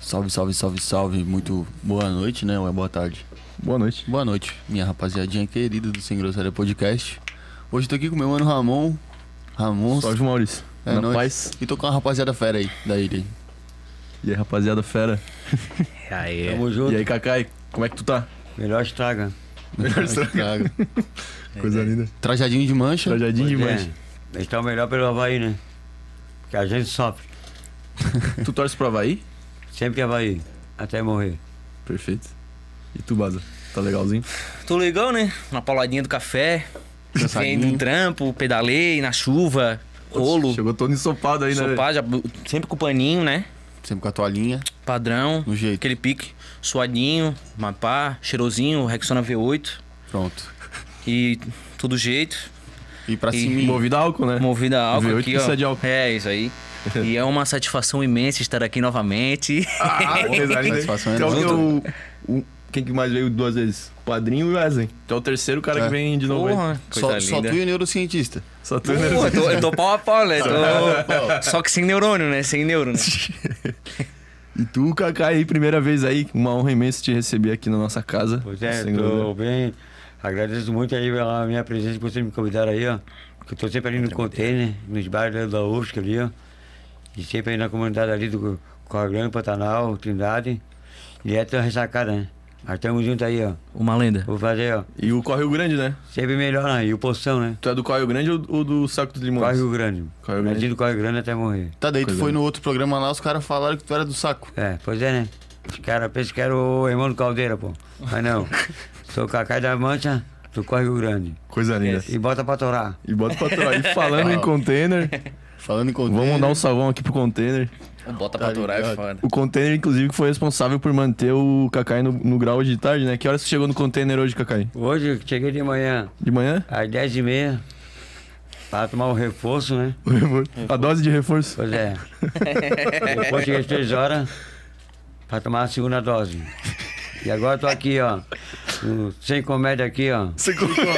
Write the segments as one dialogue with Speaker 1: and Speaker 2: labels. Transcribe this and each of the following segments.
Speaker 1: Salve, salve, salve, salve. Muito boa noite, né? Ou é boa tarde.
Speaker 2: Boa noite.
Speaker 1: Boa noite, minha rapaziadinha querida do Sem Grossária Podcast. Hoje tô aqui com meu mano Ramon. Ramon.
Speaker 2: Salve, Maurício.
Speaker 1: É
Speaker 2: Na
Speaker 1: nóis.
Speaker 2: paz.
Speaker 1: E tô com uma rapaziada fera aí, da ilha. aí.
Speaker 2: E aí, rapaziada fera.
Speaker 3: Aê.
Speaker 4: Tamo junto.
Speaker 2: E aí, Kakai, como é que tu tá?
Speaker 4: Melhor estraga.
Speaker 2: Melhor estraga.
Speaker 1: Traga.
Speaker 2: Coisa linda.
Speaker 1: Trajadinho de mancha.
Speaker 2: Trajadinho demais.
Speaker 4: É, eles tão melhor pelo Havaí, né? Porque a gente sofre.
Speaker 2: Tu torce pro Havaí?
Speaker 4: Sempre Havaí. Até morrer.
Speaker 2: Perfeito. E tu, Baza? Tá legalzinho?
Speaker 3: Tô legal, né? Na pauladinha do café, vem
Speaker 1: cansadinho.
Speaker 3: do trampo, pedalei na chuva, rolo,
Speaker 2: Chegou todo ensopado aí, né?
Speaker 3: sopá, já- sempre com o paninho, né?
Speaker 1: Sempre com a toalhinha.
Speaker 3: Padrão,
Speaker 1: No jeito.
Speaker 3: aquele pique, suadinho, mapá, cheirosinho, Rexona V8
Speaker 1: Pronto.
Speaker 3: e todo jeito.
Speaker 1: E pra
Speaker 3: E-
Speaker 1: cima.
Speaker 2: Movido a álcool, né?
Speaker 3: Movida a álcool
Speaker 2: V8
Speaker 3: aqui,
Speaker 2: precisa
Speaker 3: ó.
Speaker 2: de álcool.
Speaker 3: É, isso aí. E é uma satisfação imensa estar aqui novamente.
Speaker 2: Ah, coisa linda.
Speaker 1: Satisfação é
Speaker 2: Tu é o que
Speaker 1: junto.
Speaker 2: eu- o- Quem que mais veio duas vezes? O Padrinho e o Wesley. Tu é o terceiro cara
Speaker 1: É.
Speaker 2: que vem de novo aí.
Speaker 3: Porra, coisa
Speaker 1: Só,
Speaker 3: linda.
Speaker 1: só tu e o neurocientista.
Speaker 2: Só tu, né?
Speaker 3: Pô, eu tô, eu tô pau a pau, né? Tô- Só que sem neurônio, né? Sem neuro, né?
Speaker 2: E tu, Kakai, aí, primeira vez aí. Uma honra imensa te receber aqui na nossa casa.
Speaker 4: Pois é,
Speaker 2: Sem
Speaker 4: tô
Speaker 2: dúvida.
Speaker 4: bem. Agradeço muito aí pela minha presença que vocês me convidaram aí, ó. Que eu tô sempre ali no container, nos bares da UFSC ali, ó. E sempre aí na comunidade ali do Corragão, Pantanal, Trindade. E é tão ressacada, né? Mas tamo junto aí, ó.
Speaker 3: Uma lenda.
Speaker 4: Vou fazer, ó.
Speaker 2: E o Correio Grande, né?
Speaker 4: Sempre melhor, né? E o Poção, né?
Speaker 2: Tu é do Correio Grande ou ou do Saco dos Limões?
Speaker 4: Corre o Grande.
Speaker 2: Corre o Grande.
Speaker 4: Bandido Corre o Grande até morrer.
Speaker 1: Tá, daí tu
Speaker 2: Coisa
Speaker 1: foi
Speaker 2: linda.
Speaker 1: no outro programa lá, os caras falaram que tu era do saco.
Speaker 4: É, pois é, né? Os caras pensam que era o irmão do Caldeira, pô. Mas não. Sou o Cacai da Mancha, do Córrego Grande.
Speaker 2: Coisa linda.
Speaker 4: E bota pra torar.
Speaker 2: E bota pra trás. E falando em container,
Speaker 1: Falando em container.
Speaker 2: vamos mandar um salvão aqui pro container.
Speaker 3: Bota
Speaker 1: Tá
Speaker 3: pra torar
Speaker 1: ligado.
Speaker 3: é foda.
Speaker 2: O container, inclusive, que foi responsável por manter o Kakai no, no grau de tarde, né? Que horas você chegou no container hoje, Kakai?
Speaker 4: Hoje, cheguei de manhã,
Speaker 2: De manhã?
Speaker 4: às 10h30, pra tomar o reforço, né?
Speaker 2: O refor- A dose de reforço.
Speaker 4: Pois é. Depois cheguei às 3 horas, pra tomar a segunda dose. E agora tô aqui, ó. no Sem comédia aqui, ó.
Speaker 1: Sem comédia.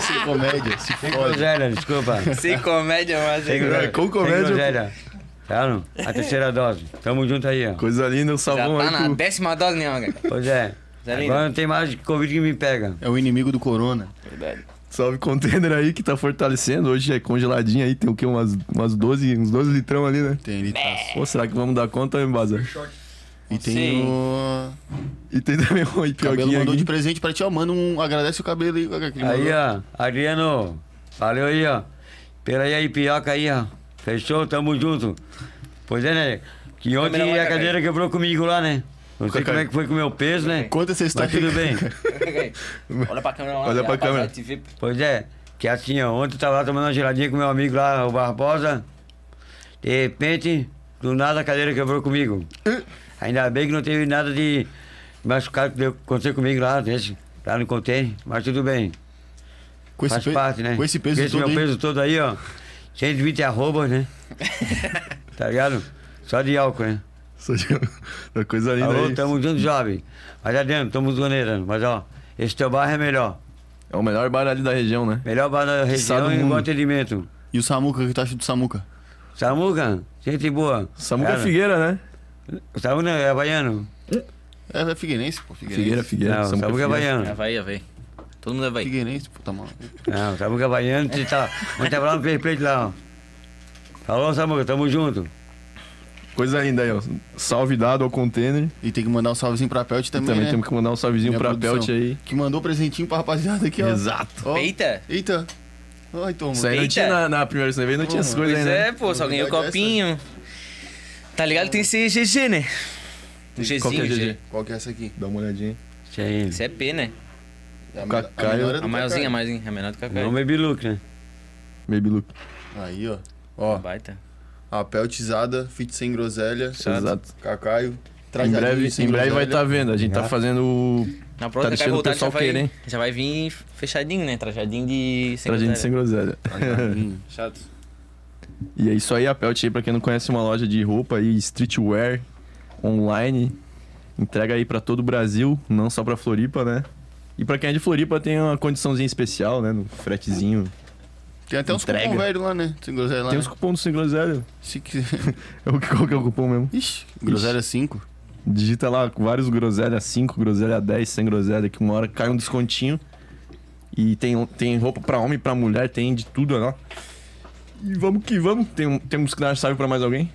Speaker 1: Sem comédia. Se
Speaker 4: Sem
Speaker 1: foda.
Speaker 4: groselha, desculpa.
Speaker 3: Sem comédia, mas. é
Speaker 4: Sem groselha.
Speaker 2: com
Speaker 4: Sem
Speaker 2: comédia, pô.
Speaker 4: groselha. Tá, não? A terceira dose. Tamo junto aí, ó.
Speaker 2: Coisa linda, o
Speaker 3: Já
Speaker 2: salvão
Speaker 3: tá
Speaker 2: aí.
Speaker 3: na
Speaker 2: pro-
Speaker 3: décima dose, né, Olga?
Speaker 4: Pois é.
Speaker 3: Zé Lindo.
Speaker 4: Agora não tem mais Covid que me pega.
Speaker 1: É o inimigo do corona.
Speaker 2: Salve container aí que tá fortalecendo. Hoje é congeladinho aí, tem o quê? Umas, umas 12, uns 12 litrão ali, né?
Speaker 1: Tem tá litaço.
Speaker 2: Pô, será que vamos dar conta, hein, Baza?
Speaker 1: E tem
Speaker 3: Sim.
Speaker 1: o.
Speaker 2: E tem também um
Speaker 1: Cabelo
Speaker 2: ipioguinho
Speaker 1: mandou de
Speaker 2: aqui.
Speaker 1: presente pra ti, ó. Manda um. Agradece o cabelo aí. Olha que ele
Speaker 4: Aí,
Speaker 1: mandou.
Speaker 4: ó, Adriano, valeu aí, ó. Pela aí, pioca aí, ó. Fechou, tamo junto. Pois é, né? Que
Speaker 3: Câmera lá,
Speaker 4: ontem a
Speaker 3: Cacai.
Speaker 4: cadeira quebrou comigo lá, né? Não sei como é que foi com o meu peso, né?
Speaker 1: Conta essa história.
Speaker 4: Mas tudo bem.
Speaker 3: Olha pra câmera lá.
Speaker 2: Olha pra câmera.
Speaker 3: te ver.
Speaker 4: Pois é, que assim, ó, ontem eu tava lá tomando uma geladinha com meu amigo lá, o Barbosa. De repente, do nada a cadeira quebrou comigo. Ainda bem que não teve nada de machucado que deu- aconteceu comigo lá, desse, lá no contêiner, mas tudo bem.
Speaker 1: com esse
Speaker 4: Faz
Speaker 1: pe-
Speaker 4: parte, né?
Speaker 1: Com esse peso
Speaker 4: Com esse
Speaker 1: todo.
Speaker 4: meu
Speaker 1: aí.
Speaker 4: peso todo aí, ó. 120 arrobas, né? tá ligado? Só de álcool, né?
Speaker 2: Só de- Uma Coisa linda
Speaker 4: Alô,
Speaker 2: aí.
Speaker 4: tamo junto, jovem. Mas adiante, tamo zoneirando. Mas ó, esse teu bar é melhor.
Speaker 2: É o melhor bar ali da região, né?
Speaker 4: Melhor bar da
Speaker 2: do
Speaker 4: região e
Speaker 2: mundo.
Speaker 4: bom atendimento.
Speaker 1: E o Samuca, o que tu acha do Samuca?
Speaker 4: Samuca, gente boa.
Speaker 2: Samuca
Speaker 4: Cara,
Speaker 2: Figueira, né?
Speaker 4: Samuca é baiano.
Speaker 1: É, é Figueirense, pô. Figueirense.
Speaker 2: Figueira, Figueira.
Speaker 4: Não,
Speaker 2: Samuca
Speaker 4: Samuca é
Speaker 2: Figueira.
Speaker 3: Já
Speaker 4: baiano.
Speaker 3: vai, já vai. Todo mundo vai.
Speaker 1: Figueirense, pô, tá maluco.
Speaker 4: Não, Samuca é baiano. Você tá, ontem tava lá no Fairplay lá, ó. Falou, Samuca, tamo junto.
Speaker 2: Coisa linda aí, ó. Salve dado ao container.
Speaker 1: E tem que mandar um salvezinho pra Pelt também.
Speaker 2: Também,
Speaker 1: né?
Speaker 2: temos que mandar um salvezinho
Speaker 1: Minha
Speaker 2: pra
Speaker 1: produção,
Speaker 2: Pelt aí.
Speaker 1: Que mandou um presentinho pra rapaziada aqui, ó.
Speaker 2: Exato.
Speaker 1: Ó,
Speaker 3: Eita!
Speaker 1: Eita! Ai, toma.
Speaker 2: Isso aí não
Speaker 3: Eita.
Speaker 2: tinha na, na primeira cerveja, não tinha essas coisas
Speaker 3: Pois
Speaker 2: aí, né?
Speaker 3: é, pô, só ganhei o
Speaker 1: Novidade
Speaker 3: copinho. Tá ligado que tem esse GG, né? O
Speaker 2: Qual que é
Speaker 3: Gzinho,
Speaker 2: GG?
Speaker 3: G.
Speaker 1: Qual que é essa aqui?
Speaker 2: Dá uma olhadinha.
Speaker 4: Isso aí.
Speaker 3: Isso é P, né?
Speaker 1: A,
Speaker 2: Cacá,
Speaker 1: menor é do
Speaker 3: A maiorzinha, a
Speaker 1: Cacá.
Speaker 3: maiorzinha. A menor do que a
Speaker 4: Não
Speaker 3: cara.
Speaker 4: baby look, né?
Speaker 3: é.
Speaker 2: Baby Luke.
Speaker 1: Aí, ó. Ó,
Speaker 3: Baita.
Speaker 1: a Peltizada, fit sem groselha.
Speaker 2: Exato.
Speaker 1: Cacaio.
Speaker 2: Em
Speaker 1: trajadinho
Speaker 2: breve,
Speaker 1: sem
Speaker 2: em breve vai
Speaker 1: groselha.
Speaker 2: estar vendo. A gente tá fazendo o
Speaker 3: Na próxima
Speaker 2: Tá deixando
Speaker 3: vai
Speaker 2: o
Speaker 3: voltar, já
Speaker 2: pessoal
Speaker 3: vai,
Speaker 2: querer, hein?
Speaker 3: já vai vir fechadinho, né? Trajadinho de... sem
Speaker 2: pra gente sem
Speaker 3: groselha.
Speaker 2: groselha.
Speaker 1: Trajadinho.
Speaker 3: Chato.
Speaker 2: E é isso aí, a Pelt aí, pra quem não conhece, é uma loja de roupa aí, streetwear, online. Entrega aí pra todo o Brasil, não só pra Floripa, né? E pra quem é de Floripa tem uma condiçãozinha especial, né? No fretezinho.
Speaker 1: Tem até uns
Speaker 2: Entrega.
Speaker 1: cupom velho lá, né? Sem groselha lá.
Speaker 2: Tem
Speaker 1: né?
Speaker 2: os cupom do Sem Groselha.
Speaker 1: Se quiser.
Speaker 2: É o que- Qual que é o cupom mesmo?
Speaker 1: Ixi, groselha 5.
Speaker 2: Digita lá vários groselha 5, groselha 10, sem groselha, que uma hora cai um descontinho. E tem, tem roupa pra homem, pra mulher, tem de tudo lá. E vamos que vamos. Tem, temos que dar salve pra mais alguém?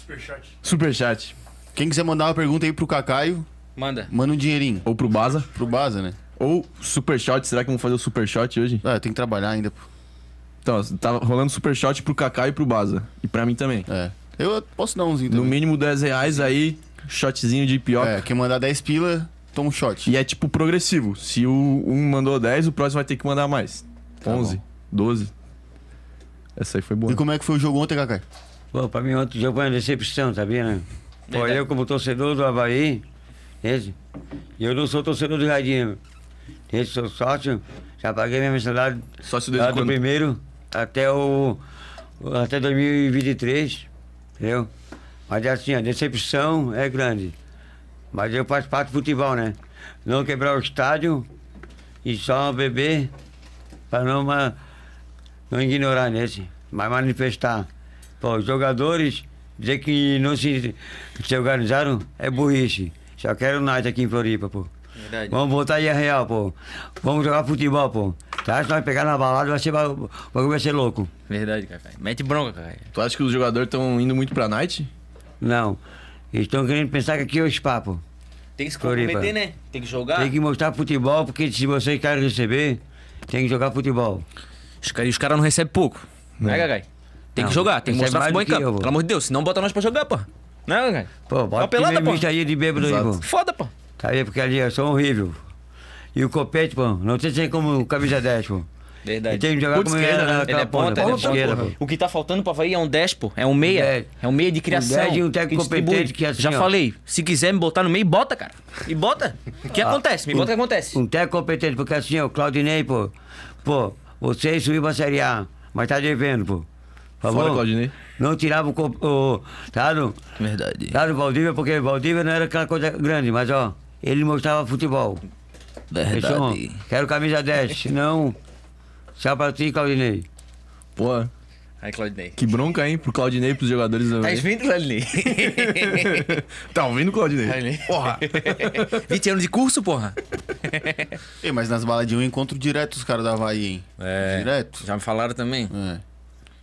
Speaker 2: Superchat. Superchat.
Speaker 1: Quem quiser mandar uma pergunta aí pro Cacaio,
Speaker 3: Manda.
Speaker 1: manda um dinheirinho.
Speaker 2: Ou pro Baza.
Speaker 1: Pro Baza, né?
Speaker 2: Ou supershot. Será que vamos fazer o supershot hoje?
Speaker 1: Ah, eu tenho que trabalhar ainda, pô.
Speaker 2: Então, tá rolando supershot pro Kaká e pro Baza. E pra mim também.
Speaker 1: É. Eu posso dar umzinho
Speaker 2: No
Speaker 1: também.
Speaker 2: mínimo 10 reais aí, shotzinho de pioca.
Speaker 1: É, quem mandar 10 pila, toma um shot.
Speaker 2: E é tipo progressivo. Se o um mandou 10, o próximo vai ter que mandar mais.
Speaker 1: Tá
Speaker 2: 11, 12. Essa aí foi boa.
Speaker 1: E como é que foi o jogo ontem, Cacai?
Speaker 4: Pô, pra mim ontem o jogo foi uma decepção, sabia, né? Pô,
Speaker 3: Verdade.
Speaker 4: eu como torcedor do Havaí, esse, e eu não sou torcedor do Jardim. Esse sou sócio, já paguei minha mensalidade
Speaker 2: Só se
Speaker 4: lá
Speaker 2: desde
Speaker 4: Ah, do
Speaker 2: quando?
Speaker 4: primeiro até o. até 2023, entendeu? Mas é assim, a decepção é grande. Mas eu faço parte do futebol, né? Não quebrar o estádio e só beber para não, ma- não ignorar nesse, mas manifestar. Pô, os jogadores dizer que não se, se organizaram é burrice. Só quero nós aqui em Floripa, pô.
Speaker 3: Verdade.
Speaker 4: Vamos voltar aí a real, pô. Vamos jogar futebol, pô. Tá? Se nós pegar na balada, vai ser, ba- o bagulho vai ser louco.
Speaker 3: Verdade, Cacai. Mete bronca, Cacai.
Speaker 2: Tu acha que os jogadores estão indo muito pra night?
Speaker 4: Não. Eles estão querendo pensar que aqui é o spa, pô.
Speaker 3: Tem que se
Speaker 4: Floripa.
Speaker 3: comprometer, né? Tem que jogar.
Speaker 4: Tem que mostrar futebol, porque se vocês querem receber, tem que jogar futebol.
Speaker 3: Os caras os cara não recebem pouco. Né, Gagai? Tem que
Speaker 4: Não,
Speaker 3: jogar, tem que
Speaker 4: recebe
Speaker 3: mostrar
Speaker 4: mais
Speaker 3: futebol em
Speaker 4: do que
Speaker 3: campo.
Speaker 4: eu, pô.
Speaker 3: Pelo amor de Deus, senão bota nós pra jogar, pô. Né, Gagai?
Speaker 4: Pô,
Speaker 3: Uma
Speaker 4: bota
Speaker 3: pelada,
Speaker 4: pelada,
Speaker 3: pô.
Speaker 4: pô. aí de bêbado aí,
Speaker 2: Exato.
Speaker 4: pô.
Speaker 3: Foda, pô.
Speaker 4: Sabe? Porque ali é só horrível. E o Copete, pô, não tem ser como camisa 10, pô.
Speaker 3: Verdade.
Speaker 4: Ele tem que jogar
Speaker 2: Ponta
Speaker 4: como
Speaker 2: esquerda, né?
Speaker 4: era
Speaker 3: Ele
Speaker 4: naquela
Speaker 3: é ponta, ele é ponta.
Speaker 4: esquerda,
Speaker 3: pô.
Speaker 4: pô.
Speaker 3: O que tá faltando pro Havaí é um 10, pô. É um meia.
Speaker 4: dez.
Speaker 3: É um meia de criação.
Speaker 4: dez e um técnico
Speaker 3: que distribui.
Speaker 4: competente que é assim,
Speaker 3: Já
Speaker 4: ó.
Speaker 3: falei, se quiser me botar no meio, bota, cara. E bota. O que acontece? Me bota o que acontece.
Speaker 4: Ah, Um técnico competente, porque assim, ó, o Claudinei, pô. Pô, você subiu pra Série A, mas tá devendo, pô. Por
Speaker 2: Fora,
Speaker 4: favor,
Speaker 2: Claudinei.
Speaker 4: Não tirava o. co- o tá, no,
Speaker 3: Verdade.
Speaker 4: tá no Valdívia, porque Valdívia não era aquela coisa grande, mas ó, ele mostrava futebol. Fechou? Quero camisa 10, senão. Tchau pra ti, Claudinei.
Speaker 2: Pô,
Speaker 3: Aí, Claudinei.
Speaker 2: que bronca, hein? Pro Claudinei e pros jogadores da
Speaker 3: Tá vindo, Claudinei?
Speaker 2: Tá ouvindo, Claudinei?
Speaker 3: Claudinei.
Speaker 2: Porra.
Speaker 3: 20 anos de curso, porra.
Speaker 1: Ei, mas nas baladinhas eu encontro direto os caras da Havaí, hein?
Speaker 2: É.
Speaker 1: Direto.
Speaker 3: É, Já me falaram também.
Speaker 2: Uhum.
Speaker 1: É.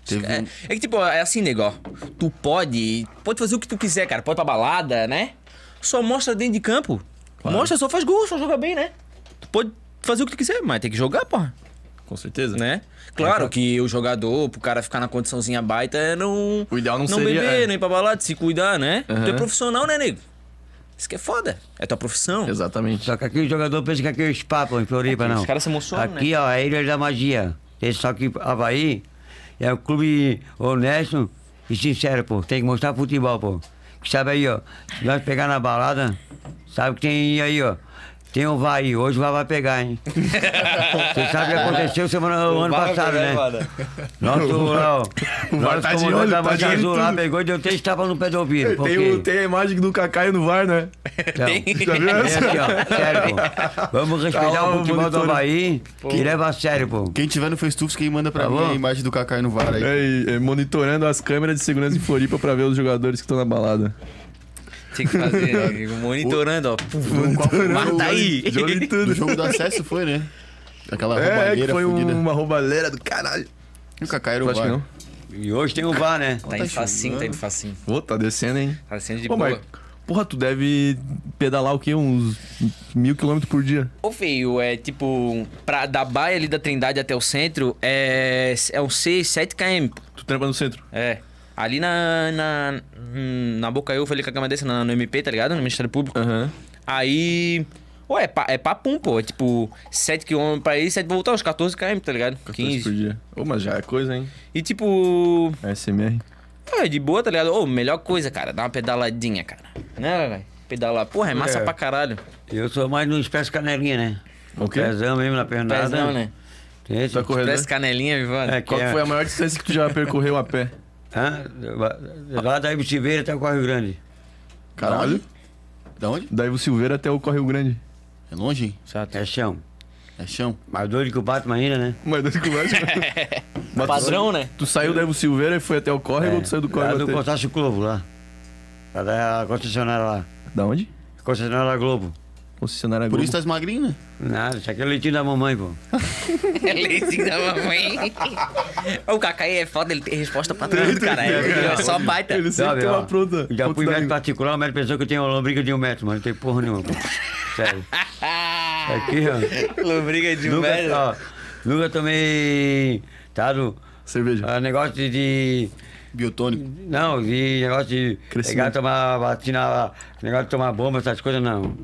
Speaker 1: Teve
Speaker 3: É,
Speaker 1: um-
Speaker 3: é que, tipo, é assim, nego, ó. Tu pode. Pode fazer o que tu quiser, cara. Pode ir pra balada, né? Só mostra dentro de campo. Mostra, só faz gol, só joga bem, né? Tu pode fazer o que tu quiser, mas tem que jogar, porra.
Speaker 2: Com certeza.
Speaker 3: Né? Claro que o jogador, pro cara ficar na condiçãozinha baita, é não.
Speaker 2: O ideal não seria,
Speaker 3: beber,
Speaker 2: é. Uhum.
Speaker 3: não ir pra balada, se cuidar, né?
Speaker 2: Aham.
Speaker 3: Tu é profissional, né, nego? Isso que é foda. É tua profissão.
Speaker 2: Exatamente.
Speaker 4: Só que aqui o jogador pensa que aqui é spa, pô, em Floripa,
Speaker 3: Aqui os
Speaker 4: não.
Speaker 3: caras se emocionam, né?
Speaker 4: Aqui, ó, é a Ilha da Magia. Esse Só que Havaí é um clube honesto e sincero, pô. Tem que mostrar futebol, pô. Que Sabe aí, ó, se nós pegar na balada, sabe que tem aí, ó. Tem o VAR aí, hoje o VAR vai pegar, hein? Você sabe o que aconteceu semana, o ano
Speaker 3: Vai
Speaker 4: passado,
Speaker 3: pegar,
Speaker 4: né?
Speaker 3: foda.
Speaker 4: Nosso, ó,
Speaker 2: VAR
Speaker 4: nosso
Speaker 2: tá de
Speaker 4: comandante
Speaker 2: olho,
Speaker 4: da
Speaker 2: tá de
Speaker 4: Mancha
Speaker 2: olho em
Speaker 4: Azul lá
Speaker 2: tudo.
Speaker 4: pegou e deu três tapas no pé do ouvido. por
Speaker 2: Tem,
Speaker 4: quê?
Speaker 2: o- tem a imagem do Kaká no VAR, né?
Speaker 4: Então,
Speaker 2: Já viu
Speaker 4: É
Speaker 2: essa?
Speaker 4: aqui, ó, sério, pô. Vamos um respeitar
Speaker 2: Tá lá
Speaker 4: o
Speaker 2: o
Speaker 4: futebol do
Speaker 2: monitor.
Speaker 4: Havaí, que leva a sério, pô.
Speaker 1: Quem tiver no Facebook, quem manda pra
Speaker 4: Tá
Speaker 1: mim é
Speaker 4: bom.
Speaker 1: a imagem do Cacai no VAR aí.
Speaker 2: É, e- é, monitorando as câmeras de segurança em Floripa pra ver os jogadores que estão na balada.
Speaker 3: Tem que fazer, né? Monitorando, ó.
Speaker 2: É.
Speaker 1: Do- qual foi o
Speaker 3: Mata
Speaker 1: jogo-
Speaker 3: aí.
Speaker 2: De olho em
Speaker 1: Do
Speaker 2: tudo.
Speaker 1: jogo do acesso foi, né? Aquela
Speaker 2: É, é, que
Speaker 1: roubalheira
Speaker 2: foi
Speaker 1: fodida.
Speaker 2: uma roubalheira do caralho.
Speaker 1: E o Cacai era
Speaker 2: Eu
Speaker 1: o
Speaker 2: acho
Speaker 1: VAR.
Speaker 2: que não.
Speaker 4: E hoje tem o VAR, né?
Speaker 3: Tá indo facinho, tá indo facinho.
Speaker 2: Pô, tá descendo, hein?
Speaker 3: Tá descendo de
Speaker 2: Ô,
Speaker 3: boa.
Speaker 2: Marco, porra, tu deve pedalar o quê? Uns mil quilômetros por dia.
Speaker 3: Ô, feio, é tipo, pra, da baia ali da Trindade até o centro é, é uns 6, 7 km. pô.
Speaker 2: Tu trampa no centro.
Speaker 3: É. Ali na. Na, hum, na Bocaiúva, ali com a cama dessa, na, no MP, tá ligado? No Ministério Público.
Speaker 2: Aham.
Speaker 3: Aí. Ué, é, pa, é papum, pô. É tipo, 7 km pra ir, 7 pra voltar, uns 14 km, tá ligado?
Speaker 2: 15 por
Speaker 3: 15.
Speaker 2: dia. Ô, mas já é coisa, hein?
Speaker 3: E tipo.
Speaker 2: SMR.
Speaker 3: É de boa, tá ligado? Ô, melhor coisa, cara, dá uma pedaladinha, cara. Né, velho? Pedalar. Porra, é massa
Speaker 4: É.
Speaker 3: pra caralho.
Speaker 4: Eu sou mais no Expresso Canelinha, né?
Speaker 2: O quê?
Speaker 4: Pezão mesmo na pernada.
Speaker 3: Pezão, né?
Speaker 4: Tem esse-
Speaker 2: Tu é corredor?
Speaker 3: Parece canelinha, vivando.
Speaker 4: É, que
Speaker 2: Qual que
Speaker 4: é-
Speaker 2: foi a maior distância que tu já percorreu a pé?
Speaker 4: Hã? Lá da Ibitibeira até o Correio Grande.
Speaker 1: Caralho. Da onde?
Speaker 2: Daí o Silveira até o Correio Grande.
Speaker 1: É longe, hein?
Speaker 4: É chão.
Speaker 1: É chão.
Speaker 4: Mais doido que o Batman ainda, né?
Speaker 2: Mas dois conversa. Mas
Speaker 3: Padrão, né?
Speaker 2: Tu, tu saiu da Evo Silveira e foi até o córrego ou tu saiu é do
Speaker 4: É. Lá
Speaker 2: córrego
Speaker 4: do
Speaker 2: até...
Speaker 4: Consórcio Globo, lá. Lá da concessionária lá.
Speaker 2: Da onde?
Speaker 4: Concessionária Globo.
Speaker 2: Concessionária
Speaker 1: Por
Speaker 2: Globo.
Speaker 1: isso tá magrinho, né?
Speaker 4: Nada, isso aqui é leitinho da mamãe, pô.
Speaker 3: É Leitinho da mamãe. O Cacai é foda, ele tem resposta pra tudo, cara. Ele é só baita.
Speaker 2: Ele sempre
Speaker 4: Sabe,
Speaker 2: tem
Speaker 4: ó,
Speaker 2: uma pronta.
Speaker 4: Já
Speaker 2: Ponto
Speaker 4: fui
Speaker 2: da
Speaker 4: médico
Speaker 2: língua.
Speaker 4: particular, o médico pensou que eu tinha uma lombriga de um metro, mas não tem porra nenhuma, pô. Sério. Aqui, ó.
Speaker 3: Lombriga de um
Speaker 4: Nunca,
Speaker 3: velho.
Speaker 4: ó, nunca tomei. Tá no.
Speaker 2: Cerveja.
Speaker 4: ah, negócio de- de.
Speaker 1: Biotônico.
Speaker 4: Não, de negócio de pegar,
Speaker 2: Crescimento.
Speaker 4: tomar vacina, negócio de tomar bomba, essas coisas, não.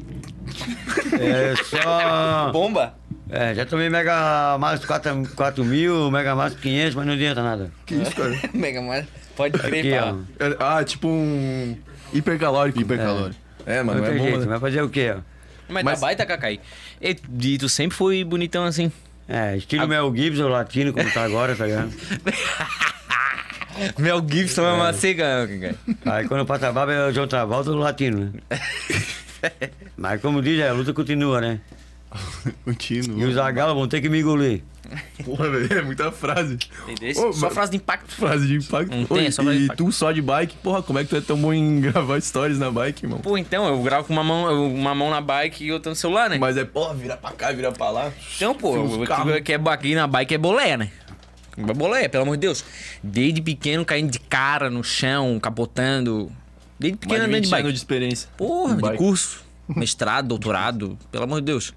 Speaker 4: É só.
Speaker 3: Bomba?
Speaker 4: É, já tomei Mega Max 4, 4 mil, Mega Max 500, mas não adianta nada.
Speaker 2: Que isso, cara?
Speaker 3: Mega Man. Pode
Speaker 4: Aqui,
Speaker 3: crer, pá.
Speaker 4: ó.
Speaker 2: É- Ah, é tipo um hipercalórico.
Speaker 1: Hipercalórico.
Speaker 2: É, mas
Speaker 4: Não
Speaker 2: não é
Speaker 4: tem
Speaker 2: bom,
Speaker 4: jeito,
Speaker 2: né?
Speaker 4: vai fazer o quê? ó?
Speaker 3: Mas,
Speaker 2: Mas-
Speaker 3: tá baita, Cacai. E tu- e tu sempre foi bonitão assim.
Speaker 4: É, estilo Mel Gibson latino, como tá agora, tá ligado?
Speaker 3: Mel Gibson é uma cega, Cacai.
Speaker 4: Aí quando passa a barba é o John Travolta do latino, né? Mas como diz, a luta continua, né?
Speaker 1: Contínuo.
Speaker 4: E os agalos vão ter que me engolir. né?
Speaker 2: Porra, velho, é muita frase.
Speaker 3: Entendeu?
Speaker 2: Ô,
Speaker 3: Só
Speaker 2: mas-
Speaker 3: frase de impacto.
Speaker 2: Frase de impacto.
Speaker 3: Não tem,
Speaker 2: Oi,
Speaker 3: é só frase de
Speaker 2: e
Speaker 3: impacto.
Speaker 2: tu só de bike? Porra, como é que tu é tão bom em gravar stories na bike, irmão?
Speaker 3: Pô, então, eu gravo com uma mão, eu- uma mão na bike e outra no celular, né?
Speaker 2: Mas é, porra, vira pra cá, vira pra lá.
Speaker 3: Então, pô,
Speaker 2: Os
Speaker 3: eu- eu-
Speaker 2: carros.
Speaker 3: que é aqui na bike é bolé, né? É Bolé, pelo amor de Deus. Desde pequeno caindo de cara no chão, capotando. Desde
Speaker 2: Mais
Speaker 3: pequeno
Speaker 2: de
Speaker 3: andando
Speaker 2: 20
Speaker 3: de bike.
Speaker 2: anos de experiência.
Speaker 3: Porra,
Speaker 2: Em
Speaker 3: de
Speaker 2: bike.
Speaker 3: curso, mestrado, doutorado, pelo amor de Deus.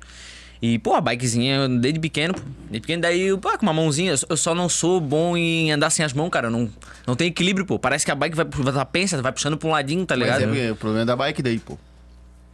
Speaker 3: E, pô, a bikezinha desde pequeno, pô. Desde pequeno, daí, eu, pá, com uma mãozinha, eu só não sou bom em andar sem as mãos, cara. eu Não, não tem equilíbrio, pô. Parece que a bike vai, vai pensa, vai puxando pra um ladinho, tá
Speaker 1: Mas
Speaker 3: ligado?
Speaker 1: é porque o problema é da bike daí, pô.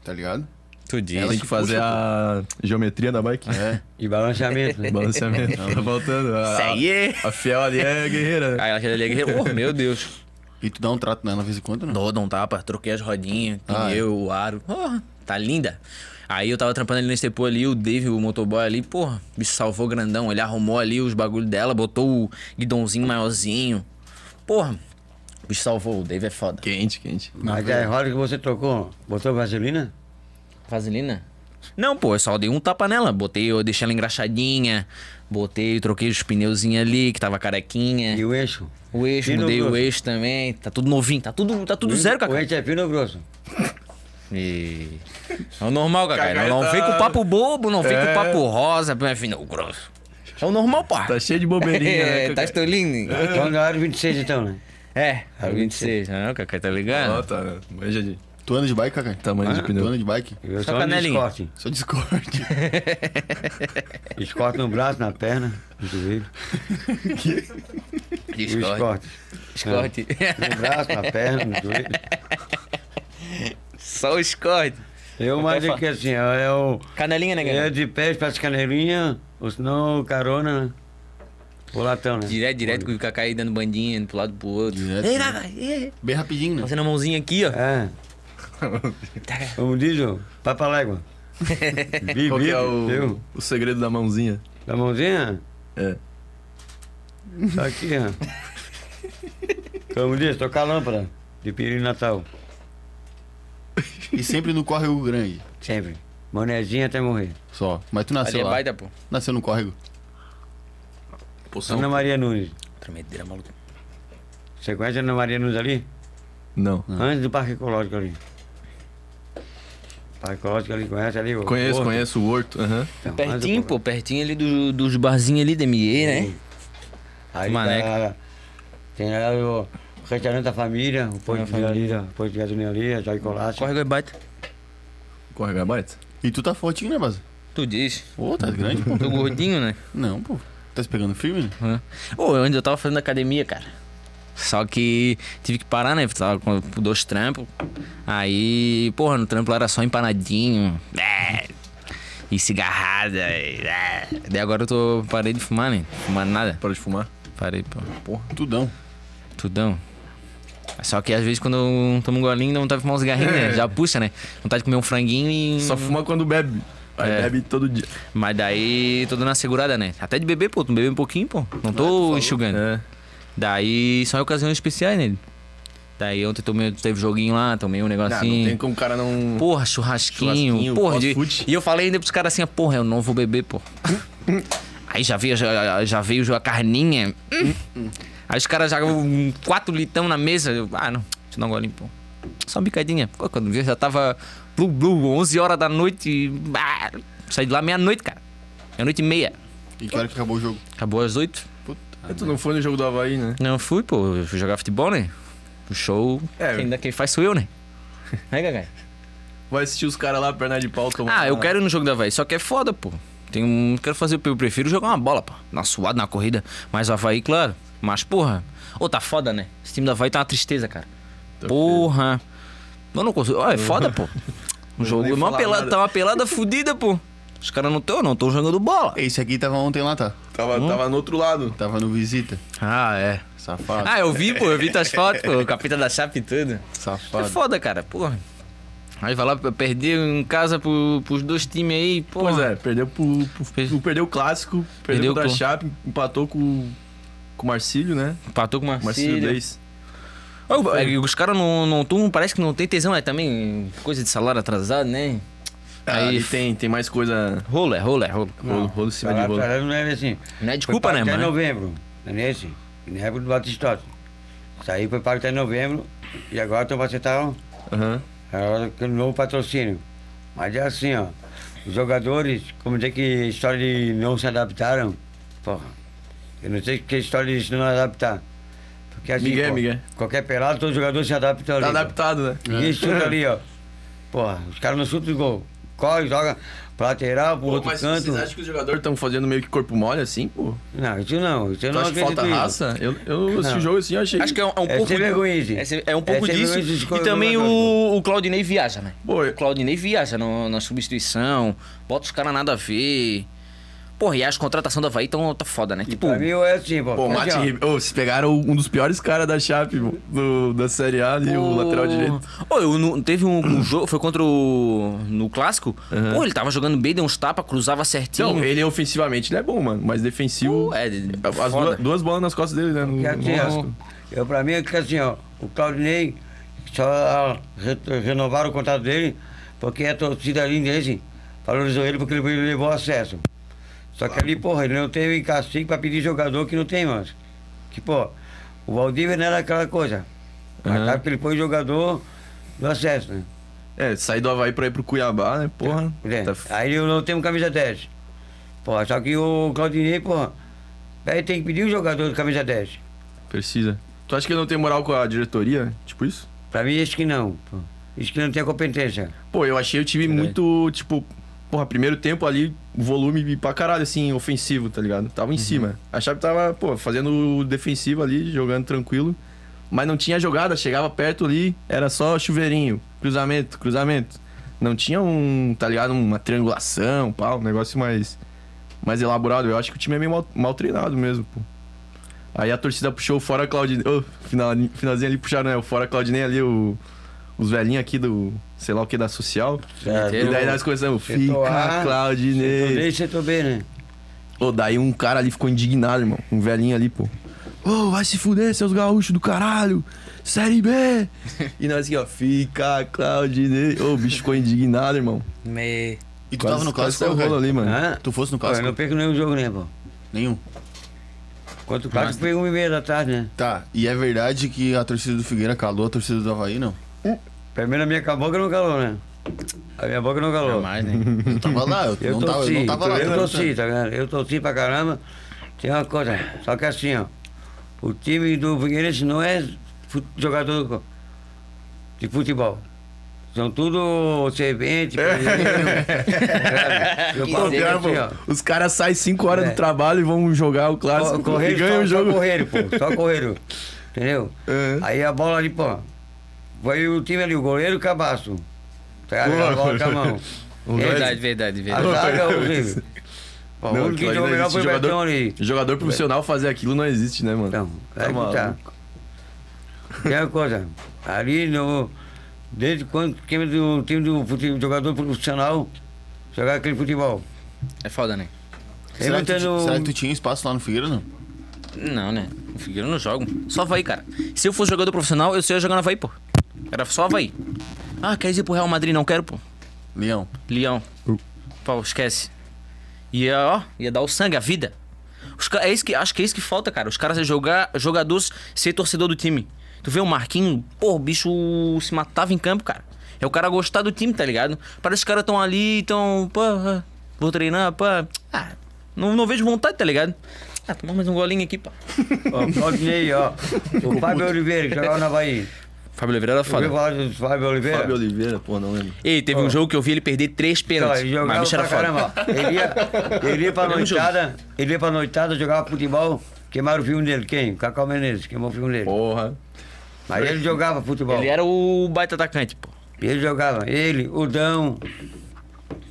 Speaker 1: Tá ligado?
Speaker 3: Tu diz.
Speaker 1: Ela
Speaker 2: Tem que
Speaker 1: te
Speaker 2: fazer
Speaker 1: puxa,
Speaker 2: a geometria da bike. né?
Speaker 1: É.
Speaker 4: E balanceamento, né?
Speaker 2: Balanceamento. tá voltando. A,
Speaker 3: Isso aí é.
Speaker 2: a fiel ali é guerreira. né?
Speaker 3: Aí ela chega ali, guerreiro, oh, meu Deus.
Speaker 1: E tu dá um trato nela de vez em quando, não?
Speaker 3: Dou, dou um tapa, troquei as rodinhas,
Speaker 4: é?
Speaker 1: Ah,
Speaker 3: pneu, o aro. Porra, tá linda. Aí eu tava trampando ali no Estepô ali, o Dave, o motoboy ali, porra, o bicho salvou grandão. Ele arrumou ali os bagulhos dela, botou o guidãozinho maiorzinho. Porra, o bicho salvou, o Dave é foda.
Speaker 2: Quente, quente.
Speaker 4: Mas é a roda que você trocou, botou vaselina?
Speaker 3: Vaselina? Não, pô, eu só dei um tapa nela. Botei, eu deixei ela engraxadinha, botei, troquei os pneuzinhos ali, que tava carequinha.
Speaker 4: E o eixo?
Speaker 3: O eixo,
Speaker 4: Fino
Speaker 3: mudei o
Speaker 4: grosso.
Speaker 3: eixo também. Tá tudo novinho, tá tudo, tá tudo zero,
Speaker 4: O
Speaker 3: Cacá.
Speaker 4: eixo é fino ou grosso?
Speaker 3: E... É o normal, Cacá.
Speaker 2: Cacá
Speaker 3: Não, não
Speaker 2: tá-
Speaker 3: vem com papo bobo, não vem
Speaker 2: É.
Speaker 3: com papo rosa, meu filho, grosso. É o normal, pá.
Speaker 2: Tá cheio de bobeirinha,
Speaker 3: É,
Speaker 2: né?
Speaker 3: tá estolindo.
Speaker 4: Então na área 26 então, né?
Speaker 3: É, é o 26, né? O Cacá tá
Speaker 2: Ó,
Speaker 3: ligado?
Speaker 2: tá. Manja de
Speaker 1: Tu anda de bike, Cacai?
Speaker 2: tamanho de
Speaker 3: Ah,
Speaker 1: Tu anda
Speaker 2: pneu.
Speaker 1: de bike?
Speaker 4: Eu
Speaker 3: Só
Speaker 4: só ando de
Speaker 3: canelinha.
Speaker 4: escorte.
Speaker 1: Só Discord.
Speaker 4: Escorte no braço, na perna, no joelho. E o né? escorte.
Speaker 3: Escorte.
Speaker 4: No braço, na perna, no joelho.
Speaker 3: Só o escorte.
Speaker 4: Eu mais
Speaker 3: Quer
Speaker 4: é que assim, ó, eu,
Speaker 3: Canelinha, né,
Speaker 4: eu
Speaker 3: galera?
Speaker 4: É, de pés para as canelinhas, ou senão carona, né? Bolatão, né?
Speaker 3: Direto, direto, com o Cacá aí dando bandinha, indo pro lado pro outro.
Speaker 1: Direto,
Speaker 3: Ei,
Speaker 1: né?
Speaker 3: Cacá, ei.
Speaker 1: Bem rapidinho, né?
Speaker 3: Fazendo a mãozinha aqui, ó.
Speaker 4: É. Como diz, ó, vai pra légua. Bibi,
Speaker 2: Qual que é
Speaker 4: viu?
Speaker 2: o, o segredo da mãozinha?
Speaker 4: Da mãozinha?
Speaker 2: É.
Speaker 4: Só aqui, ó. Como diz, tocar a lâmpada de pirino natal.
Speaker 1: E sempre no córrego grande.
Speaker 4: Sempre. Manezinha até morrer.
Speaker 1: Só. Mas tu
Speaker 3: Ali
Speaker 1: nasceu
Speaker 3: é
Speaker 1: lá.
Speaker 3: baita, pô.
Speaker 1: Nasceu no córrego.
Speaker 2: Poção.
Speaker 4: Ana Maria Nunes.
Speaker 3: Tremedeira, maluco.
Speaker 4: Você conhece a Ana Maria Nunes ali?
Speaker 2: Não.
Speaker 4: Antes do Parque Ecológico ali. Parque Ecológico ali, conhece ali? o
Speaker 2: Conheço,
Speaker 4: Porto?
Speaker 2: conheço o Horto. aham.
Speaker 4: Então, antes do
Speaker 3: Pertinho,
Speaker 4: Parque-
Speaker 3: pô, pertinho ali do- dos barzinhos ali da ME, né?
Speaker 4: Aí
Speaker 3: Maneca.
Speaker 4: tá- tem ali o restaurante da família, o posto de gasolina, o posto de gasolina ali, a Joy Colasso.
Speaker 3: Corre e baita.
Speaker 2: Corre gabarito?
Speaker 1: E tu tá fortinho, né, Baza?
Speaker 3: Tu diz.
Speaker 1: Ô, tá
Speaker 2: Uhum.
Speaker 1: grande, pô.
Speaker 3: Tô gordinho, né?
Speaker 1: Não, pô. Tá se pegando firme, né?
Speaker 3: Hã? Ô, eu ainda tava fazendo academia, cara. Só que tive que parar, né? Tava com dois trampos. Aí, porra, no trampo lá era só empanadinho. É. E cigarrada. É. Daí agora eu tô. Parei de fumar, né? Fumar nada.
Speaker 2: Para de fumar?
Speaker 3: Parei, pô.
Speaker 1: Tudão.
Speaker 3: Tudão. Só que às vezes quando eu tomo um golinho, dá vontade de fumar um cigarrinho, né? Já puxa, né? Vontade de comer um franguinho e.
Speaker 2: É. Só fuma quando bebe. Aí
Speaker 3: É.
Speaker 2: bebe todo dia.
Speaker 3: Mas daí tô dando uma segurada, né? Até de beber, pô. Tu É. bebeu um pouquinho, pô. Não tô enxugando.
Speaker 2: É.
Speaker 3: Daí só em ocasiões especiais, né? Daí ontem tomei, teve joguinho lá, tomei um
Speaker 2: Ah, Não,
Speaker 3: negocinho.
Speaker 2: não tem como o cara não.
Speaker 3: Porra, churrasquinho.
Speaker 2: Churrasquinho,
Speaker 3: porra,
Speaker 2: fast
Speaker 3: de-
Speaker 2: food.
Speaker 3: E eu falei ainda pros caras assim, porra, eu não vou beber, pô. Aí já veio, já, já veio a carninha. Hum. Aí os caras já um, quatro litão na mesa. Eu, ah, não, deixa eu dar um golinho, pô. Só uma bicadinha. Pô, Quando vi, já tava blu, blu, 11 horas da noite. Ah, saí de lá meia-noite, cara. Meia-noite e meia.
Speaker 1: E que hora que acabou o jogo?
Speaker 3: Acabou às oito.
Speaker 2: É, tu não foi no jogo do Havaí, né?
Speaker 3: Não, eu fui, pô. Eu fui jogar futebol, né? O show,
Speaker 2: É.
Speaker 3: ainda quem faz sou eu, né? Aí, Gagai.
Speaker 2: Vai assistir os caras lá, perna de pau, tomando.
Speaker 3: Ah, eu quero ir no jogo da Havaí, só que é foda, pô. Tem um, quero fazer, eu prefiro jogar uma bola, pô. Na suada, na corrida. Mas o Havaí, claro. Mas, porra. Ô, tá foda, né? Esse time da Havaí tá uma tristeza, cara. Tá Porra. Eu não consigo. Ó, é foda, pô. O jogo
Speaker 2: nem
Speaker 3: é uma
Speaker 2: falar
Speaker 3: pelada,
Speaker 2: nada.
Speaker 3: tá uma pelada fudida, pô. Os caras não tão, não tão jogando bola.
Speaker 1: Esse aqui tava ontem lá, tá?
Speaker 2: Tava,
Speaker 3: Hum?
Speaker 2: tava no outro lado.
Speaker 1: Tava no visita.
Speaker 3: Ah, é.
Speaker 1: Safado.
Speaker 3: Ah, eu vi, pô, eu vi tuas fotos, pô. O capitão da chapa e tudo. É
Speaker 1: Safado.
Speaker 3: foda, cara, porra. Aí vai lá perder em casa pro, pros dois times aí, porra.
Speaker 2: Pois é, perdeu pro. pro-
Speaker 3: Fez-
Speaker 2: perdeu o clássico,
Speaker 3: Perdeu
Speaker 2: perdeu, o da
Speaker 3: pro-
Speaker 2: Chape, empatou com, com o Marcílio, né?
Speaker 3: Empatou com o
Speaker 2: Marcílio
Speaker 3: Marcílio.
Speaker 2: Deis.
Speaker 3: Ô, é, os caras não, não tão- parece que não tem tesão, é também coisa de salário atrasado, né?
Speaker 2: Aí
Speaker 3: Aí
Speaker 2: Ah, tem, tem mais coisa.
Speaker 3: rolo, é rolo, é rolo.
Speaker 2: Rolo, rolo em cima de
Speaker 4: Tá
Speaker 2: rolo.
Speaker 4: atrasado, não é assim.
Speaker 3: Não é
Speaker 4: Foi
Speaker 3: desculpa,
Speaker 4: pago
Speaker 3: né,
Speaker 4: Até
Speaker 3: mano?
Speaker 4: novembro, não é esse? Na época do Batistote. Isso aí foi pago até novembro e agora estão acertando
Speaker 2: Aham. Tá
Speaker 4: agora com É o novo patrocínio. Mas é assim, ó. Os jogadores, como tem que história de não se adaptaram, porra. Eu não sei que história de se não adaptar. Porque assim,
Speaker 2: Miguel,
Speaker 4: pô,
Speaker 2: Miguel.
Speaker 4: qualquer pelado, todo jogador se adapta ali.
Speaker 2: Tá
Speaker 4: pô.
Speaker 2: adaptado, né?
Speaker 4: Ninguém chuta ali, ó. Porra, os caras não chutam de gol. Corre, joga pra lateral, pro
Speaker 2: Pô,
Speaker 4: outro
Speaker 2: mas
Speaker 4: canto.
Speaker 2: vocês acham que os jogadores estão fazendo meio que corpo mole assim, pô?
Speaker 4: Não, isso não. Isso eu
Speaker 2: Tu
Speaker 4: não
Speaker 2: acha que falta
Speaker 4: acredito nisso.
Speaker 2: raça? Eu, eu esse
Speaker 4: Não.
Speaker 2: jogo assim, eu achei.
Speaker 3: Acho que é um, é um
Speaker 4: É
Speaker 3: pouco.
Speaker 4: ser vergonhice.
Speaker 3: é, ser- é um
Speaker 4: É
Speaker 3: pouco
Speaker 4: ser
Speaker 3: disso.
Speaker 4: vergonhice de
Speaker 3: E também o, o Claudinei viaja, né?
Speaker 2: Pô,
Speaker 3: O Claudinei viaja no- na substituição, bota os caras nada a ver. Porra, e as contratações da Havaí tão tá foda, né? Tipo,
Speaker 4: Pra mim é assim, pô.
Speaker 2: Pô, o Martin
Speaker 4: Assim, ó.
Speaker 2: Ribeiro. Ô, vocês pegaram um dos piores caras da Chape, pô, do, da Série A ali, o lateral direito.
Speaker 3: Ô, eu não- teve um, um jogo, foi contra o. no clássico.
Speaker 2: Aham.
Speaker 3: Pô, ele tava jogando bem, deu uns tapas, cruzava certinho.
Speaker 2: Então, ele ofensivamente ele é bom, mano, mas defensivo.
Speaker 3: Pô, é,
Speaker 2: as
Speaker 3: foda.
Speaker 2: duas, duas bolas nas costas dele, né? No,
Speaker 4: Que
Speaker 2: no
Speaker 4: assim, ó,
Speaker 2: rosto.
Speaker 4: eu, pra mim é que assim, ó. O Claudinei só ah, re- renovaram o contrato dele porque a torcida ali desse valorizou ele porque ele levou acesso. Só que ali, porra, ele não teve cacique pra pedir jogador que não tem, mano. Que, pô, o Valdívia não era aquela coisa.
Speaker 2: Aham.
Speaker 4: Acaba que ele foi jogador do acesso, né?
Speaker 2: É, sair do Havaí pra ir pro Cuiabá, né? Porra.
Speaker 4: É,
Speaker 2: tá f-
Speaker 4: Aí eu não tenho camisa 10. Porra, só que o Claudinei, porra, aí tem que pedir o jogador de camisa 10.
Speaker 2: Precisa. Tu acha que ele não tem moral com a diretoria? Tipo isso?
Speaker 4: Pra mim, isso que não. pô. Isso que não tem competência.
Speaker 2: Pô, eu achei o time muito, tipo, porra, primeiro tempo ali, volume pra caralho, assim, ofensivo, tá ligado? Tava em cima. A Chape tava, pô, fazendo o defensivo ali, jogando tranquilo. Mas não tinha jogada, chegava perto ali, era só chuveirinho, cruzamento, cruzamento. Não tinha um, tá ligado? Uma triangulação, pá, um negócio mais, mais elaborado. Eu acho que o time é meio mal, mal treinado mesmo, pô. Aí a torcida puxou o fora Claudinei. Ô, final, finalzinho ali puxaram, né? O fora Claudinei ali, o, os velhinhos aqui do, sei lá o que, da social. E daí nós começamos,
Speaker 4: Setor
Speaker 2: fica
Speaker 4: A, Setor D
Speaker 2: Claudinei.
Speaker 4: e setor B, né?
Speaker 2: Ô, daí um cara ali ficou indignado, irmão. Um velhinho ali, pô. Ô, vai se fuder, seus gaúchos do caralho! Série B! e nós aqui, ó, fica Claudinei. Ô, o bicho ficou indignado, irmão.
Speaker 3: Me...
Speaker 1: E tu
Speaker 2: Quase-
Speaker 1: tava no
Speaker 2: quase
Speaker 1: clássico,
Speaker 2: tá
Speaker 1: né,
Speaker 2: saiu
Speaker 1: cara?
Speaker 2: rolo ali, mano.
Speaker 4: Hã?
Speaker 1: Tu fosse no
Speaker 4: Pô, eu
Speaker 1: clássico?
Speaker 4: não perco nenhum jogo, né, pô?
Speaker 1: Nenhum.
Speaker 4: Quanto clássico foi uma e meia da tarde, né?
Speaker 1: Tá, e é verdade que a torcida do Figueira calou a torcida do Havaí, não?
Speaker 4: Pelo menos a minha boca não calou, né? A minha boca não calou.
Speaker 3: Jamais, né?
Speaker 1: Eu tava lá, eu,
Speaker 4: Eu
Speaker 1: não, tava, eu
Speaker 4: torci,
Speaker 1: não tava lá.
Speaker 4: eu
Speaker 2: então.
Speaker 1: tô
Speaker 4: torci,
Speaker 1: perguntando.
Speaker 4: tá ligado? Eu torci pra caramba. Tem uma coisa, só que assim, ó. O time do Figueirense não é fu- jogador de futebol. São tudo servente,
Speaker 2: É.
Speaker 4: Eu
Speaker 2: Pô,
Speaker 4: falo
Speaker 3: Sim,
Speaker 2: pior,
Speaker 4: assim, ó.
Speaker 2: pô, os caras saem 5 horas
Speaker 4: É.
Speaker 2: do trabalho e vão jogar o clássico
Speaker 4: Só correram,
Speaker 2: e ganham
Speaker 4: só,
Speaker 2: o jogo.
Speaker 4: Só correram, pô. Só correram. Entendeu?
Speaker 2: É.
Speaker 4: Aí a bola ali, pô. Foi o time ali, o goleiro e o cabaço. Tá ligado? A bola com a mão.
Speaker 3: Verdade, verdade,
Speaker 4: A
Speaker 3: verdade.
Speaker 4: zaga horrível. Pô,
Speaker 2: Não,
Speaker 4: o único que
Speaker 2: aquilo
Speaker 4: jogou
Speaker 2: ali não
Speaker 4: melhor
Speaker 2: existe.
Speaker 4: foi o
Speaker 2: Jogador-
Speaker 4: Betão ali.
Speaker 2: Jogador profissional fazer aquilo não existe, né, mano?
Speaker 4: Então, é que tá.
Speaker 2: maluco.
Speaker 4: Tem uma coisa, ali no. Desde quando um, o time do, time do fute- jogador profissional jogar aquele futebol?
Speaker 3: É foda, né?
Speaker 4: Tem
Speaker 1: Será que, tu,
Speaker 4: botando-
Speaker 1: será que tu tinha espaço lá no Figueira, não?
Speaker 3: Não, né? O Figueira não joga. Só Havaí, cara. Se eu fosse jogador profissional, eu só ia jogar na Havaí, pô. Era só Havaí. Ah, queres ir pro Real Madrid? Não quero, pô.
Speaker 1: Leão.
Speaker 3: Leão. Pau, esquece. Ia, ó, ia dar o sangue, a vida. Os ca- é isso que, acho que é isso que falta, cara. Os caras é jogar, jogadores ser torcedor do time. Tu vê o Marquinho, pô, o bicho se matava em campo, cara. É o cara gostar do time, tá ligado? Parece que os caras tão ali, tão, pô, ah, vou treinar, pá. Ah, não, não vejo vontade, tá ligado? Ah, tomar mais um golinho aqui, pá.
Speaker 4: Ó, Claudinei, ó. O Fábio Oliveira, que jogava na Bahia.
Speaker 3: Fábio Oliveira era
Speaker 4: Ouviu
Speaker 3: foda.
Speaker 4: falar do Fábio Oliveira?
Speaker 2: Fábio Oliveira, pô, não lembro.
Speaker 3: Ei, teve um jogo que eu vi ele perder três
Speaker 4: Então,
Speaker 3: pênaltis. Mas o
Speaker 4: ele jogava
Speaker 3: bicho
Speaker 4: pra
Speaker 3: era foda.
Speaker 4: caramba. Ele ia, ele ia pra
Speaker 3: Olhamos o jogo.
Speaker 4: noitada, ele ia pra noitada, jogava futebol, queimaram o filme dele. Quem? Cacau Menezes, queimou o filme dele.
Speaker 2: Porra.
Speaker 4: Mas ele jogava futebol.
Speaker 3: Ele era o baita atacante, pô.
Speaker 4: Ele jogava. Ele, o Dão.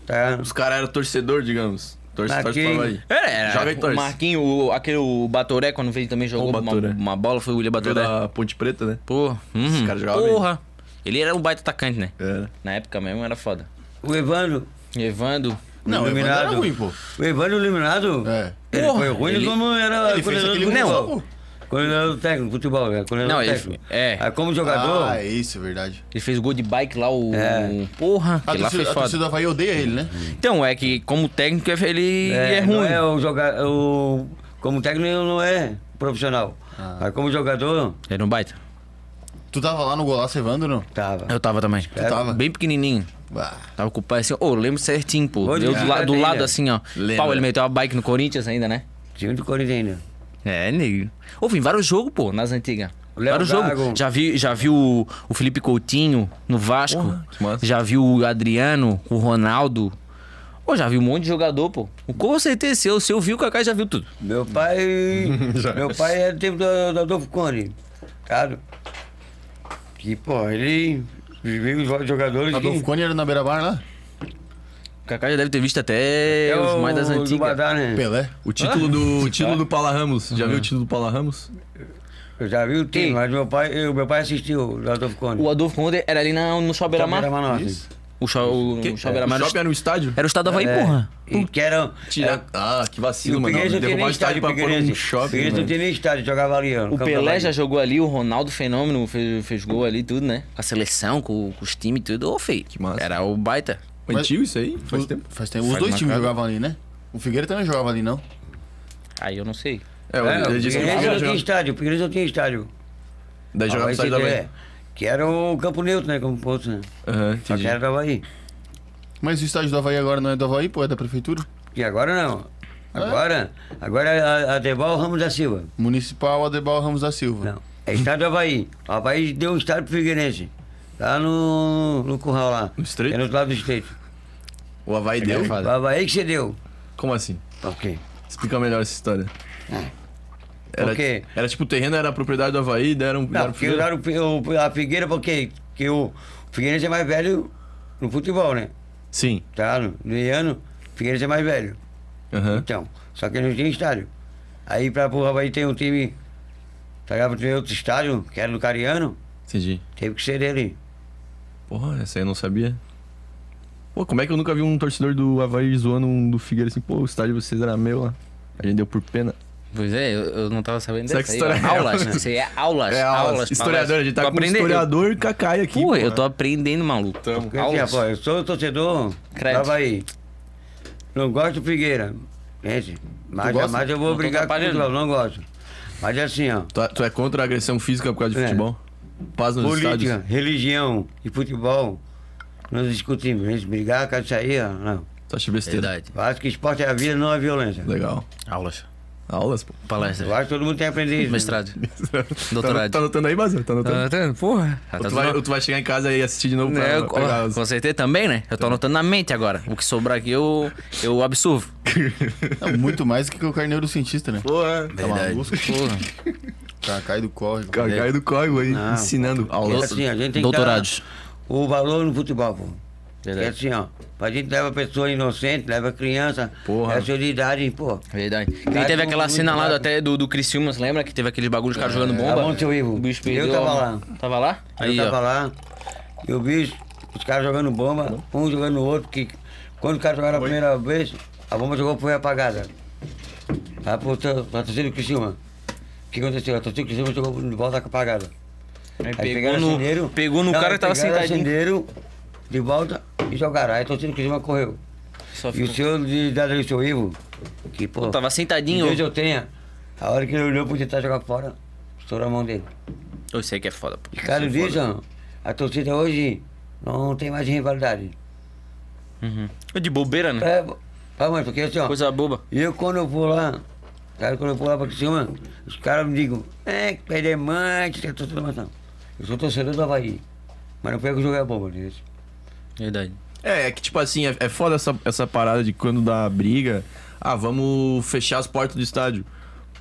Speaker 4: Tá?
Speaker 2: Os caras eram torcedor, digamos. Torce, torce
Speaker 4: Marquinhos.
Speaker 2: pra Bahia.
Speaker 3: É, Era,
Speaker 4: É,
Speaker 3: era.
Speaker 2: Joga e
Speaker 3: o
Speaker 2: torce.
Speaker 3: Marquinho, o- aquele o Batoré, quando veio também jogou uma,
Speaker 2: Batoré.
Speaker 3: uma bola, foi o William
Speaker 2: Veio
Speaker 3: Batoré.
Speaker 2: da Ponte Preta, né?
Speaker 3: Pô, uhum.
Speaker 2: caras jogavam
Speaker 3: porra. Ele era um baita atacante, né?
Speaker 2: Era.
Speaker 3: Na época mesmo era foda.
Speaker 4: O Evandro.
Speaker 3: Evando.
Speaker 1: Não, ele
Speaker 4: Iluminado.
Speaker 1: era ruim, pô.
Speaker 4: O Evandro eliminado.
Speaker 1: É.
Speaker 4: Ele
Speaker 3: Porra,
Speaker 4: foi ruim
Speaker 3: ele-
Speaker 4: como era
Speaker 1: ele fez
Speaker 4: coordenador do
Speaker 1: aquele gol,
Speaker 4: futebol.
Speaker 1: pô.
Speaker 4: Coordenador técnico, futebol, é coordenador
Speaker 3: Não, ele-
Speaker 4: técnico.
Speaker 3: é.
Speaker 4: Aí como jogador,
Speaker 1: Ah, é isso, é verdade.
Speaker 3: Ele fez gol de bike lá, o.
Speaker 4: É.
Speaker 3: Porra,
Speaker 1: A
Speaker 3: que lá foi
Speaker 1: torcida, a
Speaker 3: foda.
Speaker 1: torcida do Havaí odeia ele, né?
Speaker 3: Então, é que como técnico ele é,
Speaker 4: não
Speaker 3: ruim.
Speaker 4: é o joga o como técnico ele não é profissional.
Speaker 1: Ah.
Speaker 4: Mas como jogador,
Speaker 3: Era um baita.
Speaker 1: Tu tava lá no golaço Evandro, não?
Speaker 4: tava.
Speaker 3: Eu tava também.
Speaker 1: Tu tava?
Speaker 3: Bem pequenininho.
Speaker 1: Bah.
Speaker 3: Tava com o pai assim, ô, eu lembro certinho, pô.
Speaker 4: Onde
Speaker 3: Eu
Speaker 4: que
Speaker 3: do, la-
Speaker 4: era
Speaker 3: do
Speaker 4: dele?
Speaker 3: lado assim, ó.
Speaker 2: Lembra.
Speaker 3: Pau, ele meteu a bike no Corinthians ainda, né?
Speaker 4: Time do Corinthians ainda.
Speaker 3: É, nego. Houve em vários jogos, pô, nas antigas.
Speaker 4: Léo
Speaker 3: Vários
Speaker 4: Gago.
Speaker 3: jogos. Já vi, já vi o, o Felipe Coutinho no Vasco.
Speaker 2: Porra, que massa.
Speaker 3: já vi o Adriano, o Ronaldo. Pô, já vi um monte de jogador, pô. Com certeza, se eu, se eu vi o Kaká, já viu tudo.
Speaker 4: Meu pai. meu pai é do tempo do, do Adolfo Cone. Tá? Que, pô, ele viu os vários jogadores.
Speaker 1: Adolfo
Speaker 4: que-
Speaker 1: Cone era na beira-bar lá?
Speaker 3: O Kaká já deve ter visto até
Speaker 4: É
Speaker 3: os
Speaker 4: o
Speaker 3: mais das
Speaker 4: do
Speaker 3: antigas.
Speaker 4: Badá, né?
Speaker 1: Pelé.
Speaker 2: O título do, o título do Pala Ramos. Já viu o título do Pala Ramos?
Speaker 4: Eu já vi o time,
Speaker 3: Ei.
Speaker 4: mas meu pai, eu, meu pai assistiu o Adolfo Cone.
Speaker 3: O Adolfo Conde era ali na, no Shopping Mar.
Speaker 4: Isso.
Speaker 3: O Shopping Mar.
Speaker 2: shopping era um estádio?
Speaker 3: Era o estado da
Speaker 4: É.
Speaker 3: Havaí, porra.
Speaker 4: E que era.
Speaker 2: Tira- Ah, que
Speaker 4: E
Speaker 2: vacilo,
Speaker 4: o
Speaker 2: mano.
Speaker 4: Figueirense não tinha
Speaker 2: Derrubar
Speaker 4: nem
Speaker 2: o estádio
Speaker 4: estádio,
Speaker 2: pra
Speaker 4: o
Speaker 2: pôr um
Speaker 4: Figueirense.
Speaker 2: shopping,
Speaker 4: Figueirense não
Speaker 2: mano.
Speaker 4: tinha nem estádio, jogava ali, ó, no
Speaker 3: O
Speaker 4: Campo da
Speaker 3: Pelé
Speaker 4: Bahia.
Speaker 3: já jogou ali, o Ronaldo Fenômeno fez, fez gol ali, tudo, né? Com a seleção, com, com os times, tudo. Ô, feio. Que
Speaker 2: massa.
Speaker 3: Era o baita.
Speaker 2: Antigo isso aí? Faz tempo.
Speaker 1: Faz tempo. Os
Speaker 3: Faz
Speaker 1: dois
Speaker 3: uma
Speaker 1: times
Speaker 3: cara.
Speaker 1: jogavam ali, né? O Figueira também jogava ali, não?
Speaker 3: Aí eu não sei.
Speaker 2: É,
Speaker 4: É, o
Speaker 2: ele disse que
Speaker 4: Figueirense não tinha
Speaker 2: jogava-
Speaker 4: estádio, o Figueirense não tinha estádio.
Speaker 2: Daí jogava no
Speaker 4: Havaí
Speaker 2: estádio da
Speaker 4: tem-
Speaker 2: Bahia.
Speaker 4: é, Que era o Campo Neutro, né? Como ponto, né?
Speaker 2: Aham,
Speaker 4: Só
Speaker 2: entendi.
Speaker 4: que era do Havaí.
Speaker 1: Mas o estádio do Havaí agora não é do Havaí, pô, é da prefeitura?
Speaker 4: E agora não. Agora, agora é a- Adeval Ramos da Silva.
Speaker 1: Municipal Adebal Ramos da Silva.
Speaker 4: Não. É estado do Havaí. O Havaí deu um estado pro Figueirense. Lá no, no curral lá.
Speaker 2: No estreito?
Speaker 4: É no outro lado do estreito.
Speaker 2: O Havaí deu?
Speaker 4: O Havaí que você deu.
Speaker 2: Como assim?
Speaker 4: Ok.
Speaker 2: Explica melhor essa história. Era,
Speaker 4: Por quê?
Speaker 2: era tipo, o terreno era a propriedade do Havaí, deram...
Speaker 4: Não,
Speaker 2: deram
Speaker 4: porque
Speaker 2: pro-
Speaker 4: usaram o fi- o- a Figueira porque que o Figueirense é mais velho no futebol, né?
Speaker 2: Sim.
Speaker 4: Tá? No, no ano, o Figueirense é mais velho.
Speaker 2: Aham.
Speaker 4: Então, só que não tinha estádio. Aí pra pro Havaí tem um time, pegava tem outro estádio, que era do Cariano,
Speaker 2: Entendi.
Speaker 4: teve que ser dele.
Speaker 2: Porra, essa aí eu não sabia. Pô, como é que eu nunca vi um torcedor do Havaí zoando um do Figueiredo assim, pô, o estádio de vocês era meu lá. A gente deu por pena.
Speaker 3: Pois é, eu, eu não tava sabendo
Speaker 2: Será
Speaker 3: dessa
Speaker 2: que
Speaker 3: aí,
Speaker 2: história
Speaker 3: ó.
Speaker 2: é
Speaker 3: aulas,
Speaker 2: essa?
Speaker 3: né? Isso aí é aulas, aulas, aulas.
Speaker 2: Historiador, a gente tá
Speaker 3: Tô
Speaker 2: com um
Speaker 3: aprendendo.
Speaker 2: historiador cacai aqui.
Speaker 3: Pô,
Speaker 2: pô.
Speaker 3: eu tô aprendendo, maluco.
Speaker 4: Porque, assim,
Speaker 3: aulas.
Speaker 4: pô, eu sou torcedor
Speaker 3: Credo.
Speaker 4: do Havaí. Não gosto do Figueira. Gente, mas,
Speaker 1: gosta?
Speaker 4: mas eu
Speaker 3: Não
Speaker 4: vou
Speaker 3: tô
Speaker 4: brigar com o
Speaker 3: atrapalhando.
Speaker 4: futebol, não gosto. Mas assim, ó,
Speaker 2: Tu, tu é contra a agressão física por causa de
Speaker 4: É.
Speaker 2: futebol? Paz nos
Speaker 4: política,
Speaker 2: estádios?
Speaker 4: religião e futebol, nós discutimos. A gente brigar, quer sair, ó, não.
Speaker 2: Tu acha besteira?
Speaker 3: Verdade.
Speaker 4: Eu acho que esporte é a vida, não é violência.
Speaker 2: Legal.
Speaker 3: Aulas.
Speaker 2: Aulas, pô.
Speaker 4: Eu
Speaker 3: Palestra.
Speaker 4: acho que todo mundo tem que aprender isso.
Speaker 3: Mestrado.
Speaker 2: Tá,
Speaker 3: Doutorado.
Speaker 2: tá anotando aí, Bazan? Tá anotando?
Speaker 3: anotando? Porra. Tá
Speaker 2: ou, tu vai, ou tu vai chegar em casa e assistir de novo pra
Speaker 3: É, eu,
Speaker 2: pegar as- Tá.
Speaker 3: com certeza também, né? Eu tô anotando na mente agora. O que sobrar aqui eu, eu absorvo.
Speaker 1: É muito mais que o carneiro cientista, né?
Speaker 2: Porra.
Speaker 1: Tá maluco?
Speaker 3: É, Porra.
Speaker 1: Tá, cai do córrego.
Speaker 2: Cagai do córrego aí, ensinando
Speaker 4: Porque,
Speaker 2: aulas.
Speaker 4: assim, a gente tem
Speaker 3: Doutorados.
Speaker 4: que dar o valor no futebol, pô.
Speaker 3: Verdade.
Speaker 4: É assim, ó. A gente leva pessoa inocente, leva criança,
Speaker 2: Porra.
Speaker 4: é senhor de idade, pô.
Speaker 3: Verdade.
Speaker 4: Cara,
Speaker 3: E teve
Speaker 4: muito,
Speaker 3: aquela
Speaker 4: muito
Speaker 3: cena lá do-
Speaker 4: bravo.
Speaker 3: até do, do Criciúma, você lembra? Que teve aqueles bagulhos, os caras jogando bomba.
Speaker 4: Tá bom, seu Ivo.
Speaker 3: O bicho
Speaker 4: Eu
Speaker 3: perdeu.
Speaker 4: tava
Speaker 3: a-
Speaker 4: lá.
Speaker 3: Tava lá? Aí,
Speaker 4: eu tava
Speaker 3: ó.
Speaker 4: lá, eu vi os caras jogando bomba, um jogando no outro, que quando os caras jogaram a primeira vez, a bomba jogou foi apagada. Aí pro tor- pra torcida do Criciúma. que aconteceu? A torcida que chegou de volta apagada.
Speaker 3: Aí
Speaker 4: Aí
Speaker 3: pegou
Speaker 4: pegaram
Speaker 3: no,
Speaker 4: acenderam-
Speaker 3: pegou no
Speaker 4: Não,
Speaker 3: cara
Speaker 4: aí
Speaker 3: que tava
Speaker 4: pegaram,
Speaker 3: sentadinho.
Speaker 4: acenderam de volta e jogaram. Aí a torcida que correu.
Speaker 3: Só
Speaker 4: E o
Speaker 3: ficou...
Speaker 4: senhor de idade do seu Ivo, que pô,
Speaker 3: Tava
Speaker 4: que
Speaker 3: sentadinho.
Speaker 4: Deus eu tenha, a hora que ele olhou pra tentar jogar fora, estourou a mão dele.
Speaker 3: Eu sei que é foda, pô.
Speaker 4: E cara
Speaker 3: Isso é
Speaker 4: disso,
Speaker 3: foda.
Speaker 4: a torcida hoje não tem mais rivalidade.
Speaker 3: Uhum. É De bobeira, né?
Speaker 4: É, pá, mas porque assim, ó,
Speaker 3: Coisa boba.
Speaker 4: E eu quando eu vou lá, cara, quando eu vou lá pra cima, os caras me digam, é, que perde mante, que é torcedor do Maranhão." Eu sou torcedor do Havaí. Mas não pego o jogo é bomba, né?
Speaker 3: Verdade.
Speaker 2: É, é que tipo assim, é, é foda essa, essa parada de quando dá briga. Ah, vamos fechar as portas do estádio.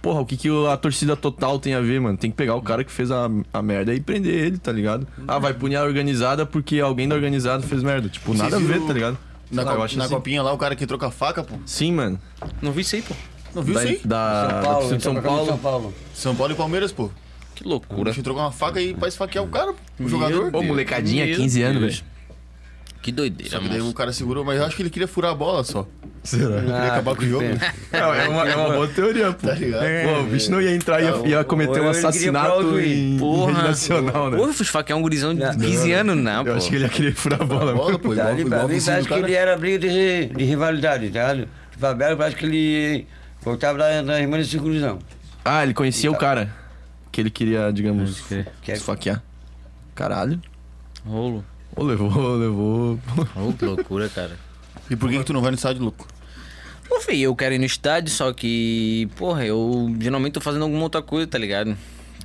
Speaker 2: Porra, o que, que o- a torcida total tem a ver, mano? Tem que pegar o cara que fez a, a merda e prender ele, tá ligado? Ah, vai punir a organizada porque alguém da organizada fez merda. Tipo, nada a
Speaker 1: Vocês
Speaker 2: ver,
Speaker 1: viram
Speaker 2: tá ligado?
Speaker 1: Na,
Speaker 2: Sei lá,
Speaker 1: co-
Speaker 2: eu acho
Speaker 1: na
Speaker 2: assim.
Speaker 1: copinha lá, o cara que troca a faca, pô.
Speaker 2: Sim, mano.
Speaker 3: Não vi isso aí, pô.
Speaker 1: Ah, Não viu
Speaker 2: da,
Speaker 1: isso aí?
Speaker 2: Da, da torcida de São
Speaker 4: então, pra
Speaker 2: Paulo.
Speaker 4: São Paulo.
Speaker 1: São Paulo e Palmeiras, pô.
Speaker 3: Que
Speaker 1: O
Speaker 3: loucura.
Speaker 1: bicho trocou uma faca e pra esfaquear o cara, pô. o jogador.
Speaker 2: Ô, molecadinha, 15 anos, velho.
Speaker 3: Que doideira,
Speaker 1: Só que daí
Speaker 3: mano.
Speaker 1: o cara segurou, mas eu acho que ele queria furar a bola só.
Speaker 2: Será?
Speaker 1: Queria
Speaker 4: Ah,
Speaker 1: acabar com o jogo.
Speaker 2: É, é uma, é uma boa teoria, pô.
Speaker 1: Tá ligado?
Speaker 2: Pô, o bicho não ia entrar e ia, ia cometer
Speaker 4: Eu
Speaker 2: um
Speaker 4: queria pra
Speaker 2: assassinato
Speaker 4: outro ir.
Speaker 2: em, em
Speaker 3: Porra.
Speaker 2: rede um nacional, né?
Speaker 3: Porra, eu fui esfaquear um gurizão de 15 anos, não, pô.
Speaker 2: Eu acho que ele ia querer furar a bola.
Speaker 1: bola,
Speaker 4: tá
Speaker 1: pô. Igual,
Speaker 4: Ali, pra
Speaker 1: igual o
Speaker 4: mim,
Speaker 1: vizinho
Speaker 4: parece
Speaker 1: do
Speaker 4: que
Speaker 1: cara.
Speaker 4: ele é. era briga de, de rivalidade, tá ligado? O Fabelo parece que ele voltava da, da irmã de circuncisão.
Speaker 2: Ah, ele conhecia o cara que ele queria, digamos,
Speaker 3: Pode
Speaker 4: crer.
Speaker 2: esfaquear. Caralho.
Speaker 3: Rolo.
Speaker 2: Ô, levou, levou.
Speaker 3: Rolo, que loucura, cara.
Speaker 1: E por que, que tu não vai no estádio, louco?
Speaker 3: Pô, filho, eu quero ir no estádio, só que, porra, eu geralmente tô fazendo alguma outra coisa, tá ligado?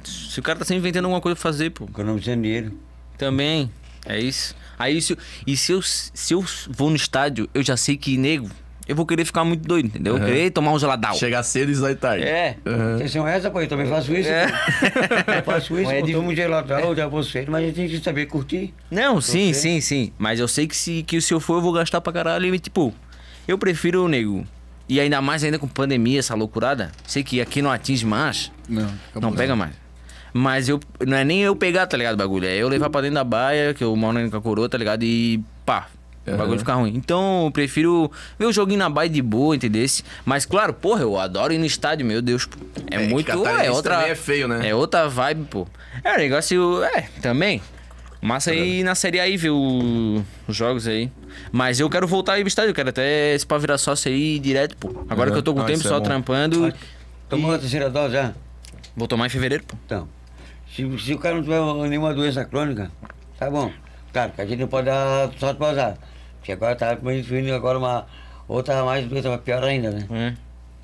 Speaker 3: Se o cara tá sempre inventando alguma coisa pra fazer, pô.
Speaker 4: Economizando dinheiro.
Speaker 3: Também. É isso. Aí se, e se eu, se eu vou no estádio, eu já sei que, nego, eu vou querer ficar muito doido, entendeu? Eu vou querer tomar um geladão.
Speaker 2: Chegar cedo e sair tarde.
Speaker 3: É.
Speaker 2: Aham.
Speaker 4: Vocês são essa, pô, eu também faço isso. pô. Eu faço isso,
Speaker 3: Mas é
Speaker 4: pô,
Speaker 3: de-
Speaker 4: tomo um geladão, tá? já vocês, mas a gente tem que saber curtir.
Speaker 3: Não, sim,
Speaker 4: Ok.
Speaker 3: sim, sim. Mas eu sei que se, que se eu for, eu vou gastar pra caralho. E, tipo, eu prefiro o nego. E ainda mais ainda com pandemia, essa loucurada. Sei que aqui não atinge mais.
Speaker 1: Não,
Speaker 3: não pega mais. Mas eu. Não é nem eu pegar, tá ligado? o Bagulho. É eu levar pra dentro da baia, que eu moro com a coroa, tá ligado? E pá. O
Speaker 2: Aham.
Speaker 3: bagulho fica ruim. Então, eu prefiro ver o joguinho na baia de boa, entendeu? Mas, claro, porra, eu adoro ir no estádio, meu Deus. pô. É,
Speaker 2: É, que
Speaker 3: muito.
Speaker 2: catarinense
Speaker 3: É outra.
Speaker 2: também é feio, né?
Speaker 3: É outra vibe, pô. É um negócio. É, também. Massa aí na série aí, ver o- os jogos aí. Mas eu quero voltar aí pro estádio, eu quero até se pra virar sócio aí direto, pô. Agora
Speaker 2: Aham.
Speaker 3: que eu tô com o
Speaker 2: Ah,
Speaker 3: tempo
Speaker 2: isso é
Speaker 3: só
Speaker 2: bom.
Speaker 3: trampando.
Speaker 4: Tomou a terceira dose já?
Speaker 3: Vou tomar em fevereiro, pô.
Speaker 4: Então, se, se o cara não tiver nenhuma doença crônica, tá bom. Claro, que a gente não pode dar sorte pra usar. Porque agora tá vindo agora uma outra mais doença, mas pior ainda, né?
Speaker 3: É.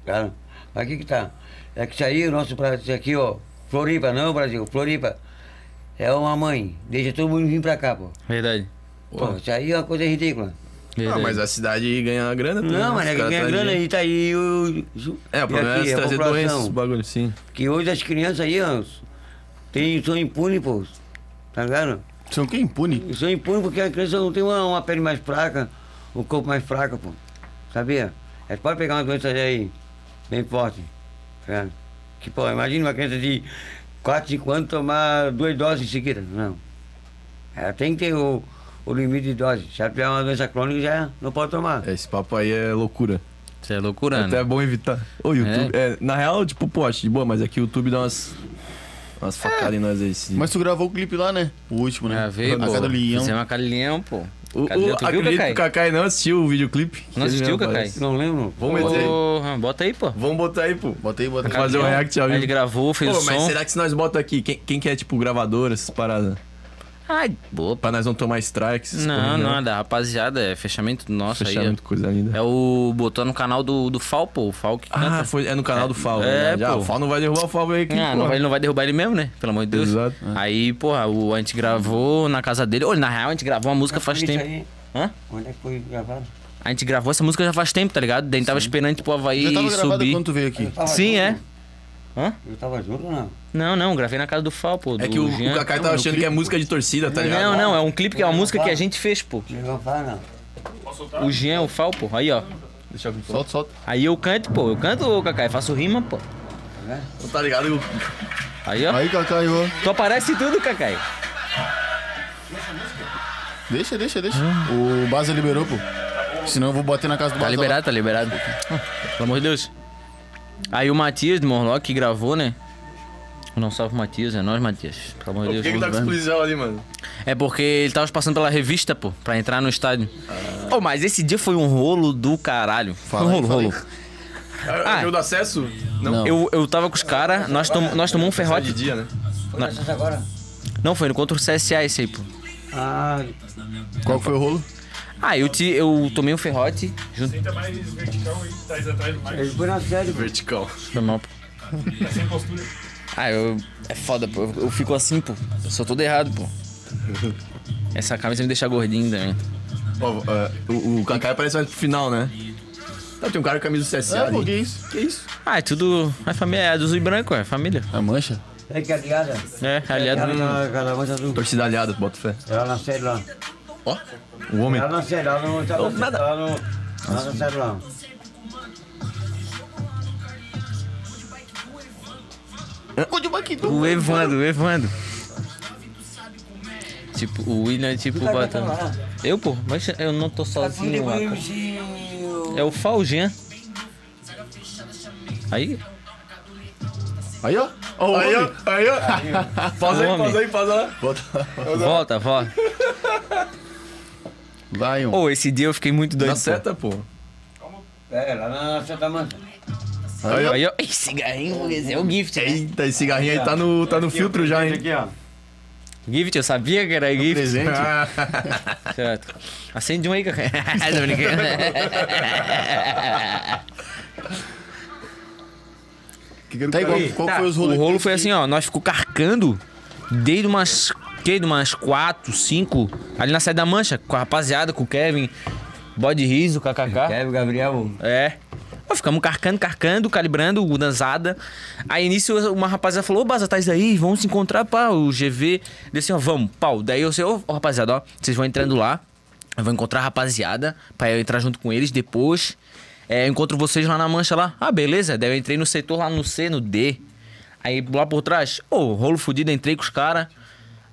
Speaker 4: Claro. Mas o que que tá? É que isso aí, o nosso Brasil aqui, ó, Floripa, não Brasil, Floripa, é uma mãe. Deixa todo mundo vir pra cá, pô.
Speaker 3: Verdade.
Speaker 4: Pô, isso aí é uma coisa ridícula.
Speaker 2: Ah,
Speaker 3: Verdade.
Speaker 2: mas a cidade ganha a grana tá? também.
Speaker 4: Não, mas é que ganha grana aí, tá aí o...
Speaker 2: É, o
Speaker 4: e
Speaker 2: problema
Speaker 4: aqui,
Speaker 2: é
Speaker 4: a
Speaker 2: trazer
Speaker 4: população.
Speaker 2: doenças, bagulho, sim.
Speaker 4: Que hoje as crianças aí, ó, tem, são impunes, pô. Tá ligado?
Speaker 1: São quem impune?
Speaker 4: São impunes porque a criança não tem uma, uma pele mais fraca, um corpo mais fraco, pô. Sabia? Ela pode pegar uma doença aí, bem forte. tá ligado? Que, pô, imagina uma criança de 4, 5 anos tomar duas doses em seguida. Não. Ela tem que ter o, o limite de doses. Se ela tiver uma doença crônica, já não pode tomar.
Speaker 2: É, Esse papo aí é loucura.
Speaker 3: Isso é loucura,
Speaker 2: Até é
Speaker 3: né?
Speaker 2: bom evitar. Ô, YouTube. é, na real, tipo, pô, acho de boa, mas aqui o YouTube dá umas.
Speaker 4: É.
Speaker 2: Umas facadas em nós aí. esse-
Speaker 1: Mas tu gravou o clipe lá, né? O último, né?
Speaker 3: Já Ah, veio,
Speaker 1: a
Speaker 3: pô.
Speaker 1: cada leão.
Speaker 3: Fizemos a Calilhão, pô.
Speaker 2: O, o,
Speaker 3: Calilhão, tu viu,
Speaker 2: acredito que
Speaker 3: Cacai?
Speaker 2: o Cacai não assistiu o videoclipe.
Speaker 3: Não assistiu, Cacai?
Speaker 2: Cacai?
Speaker 4: Não lembro.
Speaker 2: Vamos meter.
Speaker 3: Porra, bota aí, pô.
Speaker 2: Vamos botar aí, pô.
Speaker 1: Botei, botei.
Speaker 2: Fazer o
Speaker 3: Calilhão.
Speaker 2: react ao
Speaker 3: Aí
Speaker 2: vivo.
Speaker 3: Ele gravou, fez
Speaker 2: Pô,
Speaker 3: o som.
Speaker 2: mas será que se nós bota aqui, quem, quem que é, tipo, gravador, essas paradas?
Speaker 3: Ai, boa, pá.
Speaker 2: Pra nós não tomar strikes? essas
Speaker 3: Não,
Speaker 2: coisas, né?
Speaker 3: nada. Rapaziada, é fechamento nosso
Speaker 2: Fechar muito
Speaker 3: aí.
Speaker 2: coisa linda.
Speaker 3: É o. Botou no canal do, do Fal, pô. O Fal que canta.
Speaker 2: Ah, foi, é no canal do Fal.
Speaker 3: É,
Speaker 2: É, ah,
Speaker 3: pô.
Speaker 2: o Fal não vai derrubar o Fal aí. Que,
Speaker 3: Ah,
Speaker 2: pô.
Speaker 3: não vai, ele não vai derrubar ele mesmo, né? Pelo amor de Deus.
Speaker 2: Exato.
Speaker 3: Aí, porra, o, a gente gravou na casa dele. Olha, na real, a gente gravou uma música faz
Speaker 4: Isso
Speaker 3: tempo.
Speaker 4: aí,
Speaker 3: Hã?
Speaker 4: Onde é que foi gravado?
Speaker 3: A gente gravou essa música já faz tempo, tá ligado? Daí a gente tava esperando, tipo, o Havaí
Speaker 1: Já tava gravado
Speaker 3: subir.
Speaker 1: quando tu veio aqui.
Speaker 4: Eu tava
Speaker 3: Sim,
Speaker 4: junto,
Speaker 3: é.
Speaker 4: né?
Speaker 3: Hã?
Speaker 4: Eu tava junto ou não?
Speaker 3: Não, não, gravei na casa do Fal, pô.
Speaker 2: É
Speaker 3: do
Speaker 2: que o,
Speaker 3: Jean.
Speaker 2: o Kakai
Speaker 1: Não,
Speaker 2: tava
Speaker 1: no
Speaker 2: achando que é
Speaker 1: clipe,
Speaker 2: música de torcida, tá ligado?
Speaker 3: Não, não, é um clipe que é uma música que a gente fez, pô.
Speaker 4: Não fala não.
Speaker 3: O Jean, o Fal, pô. Aí, ó.
Speaker 2: Deixa eu
Speaker 1: Solta, solta.
Speaker 3: Aí eu canto, pô. Eu canto, ô, Cacá, eu faço rima, pô.
Speaker 2: Tá ligado? Eu-
Speaker 3: Aí, ó.
Speaker 1: Aí, Cacai, ó.
Speaker 3: Tu aparece tudo, Cacai.
Speaker 1: Deixa, deixa, deixa. O Baza liberou, pô. Senão eu vou bater na casa do
Speaker 3: Tá
Speaker 1: Baza. lá.
Speaker 3: liberado, tá liberado. Ah, Pelo amor de Deus. Aí o Matias do Morlock que gravou, né? Não salve o Matias, é nós, Matias. Pelo amor de
Speaker 5: Por
Speaker 3: Deus.
Speaker 5: que, que tá com esse
Speaker 1: vendo.
Speaker 5: policial ali, mano?
Speaker 3: É porque ele tava passando pela revista, pô, pra entrar no estádio. Oh, mas esse dia foi um rolo do caralho.
Speaker 1: Fala
Speaker 3: um
Speaker 1: aí,
Speaker 3: rolo,
Speaker 1: fala aí.
Speaker 3: rolo.
Speaker 2: É,
Speaker 5: Ah,
Speaker 3: Ah.
Speaker 5: eu do acesso? Não,
Speaker 1: Não.
Speaker 3: Eu, eu tava com os caras, nós, tom, nós tomamos um
Speaker 5: sai de
Speaker 3: ferrote.
Speaker 5: dia, né?
Speaker 4: agora?
Speaker 3: Não, foi no contra o CSA esse aí, pô.
Speaker 4: Ah,
Speaker 1: Qual que foi o rolo?
Speaker 3: Ah, eu, te, eu tomei um ferrote junto.
Speaker 6: Senta mais vertical e traz atrás do mais.
Speaker 4: ele foi na série, pô.
Speaker 5: Vertical.
Speaker 3: Foi mal, pô.
Speaker 6: Tá sem postura.
Speaker 3: Ah, eu. É foda, pô. Eu, eu fico assim, pô. Eu sou todo errado, pô. Essa camisa me deixa gordinho também.
Speaker 5: Ó, é, o, o Kaká parece mais pro final, né? Tá, tem um cara com camisa do
Speaker 3: É,
Speaker 2: É,
Speaker 5: CSA ali.
Speaker 1: isso? Que isso?
Speaker 3: Ah, é tudo. É família, é azul e branco, é família.
Speaker 1: A mancha?
Speaker 4: É que é ligada.
Speaker 3: É, aliado.
Speaker 4: Ela tá na Mancha Azul.
Speaker 2: Torcida aliada, bota fé.
Speaker 4: Ela na série lá.
Speaker 2: O homem.
Speaker 4: Ela na série, ela não tá
Speaker 3: nada.
Speaker 4: Ela não. Ela na série lá.
Speaker 3: O Evando, o Evando. Tipo, o William, tipo,
Speaker 4: tá
Speaker 3: bota.
Speaker 4: cantando lá?
Speaker 3: Eu, pô, mas eu não tô sozinho, lá, cara.
Speaker 4: Sim,
Speaker 3: É o Falgen. Aí,
Speaker 1: Aí, ó. Ó o
Speaker 5: Aí,
Speaker 1: homem.
Speaker 5: ó, aí, ó. Pausa aí,
Speaker 3: Homem.
Speaker 5: pausa aí, pausa lá.
Speaker 1: Bota lá.
Speaker 3: volta, volta.
Speaker 1: Vai, um.
Speaker 3: Ô, esse dia eu fiquei muito doido.
Speaker 2: Na
Speaker 3: pô.
Speaker 2: seta, pô.
Speaker 4: É, lá na Santa Mancha.
Speaker 1: Aí, ó.
Speaker 3: Aí, ó, esse cigarrinho, esse é o gift, né?
Speaker 2: Eita, esse cigarrinho aí tá no, tá no filtro já, hein?
Speaker 4: Aqui, ó.
Speaker 3: Gift, eu sabia que era gift.
Speaker 1: Presente.
Speaker 3: Certo. Acende um aí, cara. Tô brincando.
Speaker 1: Tá igual. Qual
Speaker 3: Tá,
Speaker 1: foi os
Speaker 3: o
Speaker 1: rolos?
Speaker 3: rolo foi assim, ó. Nós ficou carcando desde umas. Que, de umas 4, 5. Ali na saída da mancha, com a rapaziada, com o Kevin, Bode Riso, KKK.
Speaker 4: Kevin Gabriel.
Speaker 3: É. Nós ficamos carcando, carcando, calibrando, o danzada. Aí início uma rapaziada falou, ô Baza, tá isso aí, vamos se encontrar, pá, o GV. Desse, assim, ó, vamos, pau. Daí eu sei, ô ô, rapaziada, ó, vocês vão entrando lá. Eu vou encontrar a rapaziada, pra eu entrar junto com eles depois. É, eu encontro vocês lá na mancha lá. Ah, beleza. Daí eu entrei no setor lá no C, no D. Aí lá por trás, ô, rolo fudido, entrei com os caras.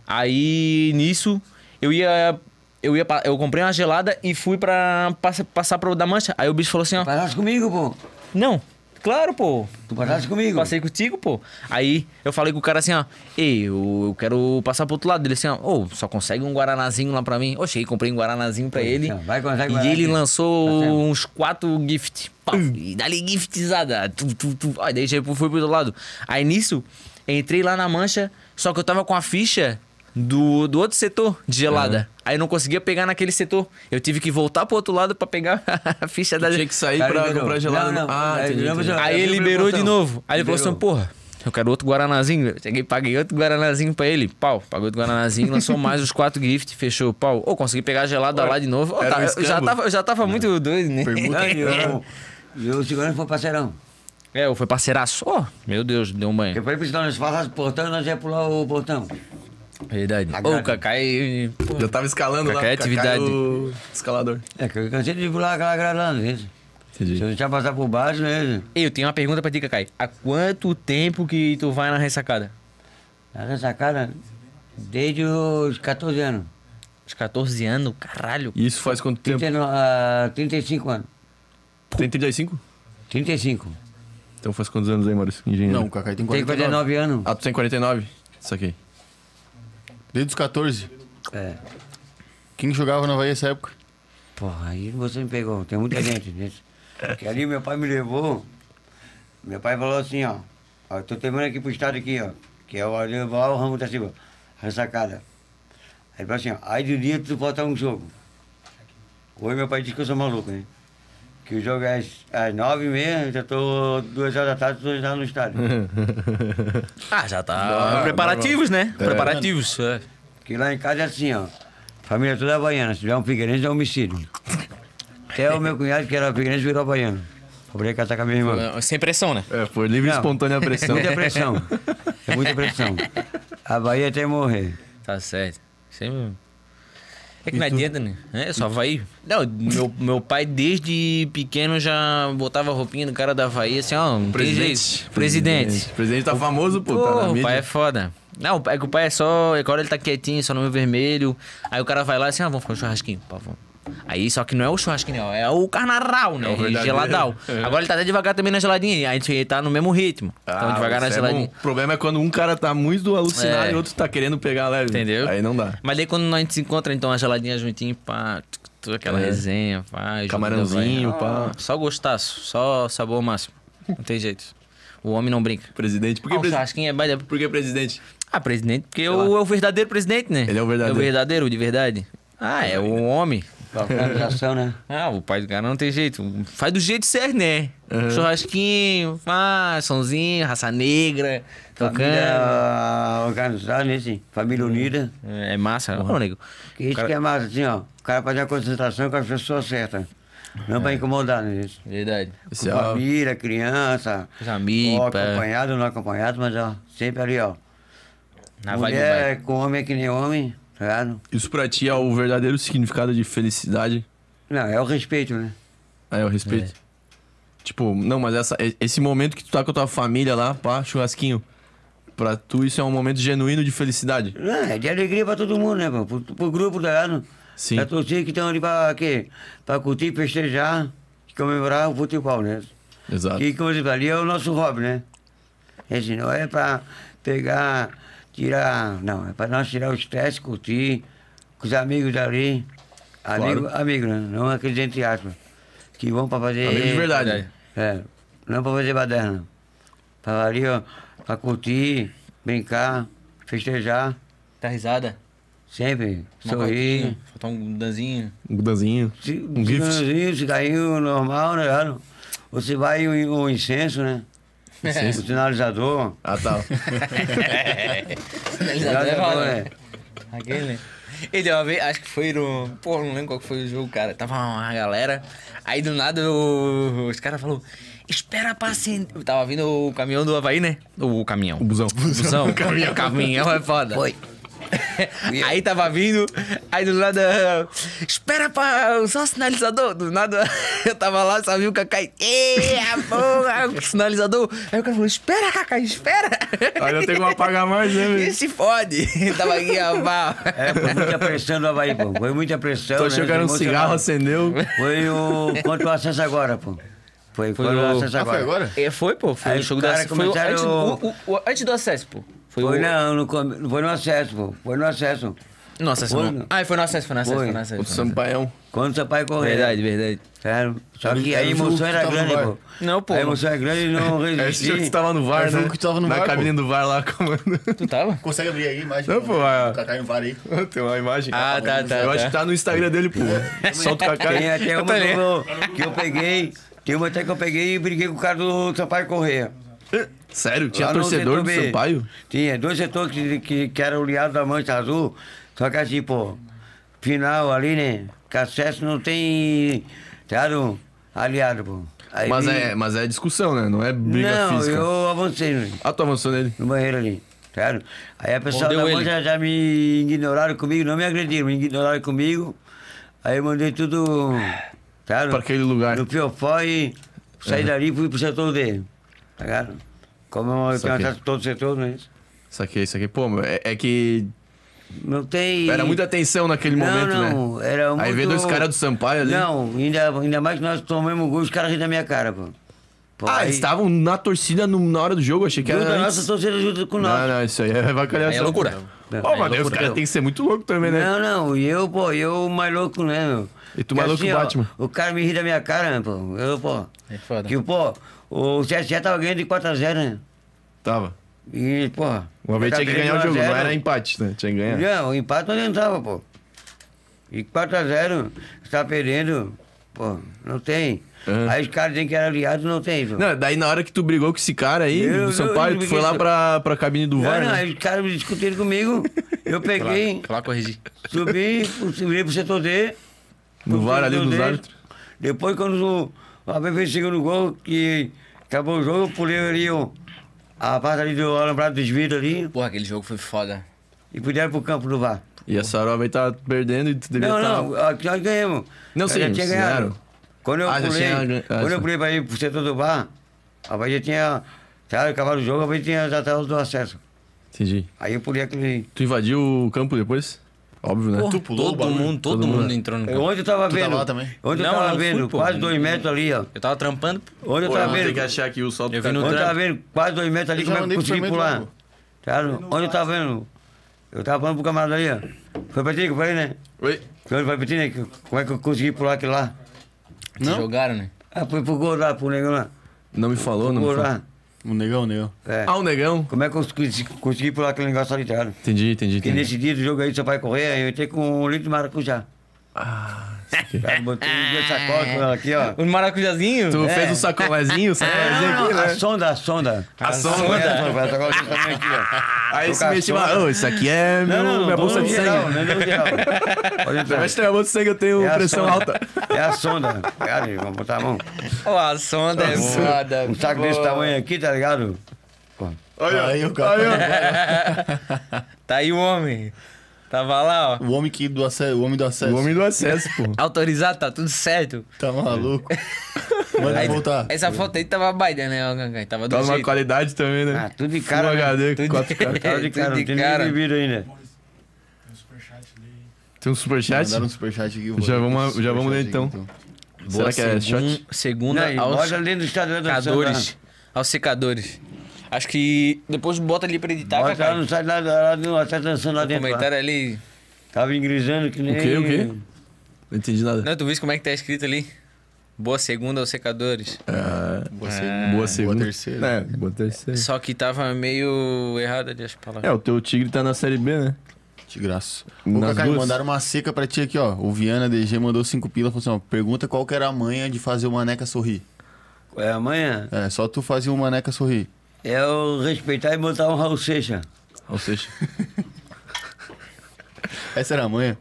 Speaker 3: Aí nisso, eu ia. Eu ia. pa- Eu comprei uma gelada e fui pra passa- passar pro da mancha. Aí o bicho falou assim, ó.
Speaker 4: Passaste comigo, pô.
Speaker 3: Não, claro, pô.
Speaker 4: Tu passaste comigo.
Speaker 3: Passei contigo, pô. Aí eu falei com o cara assim, ó. Ei, eu, eu quero passar pro outro lado dele assim, ó. Ô, só consegue um guaranazinho lá pra mim. Ô, cheguei, comprei um guaranazinho pra ele.
Speaker 4: então, vai, consegue
Speaker 3: E
Speaker 4: guaraná.
Speaker 3: ele lançou
Speaker 4: Tá certo. Hum.
Speaker 3: uns quatro gift. Pau, E dali giftizada. Tu, tu, tu. Aí daí já fui pro outro lado. Aí nisso, entrei lá na mancha, só que eu tava com a ficha do, do outro setor de gelada. Aí eu não conseguia pegar naquele setor. Eu tive que voltar pro outro lado pra pegar a ficha da
Speaker 2: Tinha que sair
Speaker 4: Cara,
Speaker 2: pra
Speaker 4: liberou.
Speaker 2: comprar gelado.
Speaker 4: Não, não.
Speaker 2: Ah,
Speaker 4: Aí
Speaker 2: entendi,
Speaker 4: liberou
Speaker 2: entendi.
Speaker 4: gelado.
Speaker 3: Aí ele liberou de novo. Aí ele falou assim,
Speaker 4: Liberou.
Speaker 3: porra, eu quero outro Guaranazinho. Eu cheguei, paguei outro Guaranazinho pra ele. Pau, pagou outro Guaranazinho, lançou mais os quatro gift, fechou. Pau, ô, consegui pegar a gelada lá de novo. Ô,
Speaker 2: era
Speaker 3: tá,
Speaker 2: um
Speaker 3: eu, já
Speaker 2: escambo.
Speaker 3: tava, eu já tava muito doido, né?
Speaker 4: Não, e o- e o segurança foi parceirão.
Speaker 3: É, eu fui parceiraço. Ô, meu Deus, deu um
Speaker 4: Eu
Speaker 3: banho.
Speaker 4: falei pra eles, nós passássemos o portão e nós ia pular o portão.
Speaker 3: Verdade. Ô, o Cacai...
Speaker 2: Já tava escalando lá.
Speaker 3: Cacá é
Speaker 2: Cacá
Speaker 3: atividade.
Speaker 2: o escalador.
Speaker 4: É que eu cansei de pular aquela grade lá, né? gente? Se eu deixar passar por baixo, né?
Speaker 3: Ei, Eu tenho uma pergunta pra ti, Cacai. Há quanto tempo que tu vai na ressacada?
Speaker 4: Essa cara, desde os 14 anos.
Speaker 3: Uns 14 anos, caralho.
Speaker 2: E isso faz quanto tempo?
Speaker 4: 39, ah, 35 anos.
Speaker 2: Tem 35?
Speaker 4: 35.
Speaker 2: Então faz quantos anos aí, Maurício? Engenheiro.
Speaker 1: Não, o Kaká tem
Speaker 4: Tem
Speaker 1: 49.
Speaker 4: 49 anos.
Speaker 2: Ah, tu tem 49? Isso aqui.
Speaker 1: Desde os 14.
Speaker 4: É.
Speaker 1: Quem jogava na Havaí nessa época?
Speaker 4: Porra, aí você me pegou, tem muita gente nisso. Que ali meu pai me levou, meu pai falou assim, ó, ó eu tô terminando aqui pro estado aqui, ó, que é o ali o maior ramo da Silva, ressacada. Aí ele falou assim, ó, aí do dia tu botar um jogo. Hoje meu pai disse que eu sou maluco, né? Que o jogo é às, às nove e meia, eu já tô duas horas da tarde, tô já no estádio.
Speaker 3: Ah, já tá... preparativos, né? Preparativos. É.
Speaker 4: Porque lá em casa é assim, ó. Família toda é baiana. Se tiver um figueirense, é homicídio. Até o meu cunhado, que era figueirense, virou baiano. Poderia casar com a minha irmã.
Speaker 3: Sem pressão, né?
Speaker 2: É, foi livre e
Speaker 4: Não.
Speaker 2: espontânea pressão.
Speaker 4: Muita pressão. É muita pressão. A Bahia até morrer.
Speaker 3: Tá certo. Isso aí mesmo. É que não adianta, né? É, só Havaí. Não, meu, meu pai desde pequeno já botava a roupinha no cara da Havaí, assim, ó, um
Speaker 2: Presidente.
Speaker 3: presidente. Presidente.
Speaker 2: O presidente tá famoso, pô. tá
Speaker 3: Pô,
Speaker 2: na
Speaker 3: o
Speaker 2: mídia.
Speaker 3: pai é foda. Não, é que o pai é só. Agora ele tá quietinho, só no meu vermelho. Aí o cara vai lá assim, ah, vamos fazer um churrasquinho. Pá, vamos. Aí, só que não é o churrasquinho, né? é o carnaval, né?
Speaker 2: É o verdadeiro.
Speaker 3: Geladão. Agora ele tá até devagar também na geladinha, aí ele tá no mesmo ritmo. então devagar na
Speaker 2: isso é bom.
Speaker 3: geladinha.
Speaker 2: O problema é quando um cara tá muito alucinado
Speaker 3: É.
Speaker 2: e o outro tá querendo pegar leve.
Speaker 3: Entendeu?
Speaker 2: Aí não dá.
Speaker 3: Mas daí quando nós se encontra, então, a geladinha juntinho, pá, tu- tu- aquela
Speaker 2: É.
Speaker 3: resenha, pá, junto,
Speaker 2: Camarãozinho,
Speaker 3: vai.
Speaker 2: pá.
Speaker 3: Só gostaço, só sabor máximo. Não tem jeito. O homem não brinca.
Speaker 2: Presidente. Por
Speaker 3: Ah,
Speaker 2: que,
Speaker 3: o
Speaker 2: presi-
Speaker 3: churrasquinho é baile.
Speaker 2: por que presidente?
Speaker 3: Ah, presidente, porque eu, é o verdadeiro presidente, né?
Speaker 2: Ele é o verdadeiro.
Speaker 3: É o verdadeiro, de verdade. Ah, é o homem.
Speaker 4: Ação, né?
Speaker 3: Ah, o pai do cara não tem jeito. Faz do jeito certo, né? Churrasquinho, pá, sonzinho, raça negra, tocando.
Speaker 4: Família organizada, né? assim, Família unida.
Speaker 3: É massa, não, nego.
Speaker 4: Que isso que é massa, assim, ó. O cara fazer a concentração com as pessoas certas. Não
Speaker 3: É.
Speaker 4: pra incomodar, né? gente?
Speaker 3: Verdade.
Speaker 4: Com
Speaker 2: é
Speaker 4: família, criança.
Speaker 3: é, Os amigos, é.
Speaker 4: Ó,
Speaker 3: pá.
Speaker 4: acompanhado, não acompanhado, mas ó, sempre ali, ó.
Speaker 3: Na vibe do
Speaker 4: Mulher
Speaker 3: baile.
Speaker 4: é com homem é que nem homem, tá ligado?
Speaker 2: Isso pra ti é o verdadeiro significado de felicidade.
Speaker 4: Não, é o respeito, né?
Speaker 2: É, o respeito. Tipo, não, mas essa- e- esse momento que tu tá com a tua família lá, pá, churrasquinho. Pra tu isso é um momento genuíno de felicidade.
Speaker 4: Não, é de alegria pra todo mundo, né, pô? Pro, pro grupo, tá ligado?
Speaker 2: Sim.
Speaker 4: Pra torcida que estão ali pra quê? Pra curtir, festejar, comemorar o futebol, né?
Speaker 2: Exato.
Speaker 4: E como eu disse, ali é o nosso hobby, né? Esse não é pra pegar, tirar. Não, é pra nós tirar o estresse, curtir, com os amigos ali. Amigo, amigo, né? Não aqueles entre aspas. Que vão pra fazer.
Speaker 2: Amigo de verdade.
Speaker 4: É, não pra fazer baderna. Pra ali, ó, pra curtir, brincar, festejar,
Speaker 3: Tá risada?
Speaker 4: sempre,
Speaker 3: Uma
Speaker 4: sorrir.
Speaker 3: coquinha, Faltar um danzinho.
Speaker 2: Um gudanzinho.
Speaker 4: Ci-
Speaker 2: Um gift.
Speaker 4: cigarrinho, cigarrinho normal, né? claro? Você vai o, o incenso, né?
Speaker 3: É.
Speaker 4: O sinalizador.
Speaker 2: Ah, tá.
Speaker 4: Sinalizador, né?
Speaker 3: Aquele. Ele, uma vez, acho que foi no. Pô, não lembro qual que foi o jogo, cara. Tava uma galera. Aí do nada o- os caras falaram: Espera pra acender. Tava vindo o caminhão do Havaí, né? O caminhão. O
Speaker 2: busão.
Speaker 3: busão. O caminhão. caminhão é foda. Foi. Aí tava vindo, aí do nada. Espera pra. Só o sinalizador. Do nada eu tava lá, só vi o Cacá. e, Ei, a porra, o sinalizador. Aí o cara falou: Espera, Cacá, espera.
Speaker 2: Ainda tem como apagar mais, né,
Speaker 3: E
Speaker 2: velho?
Speaker 3: se fode. Tava aqui, ó. pá.
Speaker 4: É, foi muita pressão do Havaí, pô. Foi muita pressão.
Speaker 2: Tô
Speaker 4: né?
Speaker 2: achando que era um
Speaker 4: Emocionado.
Speaker 2: cigarro, acendeu.
Speaker 4: Foi o. Quanto o acesso agora, pô. Foi, foi o
Speaker 3: o-
Speaker 4: acesso
Speaker 1: Ah,
Speaker 4: agora.
Speaker 1: foi agora?
Speaker 3: É, foi, pô. Foi
Speaker 4: Aí
Speaker 3: o jogo
Speaker 4: os
Speaker 3: da
Speaker 4: caras
Speaker 3: foi o- antes,
Speaker 4: começaram-
Speaker 3: o- o- o- antes do acesso, pô. Foi,
Speaker 4: Foi
Speaker 3: o.
Speaker 4: não, no, come- não foi no acesso, pô. Foi no acesso.
Speaker 3: Não, acesso
Speaker 4: Foi,
Speaker 3: não.
Speaker 4: não.
Speaker 3: Ah, foi no acesso, foi no acesso, foi,
Speaker 4: Foi.
Speaker 3: no acesso.
Speaker 2: O
Speaker 3: foi no acesso.
Speaker 2: Sampaião.
Speaker 4: Quando seu pai correu.
Speaker 3: Verdade, verdade.
Speaker 4: Sério. Só que
Speaker 1: Era
Speaker 4: a
Speaker 1: o jogo que
Speaker 4: emoção era
Speaker 1: tava no
Speaker 4: grande,
Speaker 1: VAR.
Speaker 4: pô.
Speaker 3: Não, pô.
Speaker 4: A emoção é grande e não
Speaker 2: É esse jogo que
Speaker 4: resisti.
Speaker 2: tu tava no
Speaker 1: É
Speaker 2: VAR,
Speaker 1: o
Speaker 2: né?
Speaker 1: jogo que tu tava no
Speaker 2: Na
Speaker 1: VAR,
Speaker 2: cabine do VAR lá, comando.
Speaker 3: Tu tava?
Speaker 1: Consegue abrir aí a imagem?
Speaker 2: Não, pô, a-
Speaker 1: O Kaká no VAR aí.
Speaker 2: Tem uma imagem.
Speaker 3: Ah, tá, tá,
Speaker 2: Eu acho
Speaker 3: tá.
Speaker 2: que tá no Instagram dele, pô. Solta o cacá.
Speaker 4: Tem até
Speaker 3: Eu
Speaker 4: uma
Speaker 3: também.
Speaker 4: que eu, que eu peguei. Tem uma até que eu peguei e briguei com o cara do Sampaio Correia.
Speaker 2: Sério? Tinha
Speaker 4: Lá no
Speaker 2: torcedor
Speaker 4: setor
Speaker 2: do
Speaker 4: B.
Speaker 2: Sampaio?
Speaker 4: Tinha, dois setores que, que, que eram liados da Mancha Azul, só que assim, pô, final ali, né? Que acesso não tem, claro, aliado, pô. Aí
Speaker 2: Mas
Speaker 4: vi-
Speaker 2: é, mas é discussão, né? Não é briga
Speaker 4: Não,
Speaker 2: física.
Speaker 4: eu avancei né,
Speaker 2: Ah, tu avançou nele.
Speaker 4: no banheiro ali, claro. Aí a pessoa
Speaker 3: Mordeu
Speaker 4: da
Speaker 3: ele.
Speaker 4: Mancha já me ignoraram comigo, não me agrediram, me ignoraram comigo. Aí eu mandei tudo, claro,
Speaker 2: Pra aquele lugar.
Speaker 4: no Fiofó e saí dali e fui pro setor dele, tá ligado? Como eu tenho
Speaker 2: Saquei.
Speaker 4: acesso a todo o setor, não é isso?
Speaker 2: Saquei, saquei. Pô, meu, é, é que
Speaker 4: Não tem.
Speaker 2: era muita tensão naquele
Speaker 4: não,
Speaker 2: momento,
Speaker 4: não,
Speaker 2: né?
Speaker 4: Era muito...
Speaker 2: Aí vê dois caras do Sampaio ali.
Speaker 4: Não, ainda, ainda mais que nós tomamos gol, os caras riram da minha cara, pô. Pô,
Speaker 2: Ah,
Speaker 4: aí-
Speaker 2: eles estavam na torcida no- na hora do jogo, achei que
Speaker 4: Junto
Speaker 2: era.
Speaker 4: da
Speaker 2: antes.
Speaker 4: nossa torcida junto com
Speaker 2: Não,
Speaker 4: nós.
Speaker 2: não, isso aí é
Speaker 3: Aí
Speaker 2: vacalhação.
Speaker 3: é loucura.
Speaker 2: Ô,
Speaker 4: Aí é
Speaker 2: mano, os
Speaker 4: loucura.
Speaker 2: caras têm que ser muito louco também, né?
Speaker 4: Não, não, e eu, pô, eu mais louco, né, meu?
Speaker 2: E tu
Speaker 4: Porque assim,
Speaker 2: mais louco que o
Speaker 4: ó,
Speaker 2: Batman.
Speaker 4: o cara me ri da minha cara, né, pô. Eu, pô.
Speaker 3: É foda.
Speaker 4: Que, pô, o CSE tava ganhando de 4x0, né?
Speaker 2: Tava.
Speaker 4: E, pô.
Speaker 2: Uma vez tinha que ganhar o jogo, não era empate, né? Tinha que ganhar.
Speaker 4: Não, o empate não adiantava, pô. E 4x0, tá perdendo, pô, não tem.
Speaker 2: Aham.
Speaker 4: Aí os caras dizem que era aliado, não tem, pô.
Speaker 2: Não, daí na hora que tu brigou com esse cara aí,
Speaker 4: Eu-
Speaker 2: do
Speaker 4: eu-
Speaker 2: Sampaio,
Speaker 4: eu
Speaker 2: tu
Speaker 4: briguei
Speaker 2: foi lá
Speaker 4: com-
Speaker 2: pra, pra cabine do
Speaker 4: Não,
Speaker 2: VAR,
Speaker 4: não,
Speaker 2: né?
Speaker 4: aí os caras me discutiram comigo, eu peguei,
Speaker 3: Foi lá corrigir.
Speaker 4: subi, subi pro setor D.
Speaker 2: No
Speaker 4: fui
Speaker 2: VAR
Speaker 4: pro
Speaker 2: ali
Speaker 4: setor
Speaker 2: dos
Speaker 4: D.
Speaker 2: árbitros.
Speaker 4: Depois, quando o AB fez o segundo gol, que acabou o jogo, eu pulei ali o, a parte ali do alambrado dos vidros ali
Speaker 3: Porra, aquele jogo foi foda.
Speaker 4: e puderam pro campo do VAR.
Speaker 2: E a Sarova aí tava perdendo e tu tá- devia
Speaker 4: Não,
Speaker 2: estar.
Speaker 4: não, aqui nós ganhamos.
Speaker 2: Não,
Speaker 4: Nós
Speaker 2: sim,
Speaker 4: já tinha
Speaker 2: vocês
Speaker 4: ganhado.
Speaker 2: ganharam.
Speaker 4: Quando eu
Speaker 2: Ah, já
Speaker 4: pulei,
Speaker 2: tinha ganho- ah,
Speaker 4: quando
Speaker 2: sim.
Speaker 4: eu pulei pra ir pro setor do bar, a Bahia tinha, sabe, acabado o jogo, a Bahia tinha já tava do acesso.
Speaker 2: Entendi.
Speaker 4: Aí eu pulei aquele...
Speaker 2: Tu invadiu o campo depois?
Speaker 7: Óbvio, né?
Speaker 3: Porra,
Speaker 1: Tu pulou o
Speaker 3: todo
Speaker 1: bagulho?
Speaker 3: mundo, todo, mundo entrou no
Speaker 2: Então,
Speaker 3: campo.
Speaker 4: Ontem eu tava
Speaker 1: Tu
Speaker 4: vendo.
Speaker 1: tava lá também?
Speaker 4: Ontem
Speaker 3: Não,
Speaker 4: eu tava
Speaker 3: não fui,
Speaker 4: vendo,
Speaker 3: pô.
Speaker 4: quase dois metros ali, ó.
Speaker 3: Eu tava trampando.
Speaker 4: Ontem eu
Speaker 2: Pô, eu
Speaker 4: tava
Speaker 2: vou ter que
Speaker 4: vendo.
Speaker 2: achar aqui o salto
Speaker 3: Eu
Speaker 2: do
Speaker 3: vi no
Speaker 4: Ontem eu tava
Speaker 3: trampo.
Speaker 4: vendo quase dois metros ali,
Speaker 1: Eu já
Speaker 4: como é que
Speaker 1: mandei
Speaker 4: eu
Speaker 1: pro
Speaker 4: consegui
Speaker 1: Flamengo
Speaker 4: pular.
Speaker 1: logo.
Speaker 4: Tá? Ontem eu tava vendo. Eu tava falando pro camarada ali, ó. Foi pra ti que eu falei, né?
Speaker 2: Oi?
Speaker 4: Foi pra ti, né? que- Como é que eu consegui pular aquilo lá?
Speaker 3: Te jogaram, né?
Speaker 4: Ah, foi pro gol lá, pro negão lá.
Speaker 7: Não me falou, não
Speaker 4: Pro
Speaker 7: me
Speaker 4: gol
Speaker 7: falou.
Speaker 4: lá.
Speaker 1: O negão, o negão.
Speaker 4: É.
Speaker 2: Ah, o negão.
Speaker 4: Como é que eu consegui- consegui pular aquele negócio ali, tá? ligado?
Speaker 7: Entendi, entendi,
Speaker 4: Porque
Speaker 7: entendi.
Speaker 4: nesse dia do jogo aí, seu pai correr, eu entrei com um litro de maracujá. Ah, botei duas sacolas com ela aqui, ó.
Speaker 3: O Um maracujazinho?
Speaker 2: Tu
Speaker 4: É.
Speaker 2: fez o sacolezinho, o sacolezinho aqui,
Speaker 4: A
Speaker 2: né?
Speaker 4: sonda, a sonda. A
Speaker 2: sonda.
Speaker 4: Foi a sacola que eu também aqui, ó.
Speaker 2: Aí
Speaker 4: Tô
Speaker 2: se
Speaker 4: com a
Speaker 2: mexeu
Speaker 4: sonda.
Speaker 2: lá, "Ô, isso aqui é meu,
Speaker 4: Não, não,
Speaker 2: minha
Speaker 4: não,
Speaker 2: bolsa
Speaker 4: não,
Speaker 2: de sangue.
Speaker 4: geral, não, não, geral. Olha pra
Speaker 2: Mas tem a bolsa de sangue, eu tenho
Speaker 4: É a
Speaker 2: pressão
Speaker 4: sonda.
Speaker 2: alta.
Speaker 4: É a sonda. Cara, vamos botar a mão.
Speaker 3: Ó, a sonda é foda.
Speaker 4: Um saco
Speaker 3: pô.
Speaker 4: desse tamanho aqui, tá ligado?
Speaker 2: Olha,
Speaker 1: Aí o cara.
Speaker 3: Tá aí o homem. Tava lá, ó.
Speaker 1: O homem que do acesso, o homem do acesso.
Speaker 2: o homem do acesso, pô.
Speaker 3: Autorizado, tá tudo certo.
Speaker 1: Tá maluco. Manda voltar.
Speaker 3: Essa foto aí tava baida, né, ó, Gangai? Tá Tava do
Speaker 2: Tá numa
Speaker 3: jeito.
Speaker 2: qualidade também, né?
Speaker 4: Ah, tudo de
Speaker 2: Full
Speaker 4: cara. né?
Speaker 2: HD,
Speaker 3: Tudo-
Speaker 2: 4K.
Speaker 4: Tava de cara, não
Speaker 3: Tudo
Speaker 4: tem
Speaker 3: de
Speaker 4: nem
Speaker 3: cara.
Speaker 4: bebido ainda.
Speaker 2: Tem um superchat?
Speaker 1: Mandaram um superchat aqui. vou
Speaker 2: Já
Speaker 1: ler.
Speaker 2: vamos- já vamos ler,
Speaker 1: Superchat
Speaker 2: então.
Speaker 1: aqui,
Speaker 2: Será que é
Speaker 3: segun-
Speaker 2: shot?
Speaker 3: Segunda
Speaker 4: Não, e
Speaker 3: aos
Speaker 4: olha ali no Instagram dançando. né?
Speaker 3: secadores. Aos secadores. Acho que depois bota ali pra editar,
Speaker 4: Bota lá
Speaker 3: cara.
Speaker 4: no site lá, lá, no- até dançando lá dentro. Lá.
Speaker 3: Tá Comentário ali.
Speaker 4: Tava ingrisando que nem.
Speaker 2: quê? O quê? Não entendi nada.
Speaker 3: Não, tu viste como é que tá escrito ali? Boa segunda aos secadores.
Speaker 2: Ah,
Speaker 1: Boa segunda.
Speaker 2: boa segunda.
Speaker 1: terceira.
Speaker 2: É, boa terceira.
Speaker 3: Só que tava meio errado ali as palavras.
Speaker 2: É, o teu tigre tá na série B, né?
Speaker 1: Tigraço. Ô,
Speaker 2: Nas
Speaker 1: Cacá,
Speaker 2: duas.
Speaker 1: mandaram uma seca pra ti aqui, ó. O Viana DG mandou cinco pila, falou assim, ó. Pergunta qual que era a manha de fazer o Maneca sorrir.
Speaker 4: É amanhã.
Speaker 1: É, só tu fazia o Maneca sorrir.
Speaker 4: É o respeitar e botar um Raul Seixas.
Speaker 2: Ou seja,
Speaker 1: Essa era a manha.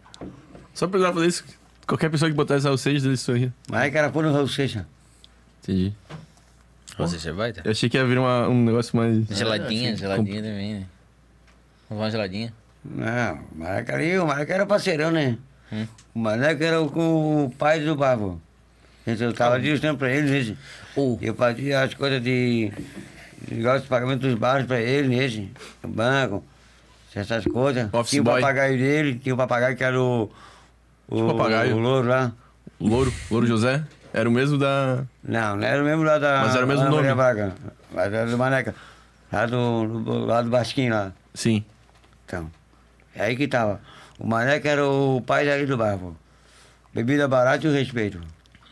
Speaker 2: só precisava fazer isso. Qualquer pessoa que botar essa ou seja, ele sorria.
Speaker 4: Mas aí, cara, põe no Raul Seixas.
Speaker 2: Entendi.
Speaker 3: Você já vai, tá?
Speaker 2: Eu achei que ia vir uma- um negócio mais.
Speaker 3: É Geladinha, geladinha também, né? Vamos uma geladinha.
Speaker 4: Não, o Maraca ali, o Maraca era parceirão, né?
Speaker 3: Hum.
Speaker 4: O Maraca era o, com o pai do Babo. Então, eu
Speaker 3: Tá.
Speaker 4: tava dizendo pra eles, esse.
Speaker 3: Oh.
Speaker 4: eu fazia as coisas de negócio de pagamento dos bares pra eles, esse, no banco, essas coisas.
Speaker 2: Office
Speaker 4: tinha o
Speaker 2: boy. Tipo
Speaker 4: papagaio dele, tinha o papagaio que era o. O,
Speaker 2: papagaio.
Speaker 4: o louro lá.
Speaker 2: Louro, Louro José. Era o mesmo da.
Speaker 4: Não, não era o mesmo lá da.
Speaker 2: Mas era o mesmo
Speaker 4: Ana Maria
Speaker 2: nome.
Speaker 4: Braga, mas era do Maneca. Lá do, do, lá do Basquinho lá.
Speaker 2: Sim.
Speaker 4: Então, é aí que tava. O Maneca era o pai dali do bairro. Bebida barata e o respeito.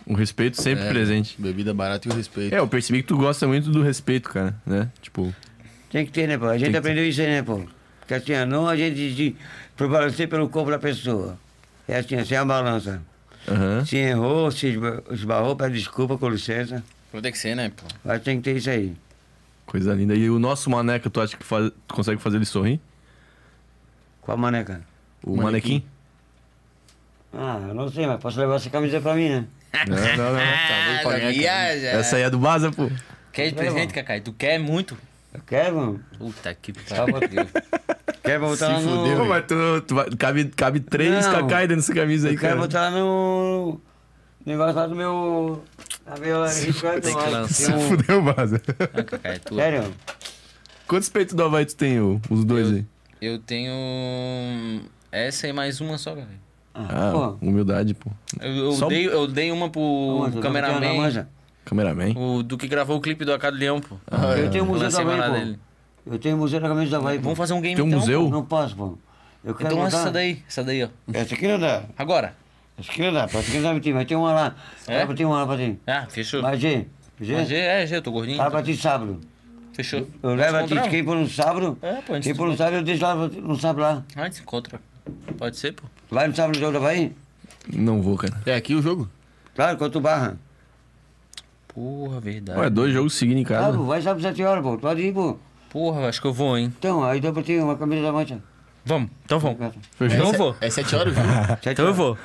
Speaker 2: O um respeito sempre
Speaker 1: É,
Speaker 2: presente.
Speaker 1: Bebida barata e o respeito.
Speaker 2: É, eu percebi que tu gosta muito do respeito, cara, né? Tipo,
Speaker 4: Tem que ter, né, pô? A gente
Speaker 2: que
Speaker 4: aprendeu isso aí, né, pô? Porque assim, ó, não a gente se prevalecer pelo corpo da pessoa. É assim, assim é a balança.
Speaker 2: aham.
Speaker 4: Se errou, se esba- esbarrou, pede desculpa, com licença.
Speaker 3: Vou ter que ser, né, pô?
Speaker 4: Mas tem que ter isso aí.
Speaker 2: Coisa linda. E o nosso maneca, tu acha que faz- tu consegue fazer ele sorrir?
Speaker 4: Com a maneca.
Speaker 2: O manequim?
Speaker 4: Ah, eu não sei, mas posso levar essa camisa pra mim, né?
Speaker 2: Não, não, não.
Speaker 3: Ah,
Speaker 1: pra ganhar,
Speaker 3: viaja.
Speaker 2: Essa aí é do Baza, pô.
Speaker 3: Quer de presente, Cacai? Tu quer muito?
Speaker 4: Eu quero, mano.
Speaker 3: Puta que pariu.
Speaker 4: Quero botar lá
Speaker 1: Se
Speaker 4: no...
Speaker 1: fudeu,
Speaker 2: Pô, mas tu, tu vai- cabe, cabe três
Speaker 4: Não.
Speaker 2: cacai dentro dessa camisa aí,
Speaker 4: Eu quero
Speaker 2: cara.
Speaker 4: botar no negócio lá do meu. Na minha risca
Speaker 3: tem que lançar.
Speaker 4: um
Speaker 2: Fudeu, Baza.
Speaker 3: Ah, Cacai, tu...
Speaker 4: Sério?
Speaker 2: Quantos peitos do Havaí tu tem, ô? os dois aí?
Speaker 3: Eu tenho essa e mais uma só, Cacai.
Speaker 2: Ah,
Speaker 4: Pô,
Speaker 2: humildade, pô.
Speaker 3: Eu, eu
Speaker 2: Só-
Speaker 3: dei, eu dei uma pro
Speaker 4: manja, tá na
Speaker 3: cameraman,
Speaker 4: manja.
Speaker 2: Cameraman.
Speaker 3: o, do que gravou o clipe do Acado Leão, pô.
Speaker 1: Ah,
Speaker 4: Eu tenho um museu da
Speaker 3: Lancei uma lá dele.
Speaker 4: Bahia, pô. Eu tenho um museu da camisa da Bahia, pô.
Speaker 3: Vamos fazer um game
Speaker 2: Tem um
Speaker 3: então?
Speaker 2: museu?
Speaker 4: Não posso, pô. Eu quero
Speaker 3: Então lança
Speaker 4: botar-
Speaker 3: essa daí, essa daí, ó.
Speaker 4: Essa aqui não dá.
Speaker 3: Agora.
Speaker 4: Essa aqui não dá, pô. Essa aqui não dá pra ti, mas tem uma um lá.
Speaker 3: É?
Speaker 4: Dá pra ti uma lá pra ti.
Speaker 3: Ah, fechou.
Speaker 4: Mas, Gê,
Speaker 3: Mas
Speaker 4: Gê,
Speaker 3: é, é, eu tô gordinho.
Speaker 4: dá pra ti sábado.
Speaker 3: Fechou.
Speaker 4: Tá.
Speaker 3: um?
Speaker 4: Eu
Speaker 3: Nós
Speaker 4: levo a
Speaker 3: nos
Speaker 4: ti, quem
Speaker 3: encontramos.
Speaker 4: for no sábado.
Speaker 3: É, pô, a gente
Speaker 4: Quem
Speaker 3: se
Speaker 4: for no
Speaker 3: encontra.
Speaker 4: sábado, eu deixo lá pra ti, no sábado lá.
Speaker 3: Ah, a gente se encontra. Pode ser, pô.
Speaker 4: Vai no sábado no jogo da Bahia?
Speaker 2: Não vou, cara.
Speaker 1: É aqui o jogo?
Speaker 4: Claro, quanto barra.
Speaker 3: Porra, verdade.
Speaker 2: Ué, dois jogos seguidos em
Speaker 4: Ah,
Speaker 2: casa.
Speaker 4: pô, vai sábado às 7 horas, pô. Pode ir, pô.
Speaker 3: Porra, acho que eu vou, hein.
Speaker 4: Então, aí dá pra ti uma camisa da mancha.
Speaker 3: Vamos, então vamos.
Speaker 2: Fechou?
Speaker 3: Então eu vou.
Speaker 1: É sete horas, viu?
Speaker 4: Sete
Speaker 3: Então eu
Speaker 4: horas.
Speaker 3: vou.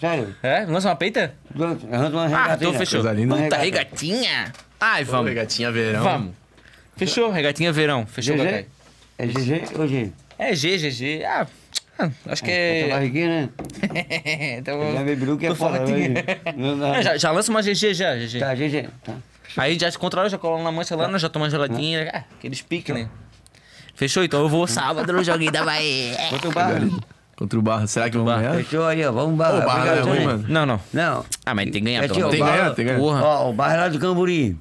Speaker 4: Sério?
Speaker 3: É? Lança uma peita?
Speaker 4: Pronto, arranja uma
Speaker 3: Ah,
Speaker 4: regatinha.
Speaker 3: então fechou.
Speaker 2: Coisa linda.
Speaker 4: Uma
Speaker 3: Puta, regatinha. Ai, vamos.
Speaker 2: Gatinha verão.
Speaker 3: Vamos. Fechou, regatinha verão. Fechou, Cacai.
Speaker 4: GG? É GG ou G?
Speaker 3: É G, GG. Ah, ah, acho que
Speaker 4: Essa
Speaker 3: é.
Speaker 4: barriguinha, né?
Speaker 3: então,
Speaker 4: Já
Speaker 3: vou-
Speaker 4: bebi que é
Speaker 3: tô
Speaker 4: foda.
Speaker 3: fortinho.
Speaker 4: né? Não dá.
Speaker 3: É, já, já lança uma GG já, GG.
Speaker 4: Tá, GG. Tá.
Speaker 3: Aí já se controla, já cola na mancha lá, nós já toma uma geladinha, ah, aqueles piques, né? Fechou, então eu vou sábado no joguinho da Bahia.
Speaker 4: Quanto barra?
Speaker 2: Contra o Barra. Será que vão ganhar?
Speaker 4: Fechou aí, ó. Vamos barra.
Speaker 2: É. Ô, Barra
Speaker 4: Obrigado,
Speaker 2: é ruim,
Speaker 4: Tony.
Speaker 2: mano.
Speaker 3: Não, não.
Speaker 4: Não.
Speaker 3: Ah, mas tem que ganhar,
Speaker 4: É
Speaker 3: pelo
Speaker 4: que
Speaker 3: amor
Speaker 4: o
Speaker 3: de
Speaker 4: Barra-
Speaker 3: Deus.
Speaker 2: ganhar, tem que ganhar.
Speaker 3: Porra.
Speaker 4: Ó, o bairro lá do Camburi.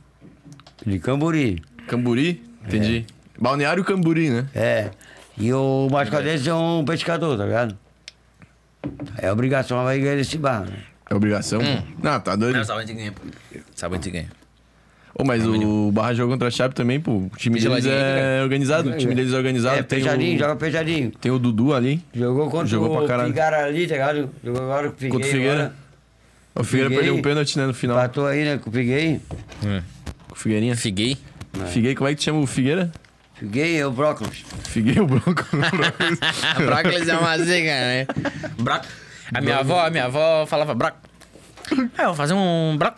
Speaker 4: De Camburi.
Speaker 2: Camburi? Entendi. Balneário Camburi, né?
Speaker 4: É. E o Mascarense é um pescador, tá ligado? É obrigação, vai ganhar esse barra. né?
Speaker 2: É obrigação. pô. Não, tá doido.
Speaker 3: Não, sabe onde ganha, pô. Hum. Sabe onde ganha.
Speaker 2: Ô, mas o Barra jogou contra a Chape também, pô. O time deles
Speaker 3: Geladinho,
Speaker 2: é organizado. O time deles é organizado.
Speaker 4: É,
Speaker 2: tem,
Speaker 4: fechadinho,
Speaker 2: o,
Speaker 4: joga fechadinho.
Speaker 2: tem o Dudu ali.
Speaker 4: Jogou contra
Speaker 2: Jogou pra
Speaker 4: o
Speaker 2: caralho.
Speaker 4: Figueira ali, tá ligado? Jogou agora com o Figueira.
Speaker 2: Contra o Figueira. O Figueira
Speaker 4: Figuei.
Speaker 2: perdeu um pênalti, né, no final.
Speaker 4: Empatou aí, né, com o Figueira.
Speaker 3: Hum.
Speaker 2: Com o Figueirinha.
Speaker 3: Figuei.
Speaker 2: Figueira, como é que tu chama o Figueira?
Speaker 4: Figueira e é o Brócolis.
Speaker 2: Figueira, o Bronco.
Speaker 3: A brócolis é uma zica, né? Broc. A minha avó, a minha avó falava broc. Ah, eu vou fazer um broc,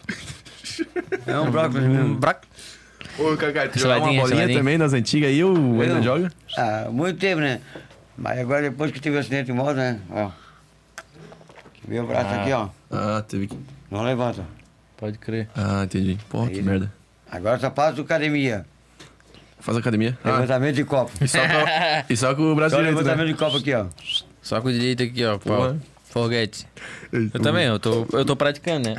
Speaker 4: É um Brócolis
Speaker 3: um
Speaker 4: mesmo.
Speaker 3: broc.
Speaker 2: Ô, Cacá, tu
Speaker 3: Geladinho,
Speaker 2: jogava uma bolinha
Speaker 3: geladinho.
Speaker 2: também nas antigas aí ou ainda
Speaker 4: Eu?
Speaker 2: joga?
Speaker 4: Ah, muito tempo, né? Mas agora, depois que teve o acidente de moto, né? Ó. Meu braço aqui, ó.
Speaker 2: Ah, teve que...
Speaker 4: Não levanta.
Speaker 3: Pode crer.
Speaker 2: Ah, entendi. Porra, que merda.
Speaker 4: Agora só passa academia.
Speaker 2: Faz academia. Ah,
Speaker 4: Levantamento de copo.
Speaker 2: e, só com, e só com o
Speaker 4: Só
Speaker 2: brasileiro,
Speaker 4: levantamento
Speaker 2: né?
Speaker 4: de copo aqui, ó.
Speaker 3: Só com o direito aqui, ó. Pau.
Speaker 2: Porra.
Speaker 3: Forget. Eu também, eu tô, eu tô praticando, né?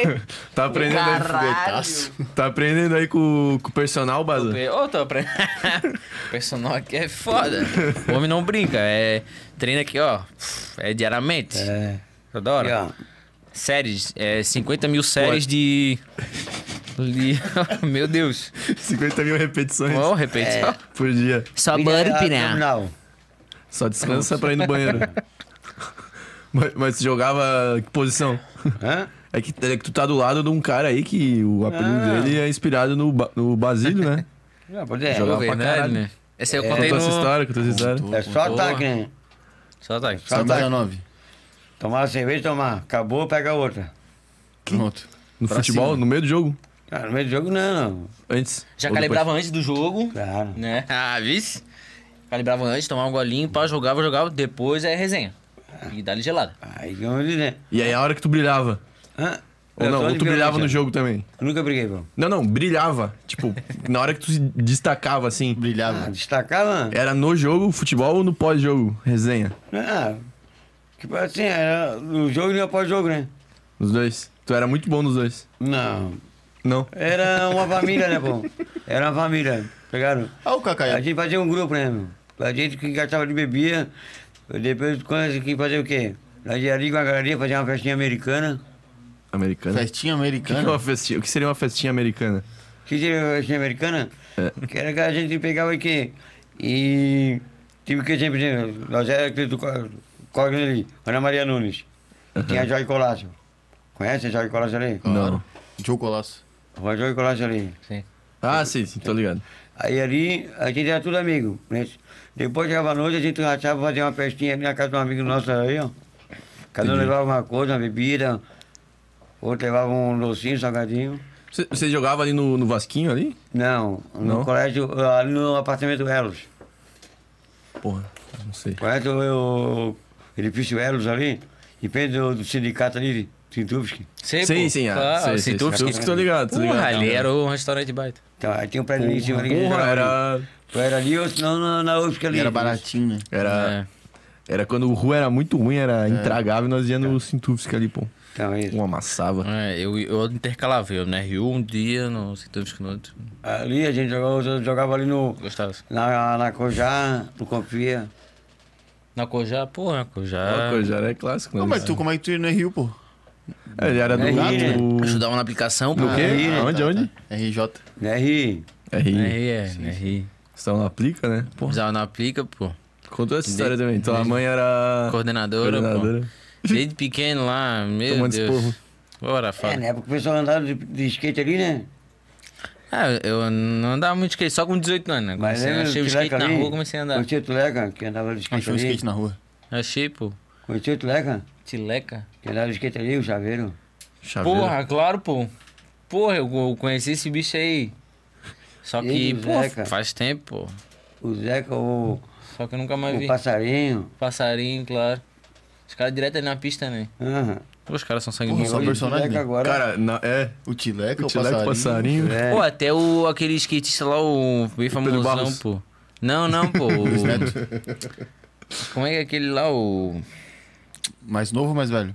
Speaker 2: Tá aprendendo aí. Tá aprendendo aí com, com o personal, Baza?
Speaker 3: Ô, tô aprendendo. Personal aqui é foda. O homem não brinca. É... Treina aqui, ó. É diariamente.
Speaker 4: É.
Speaker 3: Toda
Speaker 4: Aqui,
Speaker 3: hora.
Speaker 4: ó.
Speaker 3: Séries. É 50 mil séries de... de- Meu Deus.
Speaker 2: 50 mil repetições
Speaker 3: Ô, repetição.
Speaker 2: por dia.
Speaker 3: Só
Speaker 4: Vídeo
Speaker 3: burpee, né?
Speaker 4: abdominal.
Speaker 2: Só descansa pra ir no banheiro. mas, mas tu jogava que posição?
Speaker 4: Hã?
Speaker 2: É que, é que tu tá do lado de um cara aí que o apelido dele é inspirado no, Ba- no Basílio, né?
Speaker 4: Não, pode é.
Speaker 2: Jogava
Speaker 3: Pô,
Speaker 2: pra
Speaker 3: verdade,
Speaker 2: caralho.
Speaker 3: né? Essa eu
Speaker 2: Contou
Speaker 3: contei no...
Speaker 2: essa história, contou essa história.
Speaker 4: É só ataque, né?
Speaker 3: Só tá.
Speaker 4: Só ataque.
Speaker 1: 69.
Speaker 4: Tomar uma cerveja, tomar. Acabou, pega outra.
Speaker 1: Pronto.
Speaker 2: No futebol, no meio do jogo.
Speaker 4: Ah, no meio do jogo, não.
Speaker 2: Antes.
Speaker 3: Já
Speaker 2: Ou depois.
Speaker 3: calibrava antes do jogo,
Speaker 4: Claro.
Speaker 3: né? Ah, vice? Calibrava antes, tomava um golinho, pá, jogava, jogava. Depois é resenha. E dá-lhe gelada.
Speaker 4: Aí que eu vou dizer. né?
Speaker 2: E aí a hora que tu brilhava.
Speaker 4: Hã?
Speaker 2: Ou
Speaker 4: Eu
Speaker 2: não,
Speaker 4: sou
Speaker 2: ou
Speaker 4: de
Speaker 2: tu brilhava
Speaker 4: violência.
Speaker 2: no jogo também.
Speaker 4: Eu Nunca briguei, pô.
Speaker 2: Não, não, brilhava. Tipo, na hora que tu se destacava assim.
Speaker 4: Ah,
Speaker 1: Brilhava.
Speaker 4: destacava?
Speaker 2: Era no jogo, futebol ou no pós-jogo? Resenha.
Speaker 4: Ah, tipo assim, era o jogo e o pós-jogo, né?
Speaker 2: Nos dois. Tu era muito bom nos dois.
Speaker 4: Não.
Speaker 2: Não.
Speaker 4: Era uma família, né, pô? Era uma família. Pegaram?
Speaker 2: Ah,
Speaker 1: Olha o Cacá.
Speaker 4: A gente fazia um grupo, né, meu? A gente que gastava de bebia. Depois, quando a gente fazia o quê? Na diaria com a galeria, fazia uma festinha americana.
Speaker 2: Americana.
Speaker 1: Festinha
Speaker 2: O que é
Speaker 1: americana.
Speaker 2: uma festinha- O que seria uma festinha americana?
Speaker 4: Que seria festinha americana? Que era que a gente pegava o quê? E... Tive que sempre... né, Nós era aquele do co- Cogni ali, Ana Maria Nunes. E tinha a Joy Colasso. Conhece a Joy Colasso ali?
Speaker 2: Não.
Speaker 1: Joe Colasso.
Speaker 4: A Joy Colasso ali.
Speaker 2: Ah, sim, sim, tô ligado.
Speaker 4: Aí ali a gente era tudo amigo. Né? Depois chegava a noite, a gente achava fazer uma festinha ali na casa de um amigo nosso aí, ó. Cada um levava uma coisa, uma bebida, outro levava um docinho, salgadinho.
Speaker 2: Você, você jogava ali no, no Vasquinho ali?
Speaker 4: Não, no
Speaker 2: Não?
Speaker 4: colégio, ali no apartamento Elos.
Speaker 2: Porra, não sei.
Speaker 4: Conhece o, o edifício Elos ali? Depende do, do sindicato ali, Sintupski.
Speaker 3: Sei,
Speaker 2: sim,
Speaker 3: pô.
Speaker 2: sim, ah,
Speaker 3: Claro,
Speaker 2: sei,
Speaker 3: sem
Speaker 2: sei,
Speaker 3: dúvida.
Speaker 2: sei, sei, tô tá ligado, tô ligado.
Speaker 3: Porra, ali era o restaurante baita.
Speaker 4: Então, aí tinha um prédio ali em cima ali. que
Speaker 2: Porra,
Speaker 4: jogava ali.
Speaker 2: era,
Speaker 4: Ou era ali ou senão na, na UFSC ali.
Speaker 1: Era baratinho, né?
Speaker 2: era,
Speaker 3: É.
Speaker 2: era quando o rua era muito ruim, era intragável, nós ia no Sintufsky ali, pô.
Speaker 4: Então, isso.
Speaker 2: Um amassava.
Speaker 3: É, eu, eu intercalava, eu, né? Rio um dia, não sei tantos que no outro.
Speaker 4: Ali a gente jogava, jogava ali no,
Speaker 3: Gostava.
Speaker 4: na, na Cojá, no Confia.
Speaker 3: Na Cojá, porra, na Cojá.
Speaker 2: Ah, pô, já era clássico, né?
Speaker 1: Não, mas tu, como é que tu ia no Rio, pô?
Speaker 2: É, Ele era do...
Speaker 4: É, né?
Speaker 2: do...
Speaker 3: Ajudava na aplicação, pô.
Speaker 2: O quê?
Speaker 4: Ah,
Speaker 1: Tá,
Speaker 2: onde, onde?
Speaker 1: RJ.
Speaker 2: Ah,
Speaker 4: Né, R.
Speaker 2: RI.
Speaker 3: RI, tá, é, RI.
Speaker 2: Você tava na aplica, né? Pô,
Speaker 3: Usava na aplica, pô.
Speaker 2: contou essa história também. Tua mãe era...
Speaker 3: Ah, Coordenadora, pô. Desde pequeno lá, meu
Speaker 2: Tomando
Speaker 3: Deus.
Speaker 2: esporro.
Speaker 3: Ora, fala.
Speaker 4: É, na época o pessoal andava de, de skate ali, né?
Speaker 3: Ah, eu não andava muito de skate, só com 18 anos, né?
Speaker 4: Mas
Speaker 3: Comecei,
Speaker 4: lembra do
Speaker 3: achei o skate
Speaker 4: Tuleca
Speaker 3: na
Speaker 4: ali?
Speaker 3: rua, comecei a andar.
Speaker 4: Conhecia o Tuleca, que andava de skate
Speaker 1: Achou um
Speaker 4: ali.
Speaker 1: skate na rua.
Speaker 3: Achei, pô.
Speaker 4: Conhecia o Tuleca,
Speaker 3: Tileca.
Speaker 4: que andava de skate ali, o chaveiro.
Speaker 3: Tá
Speaker 2: Chaveiro.
Speaker 3: Porra, claro, pô. Porra, eu eu conheci esse bicho aí. Só
Speaker 4: E
Speaker 3: que,
Speaker 4: do
Speaker 3: pô,
Speaker 4: Zeca?
Speaker 3: faz tempo, pô.
Speaker 4: O Zeca, o,
Speaker 3: Só que eu nunca mais
Speaker 4: o
Speaker 3: vi.
Speaker 4: passarinho.
Speaker 3: Passarinho, claro. Os caras direto ali na pista, né?
Speaker 4: Aham.
Speaker 3: Pô, Os caras são sangue
Speaker 1: Porra,
Speaker 3: bom.
Speaker 1: só
Speaker 4: Olha o
Speaker 1: personagem,
Speaker 4: Tuleca
Speaker 1: né?
Speaker 4: agora.
Speaker 2: Cara, na- é...
Speaker 1: O Tileca,
Speaker 2: O
Speaker 1: o,
Speaker 2: Tileco Passarinho.
Speaker 4: é,
Speaker 3: Pô, até o, aquele skatista lá, o bem famosão,
Speaker 2: Barros.
Speaker 3: pô. Não, não, pô. o-
Speaker 1: Neto.
Speaker 3: Como é que é aquele lá, o.
Speaker 1: Mais novo ou mais velho?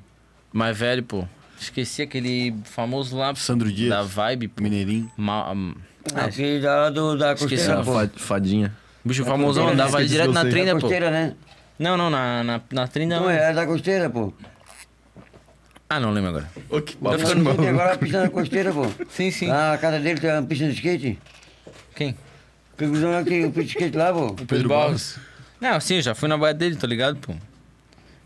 Speaker 3: Mais velho, pô. Esqueci aquele famoso lá.
Speaker 1: Sandro Dias.
Speaker 3: Da Vibe, pô.
Speaker 1: Mineirinho.
Speaker 3: Ma... hum.
Speaker 4: Aqui É da hora do, da
Speaker 3: Esqueci
Speaker 4: costeira,
Speaker 3: a
Speaker 4: pô.
Speaker 2: Fa- Fadinha.
Speaker 3: Bicho famosão,
Speaker 4: Esqueci
Speaker 3: andava ali
Speaker 2: que
Speaker 3: direto na
Speaker 2: eu sei.
Speaker 3: trilha, pô.
Speaker 4: Costeira, né?
Speaker 3: Não, não, na, na, na trilha
Speaker 4: Não,
Speaker 3: É não. é.
Speaker 4: era da costeira, pô.
Speaker 3: Ah, não lembro agora.
Speaker 2: Ô, que
Speaker 4: Tá ficando bom. Agora a pista da costeira, pô.
Speaker 3: Sim, sim.
Speaker 4: Lá na casa dele tem uma pista de skate.
Speaker 3: Quem?
Speaker 4: Que usam lá que tem um o pista de skate lá, pô.
Speaker 1: Pedro Barros.
Speaker 3: Não, sim, eu já fui na baia dele, tá ligado, pô.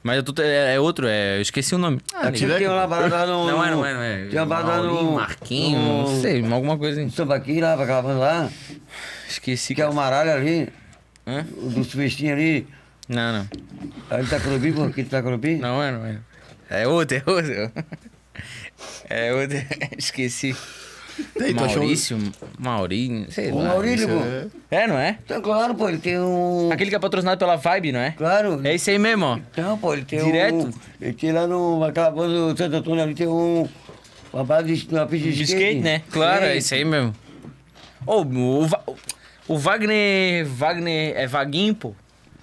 Speaker 3: Mas eu tô, é, é outro, é, eu esqueci o nome. Ah,
Speaker 4: Aqui tem uma parada lá no...
Speaker 3: não é, não é, não é.
Speaker 4: Tem uma parada
Speaker 3: Maurinho,
Speaker 4: no...
Speaker 3: Marquinho,
Speaker 4: no-
Speaker 3: não sei, alguma coisa assim.
Speaker 4: Sambaqui lá, pra aquela banda lá.
Speaker 3: Esqueci.
Speaker 4: Que é o Maralho ali.
Speaker 3: Hã?
Speaker 4: O do Silvestinho ali.
Speaker 3: Não, não.
Speaker 4: Ali tá Colobi, pô. Aqui tá Colobi.
Speaker 3: Não é, não é. É outro, é outro. É outro, esqueci.
Speaker 1: Tem, tu achou-
Speaker 3: Maurício, Maurinho, sei
Speaker 4: O
Speaker 3: lá.
Speaker 4: Maurílio,
Speaker 1: isso
Speaker 4: pô.
Speaker 1: é-
Speaker 3: É, não é?
Speaker 4: Então, claro, pô. Ele tem um...
Speaker 3: Aquele que é patrocinado pela Vibe, não é?
Speaker 4: Claro.
Speaker 3: É isso aí mesmo, ó.
Speaker 4: Então, pô. Ele tem um...
Speaker 3: Direto?
Speaker 4: Ele tem lá no... Aquela banda do Santo Antônio ali tem um... Uma parada de... Uma pista de
Speaker 3: De
Speaker 4: skate.
Speaker 3: skate, né? Claro, é
Speaker 4: Sim.
Speaker 3: isso aí mesmo. Ô, o, Va- o Wagner. Wagner. É Vaguinho, pô.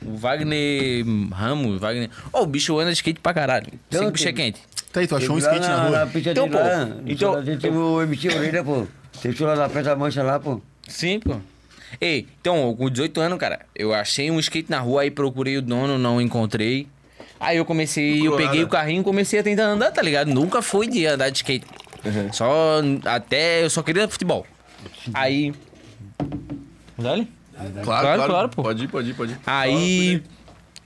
Speaker 3: O Wagner Ramos, Wagner. Ô, o bicho anda de skate pra caralho. Sei que o bicho é quente.
Speaker 1: Tá aí, tu achou um
Speaker 4: Teve lá
Speaker 1: skate na rua.
Speaker 4: Na pista
Speaker 3: Então,
Speaker 4: de
Speaker 3: pô,
Speaker 4: Lá,
Speaker 3: então-
Speaker 4: então, teve o MC Orelha, pô. Teve show lá da Festa da Mancha lá, pô.
Speaker 3: Sim, pô. Ei, então, com 18 anos, cara, eu achei um skate na rua, aí procurei o dono, não encontrei. Aí eu comecei, eu peguei o carrinho e comecei a tentar andar, tá ligado? Nunca fui de andar de skate.
Speaker 2: Uhum.
Speaker 3: Só até. Eu só queria futebol. Aí. Dá-lhe? Claro, claro, pô.
Speaker 2: Pode ir, pode ir, pode ir.
Speaker 3: Aí.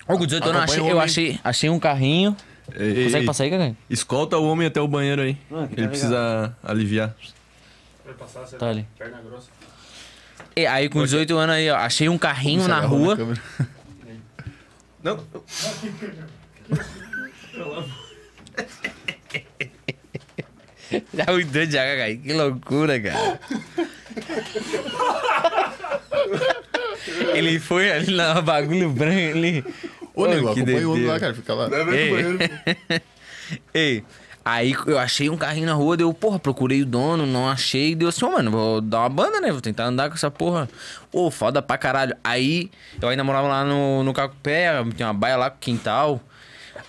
Speaker 3: Ô, com 18 anos, eu
Speaker 2: Acompanha o
Speaker 3: achei, eu
Speaker 2: homem.
Speaker 3: achei, achei um carrinho.
Speaker 2: Ei,
Speaker 3: Consegue
Speaker 2: ei,
Speaker 3: passar aí, cara?
Speaker 2: Escolta o homem até o banheiro aí.
Speaker 4: que
Speaker 2: Ele
Speaker 4: tá
Speaker 2: precisa aliviar.
Speaker 6: Vai passar,
Speaker 3: Tá ali.
Speaker 6: Perna grossa.
Speaker 3: E aí, com 18 anos, aí, ó, achei um carrinho na
Speaker 1: Agarrou
Speaker 3: rua.
Speaker 1: câmera.
Speaker 2: Não,
Speaker 3: Já cuidou de água, cara. Que loucura, cara. ele foi ali na bagulho branco ali.
Speaker 1: Ô, nego,
Speaker 3: que
Speaker 1: acompanha o homem
Speaker 3: doideira.
Speaker 1: lá, cara. Fica lá.
Speaker 3: Ei. Ei. Aí eu achei um carrinho na rua, deu, porra, procurei o dono, não achei, deu assim, ô mano, vou dar uma banda, né? Vou tentar andar com essa porra. Ô, foda pra caralho. Aí eu ainda morava lá no, no Cacupé, tinha uma baia lá com quintal.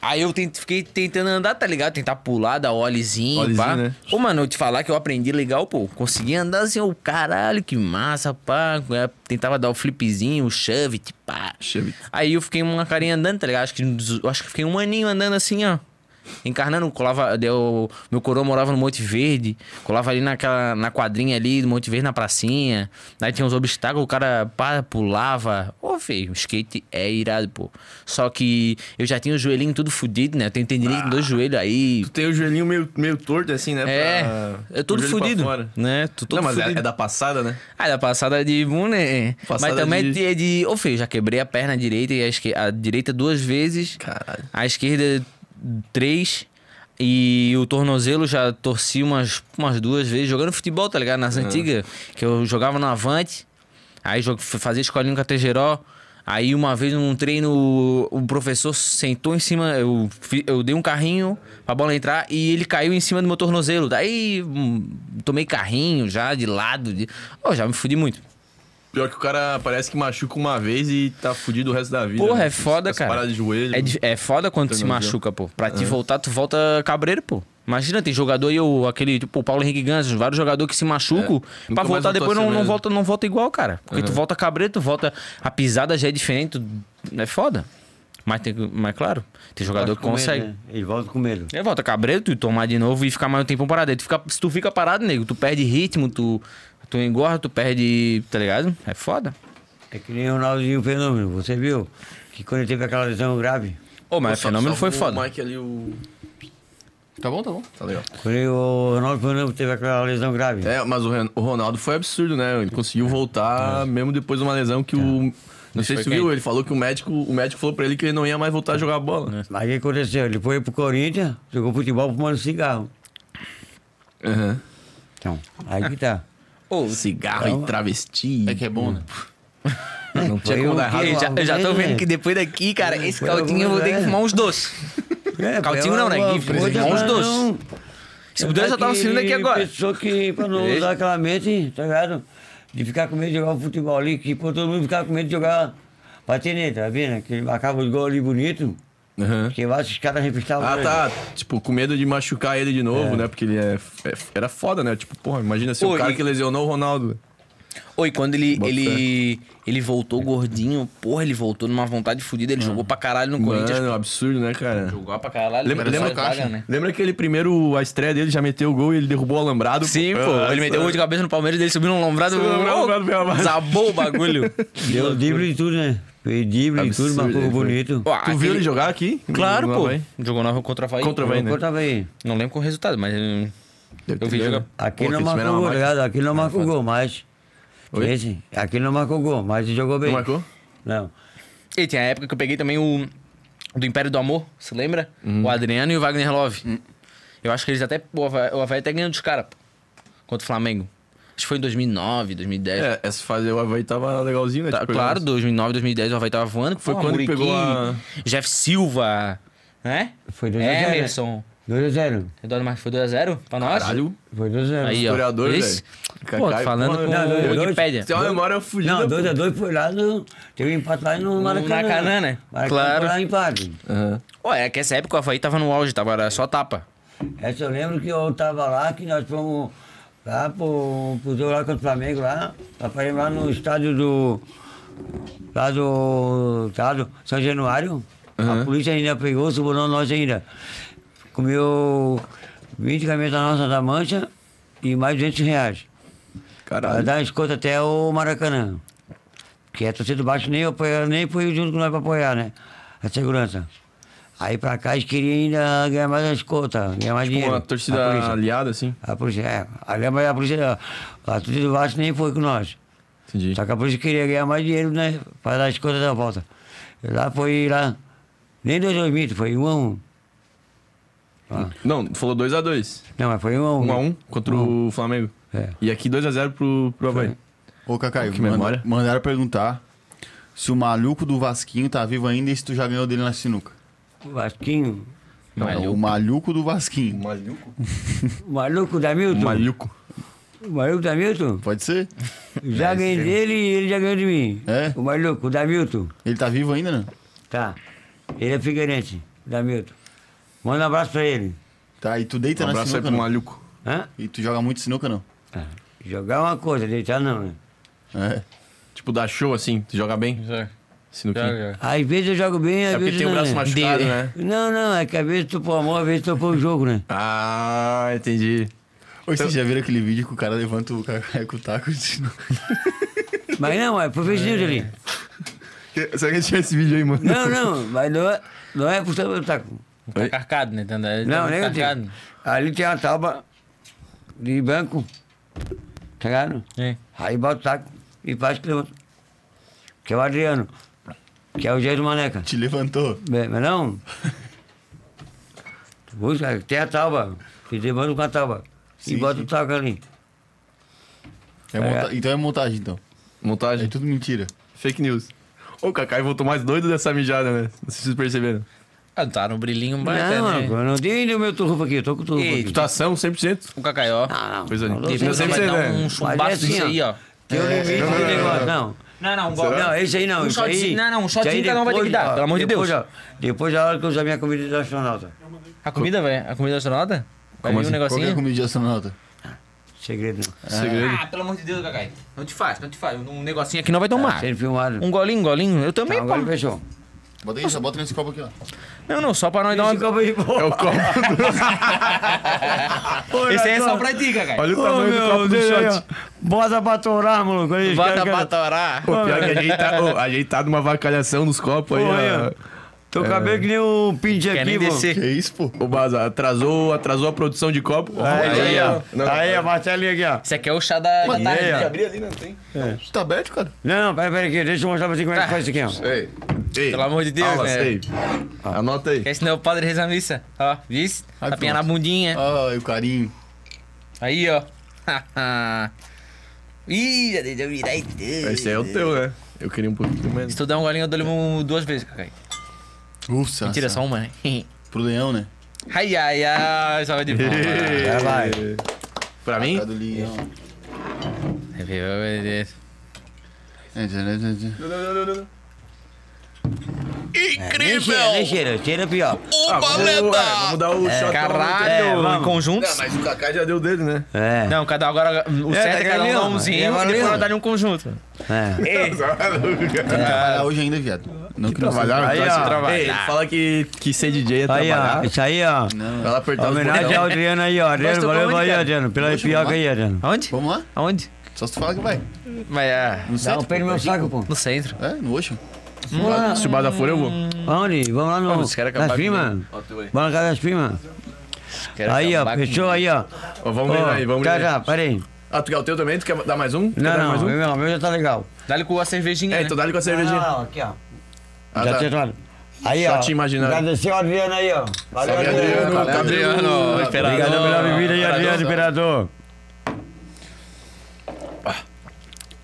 Speaker 3: Aí eu tent- fiquei tentando andar, tá ligado? Tentar pular, dar olezinho,
Speaker 2: Olezinho,
Speaker 3: pá.
Speaker 2: né?
Speaker 3: Ô, mano, eu te falar que eu aprendi legal, pô. Consegui andar assim, ô, caralho, que massa, pá. Eu tentava dar o flipzinho, o shove, tipo, pá.
Speaker 2: Shove.
Speaker 3: Aí eu fiquei uma carinha andando, tá ligado? Acho que, uns- acho que fiquei um aninho andando assim, ó. Encarnando, colava. Deu, meu coroa morava no Monte Verde, colava ali naquela, na quadrinha ali do Monte Verde, na pracinha. Aí tinha uns obstáculos, o cara pá, pulava. Ô, feio, skate é irado, pô. Só que eu já tinha o joelhinho tudo fudido, né? Eu tenho tendinite nos dois joelhos aí.
Speaker 2: Ah. tu tem o joelhinho meio, meio torto assim, né?
Speaker 3: É,
Speaker 2: pra-
Speaker 3: é tudo
Speaker 2: o joelho pra
Speaker 3: fudido.
Speaker 2: fora.
Speaker 3: Né? Tô todo
Speaker 2: Não, mas é,
Speaker 3: fudido.
Speaker 2: é da passada, né?
Speaker 3: Ah, da passada de bum, né?
Speaker 2: Passada
Speaker 3: Mas também
Speaker 2: de-
Speaker 3: é de. Ô, filho, já quebrei a perna direita e a, esque... a direita duas vezes.
Speaker 2: Caralho.
Speaker 3: A esquerda três. E o tornozelo já torci umas, umas duas vezes. Jogando futebol, tá ligado? Nas antigas. Que eu jogava no Avante. Aí jo- fazia escolinha com a Tegeró. Aí uma vez num treino, o professor sentou em cima. Eu, fi- eu dei um carrinho pra bola entrar e ele caiu em cima do meu tornozelo. Daí hum, tomei carrinho já de lado. De... Ô, já me fudi muito.
Speaker 2: Pior que o cara parece que machuca uma vez e tá fudido o resto da vida.
Speaker 3: Porra,
Speaker 2: né?
Speaker 3: é foda,
Speaker 2: As
Speaker 3: cara.
Speaker 2: paradas de joelho. É.
Speaker 3: É, dif- é foda quando se
Speaker 2: Tornozelo.
Speaker 3: machuca, pô. Pra te voltar, tu volta cabreiro, pô. Imagina, tem jogador aí, o- aquele, tipo, o Paulo Henrique Gans, vários jogadores que se machucam. pra
Speaker 2: É, Nunca mais
Speaker 3: voltar
Speaker 2: voltou a
Speaker 3: depois
Speaker 2: ser
Speaker 3: não, não
Speaker 2: mesmo. É.
Speaker 3: volta, não volta igual, cara. Porque tu volta cabreiro, tu volta. A pisada já é diferente. tu- É foda. Mas, tem, mas claro, tem jogador que consegue.
Speaker 4: Né? Ele volta com medo.
Speaker 3: É, volta cabreiro, tu tomar de novo e ficar mais um tempo parado. Aí tu fica, se tu fica parado, nego, tu perde ritmo, tu, tu engorda, tu perde. Tá ligado? É foda.
Speaker 4: É que nem o Ronaldinho Fenômeno, você viu? Que quando ele teve aquela lesão grave,
Speaker 3: Ô, mas o
Speaker 2: Só-
Speaker 3: fenômeno
Speaker 2: só
Speaker 3: foi
Speaker 2: o
Speaker 3: foda.
Speaker 2: Mike ali, o...
Speaker 1: Tá bom, tá bom.
Speaker 2: Tá legal.
Speaker 4: quando ele- o Ronaldo Fenômeno teve aquela lesão grave.
Speaker 2: É, mas o Ren- o Ronaldo foi absurdo, né? Ele conseguiu voltar mesmo depois de uma lesão que o. Não sei
Speaker 3: É. foi
Speaker 2: se tu
Speaker 3: quem?
Speaker 2: viu, ele falou que o médico, o médico falou pra ele que ele não ia mais voltar a jogar
Speaker 3: né?
Speaker 2: bola.
Speaker 4: Mas o que aconteceu? Ele foi pro Corinthians, jogou futebol fumando cigarro.
Speaker 3: É.
Speaker 2: Aham.
Speaker 4: Então, aí que tá.
Speaker 3: Ô,
Speaker 2: Cigarro
Speaker 3: Então,
Speaker 2: e travesti.
Speaker 1: É que é bom, né?
Speaker 4: Não
Speaker 2: tinha como dar errado.
Speaker 3: Eu já, eu já tô
Speaker 4: é.
Speaker 3: vendo que depois daqui, cara, esse
Speaker 4: foi
Speaker 3: caldinho eu vou ter que
Speaker 4: algum
Speaker 3: fumar uns doces.
Speaker 4: É,
Speaker 3: Calcinho não, né? Gui, fumar uns doces. Se pudesse, eu tava assinando aqui agora.
Speaker 4: Pessoa que, pra não
Speaker 3: Beleza?
Speaker 4: usar aquela mente, tá ligado? De ficar com medo de jogar um futebol ali, que pô, todo mundo ficar com medo de jogar Bater tá vendo? Que acaba o gol ali bonito.
Speaker 2: Aham.
Speaker 4: Porque eu acho que os caras revistavam.
Speaker 2: Ah,
Speaker 4: ele.
Speaker 2: tá. Tipo, com medo de machucar ele de novo, né? Porque ele é, é- Era foda, né? Tipo, porra, imagina se
Speaker 3: Pô,
Speaker 2: o cara
Speaker 3: e-
Speaker 2: que lesionou o Ronaldo.
Speaker 3: Oi, quando ele,
Speaker 2: Bota
Speaker 3: ele, ele voltou gordinho, porra, ele voltou numa vontade fodida, ele jogou pra caralho no Corinthians.
Speaker 2: Mano, absurdo, né, cara?
Speaker 3: Jogou pra caralho.
Speaker 2: Lembra-
Speaker 3: era só
Speaker 2: lembra-
Speaker 3: vaga, né?
Speaker 2: Lembra aquele primeiro, a estreia dele já meteu o gol e ele derrubou o alambrado?
Speaker 3: Sim, pô. Ele meteu um gol de cabeça no Palmeiras, ele subiu num lombrado.
Speaker 2: é. Subiu num lombrado, veio abaixo.
Speaker 3: Zabou o bagulho.
Speaker 4: Deu drible e tudo, né? Fez drible e tudo,
Speaker 2: Absurdo,
Speaker 4: marcou
Speaker 2: ele foi.
Speaker 4: bonito.
Speaker 2: Tu
Speaker 3: Ó,
Speaker 2: viu
Speaker 3: Ah, aquele-
Speaker 2: ele jogar aqui?
Speaker 3: Claro,
Speaker 2: No
Speaker 3: pô.
Speaker 2: Havaí?
Speaker 3: Jogou na contra o Havaí.
Speaker 2: Contra o Havaí, né?
Speaker 4: Eu tava aí.
Speaker 3: Não lembro qual o resultado, mas hum, eu vi jogar.
Speaker 4: Aqui
Speaker 2: né? Pô, aquele time
Speaker 4: não
Speaker 2: era
Speaker 4: marcou
Speaker 2: uma
Speaker 4: gol,
Speaker 2: máquina.
Speaker 4: ligado? Aqui não marcou gol, mas.
Speaker 2: Oi?
Speaker 4: Esse? Aqui não marcou gol, mas jogou bem.
Speaker 2: Não marcou?
Speaker 4: Não.
Speaker 3: E tem a época que eu peguei também o do Império do Amor, se lembra?
Speaker 2: Uhum.
Speaker 3: O Adriano e o Wagner Love. Eu acho que eles até. O Havaí, o Havaí até ganhou dos caras, pô. Contra o Flamengo. Acho que foi em 2009, 2010.
Speaker 2: É, essa fase o Havaí tava legalzinho, né?
Speaker 3: Tá,
Speaker 2: Tipo,
Speaker 3: claro, 2009, 2010 o Havaí tava voando.
Speaker 2: Foi
Speaker 3: Pô,
Speaker 2: quando que
Speaker 3: Muriqui,
Speaker 2: pegou a-
Speaker 3: Jeff Silva, né?
Speaker 4: Foi 2 a 0, né?
Speaker 3: Emerson.
Speaker 4: 2x0.
Speaker 3: Eduardo Marques foi 2x0 pra nós.
Speaker 2: Caralho,
Speaker 4: Foi 2x0.
Speaker 3: Aí, ó.
Speaker 2: historiador,
Speaker 3: Esse-
Speaker 2: velho.
Speaker 3: Pô, tô
Speaker 2: Cacai-
Speaker 3: falando
Speaker 2: Mano,
Speaker 3: com
Speaker 4: não, dois-
Speaker 3: o
Speaker 4: dois-
Speaker 3: Wikipedia.
Speaker 2: Tem uma memória fugida.
Speaker 4: Não, 2x2 foi lá no. Teve um empate lá no Maracanã.
Speaker 3: Maracanã, né?
Speaker 4: Maracanã
Speaker 3: Claro.
Speaker 4: Foi lá empate.
Speaker 3: Pô, é que essa época o Havaí tava no auge, tava era só tapa.
Speaker 4: Essa eu lembro que eu tava lá, que nós fomos lá pro, pro jogo lá contra o Flamengo lá. Nós paramos lá no estádio do. Lá do. Tá, do São Januário. A polícia ainda pegou, segurou nós ainda. Comeu 20 camisetas nossas da mancha e mais 200 reais. Pra
Speaker 2: Caralho.
Speaker 4: dar escolta um até o Maracanã. Que a torcida do baixo nem, apoia, nem foi junto com nós pra apoiar, né? A segurança. Aí pra cá eles queriam ainda ganhar mais a escolta, ganhar mais dinheiro.
Speaker 2: Tipo, Uma
Speaker 4: a
Speaker 2: torcida
Speaker 4: polícia.
Speaker 2: aliada, assim.
Speaker 4: A polícia, é. Ali, mas a polícia, a torcida do baixo nem foi com nós.
Speaker 2: Entendi.
Speaker 4: Só que a polícia queria ganhar mais dinheiro, né? Pra dar a escolta da volta. E lá foi lá. Nem dois dois mitos, foi um a um.
Speaker 2: Não, falou 2x2.
Speaker 4: Não, mas foi um a um.
Speaker 2: 1x1 contra o Flamengo.
Speaker 4: É.
Speaker 2: E aqui 2x0 pro, pro Havaí.
Speaker 1: Ô, Cacai,
Speaker 2: Que
Speaker 1: manda-
Speaker 2: memória.
Speaker 1: mandaram perguntar se o maluco do Vasquinho tá vivo ainda e se tu já ganhou dele na sinuca.
Speaker 4: O Vasquinho,
Speaker 1: Não, é o maluco do Vasquinho.
Speaker 4: o maluco da Milton.
Speaker 2: Maluco.
Speaker 4: O maluco da Milton?
Speaker 1: Pode ser?
Speaker 4: Já
Speaker 2: é um
Speaker 4: ganhei dele e ele já ganhou de mim.
Speaker 1: É?
Speaker 4: O maluco, o Damilton.
Speaker 1: Ele tá vivo ainda, né?
Speaker 4: Tá. Ele é figueirense, o Damilton. Manda um abraço pra ele.
Speaker 1: Tá, e tu deita
Speaker 2: Um
Speaker 1: na
Speaker 2: abraço aí
Speaker 1: sinuca,
Speaker 2: pro
Speaker 1: não?
Speaker 2: Maluco.
Speaker 4: Hã?
Speaker 1: E tu joga muito sinuca, não?
Speaker 4: Ah, Jogar é uma coisa, deitar não, né?
Speaker 1: É.
Speaker 2: Tipo, dá show, assim. Tu joga bem, sinuquinho.
Speaker 4: Às vezes eu jogo bem, às
Speaker 2: É porque
Speaker 4: vezes
Speaker 2: tem o
Speaker 4: não.
Speaker 2: braço
Speaker 4: né?
Speaker 2: machucado,
Speaker 3: De-
Speaker 2: né?
Speaker 4: Não, não, é que às vezes tu põe a mão, às vezes tu põe o jogo, né?
Speaker 2: Ah, entendi.
Speaker 1: Ou vocês já viram aquele vídeo que o cara levanta o Cacai com o taco de sinuca?
Speaker 4: Mas não, é pro vizinho ali.
Speaker 2: Será que tinha esse vídeo aí, mano?
Speaker 4: Não, não, mas não é, não é pro seu taco.
Speaker 3: Tá carcado, né? Tá, ele
Speaker 4: Não,
Speaker 3: tá
Speaker 4: nem eu digo. Ali tem uma tábua de banco, tá ligado?
Speaker 3: É.
Speaker 4: Aí bota o taco e faz que levanta. Que é o Adriano. Que é o jeito do maneca.
Speaker 1: Te levantou.
Speaker 4: Bem, Mas não. Busca, tem a tábua. Te levanta com a tábua.
Speaker 1: Sim,
Speaker 4: e bota
Speaker 1: sim.
Speaker 4: o taco ali.
Speaker 1: É monta- Então é montagem, então. É
Speaker 2: Montagem.
Speaker 1: tudo mentira.
Speaker 2: Fake news. Ô, o Kakai voltou mais doido dessa mijada, né? Não sei se vocês perceberam.
Speaker 3: Ah, tá no brilhinho baita,
Speaker 4: não,
Speaker 3: né?
Speaker 4: mano, eu não tenho ainda o meu turrufo aqui, eu tô com o turrufo
Speaker 3: Ei,
Speaker 4: aqui.
Speaker 2: Tu tá são 100%?
Speaker 3: O Cacaió.
Speaker 4: Não, não.
Speaker 2: Coisa linda.
Speaker 4: Ah, não dou
Speaker 2: Não,
Speaker 3: Depois
Speaker 4: certo,
Speaker 2: sempre
Speaker 3: vai
Speaker 2: sei,
Speaker 3: dar
Speaker 2: né?
Speaker 3: um
Speaker 4: Mas é
Speaker 3: chumbaço
Speaker 4: assim,
Speaker 3: disso aí, ó.
Speaker 4: Tem um limite do negócio, não.
Speaker 3: Não, não,
Speaker 4: Não, esse aí não.
Speaker 3: Um
Speaker 4: isso aí-
Speaker 3: shotzinho- não, não, um
Speaker 4: isso aí
Speaker 3: shotzinho cada um vai ter que
Speaker 4: depois,
Speaker 3: dar,
Speaker 4: ó,
Speaker 3: pelo amor de
Speaker 4: depois,
Speaker 3: Deus.
Speaker 4: ó, Depois da hora que eu usar minha comida de astronauta.
Speaker 3: A comida, velho? A comida do astronauta? Vai vir
Speaker 1: Qual
Speaker 3: um
Speaker 1: que é a
Speaker 3: negocinho?
Speaker 1: comida de astronauta?
Speaker 4: É. Segredo não.
Speaker 2: Segredo.
Speaker 3: Ah, pelo amor de Deus, Cacai. Não te faz, não te faz. Um negocinho aqui não vai
Speaker 4: Tá
Speaker 3: tomar.
Speaker 4: sendo filmado.
Speaker 3: Um golinho, um golinho. Eu
Speaker 4: Tá,
Speaker 3: também,
Speaker 4: agora
Speaker 3: pô.
Speaker 4: fechou.
Speaker 1: Bota aí, só bota nesse copo aqui, ó.
Speaker 3: Não, não, só pra nós dar
Speaker 4: Esse
Speaker 3: uma...
Speaker 4: copo aí, pô.
Speaker 2: É o copo.
Speaker 3: Esse aí é só pra ti, Cacai.
Speaker 2: Olha o
Speaker 4: Ô,
Speaker 2: tamanho do
Speaker 4: meu
Speaker 2: copo do
Speaker 4: Deus,
Speaker 2: shot.
Speaker 4: aí, ó. Bota pra torar, maluco. aí,
Speaker 3: Bota
Speaker 4: cara,
Speaker 3: pra
Speaker 4: cara.
Speaker 3: torar.
Speaker 2: Pô, pior que ajeitado, ô, ajeitado uma vacalhação nos copos aí,
Speaker 4: Pô, aí,
Speaker 2: ó.
Speaker 4: Teu cabelo que nem um pinte
Speaker 3: Quer nem
Speaker 4: aqui, pô.
Speaker 3: descer.
Speaker 1: Que isso, pô?
Speaker 2: Ô, Baza, atrasou, atrasou a produção de copo.
Speaker 4: Aí,
Speaker 2: Aí,
Speaker 4: aí, ó.
Speaker 2: Não,
Speaker 4: Aí, ó, Marcelinho aqui, ó.
Speaker 3: Esse aqui é o chá da, da tarde.
Speaker 4: aí, ó.
Speaker 3: Gabriel.
Speaker 1: Tu tá aberto, cara?
Speaker 4: Não, não, pera, pera aqui. Deixa eu mostrar pra você como é que faz isso aqui, ó.
Speaker 2: Ei, ei.
Speaker 3: Pelo amor de Deus,
Speaker 2: Aula,
Speaker 3: né?
Speaker 2: sei. Anota aí.
Speaker 3: Que Esse não é o padre reza a missa. Ó, vice?
Speaker 1: Aí,
Speaker 3: Tapinha na
Speaker 1: pronto.
Speaker 3: bundinha.
Speaker 1: Ai, É. Ah, o carinho.
Speaker 3: Aí, ó. Ih, já deixa eu virar aí.
Speaker 2: Esse aí é o teu, né? Eu queria um pouquinho menos.
Speaker 3: Se tu der um golinho, eu dou-lhe um- duas vezes, Cacai.
Speaker 1: Ufa,
Speaker 3: Tira só uma, né?
Speaker 1: Pro leão, né?
Speaker 3: Ai, ai, ai. Salve de palmas.
Speaker 4: Vai, Ah, vai.
Speaker 2: Pra mim?
Speaker 1: Tá do leão.
Speaker 3: Happy birthday.
Speaker 1: É, já, já, já, já.
Speaker 4: Nem cheira, nem
Speaker 8: Incrível!
Speaker 4: cheira. Cheira pior.
Speaker 8: O
Speaker 2: Ué, Ah, vamos
Speaker 8: Paleta!
Speaker 2: dar o shot.
Speaker 3: Caralho,
Speaker 4: É,
Speaker 3: em
Speaker 4: vamos.
Speaker 3: conjunto.
Speaker 2: Ah, mas o Kaká já deu dele, né?
Speaker 4: É.
Speaker 3: Não, cada um agora. O
Speaker 4: É,
Speaker 3: certo é
Speaker 4: tá
Speaker 3: cada um
Speaker 4: ganhando,
Speaker 3: dar
Speaker 4: e
Speaker 3: umzinho
Speaker 4: agora
Speaker 3: e depois
Speaker 4: lembra.
Speaker 3: dar um conjunto.
Speaker 4: é.
Speaker 1: Trabalhar hoje ainda, viado. Não que, não
Speaker 4: trabalhar,
Speaker 1: seja.
Speaker 4: aí, ó.
Speaker 3: Trabalhar.
Speaker 2: Ei, ele fala que, que ser DJ é
Speaker 4: Aí, ó.
Speaker 2: trabalhar.
Speaker 4: Isso aí, ó.
Speaker 1: Não.
Speaker 2: Vai lá apertar os
Speaker 4: Homenagem
Speaker 2: botões.
Speaker 4: ao Adriano aí, ó. Adriano,
Speaker 3: tocou
Speaker 4: valeu
Speaker 3: onde,
Speaker 4: aí,
Speaker 3: cara?
Speaker 4: Adriano. Pela
Speaker 1: Poxa,
Speaker 4: pioca
Speaker 1: vamos
Speaker 4: aí, Adriano.
Speaker 3: Aonde?
Speaker 1: Vamos lá?
Speaker 3: Aonde?
Speaker 1: Só se tu fala que vai.
Speaker 3: Mas é.
Speaker 1: No
Speaker 4: Dá um
Speaker 1: centro.
Speaker 4: pé no meu saco, pô.
Speaker 3: No centro.
Speaker 1: É, no Ocean.
Speaker 2: Se o Bada for, eu vou.
Speaker 4: Onde? Vamos lá no.
Speaker 3: Ah, os caras
Speaker 4: Nas
Speaker 3: acabaram
Speaker 4: primas.
Speaker 2: aí.
Speaker 4: Vamos na casa das primas.
Speaker 3: Quero um
Speaker 4: Aí, ó.
Speaker 3: acabar com-
Speaker 4: Fechou aí, ó.
Speaker 2: Ó, vamos
Speaker 4: Ó,
Speaker 2: ver aí, vamos
Speaker 4: Tá,
Speaker 2: ver.
Speaker 4: já, peraí.
Speaker 2: Ah, tu quer o teu também? Tu quer dar mais um? Quer
Speaker 4: Não,
Speaker 2: dar
Speaker 4: não.
Speaker 2: mais um?
Speaker 4: Meu, não, meu já tá legal.
Speaker 3: Dá-lhe com a cervejinha.
Speaker 2: É,
Speaker 3: né?
Speaker 2: então dá-lhe com a cervejinha.
Speaker 4: Não, não, aqui, ó.
Speaker 2: Ah,
Speaker 4: Já
Speaker 2: tá.
Speaker 4: tinha tomado. Aí, ó.
Speaker 2: Shot imaginário.
Speaker 4: Agradecer ao Adriano aí, ó. Valeu,
Speaker 2: Salve,
Speaker 4: Adriano.
Speaker 2: Adriano.
Speaker 1: Valeu,
Speaker 2: Adriano.
Speaker 3: Imperador.
Speaker 4: Obrigado pela bebida aí,
Speaker 2: Imperador,
Speaker 4: Adriano,
Speaker 2: salve.
Speaker 4: imperador.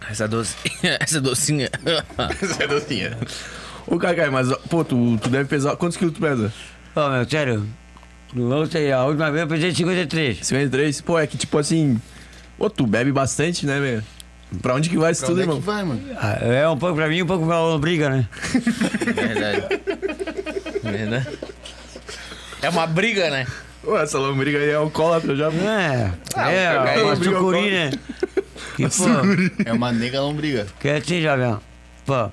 Speaker 3: Essa docinha. Essa docinha.
Speaker 1: Essa é docinha.
Speaker 2: Ô, Kaká, mas, ó, pô, tu, tu deve pesar... Quantos quilos tu pesa?
Speaker 4: Ó, meu, sério. Não sei, a última vez eu pesei 53.
Speaker 2: 53? Pô, é que, tipo assim... Ô, tu bebe bastante, né, velho? Pra onde que vai isso
Speaker 1: Pra
Speaker 2: tudo,
Speaker 1: onde é que
Speaker 2: irmão?
Speaker 1: vai, mano?
Speaker 4: Ah, É um pouco pra mim, um pouco pra lombriga, né?
Speaker 3: É Verdade. Verdade. É uma briga, né?
Speaker 2: Ué, essa lombriga aí é alcoólatra já. Ah,
Speaker 4: É, é,
Speaker 3: cara,
Speaker 4: uma
Speaker 2: lombriga
Speaker 4: sucuri, né? Que, pô,
Speaker 1: É uma nega lombriga.
Speaker 4: que é assim, jovem. Pô,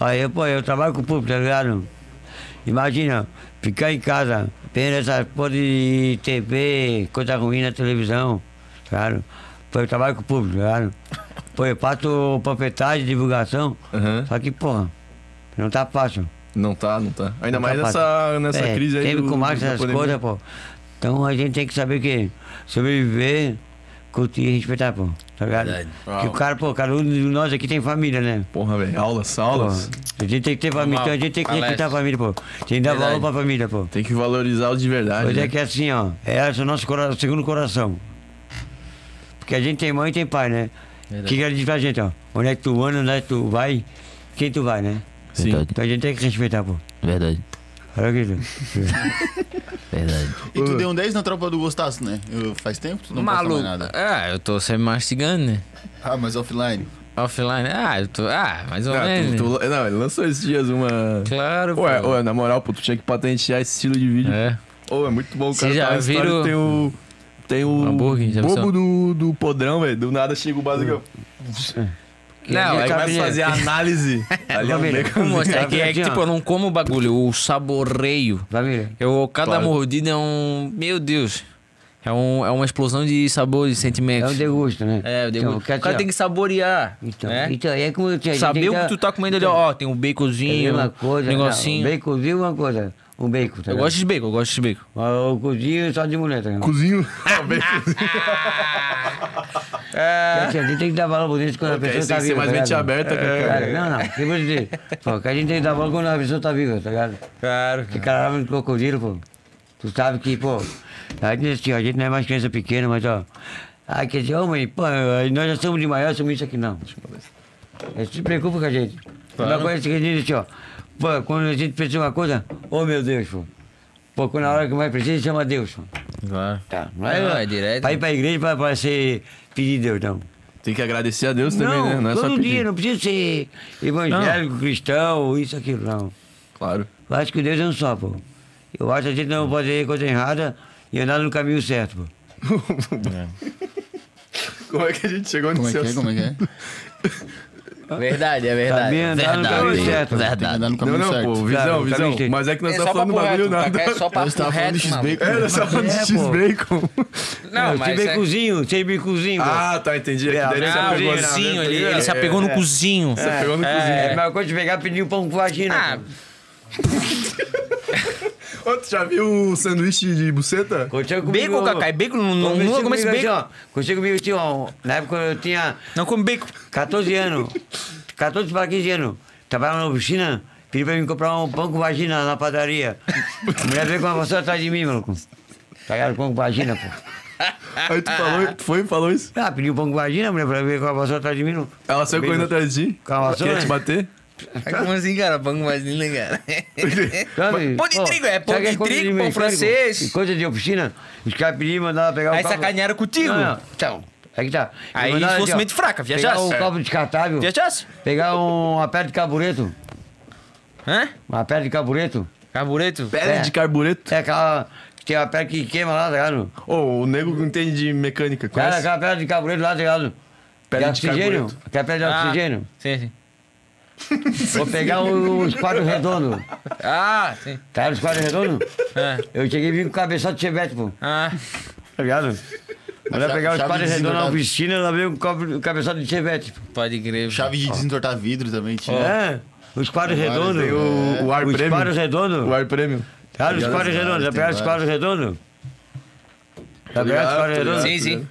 Speaker 4: aí, pô, eu trabalho com o público, tá ligado? Imagina, ficar em casa, vendo essas porra de TV, coisa ruim na televisão, tá ligado? Pô, eu trabalho com o público, tá ligado? Pô, eu faço panfletagem, divulgação,
Speaker 2: Aham.
Speaker 4: só que, porra, não tá fácil.
Speaker 2: Não tá, não tá. Ainda
Speaker 4: Não
Speaker 2: mais
Speaker 4: tá
Speaker 2: nessa, nessa
Speaker 4: É,
Speaker 2: crise aí
Speaker 4: Teve
Speaker 2: do-
Speaker 4: com mais
Speaker 2: da
Speaker 4: essas
Speaker 2: pandemia.
Speaker 4: coisas, pô. Então a gente tem que saber que sobreviver, curtir e respeitar, pô. Tá ligado? Porque o cara, pô, cada um de nós aqui tem família, né?
Speaker 2: Porra, velho. Aulas,
Speaker 4: Pô,
Speaker 2: aulas.
Speaker 4: a gente tem que ter família,
Speaker 3: Normal,
Speaker 4: então a gente tem que respeitar
Speaker 3: palestra.
Speaker 4: a família, pô. Tem que dar valor
Speaker 2: Verdade.
Speaker 4: pra família, pô.
Speaker 2: Tem que valorizar os de verdade.
Speaker 4: Pois
Speaker 2: né?
Speaker 4: é que é assim, ó. É o nosso cora- segundo coração. Porque a gente tem mãe e tem pai, né? O que, que ela diz pra gente, ó? Onde é que tu anda, onde é que tu vai, quem tu vai, né?
Speaker 2: Sim.
Speaker 9: Verdade,
Speaker 4: Então a gente tem que respeitar, pô.
Speaker 9: verdade,
Speaker 4: Olha aqui,
Speaker 9: verdade.
Speaker 1: E tu deu um 10 na tropa do Gostaço, né? Eu- faz tempo que tu não posta mais
Speaker 3: Maluco.
Speaker 1: nada.
Speaker 3: Ah, eu tô sempre mastigando, né?
Speaker 1: Ah, mas offline.
Speaker 3: Offline. Ah, eu tô. Ah, mais
Speaker 4: é
Speaker 3: ou
Speaker 2: Ah,
Speaker 3: menos.
Speaker 2: tu-
Speaker 3: né?
Speaker 2: tu- não, ele lançou esses dias uma.
Speaker 3: Claro,
Speaker 2: Ué,
Speaker 3: pô.
Speaker 2: ué, na moral, pô, tu tinha que patentear esse estilo de vídeo.
Speaker 3: É.
Speaker 2: Ô, é muito bom, o cara.
Speaker 3: Vocês já
Speaker 2: tá na história
Speaker 3: viram-
Speaker 2: que Tem o. Tem o.
Speaker 3: Hambúrguer, já
Speaker 2: bobo
Speaker 3: pensou?
Speaker 2: do, do podrão, velho. Do nada chega o básico.
Speaker 3: Não,
Speaker 4: ali
Speaker 3: é
Speaker 4: é
Speaker 3: que vai
Speaker 4: cabe-
Speaker 2: Começa a fazer a análise. Ali é um
Speaker 4: Família.
Speaker 2: negócio.
Speaker 3: mostrar. É que, é que,
Speaker 4: Rapidinho,
Speaker 3: tipo,
Speaker 4: ó.
Speaker 3: eu não como o bagulho, eu saboreio.
Speaker 4: Família.
Speaker 3: Eu, cada
Speaker 2: Claro.
Speaker 3: mordida é um. Meu Deus. É, um, é uma explosão de sabores, de
Speaker 4: É
Speaker 3: sentimentos.
Speaker 4: um degusto, né?
Speaker 3: É, o
Speaker 4: Então,
Speaker 3: degusto.
Speaker 4: porque
Speaker 3: o cara
Speaker 4: assim, ó,
Speaker 3: tem que saborear.
Speaker 4: Então,
Speaker 3: né?
Speaker 4: então é como eu tinha
Speaker 3: Saber o que tu tá comendo ali, ó. Tem um baconzinho,
Speaker 4: uma é coisa,
Speaker 3: um
Speaker 4: não,
Speaker 3: negocinho.
Speaker 4: Um baconzinho é uma coisa. Um bacon, tá
Speaker 3: eu
Speaker 4: ligado?
Speaker 3: gosto de bacon, eu gosto de bacon.
Speaker 4: Mas o cozinho é só de mulher, tá ligado?
Speaker 2: Cozinho.
Speaker 3: É.
Speaker 4: Porque assim, a gente tem que dar valor por isso quando a
Speaker 2: Ok,
Speaker 4: pessoa
Speaker 2: isso
Speaker 4: tá
Speaker 2: tem que ser
Speaker 4: viva.
Speaker 2: mais
Speaker 4: tá
Speaker 2: mente
Speaker 4: ligado?
Speaker 2: aberta,
Speaker 4: É,
Speaker 2: cara.
Speaker 4: cara, Não, não. Que eu vou dizer. Pô, que a gente tem que dar valor quando a pessoa tá viva, tá ligado?
Speaker 3: Claro.
Speaker 2: É.
Speaker 4: Que caralho de crocodilo, pô. Tu sabe que, pô. A gente, assim, ó, a gente não é mais criança pequena, mas, ó. Ah, quer dizer, ô mãe, pô, nós já somos de maior, somos isso aqui não. Eles se preocupam com a gente. Uma coisa que a gente diz assim, ó. Pô, quando a gente precisa de uma coisa, ô meu Deus, pô. Pô, quando na hora que mais precisa, chama Deus, pô.
Speaker 3: Claro.
Speaker 4: Tá.
Speaker 3: Não é, direto.
Speaker 4: Pra ir pra igreja pra, pra ser pedir Deus, não.
Speaker 2: Tem que agradecer a Deus também, né? Não é só
Speaker 4: todo
Speaker 2: pedir.
Speaker 4: dia, não precisa ser evangélico, cristão, isso, aquilo, não.
Speaker 2: Claro.
Speaker 4: Eu acho que Deus é um só, pô. Eu acho que a gente não pode fazer coisa errada e andar no caminho certo, pô.
Speaker 2: Como é que a gente chegou
Speaker 1: Como é
Speaker 2: nesse
Speaker 1: que é?
Speaker 2: assunto?
Speaker 1: Como é que é?
Speaker 3: Verdade, é verdade.
Speaker 4: Também andar no
Speaker 3: verdade.
Speaker 4: caminho certo.
Speaker 1: Tem que andar no
Speaker 2: Não,
Speaker 1: caminho
Speaker 2: não,
Speaker 1: Tá certo.
Speaker 2: pô, visão,
Speaker 4: Claro,
Speaker 2: visão.
Speaker 4: caminho
Speaker 2: Mas é que nós
Speaker 3: É
Speaker 2: estamos
Speaker 3: só
Speaker 2: falando
Speaker 3: papo
Speaker 2: um bagulho
Speaker 3: reto,
Speaker 2: nada.
Speaker 3: Kaká, é só
Speaker 1: Nós
Speaker 3: papo
Speaker 1: tava falando
Speaker 3: reto,
Speaker 1: do
Speaker 3: mano.
Speaker 1: X-Bacon.
Speaker 2: É, nós estamos falando
Speaker 4: É,
Speaker 2: de
Speaker 4: pô.
Speaker 2: X-Bacon.
Speaker 3: Não,
Speaker 4: sem
Speaker 3: mas é...
Speaker 4: bicozinho, sem bicozinho, pô.
Speaker 2: Ah, tá, entendi. É que daí ele se
Speaker 3: Ah, o
Speaker 2: apegou,
Speaker 3: cozinho,
Speaker 2: né?
Speaker 3: ele, ele se
Speaker 2: É,
Speaker 3: apegou no cozinho.
Speaker 2: se apegou no cozinho.
Speaker 4: É a mesma coisa de pegar e pedir um pão com vagina.
Speaker 3: Ah,
Speaker 4: pô.
Speaker 2: Ô, tu já viu o sanduíche de buceta?
Speaker 4: Aconteceu comigo-
Speaker 3: bacon, Cacá, é bacon, não, não,
Speaker 4: aconteceu
Speaker 3: não comece
Speaker 4: comigo assim,
Speaker 3: bacon.
Speaker 4: ó. Aconteceu comigo, tinha, ó, na época eu tinha
Speaker 3: Não come bacon.
Speaker 4: 14 anos. 14 para 15 anos. Trabalhava na oficina, pedi pra mim comprar um pão com vagina na padaria. A mulher veio com uma vassoura atrás de mim, maluco. Pegaram pão com vagina, pô.
Speaker 2: Aí tu falou, tu foi e falou isso.
Speaker 4: Ah, pediu pão com vagina, a mulher veio com uma vassoura atrás de mim, maluco.
Speaker 2: Ela saiu correndo atrás de ti.
Speaker 4: Calma, só,
Speaker 2: Quer
Speaker 4: né?
Speaker 2: te bater?
Speaker 3: Como assim, cara? Pão com vaselina, cara.
Speaker 4: Sabe?
Speaker 3: Pão de
Speaker 4: Pô,
Speaker 3: trigo, é
Speaker 4: sabe
Speaker 3: pão de
Speaker 4: aquela coisa
Speaker 3: trigo, pão
Speaker 4: mecânico?
Speaker 3: francês.
Speaker 4: E Coisa de oficina, os caras pediam e mandavam pegar
Speaker 3: Aí
Speaker 4: o copo.
Speaker 3: sacanearam contigo.
Speaker 4: Não, não. Então, aí que tá. E
Speaker 3: Aí
Speaker 4: mandaram
Speaker 3: se fosse
Speaker 4: ó,
Speaker 3: mente fraca,
Speaker 4: Pegar
Speaker 3: viajasse.
Speaker 4: um
Speaker 3: É.
Speaker 4: copo descartável.
Speaker 3: Viajasse?
Speaker 4: Pegar um aperto de carbureto.
Speaker 3: Hã?
Speaker 4: Uma pedra de cabureto.
Speaker 3: Carbureto?
Speaker 2: Pedra
Speaker 4: É.
Speaker 2: de carbureto.
Speaker 4: É aquela que tem uma pedra que queima lá, tá ligado?
Speaker 2: Ô, o nego que entende de mecânica,
Speaker 4: Cara,
Speaker 2: conhece?
Speaker 4: aquela pedra de cabureto lá, tá ligado?
Speaker 2: Pedra de
Speaker 4: de oxigênio.
Speaker 2: carbureto.
Speaker 4: Aquela pedra de
Speaker 3: Ah,
Speaker 4: oxigênio.
Speaker 3: Sim, sim.
Speaker 4: Vou pegar uns quadros redondos.
Speaker 3: Ah, sim.
Speaker 4: Tá ligado os quadros redondos?
Speaker 3: É.
Speaker 4: Eu cheguei e vim com o cabeçote de chevette, pô.
Speaker 3: Ah,
Speaker 4: Tá ligado? Ela
Speaker 1: chave-
Speaker 4: pegar os
Speaker 1: chave
Speaker 4: quadros redondos na
Speaker 1: desengrudada.
Speaker 4: oficina, ela veio com o cobre- o cabeçote de chevette, pô.
Speaker 3: pode crer.
Speaker 1: Chave de desentortar vidro também tinha.
Speaker 4: É. Os quadros redondos.
Speaker 1: tem o-
Speaker 2: o ar
Speaker 4: Os
Speaker 2: prêmio.
Speaker 4: quadros redondos.
Speaker 2: O ar prêmio.
Speaker 4: Tá ligado? Os quadros
Speaker 1: vários, tá
Speaker 4: redondos. Já
Speaker 1: tem
Speaker 4: pegaram os quadros redondos? Já pegaram os quadros redondos?
Speaker 3: Sim, sim.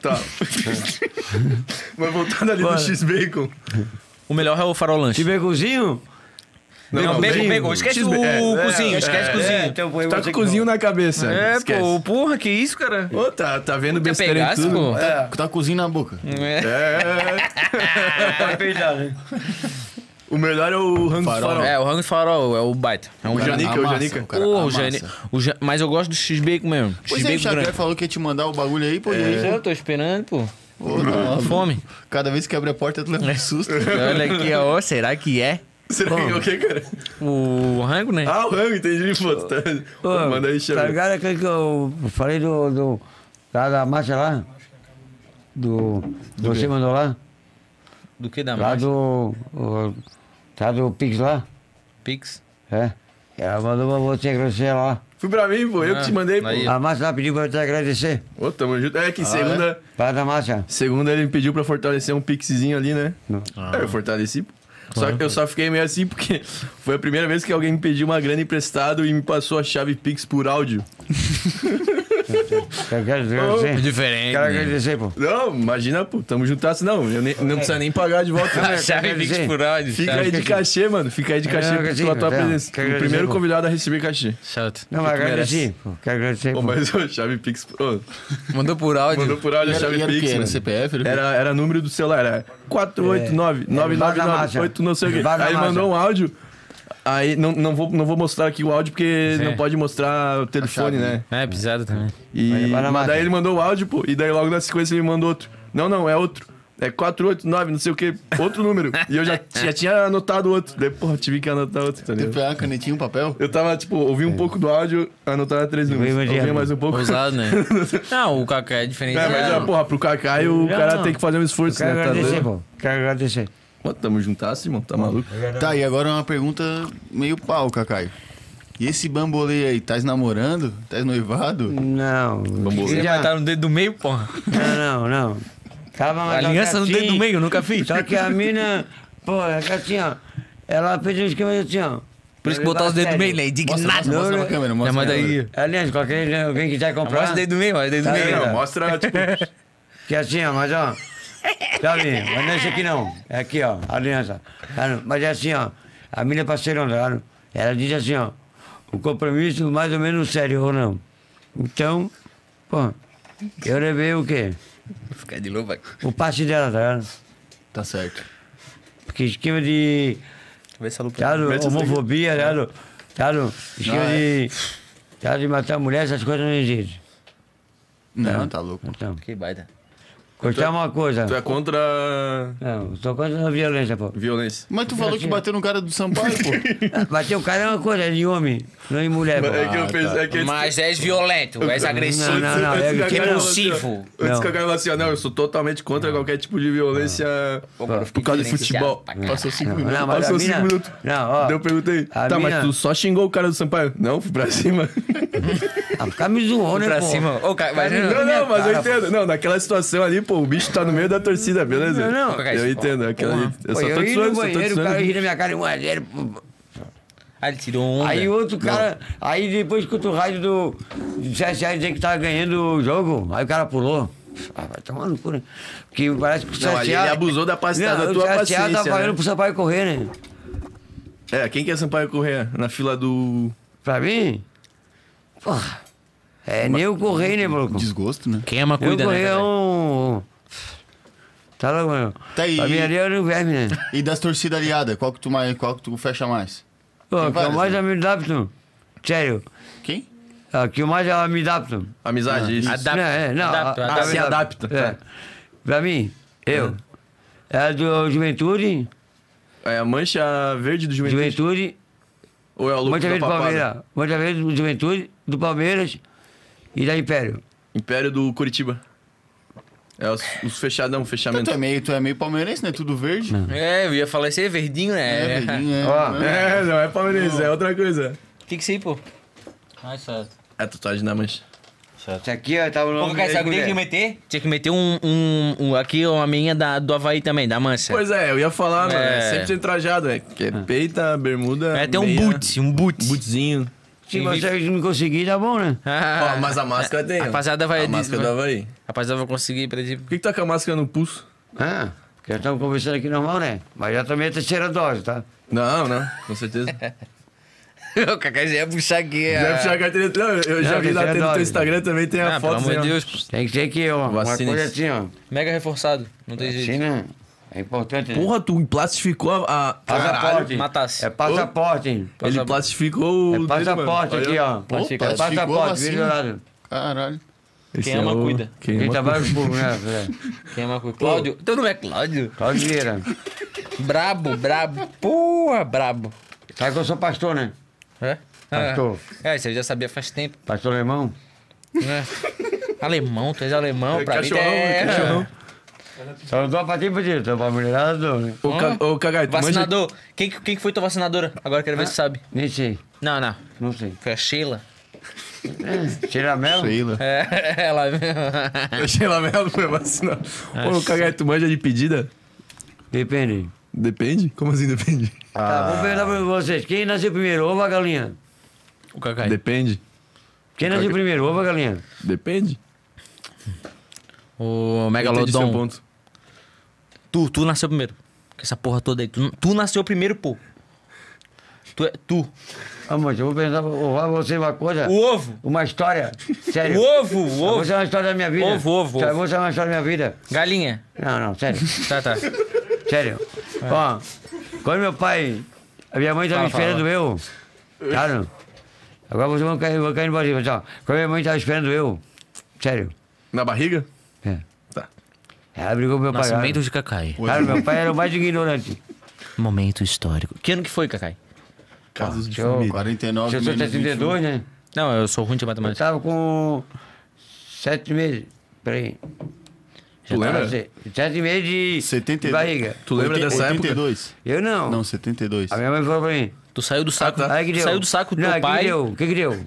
Speaker 2: Tá. Mas voltando ali
Speaker 4: Bora.
Speaker 2: no X-Bacon.
Speaker 3: O melhor é o farol lanche.
Speaker 4: De becozinho?
Speaker 2: bacon,
Speaker 3: Não, bacon, bacon. Esquece o
Speaker 2: é,
Speaker 3: cozinho, esquece
Speaker 1: É,
Speaker 3: o cozinho.
Speaker 1: um
Speaker 4: então,
Speaker 2: Tá com o cozinho na cabeça.
Speaker 3: É,
Speaker 2: esquece.
Speaker 3: pô, porra, que isso, cara?
Speaker 2: Ô, tá, tá vendo
Speaker 3: Puta
Speaker 2: besteira em
Speaker 3: pegasse,
Speaker 2: tudo.
Speaker 3: pô.
Speaker 1: É. Tá cozinha na boca.
Speaker 3: É.
Speaker 4: Vai peidar, né?
Speaker 2: O melhor é o rango
Speaker 1: Farol.
Speaker 2: farol.
Speaker 3: É, o rango de farol é o baita. É um
Speaker 1: cara
Speaker 2: Janica, é o
Speaker 1: amassa,
Speaker 2: Janica.
Speaker 1: cara
Speaker 3: Porra, o
Speaker 1: amassa.
Speaker 3: Jane, o Ja- mas eu gosto do X-Bacon mesmo.
Speaker 1: Pois é, o
Speaker 3: X-Bacon
Speaker 1: Xavier
Speaker 3: grande.
Speaker 1: falou que ia te mandar o bagulho aí, pô. e aí,
Speaker 2: É.
Speaker 3: Eu tô esperando, pô.
Speaker 1: pô, tá maluco.
Speaker 3: Fome.
Speaker 1: Cada vez que abre a porta, tu leva um susto.
Speaker 3: Olha aqui, ó. Será que é
Speaker 2: Será que é o quê, cara?
Speaker 3: o rango, né?
Speaker 2: Ah, o rango, entendi. Pô, tá... Ô, Manda aí,
Speaker 4: Tá
Speaker 2: chama.
Speaker 4: ligado aquele que eu falei do. do lá da marcha lá? Do. você mandou lá?
Speaker 3: Do que da
Speaker 4: Lá
Speaker 3: mais?
Speaker 4: do. O, tá do Pix lá?
Speaker 3: Pix.
Speaker 4: É. Ela mandou pra você agradecer lá.
Speaker 2: Fui pra mim, pô. Eu que te mandei, pô.
Speaker 3: aí.
Speaker 4: A Márcia lá pediu pra eu te agradecer.
Speaker 2: Ô, tamo junto. É que segunda...
Speaker 4: Lá da Márcia.
Speaker 2: Segunda ele me pediu pra fortalecer um pixzinho ali, né? É, eu fortaleci. pô. Só que eu só fiquei meio assim porque foi a primeira vez que alguém me pediu uma grana emprestado e me passou a chave Pix por áudio.
Speaker 4: Eu quero te agradecer.
Speaker 3: É Diferente.
Speaker 4: Quero agradecer, pô.
Speaker 2: Não, imagina, pô, tamo juntasso, não. Eu nem- não precisa nem pagar de volta. né?
Speaker 3: Chave Pix
Speaker 4: dizer.
Speaker 3: por áudio.
Speaker 2: Fica
Speaker 3: sabe?
Speaker 2: aí de cachê, mano. Fica aí de cachê
Speaker 4: É,
Speaker 2: pela
Speaker 4: sim,
Speaker 2: tua
Speaker 1: tá
Speaker 4: é.
Speaker 2: presença.
Speaker 4: Quero
Speaker 2: O primeiro
Speaker 4: agradecer, pô.
Speaker 2: convidado a receber cachê.
Speaker 3: Chato.
Speaker 4: Não, mas agradeci, pô. Quero agradecer,
Speaker 2: Pô,
Speaker 4: pô.
Speaker 2: mas o chave Pix. ô,
Speaker 3: Mandou por áudio.
Speaker 2: mandou por áudio a chave
Speaker 1: E era o quê?
Speaker 2: Pix,
Speaker 1: Era
Speaker 2: mano.
Speaker 1: CPF? Era... o quê?
Speaker 2: Era, era número do celular, era 489
Speaker 4: É,
Speaker 2: 9998 não sei o quê.
Speaker 4: Vaza
Speaker 2: Aí
Speaker 4: marcha.
Speaker 2: mandou um áudio. Aí não, não, vou, não vou mostrar aqui o áudio porque
Speaker 3: Sim.
Speaker 2: não pode mostrar o telefone, né?
Speaker 3: É, pisado também.
Speaker 2: E
Speaker 4: Vai na
Speaker 2: mas
Speaker 4: marcha.
Speaker 2: daí ele mandou o áudio, pô, e daí logo na sequência ele mandou outro. Não, não, é outro. É 489, não sei o quê, outro número. E eu já, já tinha anotado outro. Daí, porra, tive que anotar outro, tá
Speaker 1: Teve que
Speaker 2: ligado?
Speaker 1: pegar uma canetinha, um papel?
Speaker 2: Eu tava, tipo, ouvi
Speaker 4: É.
Speaker 2: um pouco do áudio, anotava três números.
Speaker 4: Vem,
Speaker 2: Ouvi
Speaker 4: Diego.
Speaker 2: mais um pouco.
Speaker 3: Ousado, né? Não, o Kaká é
Speaker 2: É,
Speaker 3: diferenciado.
Speaker 2: mas, ó, porra, pro Kaká o cara tem que fazer um esforço,
Speaker 4: Quero
Speaker 2: né? Tá
Speaker 4: agradecer,
Speaker 2: doido?
Speaker 4: pô. Quero agradecer.
Speaker 2: Pô, tamo juntasso, irmão, tá maluco?
Speaker 1: Tá, e agora uma pergunta meio pau, Cacaio. E esse bambolê aí, tás namorando? Tás noivado?
Speaker 4: Não.
Speaker 2: Vamos
Speaker 3: Você
Speaker 4: Já-
Speaker 3: vai estar no dedo do meio, porra.
Speaker 4: Não, não, não. Tava
Speaker 3: A
Speaker 4: mais
Speaker 3: aliança no dedo do meio, eu nunca fiz.
Speaker 4: Só que a mina, pô, é que assim, ó. Ela fez um esquema assim, ó.
Speaker 3: Por isso que botar os dedos do meio, né?
Speaker 1: Mostra,
Speaker 3: Indignado.
Speaker 1: mostra, mostra pra câmera, mostra
Speaker 3: Já
Speaker 1: pra
Speaker 3: manda
Speaker 1: câmera.
Speaker 3: aí.
Speaker 4: Aliás, qualquer alguém que quiser comprar.
Speaker 3: Mostra o dedo do meio, olha o dedo do
Speaker 4: Tá
Speaker 3: meio.
Speaker 4: vendo?
Speaker 2: Não, mostra, tipo,
Speaker 4: Que é assim, ó, mas ó. Sabe, mas não é isso aqui não. É aqui, ó, a aliança. Tá, não, Mas é assim, ó. A mina é parceirona, tá, não? ela diz assim, ó. O compromisso mais ou menos sério, ou não? Então, pô, eu levei o quê?
Speaker 3: Fica de novo aqui.
Speaker 4: O passe dela, tá ligado?
Speaker 1: Tá certo.
Speaker 4: Porque esquema de.
Speaker 3: Vê se a lupa.
Speaker 4: Tá, não,
Speaker 2: Mete essa
Speaker 4: homofobia, tá, não, tá, não, esquema
Speaker 1: Ah, é.
Speaker 4: de. Tá, de matar mulher, essas coisas não existem.
Speaker 1: Não, tá louco.
Speaker 4: Então,
Speaker 3: Que baita.
Speaker 4: cortar uma coisa.
Speaker 2: tu é contra
Speaker 4: Não, sou contra a violência, pô.
Speaker 2: violência.
Speaker 1: Mas tu falou que bateu no cara do Sampaio, pô.
Speaker 4: Bater o cara é uma coisa, é de homem, não de mulher.
Speaker 2: é que
Speaker 4: pô.
Speaker 2: eu pensei, é que antes-
Speaker 3: Mas és violento, és agressivo.
Speaker 4: Não, Ah, tá. não, é
Speaker 2: antes que
Speaker 4: que
Speaker 2: a
Speaker 4: é
Speaker 2: galera
Speaker 3: possível.
Speaker 2: falasse, ó, Antes
Speaker 4: Não. Ah.
Speaker 2: que a galera falasse, ó, não, eu sou totalmente contra qualquer tipo de violência por causa de futebol.
Speaker 1: Passou cinco
Speaker 4: Não,
Speaker 1: minutos.
Speaker 4: não, mas a
Speaker 2: Passou cinco
Speaker 4: mina-
Speaker 2: minutos.
Speaker 4: Não, ó.
Speaker 2: Daí eu perguntei,
Speaker 4: a
Speaker 2: tá, mas
Speaker 4: mina-
Speaker 2: tu só xingou o cara do Sampaio? Não, fui pra cima.
Speaker 4: Ah, ficar me zoando, né,
Speaker 3: Pra
Speaker 4: pô?
Speaker 3: cima. Ô, cara,
Speaker 2: Não, não, mas eu entendo. Não, naquela situação ali, pô, o bicho tá no meio da torcida, beleza?
Speaker 4: Não,
Speaker 3: não.
Speaker 2: Eu entendo, aquela ali. Eu
Speaker 4: Pô,
Speaker 2: só tô
Speaker 4: eu
Speaker 2: te
Speaker 4: ia
Speaker 2: zoando,
Speaker 4: no
Speaker 2: só tô te
Speaker 4: banheiro, o cara
Speaker 2: zoando.
Speaker 4: ri na minha cara, um a zero, pô.
Speaker 3: Aí ele tirou onda.
Speaker 4: Aí o outro cara, aí depois escuta o rádio do do CSA dizer que tava ganhando o jogo, aí o cara pulou. Ah, vai tomar no cu, né? Porque parece que o CSA...
Speaker 2: Não, ali ele abusou da paci- da
Speaker 4: Não,
Speaker 2: tua
Speaker 4: O CSA
Speaker 2: paciência,
Speaker 4: tá
Speaker 2: né?
Speaker 4: pagando pro Sampaio correr, né?
Speaker 2: É, quem que é Sampaio Correia? Na fila do...
Speaker 4: Pra mim, porra, é nem o correr, né, maluco?
Speaker 1: Desgosto, né?
Speaker 3: Quem ama,
Speaker 4: Eu
Speaker 3: cuida, né?
Speaker 4: corri é
Speaker 3: cara?
Speaker 4: um. Tá louco, meu?
Speaker 1: Tá aí.
Speaker 4: A minha ali era um verme, né?
Speaker 1: E das torcidas aliadas, qual que tu mais, qual que tu fecha mais?
Speaker 4: Pô, que eu
Speaker 1: várias,
Speaker 4: mais
Speaker 1: né?
Speaker 4: eu me adapto. Sério.
Speaker 1: Quem?
Speaker 4: A que eu mais eu me adapto.
Speaker 2: Amizade, isso.
Speaker 3: Adapta.
Speaker 4: Não, é, não.
Speaker 3: Adapto,
Speaker 4: a-
Speaker 3: adapto.
Speaker 4: a-
Speaker 2: Se
Speaker 4: eu me
Speaker 2: adapta,
Speaker 4: É. Pra mim, eu. É a do É Juventude.
Speaker 2: É a mancha verde do Juventude.
Speaker 4: Juventude,
Speaker 2: Ou é o lucro
Speaker 4: Mancha
Speaker 2: da
Speaker 4: Verde do
Speaker 2: papada?
Speaker 4: Palmeiras. Mancha Verde do Juventude, do Palmeiras e da Império.
Speaker 2: Império do Curitiba. É os, os fechadão,
Speaker 1: Então, tu,
Speaker 2: fechamento.
Speaker 1: é meio, tu é meio palmeirense, né? Tudo verde.
Speaker 3: É, eu ia falar isso aí, verdinho, né?
Speaker 1: É, verdinho, é.
Speaker 4: Ó,
Speaker 1: é.
Speaker 2: É, não é palmeirense, é outra coisa.
Speaker 3: O que que isso aí, pô?
Speaker 9: Ai, certo.
Speaker 2: É tatuagem da mancha.
Speaker 4: Isso aqui, ó, tá o
Speaker 3: Pô,
Speaker 4: nome
Speaker 3: cara, sabe o que tem que meter? Tinha que meter um, um, um- aqui uma minha da, do Havaí também, da Mancha.
Speaker 2: Pois é, eu ia falar, mano.
Speaker 3: É.
Speaker 2: É sempre tem trajado, é. Que é peita, bermuda.
Speaker 3: é, tem um
Speaker 2: meia,
Speaker 3: boot, um boot.
Speaker 2: Bootzinho.
Speaker 4: Se vocês não conseguirem, tá bom, né?
Speaker 3: Ah,
Speaker 2: Ó, mas a máscara tem. ó.
Speaker 3: rapaziada vai-
Speaker 2: A máscara dava aí.
Speaker 3: Rapaziada, eu vou conseguir pra ti.
Speaker 2: Por que, que tá com a máscara no pulso?
Speaker 4: Ah, já estamos conversando aqui normal, né? Mas já tomei a terceira dose, tá?
Speaker 2: Não, não, com certeza.
Speaker 3: o Cacá já ia puxar aqui.
Speaker 2: Já
Speaker 3: ah.
Speaker 2: puxou a carteira. Não, eu já
Speaker 4: Não,
Speaker 2: vi
Speaker 4: que
Speaker 2: lá
Speaker 4: isso é
Speaker 2: tem no
Speaker 4: dose.
Speaker 2: teu Instagram também, tem a
Speaker 3: Ah, pelo
Speaker 2: foto.
Speaker 3: amor
Speaker 2: assim, ó.
Speaker 3: de Deus.
Speaker 4: Tem que ser aqui, ó. Uma
Speaker 2: Vacina
Speaker 4: coisa
Speaker 2: isso.
Speaker 4: assim, ó.
Speaker 3: Mega reforçado. Não tem jeito.
Speaker 4: Vacina é importante. né?
Speaker 2: Porra, tu plastificou a. a-
Speaker 4: passaporte.
Speaker 3: matasse.
Speaker 4: É passaporte, hein?
Speaker 2: Ele
Speaker 3: Passa-
Speaker 2: plastificou o.
Speaker 4: É passaporte
Speaker 2: dedo, mano.
Speaker 4: aqui,
Speaker 2: Olha,
Speaker 4: ó.
Speaker 1: Opa,
Speaker 4: é
Speaker 1: ficou
Speaker 4: passaporte,
Speaker 1: vacina.
Speaker 4: vigilado.
Speaker 1: é. Caralho.
Speaker 2: esse
Speaker 3: ama,
Speaker 2: é o-
Speaker 3: cuida.
Speaker 2: Quem
Speaker 4: Quem
Speaker 2: ama,
Speaker 4: trabalha com o povo, né? velho?
Speaker 3: Quem é Marco? Cláudio. Teu nome é Cláudio?
Speaker 4: Cláudio Vieira.
Speaker 3: Brabo, brabo. Porra, brabo.
Speaker 4: Sabe que eu sou pastor, né?
Speaker 3: É?
Speaker 4: Pastor.
Speaker 3: É, isso eu já sabia faz tempo,
Speaker 4: Pastor alemão.
Speaker 3: né? alemão, tu és alemão,
Speaker 2: É
Speaker 3: pra mim.
Speaker 2: cachorrão,
Speaker 3: é-
Speaker 2: é cachorrão.
Speaker 4: Só não dou pra ti, pedido. Tô pra mulherada, dou, né?
Speaker 2: Ô, Ca- Ô, Cagai, tu manja...
Speaker 3: Hum. Vacinador. Quem, que- quem que foi tua vacinadora? Agora quero ver se sabe.
Speaker 4: Nem sei.
Speaker 3: Não, não.
Speaker 4: Não sei.
Speaker 3: Foi a Sheila.
Speaker 4: Cheira mel?
Speaker 1: Sei lá.
Speaker 3: É, ela
Speaker 2: A Sheila Mello foi vacinada. Ô, Cagai, tu manja de pedida?
Speaker 4: Depende.
Speaker 2: Depende? Como assim depende?
Speaker 3: Ah.
Speaker 4: Tá, vou perguntar pra vocês. Quem nasceu primeiro, ovo ou a galinha?
Speaker 3: O Cacai.
Speaker 2: Depende.
Speaker 4: Quem nasceu primeiro, ovo ou a galinha?
Speaker 2: Depende.
Speaker 3: O
Speaker 2: Entendi seu
Speaker 3: Megalodon.
Speaker 2: ponto.
Speaker 3: Tu, tu nasceu primeiro. Com essa porra toda aí. Tu, tu nasceu primeiro, pô. Tu é. Tu.
Speaker 4: Amor, Ah, eu vou perguntar pra vou falar pra vocês uma coisa.
Speaker 3: O ovo.
Speaker 4: Uma história.
Speaker 3: O
Speaker 4: Sério.
Speaker 3: ovo, o
Speaker 4: Eu vou
Speaker 3: ovo.
Speaker 4: ser uma história da minha vida.
Speaker 3: Ovo, ovo,
Speaker 4: Eu
Speaker 3: ovo.
Speaker 4: vou ser uma história da minha vida.
Speaker 3: Galinha.
Speaker 4: Não, não, sério.
Speaker 3: Tá, tá.
Speaker 4: Sério. Ó, quando meu pai. A minha mãe tava
Speaker 3: É. Fala, fala.
Speaker 4: esperando eu. Claro. Agora vocês vão cair, vão cair no barril, mas ó. Quando minha mãe tava esperando eu. Sério.
Speaker 2: Na barriga?
Speaker 4: É.
Speaker 2: Tá.
Speaker 4: Ela brigou com meu pai.
Speaker 3: Nascimento de Cacai.
Speaker 4: Claro, meu pai era o mais ignorante.
Speaker 3: Momento histórico. Que ano que foi, Cacai?
Speaker 2: Casos de
Speaker 4: eu-
Speaker 2: família.
Speaker 1: 49
Speaker 4: Se eu sou
Speaker 1: menos
Speaker 4: 72, né?
Speaker 3: Não, eu sou ruim de
Speaker 4: Eu
Speaker 3: matemática.
Speaker 4: tava com. Sete meses. Peraí.
Speaker 2: Tu lembra?
Speaker 4: Sete meses de.
Speaker 1: 72.
Speaker 4: de barriga.
Speaker 2: Tu lembra
Speaker 1: Oitenta-
Speaker 2: dessa época?
Speaker 1: 82.
Speaker 4: Eu não.
Speaker 1: Não, 72.
Speaker 4: A minha mãe falou pra mim.
Speaker 3: Tu saiu do saco.
Speaker 4: Aí que deu.
Speaker 3: Tá. Saiu do saco do
Speaker 4: Não,
Speaker 3: teu
Speaker 4: aí
Speaker 3: pai.
Speaker 4: Que deu, que que deu?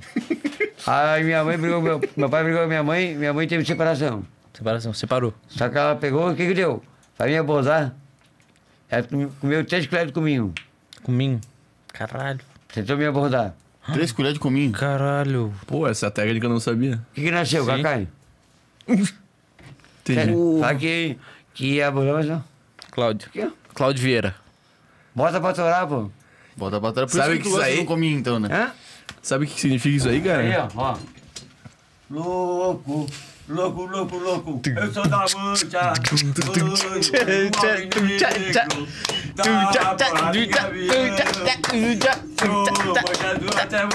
Speaker 4: Aí minha mãe brigou, com meu, meu pai brigou com minha mãe, minha mãe teve separação.
Speaker 3: Separação, separou.
Speaker 4: Só que ela pegou, o que que deu? Pra mim abusar, ela com- comeu três colheres de cominho.
Speaker 3: Comigo. Caralho.
Speaker 4: Tentou me abordar.
Speaker 1: Três colheres de cominho.
Speaker 3: Caralho.
Speaker 2: Pô, essa técnica eu não sabia.
Speaker 4: O que que nasceu,
Speaker 3: Sim.
Speaker 4: Cacai?
Speaker 2: Entendi.
Speaker 3: É.
Speaker 4: Só que, que abusou, mas não.
Speaker 3: Cláudio.
Speaker 4: Quê?
Speaker 3: Cláudio Vieira.
Speaker 4: Bota pra torar, pô.
Speaker 1: Bota pra trás. Por
Speaker 2: Sabe
Speaker 1: isso que
Speaker 2: que
Speaker 1: tu
Speaker 2: isso
Speaker 1: gosta
Speaker 2: aí-
Speaker 1: de um cominho, então,
Speaker 3: É,
Speaker 1: né?
Speaker 4: Hã?
Speaker 2: Sabe o que significa isso aí,
Speaker 4: Aí,
Speaker 2: cara?
Speaker 4: ó, ó. Louco, louco, louco, louco. Eu sou da mancha. é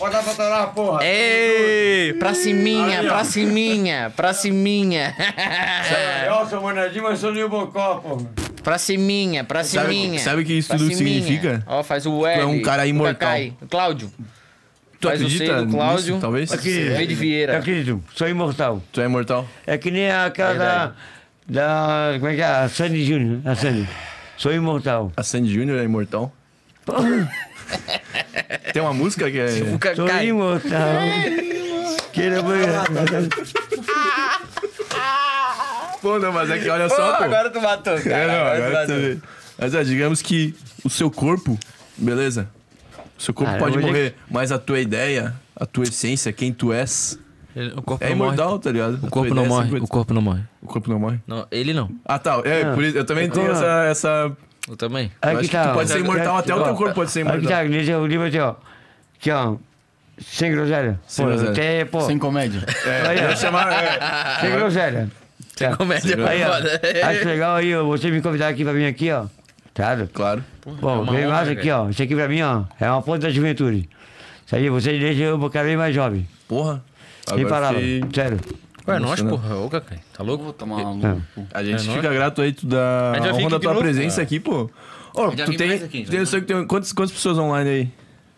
Speaker 4: Bota pra torar, porra.
Speaker 3: Ei, pra ciminha, pra ciminha, pra ciminha.
Speaker 4: Eu sou É, Manadinho, mas sou Nil Bocó, porra.
Speaker 3: Pra ciminha, pra
Speaker 2: Sabe-
Speaker 3: ciminha.
Speaker 2: sabe o que isso
Speaker 3: pra
Speaker 2: tudo
Speaker 3: ciminha.
Speaker 2: significa?
Speaker 3: Ó, faz o L.
Speaker 2: é um cara imortal.
Speaker 3: Cacai. Cláudio.
Speaker 2: Tu
Speaker 3: Faz o
Speaker 2: acredita
Speaker 3: seio do Cláudio.
Speaker 2: nisso, talvez?
Speaker 3: Rei de
Speaker 4: Eu
Speaker 3: Vieira.
Speaker 4: É, acredito, sou imortal.
Speaker 2: Tu é imortal?
Speaker 4: É que nem aquela da, da. Como é que é? A Sandy Júnior. A Sandy.
Speaker 3: É.
Speaker 4: Sou imortal.
Speaker 2: A Sandy Júnior é imortal? Tem uma música que
Speaker 3: O
Speaker 2: é...
Speaker 4: Sou
Speaker 3: Cacai.
Speaker 4: imortal. Queira banhar.
Speaker 2: Pô, não, mas é que olha só, pô.
Speaker 3: Agora tu matou, cara.
Speaker 2: É, não,
Speaker 3: agora tu
Speaker 2: agora tu
Speaker 3: matou.
Speaker 2: vê. Mas ó, digamos que o seu corpo, beleza? O seu corpo
Speaker 4: Ah,
Speaker 2: pode
Speaker 4: hoje-
Speaker 2: morrer, mas a tua ideia, a tua essência, quem tu és,
Speaker 3: O corpo
Speaker 2: é
Speaker 3: não morre.
Speaker 2: imortal, tá ligado?
Speaker 3: O corpo não morre. O
Speaker 2: O,
Speaker 3: corpo não morre.
Speaker 2: corpo não morre.
Speaker 3: Não, ele não.
Speaker 2: Ah, tá. É, por isso, eu também
Speaker 4: Eu tô-
Speaker 2: tenho essa. essa
Speaker 3: Eu também.
Speaker 2: eu
Speaker 4: Aqui
Speaker 2: acho que
Speaker 4: tá.
Speaker 2: tu
Speaker 4: ó.
Speaker 2: pode ser imortal,
Speaker 4: Aqui-
Speaker 2: até o teu
Speaker 4: ó.
Speaker 2: corpo pôde ser
Speaker 4: Aqui tá,
Speaker 2: imortal.
Speaker 4: nesse o livro aqui, ó. Aqui, ó. Sem groselha.
Speaker 2: Sem
Speaker 4: Pô,
Speaker 2: groselha.
Speaker 4: Até, pô.
Speaker 1: Sem comédia.
Speaker 4: Aí, ó.
Speaker 2: Chamar, é,
Speaker 4: Sem groselha. Tá.
Speaker 3: Comédia
Speaker 4: Aí,
Speaker 3: é foda.
Speaker 4: ó. Acho legal aí, ó, você me convidar aqui pra vir aqui, ó. Tá?
Speaker 2: claro.
Speaker 4: Bom,
Speaker 3: uma
Speaker 4: vem
Speaker 3: honra,
Speaker 4: mais aqui, ó. Isso aqui pra mim, ó, é uma ponta da juventude. Isso aí, vocês deixam eu cada vez mais jovem.
Speaker 2: Porra.
Speaker 4: Sem
Speaker 2: Agora
Speaker 4: palavra.
Speaker 2: fiquei-
Speaker 4: Sério.
Speaker 3: Ué, nós,
Speaker 2: né?
Speaker 3: porra. Ô, Cacai, tá louco?
Speaker 1: Vou tomar maluco.
Speaker 2: A gente
Speaker 3: É
Speaker 2: fica grato aí, tu dá
Speaker 3: A gente vai
Speaker 2: a
Speaker 3: vir
Speaker 2: honra da
Speaker 3: aqui de
Speaker 2: tua
Speaker 3: novo,
Speaker 2: presença
Speaker 3: cara.
Speaker 2: aqui, pô. Ô,
Speaker 10: já
Speaker 2: tu
Speaker 10: vem
Speaker 2: tem,
Speaker 10: mais aqui, já
Speaker 2: tu tem,
Speaker 10: vem
Speaker 2: eu sei que tem quantas, quantas pessoas online aí?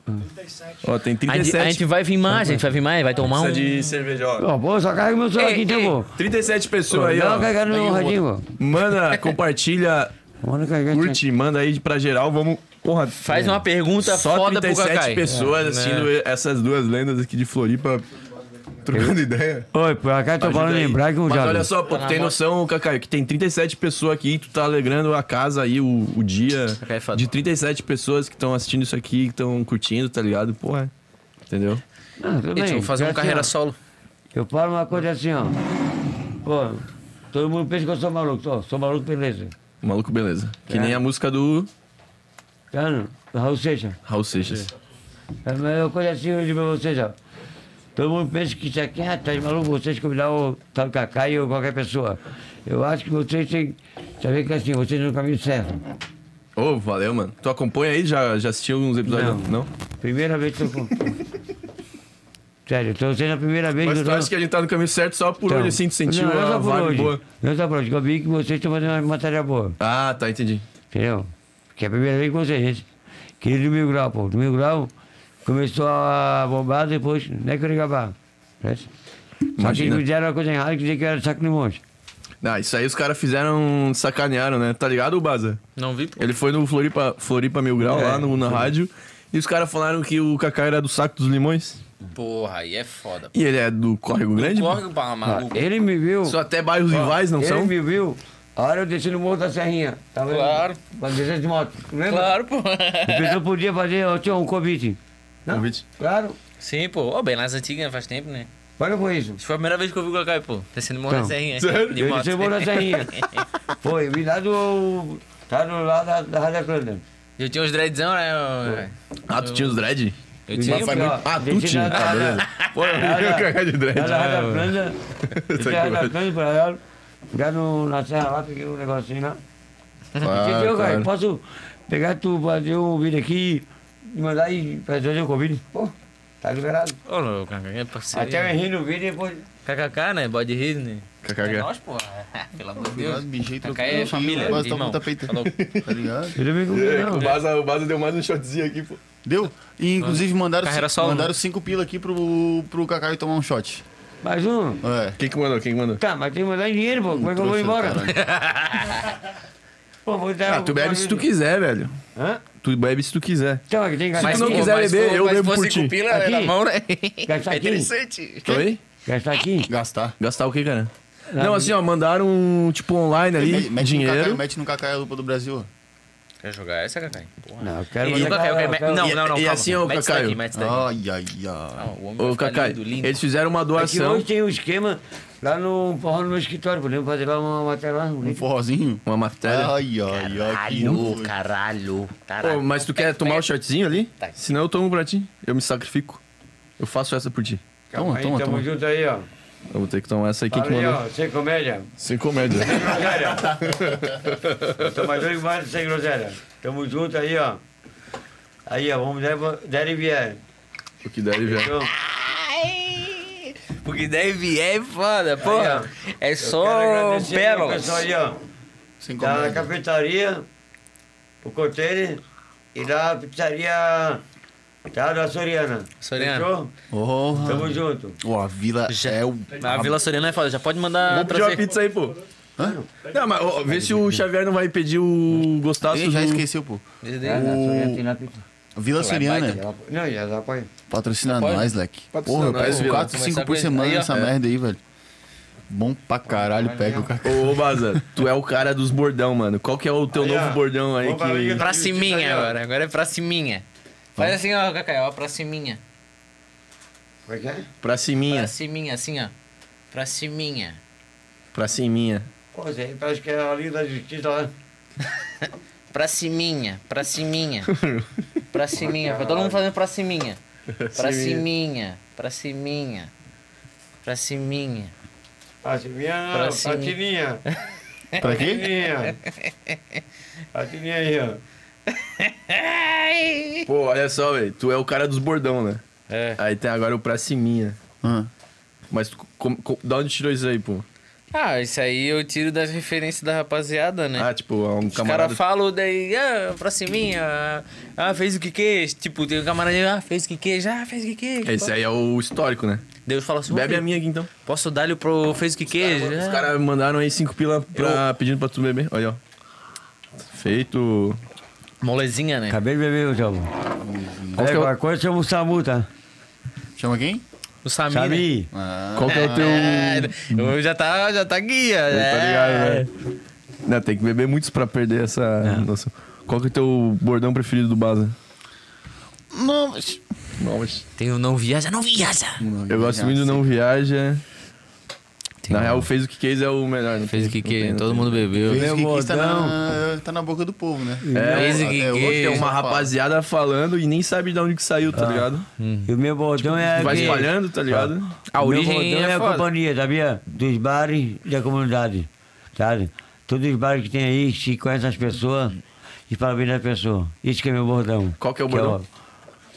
Speaker 2: 37. Ó, tem
Speaker 3: A gente,
Speaker 2: 37.
Speaker 3: a gente vai vir mais, a gente vai vir mais, vai tomar um.
Speaker 2: Precisa de cerveja, ó.
Speaker 4: Ó, pô, só carrega meu celular
Speaker 3: Ei,
Speaker 4: aqui, então,
Speaker 3: ei.
Speaker 4: pô.
Speaker 2: 37
Speaker 4: Pô,
Speaker 2: pessoas aí,
Speaker 4: Dá
Speaker 2: ó.
Speaker 4: uma carregada no
Speaker 2: Aí eu
Speaker 4: radinho,
Speaker 2: vou-
Speaker 4: pô.
Speaker 2: Manda, compartilha,
Speaker 4: Manda carregar.
Speaker 2: curte, manda aí pra geral. Vamos. Porra,
Speaker 3: Faz uma pergunta
Speaker 2: só
Speaker 3: foda pro
Speaker 2: 37
Speaker 3: Cacai.
Speaker 2: pessoas assistindo essas duas lendas aqui de Floripa. Trocando ideia.
Speaker 4: Oi, por acaso tô falando em Braga,
Speaker 2: Mas
Speaker 4: já.
Speaker 2: olha só, pô,
Speaker 3: Tá
Speaker 2: tu tem noção, Cacaio, que tem 37 pessoas aqui, tu tá alegrando a casa aí, o, o dia
Speaker 3: Cacai é foda.
Speaker 2: de 37 pessoas que estão assistindo isso aqui, que estão curtindo, tá ligado? Porra. Entendeu?
Speaker 4: Ah, tudo
Speaker 3: Gente,
Speaker 4: bem.
Speaker 3: vou fazer
Speaker 4: É
Speaker 3: uma
Speaker 4: assim, ó.
Speaker 3: carreira solo.
Speaker 4: Eu falo uma coisa assim, ó. Pô, todo mundo pensa que eu sou maluco. Ó, sou maluco, beleza.
Speaker 2: Maluco, beleza. Que
Speaker 4: É.
Speaker 2: nem a música do
Speaker 4: Tá, não? Raul Seixas.
Speaker 2: Raul Seixas.
Speaker 4: É a mesma coisa assim, eu digo pra vocês, ó. Todo mundo pensa que isso aqui, ah, tá de maluco vocês convidar o tal Cacai ou qualquer pessoa. Eu acho que vocês têm que saber que assim, vocês estão no caminho certo.
Speaker 2: Ô, valeu, mano. Tu acompanha aí? Já, já assistiu uns episódios? Não.
Speaker 4: Primeira vez que eu... con- Sério, então vocês é a primeira vez
Speaker 2: Mas
Speaker 4: que
Speaker 2: tu
Speaker 4: eu...
Speaker 2: acha que a gente tá no caminho certo só por
Speaker 4: Então,
Speaker 2: hoje, assim, tu sentiu
Speaker 4: não, não
Speaker 2: a
Speaker 4: só por
Speaker 2: vibe
Speaker 4: hoje.
Speaker 2: boa?
Speaker 4: Não só por hoje, que eu vi que vocês estão fazendo uma matéria boa,
Speaker 2: Ah, tá, entendi.
Speaker 4: entendeu? Que é a primeira vez que vocês. Querido Mil Grau, pô. Do Mil Grau começou a bombar depois, né, Curigabá. Certo? Só que eles
Speaker 2: Imagina.
Speaker 4: me deram uma coisa errada que dizia que eu era saco de monte.
Speaker 2: Ah, isso aí os caras fizeram, sacanearam, né? Tá ligado, Baza?
Speaker 3: Não vi, pô.
Speaker 2: Ele foi no Floripa, Floripa Mil Grau,
Speaker 4: É,
Speaker 2: lá no, na rádio, e os caras falaram que o Kaká era do Saco dos Limões.
Speaker 3: Porra, aí é foda.
Speaker 2: E ele é do Córrego Grande? pô.
Speaker 3: Corre, pá, maluco.
Speaker 4: Ele me viu.
Speaker 2: São até bairros rivais, não
Speaker 4: ele
Speaker 2: são?
Speaker 4: me viu. A hora eu desci no morro da Serrinha. tá Tava
Speaker 3: Claro.
Speaker 4: Quando descer de moto. Lembra?
Speaker 3: Claro, pô.
Speaker 4: O pessoal podia fazer ó, tinha um convite. Não?
Speaker 2: Convite.
Speaker 4: Claro.
Speaker 3: Sim, pô. Ô, bem nas antigas faz tempo, né?
Speaker 4: Olha por isso.
Speaker 3: Isso foi a primeira vez que eu vi o Cacai, pô. Tá Descendo morro na
Speaker 4: Então,
Speaker 3: serrinha. é. De
Speaker 4: Eu
Speaker 3: moto.
Speaker 4: desci no morro da Serrinha. Foi, vim lá do. Tá do lado da, da Rádio Atlântica.
Speaker 3: Eu tinha uns dreadzão, né? Eu,
Speaker 2: Ah, tu tinha os dread?
Speaker 3: eu tinha.
Speaker 4: Mas
Speaker 2: Faz
Speaker 4: ó,
Speaker 2: muito- Ah, tu
Speaker 4: deixa
Speaker 2: tinha.
Speaker 4: na-
Speaker 2: Ah,
Speaker 4: na-
Speaker 2: beleza. Pô, eu
Speaker 4: na-
Speaker 2: vi o Kaká é de dread.
Speaker 4: Lá da Rádio
Speaker 2: Ah,
Speaker 4: Atlântica.
Speaker 2: Tá
Speaker 4: Lá da Rádio
Speaker 2: claro.
Speaker 4: Atlântica, pra lá. Já no, na serra lá, peguei um negocinho lá. Entendeu, cara?
Speaker 2: Ah, claro.
Speaker 4: Posso pegar tu, fazer um vídeo aqui e mandar e fazer o convite? Pô, tá liberado.
Speaker 3: Ô, louco, Cacai, é parceiro.
Speaker 4: Até eu rir no vídeo e depois.
Speaker 3: KKK, né? Body Disney.
Speaker 2: Kaká.
Speaker 3: É nós, pô. Pelo amor de Deus.
Speaker 1: Cuidado, bicho, aí
Speaker 3: Cacá
Speaker 1: trocando
Speaker 3: é
Speaker 1: o
Speaker 3: família,
Speaker 1: Quase
Speaker 3: irmão.
Speaker 1: tomou um tapete.
Speaker 3: Tá louco.
Speaker 1: Tá ligado?
Speaker 4: Eu também não.
Speaker 2: O né? Baza, o Baza deu mais um shotzinho aqui, pô.
Speaker 1: Deu? E inclusive mandaram,
Speaker 3: Carreira
Speaker 1: cinco,
Speaker 3: solo, né?
Speaker 1: mandaram cinco pila aqui pro, pro Cacau tomar um shot.
Speaker 4: Mais um.
Speaker 1: É.
Speaker 2: Quem que mandou? Quem que mandou?
Speaker 4: Tá, mas tem que mandar em dinheiro, pô. Como é que eu vou
Speaker 1: Trouxa do
Speaker 4: embora?
Speaker 1: caralho.
Speaker 4: Pô, vou dar
Speaker 2: Ah, tu bebe se tu quiser, velho.
Speaker 4: É, Hã?
Speaker 2: Tu bebe se tu quiser.
Speaker 4: Então, aqui tem que gastar
Speaker 2: tu não
Speaker 4: aqui.
Speaker 2: quiser beber, eu bebo por
Speaker 3: Mas se
Speaker 2: ti.
Speaker 3: fosse com pila né, na
Speaker 4: Aqui.
Speaker 3: mão, né?
Speaker 4: Gastar
Speaker 3: É
Speaker 4: aqui.
Speaker 3: interessante.
Speaker 2: Oi?
Speaker 4: Gastar aqui.
Speaker 1: Gastar.
Speaker 2: Gastar o quê, cara? Não, assim, ó, mandaram, tipo, online ali,
Speaker 1: Me- mete um No Cacau,
Speaker 2: dinheiro.
Speaker 1: mete no Cacau a lupa do Brasil.
Speaker 3: Quer jogar essa, Cacai? Porra.
Speaker 4: Não, eu quero
Speaker 3: E o Cacai,
Speaker 4: mandar.
Speaker 3: o Cacai-
Speaker 4: Não,
Speaker 3: Não,
Speaker 2: E-
Speaker 3: não, não.
Speaker 2: e
Speaker 3: calma.
Speaker 2: assim, ô,
Speaker 3: Mete isso
Speaker 2: Cacai,
Speaker 3: daqui, mete isso daqui.
Speaker 1: Ai, ai, ai.
Speaker 3: Não, o homem
Speaker 2: Ô,
Speaker 3: vai ficar
Speaker 2: Cacai,
Speaker 3: lindo, lindo.
Speaker 2: eles fizeram uma
Speaker 4: É que
Speaker 2: doação,
Speaker 4: hoje tem um esquema lá no porra no meu escritório. Podemos fazer lá uma matéria lá.
Speaker 1: Um forrozinho?
Speaker 2: uma matéria.
Speaker 1: Ai, ai, ai. que nojo.
Speaker 3: Caralho, caralho.
Speaker 2: Ô,
Speaker 3: Caralho.
Speaker 2: mas tu quer tomar o shotzinho ali?
Speaker 3: Tá.
Speaker 2: Senão eu tomo pra ti. Eu me sacrifico. Eu faço essa por ti.
Speaker 1: Toma,
Speaker 4: Aí,
Speaker 1: toma,
Speaker 4: tamo
Speaker 1: toma.
Speaker 4: junto aí, ó.
Speaker 2: Eu vou ter que tomar essa aí. Quem
Speaker 4: Fala
Speaker 2: que
Speaker 4: aí,
Speaker 2: mandou?
Speaker 4: ó. Sem comédia.
Speaker 2: Sem comédia.
Speaker 4: groselha. Tomador de vários sem groselha. Tamo junto aí, ó. Aí, ó. Vamos der, der e vier.
Speaker 2: o que der, velho.
Speaker 4: Então,
Speaker 3: Ai, Porque deve é foda, porra. É
Speaker 4: quero
Speaker 3: só
Speaker 4: agradecer aí ao
Speaker 3: pérolas.
Speaker 4: pessoal aí, ó.
Speaker 1: Sem
Speaker 4: Da
Speaker 1: comédia.
Speaker 4: cafetaria, o coteiro e da pizzaria tá, da Soriana.
Speaker 3: Soriana.
Speaker 4: Fechou?
Speaker 1: Porra.
Speaker 4: Tamo junto.
Speaker 1: Ó, a vila é o...
Speaker 3: A Então, Vila Soriana é foda, já pode mandar
Speaker 2: Vou pedir uma
Speaker 3: trazer.
Speaker 2: pizza Ah, aí, pô.
Speaker 1: Hã?
Speaker 2: Não, mas ó, vê se o Xavier não vai pedir o Gostaço
Speaker 1: Ei, já
Speaker 2: do-
Speaker 1: esqueceu, pô.
Speaker 2: É, né?
Speaker 1: Vila Soriana,
Speaker 4: Não, já dá pra ir.
Speaker 1: patrocina
Speaker 3: Pode?
Speaker 1: nós, leque.
Speaker 2: Patrocina
Speaker 1: Porra, eu
Speaker 2: nós,
Speaker 1: pego
Speaker 2: Vila.
Speaker 1: 4, 5 por
Speaker 3: Começar com
Speaker 1: semana
Speaker 3: ele. Aí, ó.
Speaker 1: nessa
Speaker 3: É.
Speaker 1: merda aí, velho. Bom pra caralho, pega o Cacau.
Speaker 2: Ô, ô, Baza, tu é o cara dos bordão, mano. Qual que é o teu
Speaker 4: Aí,
Speaker 2: novo
Speaker 4: ó.
Speaker 2: bordão aí
Speaker 4: Vamos pra
Speaker 2: que...
Speaker 4: liga.
Speaker 3: É Pra ciminha agora, agora é pra ciminha. Faz assim, ó, Cacai, ó, pra ciminha.
Speaker 4: Como é que é?
Speaker 2: Pra ciminha.
Speaker 3: Pra ciminha, assim, ó. Pra ciminha.
Speaker 2: Pra ciminha.
Speaker 4: Pô, isso aí parece que é a linha da justiça lá.
Speaker 3: Pra ciminha, pra ciminha. Pra ciminha, foi todo mundo fazendo pra ciminha. Pra ciminha, pra ciminha. Pra ciminha.
Speaker 4: A Silvinha,
Speaker 3: Pra
Speaker 4: a
Speaker 3: cima.
Speaker 4: Tininha.
Speaker 1: Pra
Speaker 4: A
Speaker 1: quê?
Speaker 4: Tininha. A Tininha aí, ó.
Speaker 3: Ai!
Speaker 2: Pô, olha só, velho. Tu é o cara dos bordão, né?
Speaker 3: É.
Speaker 1: Ah,
Speaker 2: Aí tem agora o pra ciminha.
Speaker 1: Hã?
Speaker 2: Mas tu, como- co- da onde tirou isso aí, pô?
Speaker 3: Ah, isso aí eu tiro das referências da rapaziada, né?
Speaker 2: Ah, tipo, um
Speaker 3: Os caras
Speaker 2: camarada...
Speaker 3: falam daí, ah, proximinha, ah, fez o que quis. Tipo, tem um camarada, ah, fez o que quis, ah, fez o que quis.
Speaker 2: Esse aí é o histórico, né?
Speaker 3: Deus fala assim,
Speaker 2: Bebe
Speaker 3: "Ô,
Speaker 2: a minha aqui, então.
Speaker 3: posso dar-lhe pro fez o que quis?
Speaker 2: Os
Speaker 3: Ah.
Speaker 2: caras mandaram aí cinco pila pra- pedindo pra tu beber. Olha, ó. Feito.
Speaker 3: Molezinha, né?
Speaker 4: Acabei de beber, eu chamo.
Speaker 2: Qual que é o-
Speaker 4: Qualquer coisa chama o Samu, tá?
Speaker 1: Chama quem?
Speaker 3: O Samir. né?
Speaker 4: Sami.
Speaker 1: Ah,
Speaker 2: Qual que é o teu.
Speaker 3: É, eu já tá, já tá guia,
Speaker 2: Tá
Speaker 3: né?
Speaker 2: ligado, né? Não, tem que beber muitos pra perder essa noção. Qual que é o teu bordão preferido do Baza?
Speaker 1: Não, mas...
Speaker 3: Tem o não viaja, não viaja.
Speaker 2: Eu gosto muito do
Speaker 3: é.
Speaker 2: Não Viaja. Na real, o Fez o que quis é o melhor. não
Speaker 3: Fez um o
Speaker 2: tem-
Speaker 3: que
Speaker 2: não tem,
Speaker 3: quis,
Speaker 2: não
Speaker 3: todo
Speaker 2: tem.
Speaker 3: mundo bebeu.
Speaker 1: Fez o que quis, tá
Speaker 2: Bordão.
Speaker 1: na, tá na boca do povo, né?
Speaker 3: Fez o que
Speaker 1: até hoje
Speaker 3: quis.
Speaker 2: Tem É, uma
Speaker 1: Só fala.
Speaker 2: rapaziada falando e nem sabe de onde que saiu,
Speaker 3: Ah.
Speaker 2: tá ligado?
Speaker 4: E o meu bordão é.
Speaker 2: Vai
Speaker 4: que-
Speaker 2: espalhando, tá ligado?
Speaker 3: A
Speaker 4: meu
Speaker 3: origem
Speaker 4: bordão é,
Speaker 3: é
Speaker 4: a
Speaker 3: foda.
Speaker 4: companhia, sabia? Dos bares e da comunidade, sabe? Todos os bares que tem aí, que conhecem as pessoas e parabéns as pessoas. Isso que é meu bordão.
Speaker 2: Qual que é o bordão?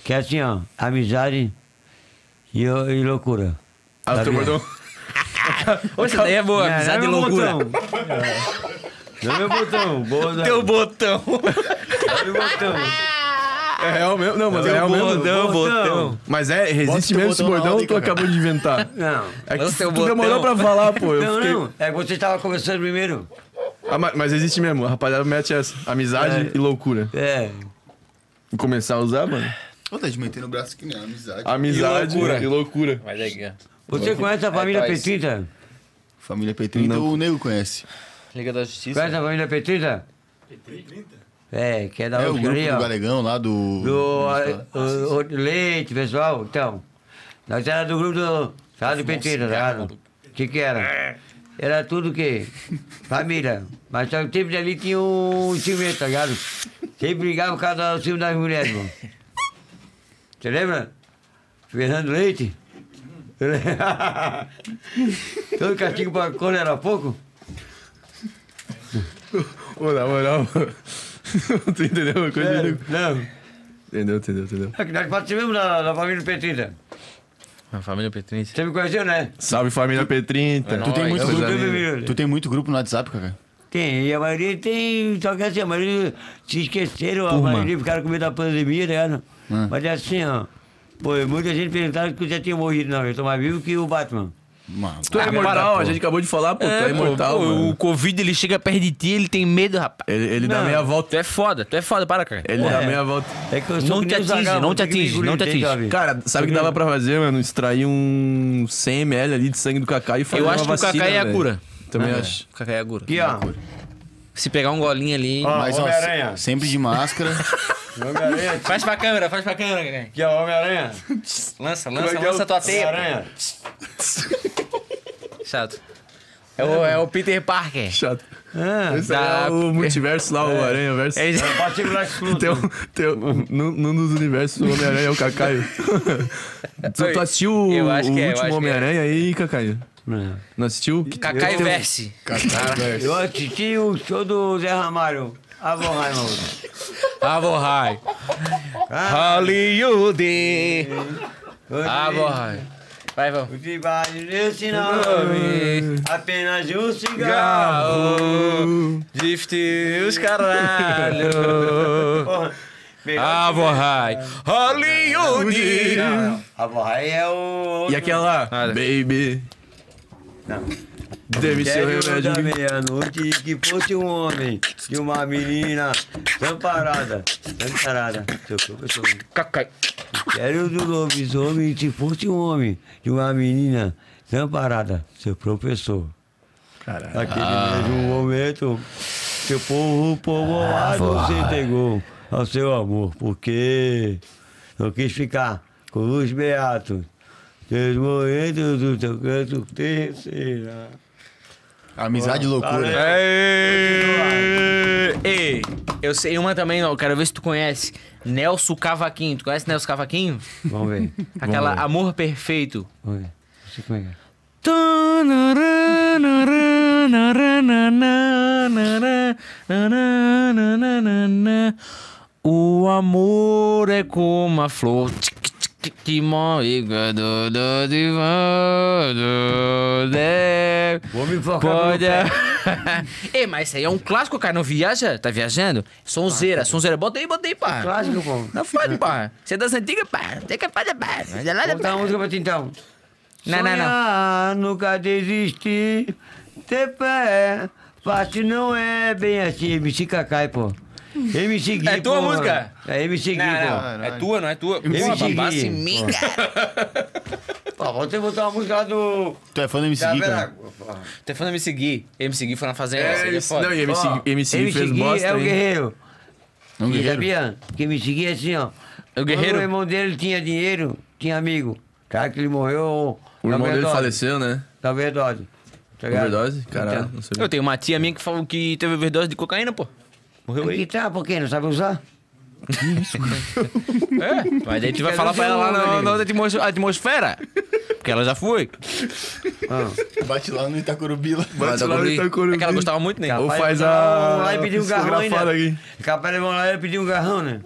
Speaker 4: Que é, assim, ó, amizade e, e loucura.
Speaker 2: Ah, o teu
Speaker 3: Tá
Speaker 4: Sabia?
Speaker 2: bordão.
Speaker 3: Hoje daí é boa,
Speaker 4: Não,
Speaker 3: amizade e
Speaker 4: não é meu
Speaker 3: loucura.
Speaker 4: botão. Não é meu botão, bordão.
Speaker 3: Teu botão.
Speaker 4: É meu botão.
Speaker 2: É real mesmo? Não, mas é real mesmo.
Speaker 3: Bordão, botão.
Speaker 2: Mas é, resiste
Speaker 1: teu
Speaker 2: mesmo
Speaker 1: botão
Speaker 2: esse
Speaker 1: na
Speaker 2: bordão ou
Speaker 1: aldeia,
Speaker 2: tu
Speaker 1: cara.
Speaker 2: acabou de inventar?
Speaker 4: Não.
Speaker 2: É que
Speaker 3: Lança
Speaker 2: tu
Speaker 3: teu botão.
Speaker 2: demorou pra falar, pô. Eu
Speaker 4: Não,
Speaker 2: fiquei...
Speaker 4: não. É que você estava conversando primeiro.
Speaker 2: Ah, mas, mas existe mesmo. A rapaziada mete essa. Amizade
Speaker 4: É.
Speaker 2: e loucura.
Speaker 4: É.
Speaker 2: Vou começar a usar, mano.
Speaker 1: Pô, tá de meter no braço que nem amizade.
Speaker 2: Amizade e loucura.
Speaker 3: Mas aqui, ó.
Speaker 4: Você conhece a família
Speaker 3: tá, isso.
Speaker 4: Petrita?
Speaker 1: Família P30 o Nego conhece.
Speaker 3: Liga da Justiça.
Speaker 4: Conhece a família Petrita? É, que é da
Speaker 1: É o
Speaker 4: Usca
Speaker 1: grupo
Speaker 4: ali,
Speaker 1: do
Speaker 4: ó.
Speaker 1: Galegão lá do...
Speaker 4: Do ah, o- o- Leite, pessoal, então. Nós era do grupo do. Sabe, do Petrita, tá ligado? O que que era? Era tudo o quê? Família. Mas só que sempre ali tinha um cimento, tá ligado? Sempre brigava por causa do cima das mulheres, mano. Você lembra? Fernando Leite? Todo castigo pra cor era pouco?
Speaker 2: Ô, na moral, tu entendeu uma coisa?
Speaker 4: É,
Speaker 2: Entendeu,
Speaker 4: não.
Speaker 2: entendeu, entendeu. entendeu.
Speaker 4: É que nós participamos da, da família Petrita.
Speaker 3: A
Speaker 2: é
Speaker 3: família Petrinha.
Speaker 4: Você me conheceu, né?
Speaker 2: Salve família Então, P30.
Speaker 3: Tu tem muito
Speaker 4: Eu
Speaker 2: Coisa
Speaker 4: fui
Speaker 2: linda.
Speaker 4: primeiro.
Speaker 1: Tu tem muito grupo no WhatsApp, cara?
Speaker 4: Tem, e a maioria tem, só que assim, a maioria se esqueceram, a maioria ficaram com medo da pandemia, né? cara?
Speaker 1: Hum.
Speaker 4: Mas é assim, ó. Pô, muita gente perguntava que eu já tinha morrido, não. Eu tô mais vivo que o Batman.
Speaker 1: Mano,
Speaker 2: Tu
Speaker 3: Ah,
Speaker 2: é imortal, a gente acabou de falar, pô. tu é imortal, mano.
Speaker 3: o Covid ele chega perto de ti, ele tem medo, rapaz.
Speaker 2: Ele, ele dá meia volta.
Speaker 3: Tu é foda, tu é foda, para, cara.
Speaker 2: Ele dá meia volta.
Speaker 4: É que eu
Speaker 3: Não
Speaker 4: que
Speaker 3: te
Speaker 4: nem o
Speaker 3: atinge,
Speaker 4: Zagal,
Speaker 3: não te
Speaker 4: tem que me
Speaker 3: atinge,
Speaker 4: engolir,
Speaker 3: não te
Speaker 4: tem,
Speaker 3: atinge.
Speaker 4: sabe?
Speaker 2: Cara, sabe o que dava pra fazer, mano? Extrair um 100ml ali de sangue do Cacá e fazer
Speaker 3: Eu acho
Speaker 2: uma
Speaker 3: que o Kaká
Speaker 2: vacina,
Speaker 3: é a
Speaker 2: velho.
Speaker 3: cura.
Speaker 2: Também acho.
Speaker 3: O Kaká é a cura.
Speaker 4: Aqui, ó.
Speaker 3: Se pegar um golinho ali.
Speaker 4: Ó,
Speaker 1: Mas, ó,
Speaker 4: Homem-Aranha.
Speaker 1: se- sempre de máscara.
Speaker 4: Homem-Aranha.
Speaker 3: Faz pra câmera, faz pra câmera, cara.
Speaker 4: Aqui, ó, Homem-Aranha.
Speaker 3: Lança,
Speaker 2: é
Speaker 3: lança,
Speaker 2: que é
Speaker 3: lança
Speaker 2: o-
Speaker 3: tua teia.
Speaker 4: Homem-Aranha.
Speaker 3: pô. Chato. É o, é o Peter Parker.
Speaker 2: Chato.
Speaker 4: Ah,
Speaker 2: Esse aí é
Speaker 3: Dá-
Speaker 2: o multiverso lá, o Aranha Verso.
Speaker 3: É isso.
Speaker 4: partiu lá exclusivo.
Speaker 2: Tem um, tem um- num, num dos universos, o Homem-Aranha é o Cacaio. tu, tu assistiu o,
Speaker 3: Eu acho que
Speaker 2: o
Speaker 3: é, eu acho que
Speaker 2: último
Speaker 3: é.
Speaker 2: Homem-Aranha aí, Cacaio?
Speaker 3: um-
Speaker 2: Não assistiu?
Speaker 3: Kaká e Verse.
Speaker 4: É. Eu assisti o show do Zé Ramalho. Ah, bom, Raimundo.
Speaker 3: Avorrai. Hollywood. Avorrai. Vai, vamos.
Speaker 4: O de baile nesse nome, apenas um cigarro.
Speaker 3: Cigarro, gifte os caralho. Ah,
Speaker 4: Melhor
Speaker 3: Avorrai, Hollywood.
Speaker 4: A borra é o.
Speaker 2: E aquela,
Speaker 3: Ah,
Speaker 2: baby.
Speaker 4: Não.
Speaker 2: Dê-me seu
Speaker 4: Quero da
Speaker 2: remédio.
Speaker 4: meia-noite que fosse um homem de uma menina amparada, amparada. Seu corpo, seu corpo.
Speaker 3: Cacai.
Speaker 4: Quero do lobisomem se fosse um homem de uma menina amparada, seu professor. Caralho. Naquele mesmo momento, seu povo povoado se entregou ao seu amor, porque não quis ficar com os beatos. Deus morrendo do teu canto terceira.
Speaker 1: Amizade e loucura.
Speaker 3: tá Ei, É. eu sei uma também, ó, quero ver se tu conhece. Nelson Cavaquinho. Tu conhece Nelson Cavaquinho?
Speaker 4: Vamos ver.
Speaker 3: Aquela Amor Perfeito.
Speaker 4: Vamos ver. Não sei como é que é.
Speaker 3: O amor é como a flor. Tic, tic, tic. Timão e do do do de.
Speaker 4: Vou me focar no
Speaker 3: É, Pode.
Speaker 4: pé.
Speaker 3: Ei, mas isso aí é um clássico, cara. Não viaja? Tá viajando? Sonzeira, sonzeira. Bota aí, bota aí, pá.
Speaker 4: Clássico, pô.
Speaker 3: Não pode, pá. Você é das antigas, pá. Tem que fazer, pá. Olha lá,
Speaker 4: Vou botar uma
Speaker 3: pá.
Speaker 4: música pra ti então.
Speaker 3: Não, não, não.
Speaker 4: Sonhar, nunca desistir, ter fé. Fácil não é bem assim, MC Cacai, pô. MC Gui,
Speaker 3: É tua
Speaker 4: pô.
Speaker 3: música?
Speaker 4: É MC Gui, pô.
Speaker 3: Não, não. É tua, não é tua?
Speaker 4: me
Speaker 3: Pô,
Speaker 4: segui.
Speaker 3: babasse em mim, cara.
Speaker 4: Pô, vou ter que botar uma música lá do...
Speaker 1: Tu é fã do MC
Speaker 4: Da
Speaker 1: Gui,
Speaker 4: Vera...
Speaker 1: cara?
Speaker 4: pô.
Speaker 3: Tá falando me seguir. Ele me seguir foi na fazenda.
Speaker 2: É,
Speaker 3: seria
Speaker 2: MC-
Speaker 3: foda.
Speaker 2: não, e MC,
Speaker 4: Ó,
Speaker 2: MC, fez
Speaker 4: Gui
Speaker 2: bosta.
Speaker 4: é o
Speaker 2: hein?
Speaker 4: guerreiro.
Speaker 1: É um
Speaker 4: E
Speaker 1: guerreiro?
Speaker 4: sabia que MC Gui é assim, ó.
Speaker 3: É o guerreiro?
Speaker 4: Quando o irmão dele tinha dinheiro, tinha amigo. Tá, que ele morreu...
Speaker 2: O
Speaker 4: da
Speaker 2: irmão dele
Speaker 4: overdose,
Speaker 2: faleceu, né?
Speaker 4: Da overdose. Tá ligado?
Speaker 2: Overdose? Caralho,
Speaker 4: Então.
Speaker 2: não sabia.
Speaker 3: Eu tenho uma tia minha que falou que teve overdose de cocaína, pô. Morreu
Speaker 4: Tem que
Speaker 3: aí.
Speaker 4: tá, por quê? Não sabe usar?
Speaker 3: É, mas a gente vai
Speaker 4: Quer
Speaker 3: falar
Speaker 4: dizer,
Speaker 3: pra ela lá
Speaker 4: não,
Speaker 3: na, na
Speaker 4: né?
Speaker 3: outra atmos- atmosfera. Porque ela já foi.
Speaker 1: Bate lá no Itacorubila.
Speaker 2: Bate lá no
Speaker 3: É que ela gostava muito, né?
Speaker 2: Ou
Speaker 4: Capaz
Speaker 2: faz
Speaker 4: de levar
Speaker 2: a-
Speaker 4: um Lá e pedir um garrão ainda.
Speaker 2: psicografada aqui.
Speaker 4: Capaz de levar um lá e pedir um garrão, né?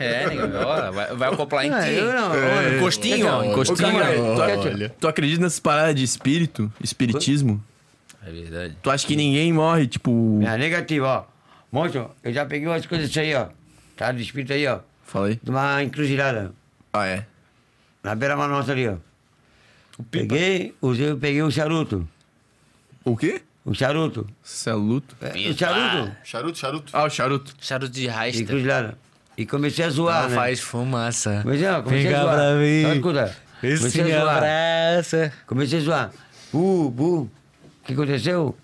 Speaker 3: É, né? ó, Vai, vai acoplar em
Speaker 4: Ah,
Speaker 3: ti.
Speaker 4: eu não.
Speaker 3: Olha, Encostinho, ó.
Speaker 2: Ô,
Speaker 3: Encostinho.
Speaker 2: cara,
Speaker 1: Olha.
Speaker 2: tu, ac- tu acredita nessas paradas de espírito? Espiritismo?
Speaker 3: É verdade.
Speaker 2: Tu acha que ninguém morre, tipo.
Speaker 4: Ah, negativo, ó. Monstro, eu já peguei umas coisas disso aí, ó. Tá do espírito aí, ó.
Speaker 2: Fala aí.
Speaker 4: De uma encruzilhada.
Speaker 2: Ah, é.
Speaker 4: Na beira da nossa ali, ó. Peguei, usei, peguei um charuto.
Speaker 2: O quê?
Speaker 4: Um charuto.
Speaker 2: Celuto.
Speaker 4: É, Um charuto.
Speaker 1: Charuto, charuto.
Speaker 2: Ah, o charuto.
Speaker 3: Charuto de
Speaker 4: E
Speaker 3: rasta.
Speaker 4: encruzilhada. E comecei a zoar,
Speaker 3: Ela
Speaker 4: né?
Speaker 3: faz fumaça.
Speaker 4: Comecei, ó, comecei
Speaker 3: Fica
Speaker 4: a zoar.
Speaker 3: pra mim.
Speaker 4: Então, escuta.
Speaker 3: Esse é
Speaker 4: Comecei
Speaker 3: me
Speaker 4: a zoar.
Speaker 3: abraça.
Speaker 4: Comecei a zoar. Bu, bu. O que aconteceu?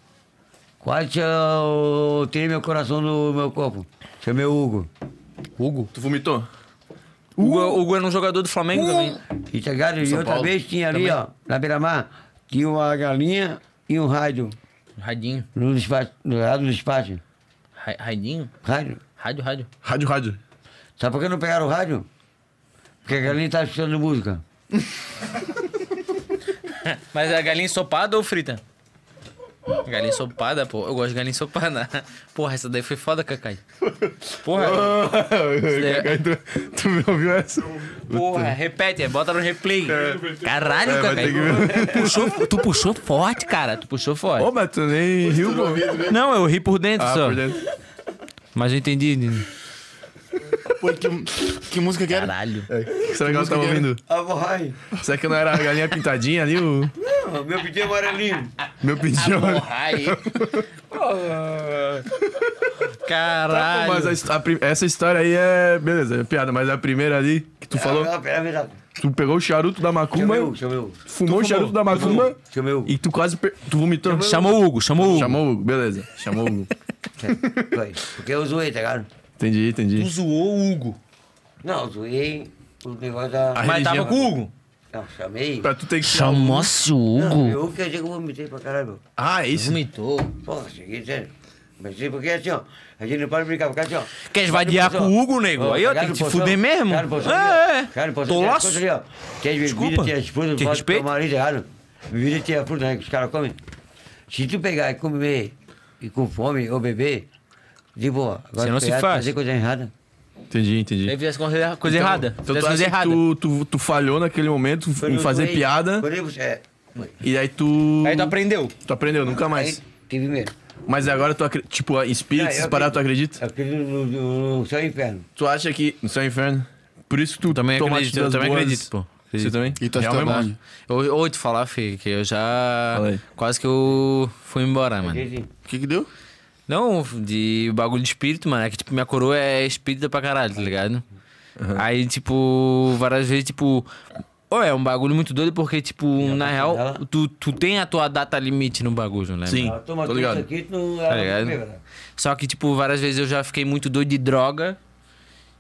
Speaker 4: Quase eu tirei meu coração do meu corpo. Chamei o Hugo.
Speaker 3: Hugo.
Speaker 2: Tu vomitou?
Speaker 3: Hugo,
Speaker 2: Uh!
Speaker 3: Hugo era um jogador do Flamengo também.
Speaker 4: E tá ligado? E outra
Speaker 1: Paulo.
Speaker 4: vez tinha ali, ó, na beira-mar, tinha uma galinha e um rádio.
Speaker 3: Radinho.
Speaker 4: No despacho, no lado do despacho.
Speaker 3: Ra- Radinho?
Speaker 4: Rádio.
Speaker 3: Rádio, rádio.
Speaker 2: Rádio, rádio.
Speaker 4: Sabe por que não pegaram o rádio? Porque a galinha tava escutando música.
Speaker 3: Mas a galinha ensopada ou frita? Galinha ensopada, pô. Eu gosto de galinha ensopada. Porra, essa daí foi foda, Cacai. Porra. Cacai,
Speaker 2: tu, me ouviu essa?
Speaker 3: Porra, repete, bota no replay.
Speaker 2: É.
Speaker 3: Caralho, Cacai. Puxou, tu puxou forte, cara. Tu puxou forte.
Speaker 2: Ô, mas tu nem riu, pô.
Speaker 3: Não, eu ri por dentro
Speaker 2: Ah,
Speaker 3: só.
Speaker 2: por dentro.
Speaker 3: Mas eu entendi.
Speaker 1: Ah, Pô, que, que música que era?
Speaker 3: Caralho.
Speaker 2: É. Será que eu tava ouvindo?
Speaker 4: Ah, vai.
Speaker 2: Será que não era a galinha pintadinha ali? O
Speaker 4: Meu pedido é amarelinho.
Speaker 2: meu pedido.
Speaker 3: Porra, aí.
Speaker 2: Tá
Speaker 3: Caralho.
Speaker 2: mas a his- a pri- essa história aí é. Beleza, é piada, mas a primeira ali que tu falou.
Speaker 4: Ah, pera, pera.
Speaker 2: Tu pegou o charuto da macumba,
Speaker 4: Chamei o Hugo, chamei o Hugo.
Speaker 2: fumou o charuto da macumba
Speaker 4: Chamei o Hugo.
Speaker 2: e tu quase. per- Tu vomitou.
Speaker 3: Chamou o Hugo, chamou o Hugo.
Speaker 2: Chamou o Hugo, beleza. Chamou o Hugo.
Speaker 4: Foi. Porque eu zoei, tá ligado?
Speaker 2: Entendi, entendi.
Speaker 3: Zoou o Hugo.
Speaker 4: Não, eu zoei o negócio da...
Speaker 2: Ai.
Speaker 3: Mas tava
Speaker 2: Religião. Tá
Speaker 3: com o Hugo.
Speaker 4: Não, chamei.
Speaker 2: Pra tu ter que.
Speaker 3: Chamou-se o
Speaker 4: Não, eu que eu digo que eu vomitei pra caralho.
Speaker 2: Ah, é isso.
Speaker 3: Vomitou.
Speaker 4: Porra, cheguei sério. Mas sim, porque assim, ó, a gente não pode brincar, porque assim, ó.
Speaker 3: Quer esvadiar
Speaker 4: Cara,
Speaker 3: com o Hugo,
Speaker 4: poção.
Speaker 3: nego?
Speaker 4: Ó,
Speaker 3: Aí, ó,
Speaker 4: cara,
Speaker 3: tem que te
Speaker 4: poção.
Speaker 3: fuder mesmo.
Speaker 4: Cara, poção,
Speaker 3: É,
Speaker 4: ali, ó.
Speaker 3: é.
Speaker 4: Cara, poção,
Speaker 3: Tô
Speaker 4: tem as
Speaker 3: laço.
Speaker 4: coisas ali, ó. Tem as
Speaker 3: Desculpa.
Speaker 4: bebidas, tem as esposas,
Speaker 3: Te
Speaker 4: pode
Speaker 3: respeito.
Speaker 4: tomar ali, tá ligado? Bebida tem a fruta, né, que os caras comem. Se tu pegar e comer, e com fome, ou beber, de boa. Agora,
Speaker 3: Você não se
Speaker 4: pegar e
Speaker 3: faz.
Speaker 4: fazer coisa errada.
Speaker 2: Entendi, entendi.
Speaker 3: Aí fizesse coisa, coisa errada.
Speaker 2: Então
Speaker 3: fizesse
Speaker 2: tu,
Speaker 3: coisa
Speaker 2: acha que
Speaker 3: errada.
Speaker 2: tu, tu, tu falhou naquele momento em fazer
Speaker 4: Foi-
Speaker 2: piada
Speaker 4: foi- foi- é, foi.
Speaker 2: e aí tu.
Speaker 3: Aí tu aprendeu.
Speaker 2: Tu aprendeu, nunca mais.
Speaker 4: Aí, tive medo.
Speaker 2: Mas agora tu acredita. Tipo, a espírito,
Speaker 4: Ah, eu
Speaker 2: essas paradas, tu acredita?
Speaker 4: Eu acredito no, no, no céu e inferno.
Speaker 2: Tu acha que. No seu é um inferno. Por isso tu
Speaker 3: Também
Speaker 2: toma
Speaker 3: acredito, eu
Speaker 2: atitudes
Speaker 3: também
Speaker 2: boas.
Speaker 3: acredito, pô.
Speaker 2: Você também?
Speaker 1: E tu
Speaker 2: Real mesmo?
Speaker 1: é
Speaker 3: Eu, ou te falar, filho, que eu já.
Speaker 2: Fala aí.
Speaker 3: Quase que eu fui embora, mano.
Speaker 4: Acredito.
Speaker 1: O que que deu?
Speaker 3: Não, de bagulho de espírito, mano. É que, tipo, minha coroa é espírita pra caralho, tá ligado? Aí, tipo, várias vezes, tipo. Ou é um bagulho muito doido porque, tipo, na real,
Speaker 4: dela.
Speaker 3: tu, tu tem a tua data limite no bagulho, né?
Speaker 2: Sim,
Speaker 4: Ela toma
Speaker 2: tô
Speaker 4: tudo
Speaker 2: Tá ligado.
Speaker 4: isso aqui, tu não
Speaker 3: Tá
Speaker 4: ela não
Speaker 3: ligado?
Speaker 4: bebe, né?
Speaker 3: Só que, tipo, várias vezes eu já fiquei muito doido de droga.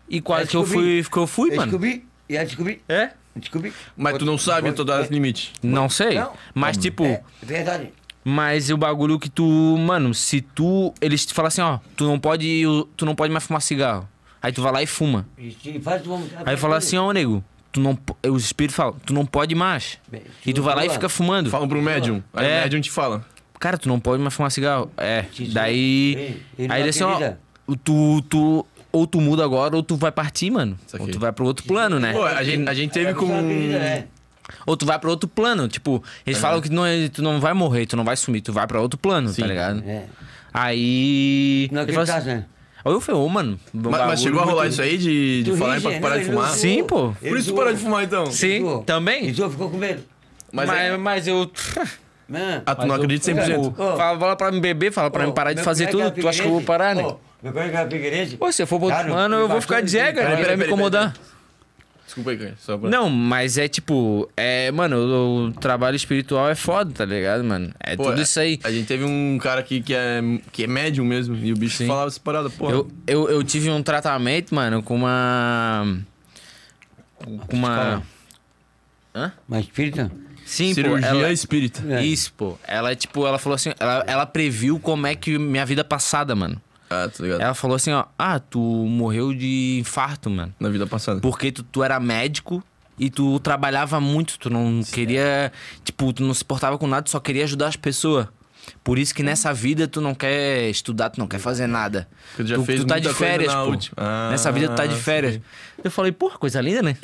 Speaker 3: E quase
Speaker 4: É
Speaker 3: que eu
Speaker 4: Scooby.
Speaker 3: fui, que eu fui,
Speaker 4: Eu
Speaker 3: mano.
Speaker 4: Descobri, e aí descobri,
Speaker 3: É?
Speaker 4: descobri.
Speaker 2: Mas tu não sabe tu dá esse limite.
Speaker 3: Não sei.
Speaker 4: Não.
Speaker 3: Mas, tipo,
Speaker 4: É, verdade.
Speaker 3: mas o bagulho que tu. Mano, se tu. Eles te falam assim, ó, tu não pode. Tu não pode mais fumar cigarro. Aí tu vai lá e fuma.
Speaker 4: E se faz tu vomitar.
Speaker 3: Aí fala assim, ó, nego, tu não. po- Os espíritos falam, tu não pode mais.
Speaker 4: Bem,
Speaker 3: E tu vai lá e fica fumando.
Speaker 2: Falam pro médium. Aí
Speaker 3: É.
Speaker 2: o médium te fala.
Speaker 3: Cara, tu não pode mais fumar cigarro. É.
Speaker 4: Te-
Speaker 3: Daí.
Speaker 4: Ei, ele
Speaker 3: Aí
Speaker 4: não
Speaker 3: ele assim, ó.
Speaker 4: acredita.
Speaker 3: Tu, tu. ou tu muda agora, ou tu vai partir, mano. Ou
Speaker 2: aqui.
Speaker 3: tu vai pro outro plano, né?
Speaker 2: Pô, a gente, a gente
Speaker 4: É,
Speaker 2: teve com. um
Speaker 3: é.
Speaker 4: né?
Speaker 3: Ou tu vai pra outro plano. Tipo, eles falam que tu não, é- tu não vai morrer, tu não vai sumir, tu vai pra outro plano, tá ligado?
Speaker 4: É.
Speaker 3: Aí.
Speaker 4: Não
Speaker 3: ele fala
Speaker 4: acreditasse, né?
Speaker 3: Aí eu falei, ô, mano. um
Speaker 2: Mas, mas chegou a rolar isso aí de, de
Speaker 4: Tu
Speaker 2: falar
Speaker 4: rige,
Speaker 2: pra
Speaker 4: né?
Speaker 2: parar de
Speaker 4: Ele
Speaker 2: fumar?
Speaker 4: zoou.
Speaker 3: Sim, pô.
Speaker 4: Ele
Speaker 2: Por isso tu
Speaker 4: zoou.
Speaker 2: parar de fumar então.
Speaker 3: Sim,
Speaker 4: zoou.
Speaker 3: também.
Speaker 4: Ele zoou, ficou com medo.
Speaker 3: Mas,
Speaker 2: Mas é-
Speaker 3: mas eu.
Speaker 4: Mano,
Speaker 2: Ah, tu não acredita 100%.
Speaker 4: Ô.
Speaker 3: Fala, fala pra me beber, fala pra
Speaker 4: Ô,
Speaker 3: me parar de
Speaker 4: meu
Speaker 3: fazer
Speaker 4: colega
Speaker 3: tudo. Tu acha que eu vou
Speaker 4: figueirense,
Speaker 3: parar, né?
Speaker 4: ô, Meu colega era figueirense.
Speaker 3: Pô, se eu for botar.
Speaker 4: Cara,
Speaker 3: mano, eu
Speaker 4: ele
Speaker 3: vou ficar
Speaker 4: bateu
Speaker 3: de
Speaker 4: em-
Speaker 3: cara,
Speaker 2: Peraí,
Speaker 3: ele vai
Speaker 2: peraí,
Speaker 3: me
Speaker 2: peraí,
Speaker 3: incomodar.
Speaker 2: Desculpa aí, cara. Só pra...
Speaker 3: Não, mas é tipo, é, mano, o trabalho espiritual é foda, tá ligado, mano? É
Speaker 2: Pô,
Speaker 3: tudo
Speaker 2: é-
Speaker 3: isso aí.
Speaker 2: A gente teve um cara aqui que é, que é médium mesmo. E o bicho
Speaker 3: Sim.
Speaker 2: falava essa parada, pô.
Speaker 3: Eu, eu, eu tive um tratamento, mano, com uma. Com uma.
Speaker 4: Mas espírita?
Speaker 3: Sim, pô,
Speaker 2: Cirurgia
Speaker 3: ela-
Speaker 2: espírita.
Speaker 4: É.
Speaker 3: Isso, pô. Ela, tipo, ela falou assim, ela, ela previu como é que minha vida passada, mano.
Speaker 2: Ah, tá ligado?
Speaker 3: Ela falou assim, ó, ah, tu morreu de infarto, mano.
Speaker 2: Na vida passada.
Speaker 3: Porque tu, tu era médico e tu trabalhava muito, tu não queria. Tipo, tu não se portava com nada, tu só queria ajudar as pessoas. Por isso que nessa vida tu não quer estudar, tu não quer fazer nada.
Speaker 2: Porque tu já
Speaker 3: tu,
Speaker 2: fez
Speaker 3: tu tá de
Speaker 2: muita coisa
Speaker 3: férias,
Speaker 2: na
Speaker 3: pô.
Speaker 2: última. Ah,
Speaker 3: nessa vida tu tá de férias. Eu falei, porra, coisa linda, né?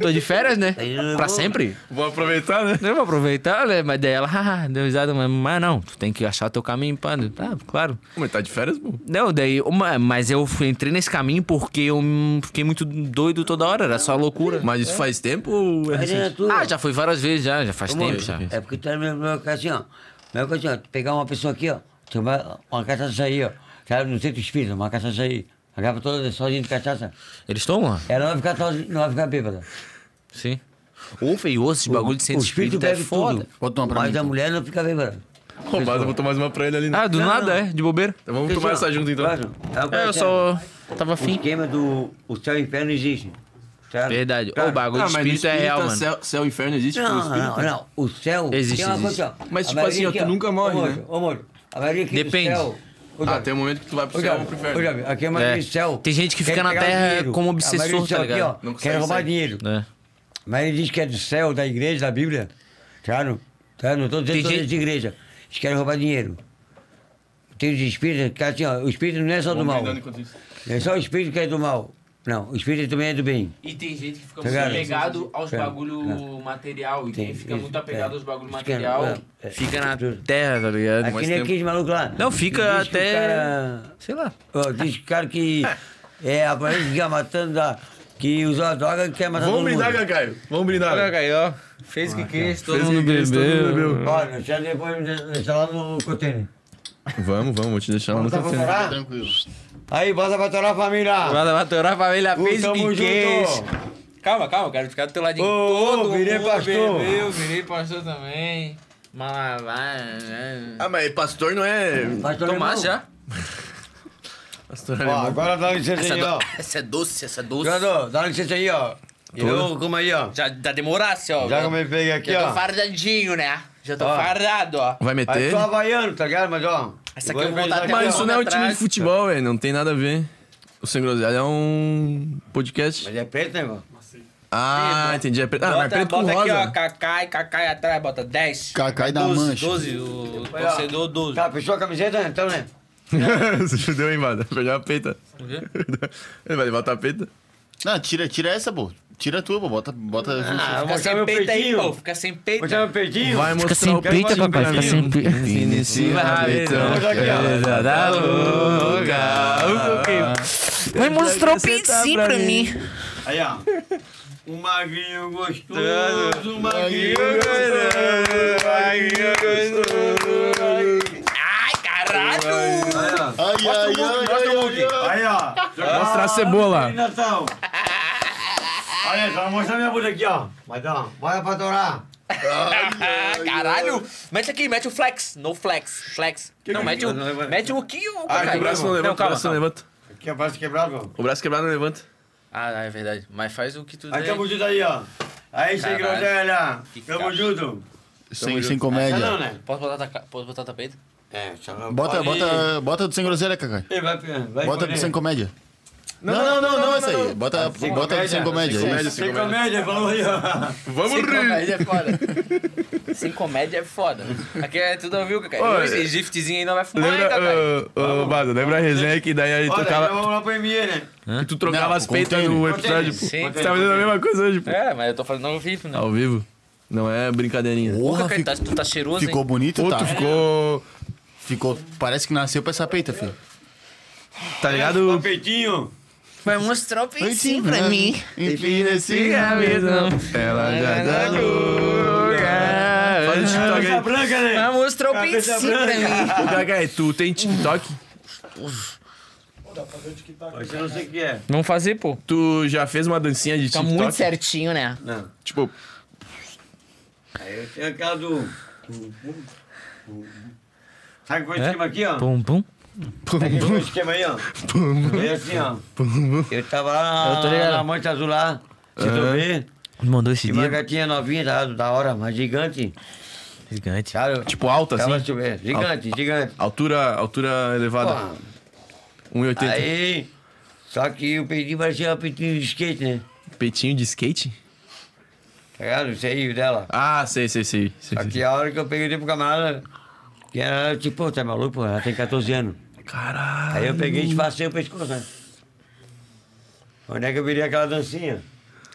Speaker 3: Tô de férias, né? pra sempre.
Speaker 2: Vou aproveitar, né?
Speaker 3: Eu vou aproveitar, né? Mas daí ela, haha, deu risada, mas, mas não, tu tem que achar teu caminho, pá. Eu, Tá, claro.
Speaker 2: Mas tá de férias, pô.
Speaker 3: Não, daí, uma- mas eu fui- entrei nesse caminho porque eu hum, fiquei muito doido toda hora, era só loucura.
Speaker 2: Mas isso faz tempo ou é
Speaker 4: Mas
Speaker 2: recente?
Speaker 4: era tua.
Speaker 3: Ah, já fui várias vezes, já, já faz
Speaker 4: Amor,
Speaker 3: tempo já.
Speaker 4: É porque tu era meu, meu assim, ó. Meu assim, ó. tu Pegar uma pessoa aqui, ó. Tomar uma cachaça aí, ó. Cara, não sei tu espírita, uma cachaça aí. Acaba toda sozinha de cachaça.
Speaker 3: Eles tomam?
Speaker 4: Ela não vai ficar sozinha, não vai ficar bêbada.
Speaker 3: Sim. Ou feioso, esse bagulho de
Speaker 4: o
Speaker 3: centro
Speaker 4: espírito
Speaker 3: espírita é
Speaker 4: bebe
Speaker 3: foda.
Speaker 4: tudo.
Speaker 1: Bota uma pra
Speaker 4: Mas
Speaker 1: mim,
Speaker 4: a
Speaker 1: então.
Speaker 4: mulher não fica bêbada.
Speaker 2: Roubado, eu vou tomar mais uma pra ele ali. Né?
Speaker 3: Ah, do
Speaker 4: Não,
Speaker 3: nada,
Speaker 4: não.
Speaker 3: é? De bobeira?
Speaker 2: Então vamos tomar essa junto então.
Speaker 4: Claro.
Speaker 3: É, eu só tava
Speaker 4: O
Speaker 3: afim.
Speaker 4: esquema do o céu e o inferno existe. Certo?
Speaker 3: Verdade. Ô, O
Speaker 2: Ah,
Speaker 3: bagulho de espírito é real, mano.
Speaker 2: Céu, céu e inferno existe? pô,
Speaker 4: Não,
Speaker 2: espírito?
Speaker 4: não, não. O céu.
Speaker 3: Existe,
Speaker 4: tem uma
Speaker 3: existe.
Speaker 4: coisa, ó.
Speaker 2: Mas,
Speaker 4: A
Speaker 2: tipo
Speaker 4: maioria
Speaker 2: assim, ó,
Speaker 4: aqui,
Speaker 2: tu nunca morre,
Speaker 4: Ô,
Speaker 2: né?
Speaker 4: Mojo, Ô, Mojo, a maioria aqui
Speaker 3: Depende.
Speaker 4: do céu. Ô,
Speaker 2: Ah,
Speaker 4: Jorge,
Speaker 2: tem um momento que tu vai pro
Speaker 4: ô,
Speaker 2: céu
Speaker 4: Jorge,
Speaker 2: ou pro inferno.
Speaker 4: ô, Jorge, aqui é uma
Speaker 3: É.
Speaker 4: maioria do céu.
Speaker 3: Tem gente que
Speaker 4: quer
Speaker 3: fica na
Speaker 4: pegar
Speaker 3: Terra
Speaker 4: dinheiro.
Speaker 3: como
Speaker 4: A maioria do
Speaker 3: obsessor,
Speaker 4: céu
Speaker 3: tá ligado?
Speaker 4: Aqui, ó,
Speaker 2: Não
Speaker 4: quer
Speaker 2: consegue
Speaker 4: roubar
Speaker 2: sair.
Speaker 4: dinheiro.
Speaker 3: É.
Speaker 4: Mas ele diz que é do céu, da igreja, da Bíblia. Claro? Tá? Não estou
Speaker 3: Tem
Speaker 4: dizendo todas
Speaker 3: gente-
Speaker 4: as igrejas. Eles querem roubar dinheiro. Tem os espíritos, que assim, ó, o espírito não é só do
Speaker 2: Vamos
Speaker 4: mal.
Speaker 2: brindando enquanto isso.
Speaker 3: Tá
Speaker 4: Não é só o espírito que é do mal. Não, o espírito também é do bem.
Speaker 3: E tem gente que fica
Speaker 4: Tá muito ligado? apegado
Speaker 3: aos
Speaker 4: É, bagulho
Speaker 3: material. E
Speaker 4: quem Tem, fica isso, muito apegado é. aos bagulho Isso que é, material, é, é.
Speaker 3: fica na terra, tá ligado?
Speaker 4: Aqui nem aqueles malucos lá.
Speaker 3: Não, fica
Speaker 4: Diz que o
Speaker 3: até-
Speaker 4: cara-
Speaker 3: Sei lá.
Speaker 4: Ó, diz que o cara que é aparente que fica matando, da- que usou a droga que quer matar
Speaker 2: Vamos
Speaker 4: todo
Speaker 2: brindar,
Speaker 4: mundo.
Speaker 2: Cacaio. Vamos brindar.
Speaker 3: aí, ó. Fez
Speaker 2: Ah,
Speaker 3: o que quis, todo
Speaker 2: Fez o que quis, todo mundo bebeu.
Speaker 4: Olha, já depois me deixa lá no container.
Speaker 2: Vamos, vamos, vou te deixar lá no
Speaker 4: Tá, vamos
Speaker 2: café.
Speaker 4: orar?
Speaker 1: Tranquilo.
Speaker 4: Aí, bota pra torar a família.
Speaker 3: Vai bater a família, fez o
Speaker 4: Tamo
Speaker 3: que quis.
Speaker 4: junto.
Speaker 3: Calma, calma, quero ficar do teu ladinho.
Speaker 4: Ô, ô, virei pastor.
Speaker 3: bebeu, virei pastor também. Malavá.
Speaker 2: Ah, mas pastor não é.
Speaker 4: Pastor
Speaker 3: Tomás
Speaker 4: alemão.
Speaker 3: já.
Speaker 2: Pastor
Speaker 4: Ó,
Speaker 2: alemão.
Speaker 4: agora dá licença
Speaker 3: Essa,
Speaker 4: aí,
Speaker 3: do-
Speaker 4: ó.
Speaker 3: essa é doce, essa é doce.
Speaker 4: Jogador, dá licença aí, ó. Eu como aí, ó.
Speaker 3: Já, já demorasse, ó.
Speaker 4: Já como eu peguei aqui,
Speaker 3: Já tô
Speaker 4: ó.
Speaker 3: fardadinho, né? Já tô
Speaker 4: Ó.
Speaker 3: fardado, ó.
Speaker 2: Vai
Speaker 4: Aí
Speaker 2: meter.
Speaker 4: sou havaiano, tá ligado? Mas, ó.
Speaker 3: Essa aqui eu vou
Speaker 4: vou
Speaker 3: botar até
Speaker 2: Mas
Speaker 3: Não,
Speaker 2: isso não é um
Speaker 3: atrás.
Speaker 2: time de futebol, velho. Não tem nada a ver. O Sem Groselha é um podcast.
Speaker 4: Mas é preto, né, irmão?
Speaker 2: Ah, entendi. É preto. Ah, mas é
Speaker 3: Bota,
Speaker 2: preto com
Speaker 3: bota aqui, ó,
Speaker 2: rosa.
Speaker 3: Cacai, Cacai atrás, bota 10.
Speaker 1: Cacai da Tá
Speaker 3: 12,
Speaker 1: Mancha.
Speaker 3: 12, o
Speaker 4: Olha, ó.
Speaker 3: torcedor 12.
Speaker 4: Tá, fechou a camiseta, né? então, né?
Speaker 2: Se fudeu, hein, mano. Perdeu a peita. Ele vai levar a tua peita.
Speaker 1: Não, tira, tira essa, pô. Tira a tua, pô. Bota, bota junto.
Speaker 4: Ah, vou
Speaker 3: Fica
Speaker 4: mostrar
Speaker 3: sem
Speaker 4: meu
Speaker 3: peito aí,
Speaker 4: peitinho.
Speaker 3: pô. Fica sem peito.
Speaker 4: Mostrar meu peitinho.
Speaker 2: Vai mostrar é o peito, então. papai. Fica sem peita.
Speaker 3: Vai,
Speaker 4: Vamos aqui, ó.
Speaker 2: da louca.
Speaker 3: Vai mostrar
Speaker 2: tá
Speaker 3: o peitinho pra mim.
Speaker 4: Aí, ó. Um magrinho gostoso, um magrinho um
Speaker 3: Ai, caralho.
Speaker 4: gostoso.
Speaker 1: Ai, ai, ai, ai, ai, ai.
Speaker 11: Aí, ó.
Speaker 2: Mostra a cebola.
Speaker 4: Aí, ó. Natal.
Speaker 11: Olha, já mostra minha bunda aqui, ó.
Speaker 4: Mas, ó, bora pra torar.
Speaker 3: Ah, caralho. Mete aqui, mete o flex. No flex, flex. não, mete o, mete o que o...
Speaker 2: é Ah, que o braço não levanta. o
Speaker 3: calma,
Speaker 2: braço não
Speaker 3: calma.
Speaker 2: levanta.
Speaker 4: Aqui é o braço quebrado,
Speaker 2: O braço quebrado não levanta.
Speaker 3: Ah, é verdade. Mas faz o que tu
Speaker 4: Aí,
Speaker 3: der.
Speaker 4: tamo junto aí, é ó. Aí, sem
Speaker 3: Caralho.
Speaker 4: groselha.
Speaker 3: Que
Speaker 4: Tamo
Speaker 3: cara.
Speaker 4: junto.
Speaker 1: Sem, sem
Speaker 4: Tá não,
Speaker 1: comédia.
Speaker 4: né?
Speaker 3: Posso botar, ta- posso botar tapete?
Speaker 4: É, só
Speaker 1: Bota,
Speaker 4: pode-
Speaker 1: bota, bota do sem groselha, Cacai.
Speaker 4: Ei, vai, vai
Speaker 1: Bota
Speaker 4: poder.
Speaker 1: do sem comédia. Não, não, não, não, essa aí. Bota, bota sem comédia. isso.
Speaker 4: Sem comédia, falou aí, ó.
Speaker 2: Vamos
Speaker 3: Sem
Speaker 2: rir!
Speaker 3: comédia é foda. Sem comédia é foda. Aqui é tudo ao vivo,
Speaker 2: Ô,
Speaker 3: Cacai. Esse giftzinho aí não vai fumar, hein,
Speaker 2: Lembra,
Speaker 3: Cacai?
Speaker 2: ô, ô, Bada, lembra a resenha que daí aí
Speaker 4: Olha,
Speaker 2: trocava,
Speaker 4: vamos lá pro ME, né?
Speaker 2: que tu trocava
Speaker 1: Não,
Speaker 2: as peitas
Speaker 1: contêiner.
Speaker 2: no episódio, pô.
Speaker 3: Sim.
Speaker 2: Você tá fazendo a mesma coisa hoje, pô.
Speaker 3: É, mas eu tô fazendo ao vivo,
Speaker 1: Ah,
Speaker 3: né?
Speaker 2: Ao vivo. Não é brincadeirinha.
Speaker 3: Ô,
Speaker 1: Porra,
Speaker 3: Cacai,
Speaker 1: ficou,
Speaker 3: tá- tu tá cheiroso,
Speaker 1: ficou
Speaker 3: hein?
Speaker 1: bonito,
Speaker 2: Pô,
Speaker 1: tá?
Speaker 2: tu ficou.
Speaker 1: Ficou. Parece que nasceu pra essa peita, filho.
Speaker 2: Tá
Speaker 4: O
Speaker 2: ligado?
Speaker 4: peitinho.
Speaker 3: Vai mostrar o peitinho
Speaker 1: Sim,
Speaker 3: pra
Speaker 1: né?
Speaker 3: mim.
Speaker 1: Enfim, esse
Speaker 3: é
Speaker 2: Ela já tá Faz o TikTok
Speaker 4: Cabeça
Speaker 2: aí.
Speaker 4: branca, né?
Speaker 3: Vai mostrar Ah, o
Speaker 4: Cabeça
Speaker 3: peitinho pra
Speaker 4: branca.
Speaker 3: mim.
Speaker 2: Ô, Gagai, tu tem TikTok?
Speaker 4: Mas eu não sei o que é.
Speaker 3: Vamos fazer, pô.
Speaker 2: Tu já fez uma dancinha de
Speaker 3: Fica
Speaker 2: TikTok?
Speaker 3: Tá muito certinho, né?
Speaker 4: Não.
Speaker 2: Tipo,
Speaker 4: Aí eu tenho aquela do... Sabe qual é o esquema aqui, ó?
Speaker 3: Pum, pum.
Speaker 4: Aqui o um esquema aí, ó. É assim, ó. Eu tava lá
Speaker 3: Eu tô
Speaker 4: na,
Speaker 3: ligado.
Speaker 4: na Monte Azul lá. Se tu vê,
Speaker 3: Mandou esse
Speaker 4: tinha uma gatinha novinha, tá, da hora, mas gigante.
Speaker 3: Gigante.
Speaker 4: Sabe?
Speaker 2: tipo alta,
Speaker 4: Tava,
Speaker 2: assim?
Speaker 4: tipo, é, gigante, gigante.
Speaker 2: Altura, altura elevada.
Speaker 4: Pô,
Speaker 2: 1,80.
Speaker 4: Aí, só que o peitinho parecia um peitinho de skate, né?
Speaker 2: Peitinho de skate?
Speaker 4: Tá ligado? O seio dela.
Speaker 2: Ah, sei, sei, sei. sei,
Speaker 4: Só
Speaker 2: sei.
Speaker 4: que a hora que eu peguei pro camarada, que era tipo, "Pô, tá maluco, pô, ela tem 14 anos.
Speaker 2: Caralho.
Speaker 4: Aí eu peguei e disfarcei o pescoço, né? Onde é que eu virei aquela dancinha?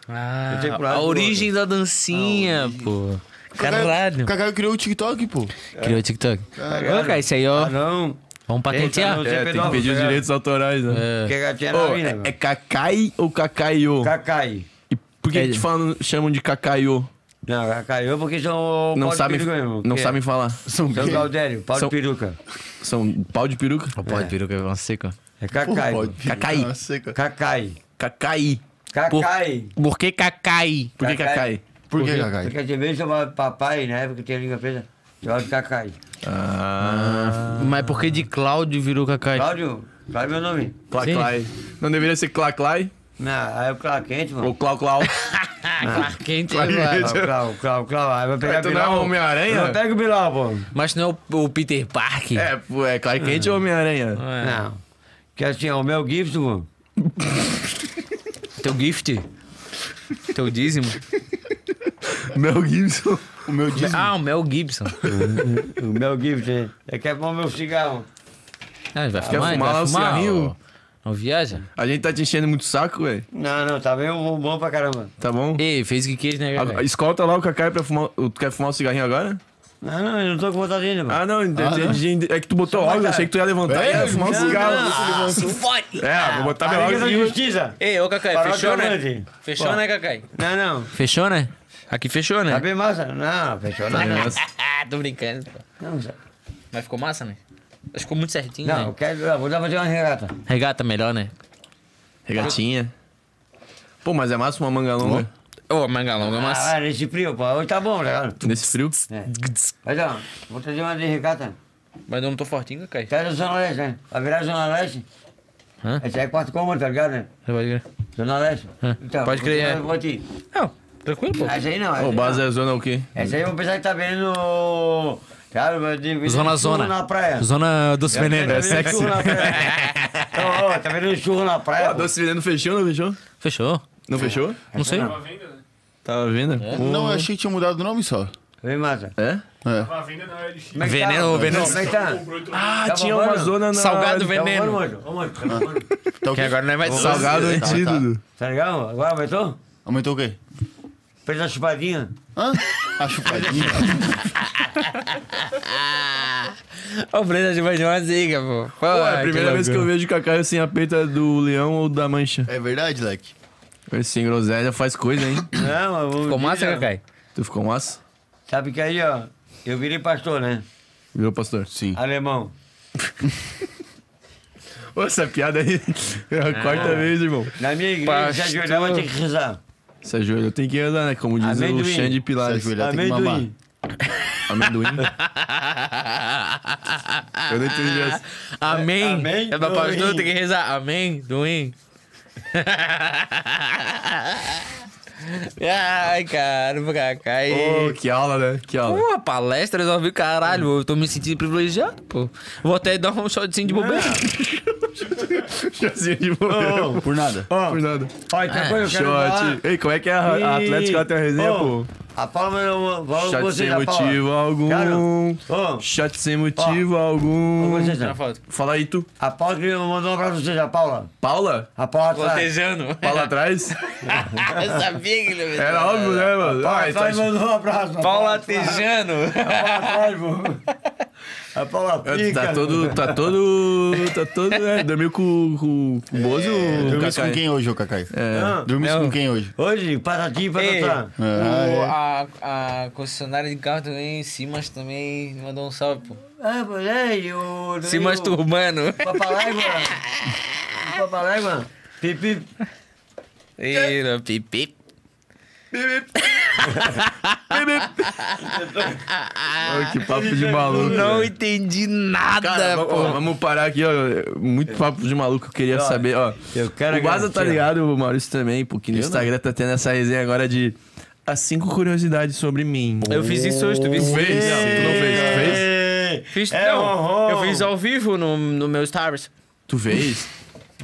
Speaker 3: Ah,
Speaker 4: Eu tenho pro lado
Speaker 3: a
Speaker 4: do
Speaker 3: origem da dancinha, pô. Caralho.
Speaker 1: Cacau criou o TikTok, pô.
Speaker 12: Criou o TikTok. Ô,
Speaker 4: ligado?
Speaker 12: cara, isso aí, ó.
Speaker 4: Ah, não.
Speaker 3: Tá
Speaker 12: Vamos patentear.
Speaker 4: Eita, não.
Speaker 2: É, tem que pedir os
Speaker 4: tá
Speaker 2: direitos autorais, né?
Speaker 4: Porque a gatinha era
Speaker 2: Ô,
Speaker 4: mina,
Speaker 2: é, é
Speaker 4: meu.
Speaker 2: Kakai ou Kakaiô?
Speaker 4: Cacai.
Speaker 2: E por que, que te falam, chamam de Kakaiô?
Speaker 4: Não, cacaiô porque
Speaker 2: Não
Speaker 4: são Um pau de
Speaker 2: sabem,
Speaker 4: peruca mesmo.
Speaker 2: não
Speaker 4: Que-
Speaker 2: sabem falar. São,
Speaker 4: São Gaudério, pau
Speaker 2: São-
Speaker 4: de peruca.
Speaker 2: são pau de peruca?
Speaker 12: O pau de peruca é seca.
Speaker 4: É cacai.
Speaker 2: Cacai.
Speaker 1: Nossa, cara.
Speaker 4: Cacai.
Speaker 2: Kakai.
Speaker 4: Cacai.
Speaker 12: Por que cacai?
Speaker 2: Por que
Speaker 4: Kakai.
Speaker 2: Kakai?
Speaker 1: Por que, Cacai?
Speaker 4: Porque às vezes chamava de papai, na época que tinha língua presa, chamava de cacai.
Speaker 2: Ah,
Speaker 12: Mas por que de Cláudio virou cacai?
Speaker 4: Cláudio, Cláudio é meu nome.
Speaker 2: Claclai. Não deveria ser Claclai
Speaker 4: Não, aí o Cláudio quente, mano.
Speaker 2: ou Clau Clau?
Speaker 12: Clark Kent,
Speaker 4: Ah, o Cláudio, o Cláudio, o Cláudio. Aí vai pegar
Speaker 2: Mas tu não é
Speaker 4: Bilal.
Speaker 2: Homem-Aranha?
Speaker 4: Eu Não pega o Bilal, pô.
Speaker 12: Mas não é o, o Peter Parker?
Speaker 2: É, pô, é Clark Kent ou Homem-Aranha?
Speaker 12: É.
Speaker 4: Não. Que assim, ó, o Mel Gibson, pô.
Speaker 3: Teu gift. Teu dízimo.
Speaker 2: Mel Gibson.
Speaker 1: O meu disco.
Speaker 3: Ah, o Mel Gibson.
Speaker 4: O Mel Gibson, ele quer fumar meu cigarro.
Speaker 12: Ah, vai
Speaker 2: Quer
Speaker 12: fumar,
Speaker 2: fumar lá
Speaker 12: vai
Speaker 2: o
Speaker 12: fumar,
Speaker 2: cigarrinho?
Speaker 12: ó. Não viaja?
Speaker 2: A gente tá te enchendo muito o saco, velho.
Speaker 4: Não, não, tá bem bom, bom pra caramba.
Speaker 2: Tá bom?
Speaker 12: Ei, fez o que quis, né,
Speaker 2: Agora,
Speaker 12: cara?
Speaker 2: Escolta lá o Kakai pra fumar. o- Tu quer fumar o cigarrinho agora?
Speaker 4: Não, não, eu não tô com vontade ainda, pô.
Speaker 2: Ah, não, entendi. É que tu botou óculos, achei que tu ia levantar e ia fumar um cigarro.
Speaker 3: Ah, se fode.
Speaker 2: É, vou botar meu
Speaker 4: Tá da
Speaker 2: óculos.
Speaker 4: justiça.
Speaker 3: Ei, ô,
Speaker 2: É,
Speaker 3: Cacai,
Speaker 4: Parou
Speaker 3: fechou,
Speaker 4: de
Speaker 3: né?
Speaker 4: amante.
Speaker 3: Fechou, né, Cacai?
Speaker 4: Não, não.
Speaker 12: Fechou, né?
Speaker 3: Aqui fechou,
Speaker 4: Tá
Speaker 3: né?
Speaker 4: bem massa? Não, fechou não.
Speaker 3: Ah, tô brincando. pô.
Speaker 4: Não, já-
Speaker 3: Mas ficou massa, né? Acho que ficou muito certinho,
Speaker 4: não eu
Speaker 3: né?
Speaker 4: quero. eu Vou dar fazer uma regata.
Speaker 12: Regata melhor, né?
Speaker 2: Regatinha. Pô, mas é massa uma manga longa
Speaker 3: Ô, é manga longa, mas...
Speaker 4: Ah, nesse frio, pô. Hoje tá bom, tá ligado?
Speaker 2: nesse frio.
Speaker 4: É. Mas ó, vou trazer uma de regata.
Speaker 3: Mas eu não tô fortinho, Cacai.
Speaker 4: Tá da Zona Leste, né? Vai virar Zona Leste.
Speaker 12: Hã?
Speaker 4: Essa aí é quarto cômodo, tá ligado, né?
Speaker 12: Pode crer.
Speaker 4: Zona Leste. Então,
Speaker 3: Pode crer, é.
Speaker 4: Eu vou te...
Speaker 3: Não, tranquilo, pô.
Speaker 4: Essa aí não. Essa
Speaker 2: Ô,
Speaker 4: aí
Speaker 2: base
Speaker 4: não.
Speaker 2: é zona o quê?
Speaker 4: Essa aí eu vou pensar que tá vendo. Cara, de, de
Speaker 12: Zona,
Speaker 4: churro
Speaker 12: zona.
Speaker 4: Na praia.
Speaker 12: Zona
Speaker 3: É
Speaker 12: dos
Speaker 4: Tá
Speaker 12: venenos.
Speaker 3: né?
Speaker 4: vendo churro na praia. Ô, ô, tá vendo churro na praia?
Speaker 2: A
Speaker 4: pô.
Speaker 2: doce veneno fechou, não fechou?
Speaker 12: Fechou?
Speaker 2: Não fechou? É?
Speaker 12: Não sei.
Speaker 4: Não.
Speaker 2: Tava vendo?
Speaker 1: Ah, Não, eu achei que tinha mudado o nome só.
Speaker 4: Vem, massa.
Speaker 2: É?
Speaker 1: É.
Speaker 4: Como é que tá?
Speaker 12: Veneno, veneno.
Speaker 4: Como é que tá?
Speaker 2: Ah,
Speaker 4: Tá
Speaker 2: tinha
Speaker 4: bombando?
Speaker 2: uma zona na...
Speaker 12: Salgado
Speaker 4: Tá
Speaker 12: veneno.
Speaker 4: bombando, monte. Ô, monte, tá bombando.
Speaker 1: Tá o
Speaker 3: Que
Speaker 1: quê?
Speaker 3: agora não vai
Speaker 1: Ô,
Speaker 3: salgar.
Speaker 1: Tá,
Speaker 2: Salgado
Speaker 1: tá.
Speaker 2: antídoto.
Speaker 4: Tá legal? Agora aumentou?
Speaker 1: Aumentou o quê?
Speaker 4: Fez uma chupadinha.
Speaker 1: Hã? A chupadinha.
Speaker 3: Ô, Brenda, de mais uma zica, pô. Pô,
Speaker 2: Pô, é a primeira vez que eu vejo Cacaio sem a peita do leão ou da mancha.
Speaker 1: É verdade, Leque.
Speaker 2: Esse Sem groselha faz coisa, hein?
Speaker 4: Não, mas vou
Speaker 3: Ficou massa, né,
Speaker 4: dizer, ó.
Speaker 3: Cacai?
Speaker 2: tu ficou massa?
Speaker 4: né? Sabe que aí, ó, eu virei pastor, né?
Speaker 2: Virou pastor?
Speaker 1: Sim.
Speaker 4: Alemão.
Speaker 2: Ô, essa piada aí é a quarta vez, irmão. é
Speaker 4: Na minha igreja,
Speaker 3: Pastor.
Speaker 4: se ajoelhava, tinha que rezar.
Speaker 2: Se ajoelha, tem que andar, né? Como diz o
Speaker 4: Amendoim.
Speaker 2: Xande
Speaker 1: Se
Speaker 2: Pilares.
Speaker 1: ajoelhar, tem que mamar.
Speaker 4: Amendoim.
Speaker 2: Amendoim. Eu não entendi essa.
Speaker 3: Amém.
Speaker 4: Amém,
Speaker 3: É pra
Speaker 4: doim.
Speaker 3: pastor, tem que rezar. Amém, doim. Ai, caramba, Cacai.
Speaker 2: Ô, que aula, né? Que aula.
Speaker 3: Pô,
Speaker 2: É.
Speaker 3: palestra, eu só vi, caralho, eu tô me sentindo privilegiado, pô. Vou até dar um shotzinho de bobeira.
Speaker 2: Chazinho de bombeiro.
Speaker 1: Por nada.
Speaker 4: Ó,
Speaker 2: Por nada.
Speaker 4: ó, então foi, eu quero falar.
Speaker 2: Shot. Ei, como é que é a, a
Speaker 4: Ih,
Speaker 2: Atlético lá tem a resenha,
Speaker 4: ô,
Speaker 2: pô?
Speaker 4: A Palma não. Vamos
Speaker 2: Shot
Speaker 4: você
Speaker 2: sem
Speaker 4: da Palma.
Speaker 2: motivo algum.
Speaker 4: Cara, Ô,
Speaker 2: Shot sem motivo algum.
Speaker 4: vocês, né?
Speaker 3: Tira uma foto.
Speaker 2: Fala aí, tu.
Speaker 4: a Paula que mandou um abraço pra vocês, a Paula.
Speaker 2: Paula?
Speaker 4: A Paula tá.
Speaker 3: Cotejando.
Speaker 2: Paula atrás?
Speaker 3: Eu sabia que ele
Speaker 2: Era óbvio, né, mano?
Speaker 4: Paula
Speaker 2: Ah,
Speaker 4: Ai,
Speaker 2: então-
Speaker 4: mandou um abraço. A
Speaker 13: Paula Tejano.
Speaker 4: A Paula
Speaker 2: É,
Speaker 4: Pica.
Speaker 2: Tá todo. Tá todo. Tá todo. É, dormiu com, com, com o Bozo. o É.
Speaker 1: Dormisse com
Speaker 2: Cacai?
Speaker 1: quem Ah, hoje, ô Cacai?
Speaker 4: Hã?
Speaker 3: É
Speaker 1: Dormisse com quem hoje?
Speaker 4: Hoje, patati e
Speaker 3: Ei.
Speaker 4: patatá.
Speaker 1: Ah, é.
Speaker 3: a, a concessionária de carro também, Simas, também mandou um salve, pô.
Speaker 4: Ah, pois é, e o.
Speaker 13: Se
Speaker 4: e o
Speaker 13: masturbando.
Speaker 4: Papalágua. O Papalágua. Pipi.
Speaker 13: Eira, pipi.
Speaker 2: Ai, que papo de maluco.
Speaker 13: Não
Speaker 2: velho.
Speaker 13: entendi nada,
Speaker 2: Cara, vamos-
Speaker 13: pô.
Speaker 2: vamos parar aqui, ó. Muito papo de maluco, eu queria saber, ó.
Speaker 4: eu quero
Speaker 2: o Baza tá
Speaker 4: agradecer, ó.
Speaker 2: ligado, o Maurício também, porque no Instagram tá tendo essa resenha agora de as cinco curiosidades sobre mim.
Speaker 13: Eu fiz isso hoje, tu viu?
Speaker 2: Fez? Não, tu não fez, tu fez?
Speaker 13: Fiz,
Speaker 4: É
Speaker 13: não,
Speaker 4: horror.
Speaker 13: eu fiz ao vivo no, no meu Stars.
Speaker 2: Tu fez?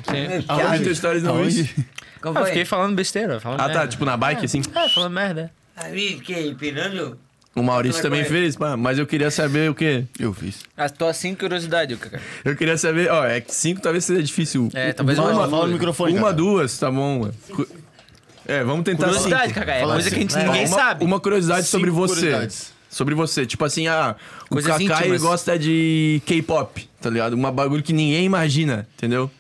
Speaker 3: Sim.
Speaker 2: Aonde teu stories não hoje?
Speaker 4: Como
Speaker 13: Ah, eu
Speaker 4: foi?
Speaker 13: fiquei falando besteira, falando
Speaker 2: Ah, tá,
Speaker 13: merda.
Speaker 2: tipo na bike, assim.
Speaker 13: É, falando merda.
Speaker 4: Aí, que empinando?
Speaker 2: O Maurício também fez, pá, mas eu queria saber o quê?
Speaker 1: Eu fiz.
Speaker 13: Ah,
Speaker 3: As tuas
Speaker 13: assim,
Speaker 3: cinco curiosidades, cara.
Speaker 2: Eu queria saber, ó, é que cinco talvez seja difícil.
Speaker 3: É, talvez
Speaker 2: uma,
Speaker 3: eu
Speaker 1: Fala assim. no microfone,
Speaker 2: uma
Speaker 1: Cacai.
Speaker 2: duas, tá bom. ué. Cu- É, vamos tentar cinco.
Speaker 13: Curiosidade, cara. É
Speaker 1: Fala
Speaker 13: coisa que a gente
Speaker 1: assim.
Speaker 13: ninguém
Speaker 2: uma,
Speaker 13: sabe.
Speaker 2: Uma curiosidade
Speaker 1: Cinco
Speaker 2: sobre você.
Speaker 1: curiosidades.
Speaker 2: Sobre você. Tipo assim, ah, o
Speaker 3: Coisas
Speaker 2: Kakai
Speaker 3: íntimas.
Speaker 2: gosta de K-pop, tá ligado? Uma bagulho que ninguém imagina, entendeu?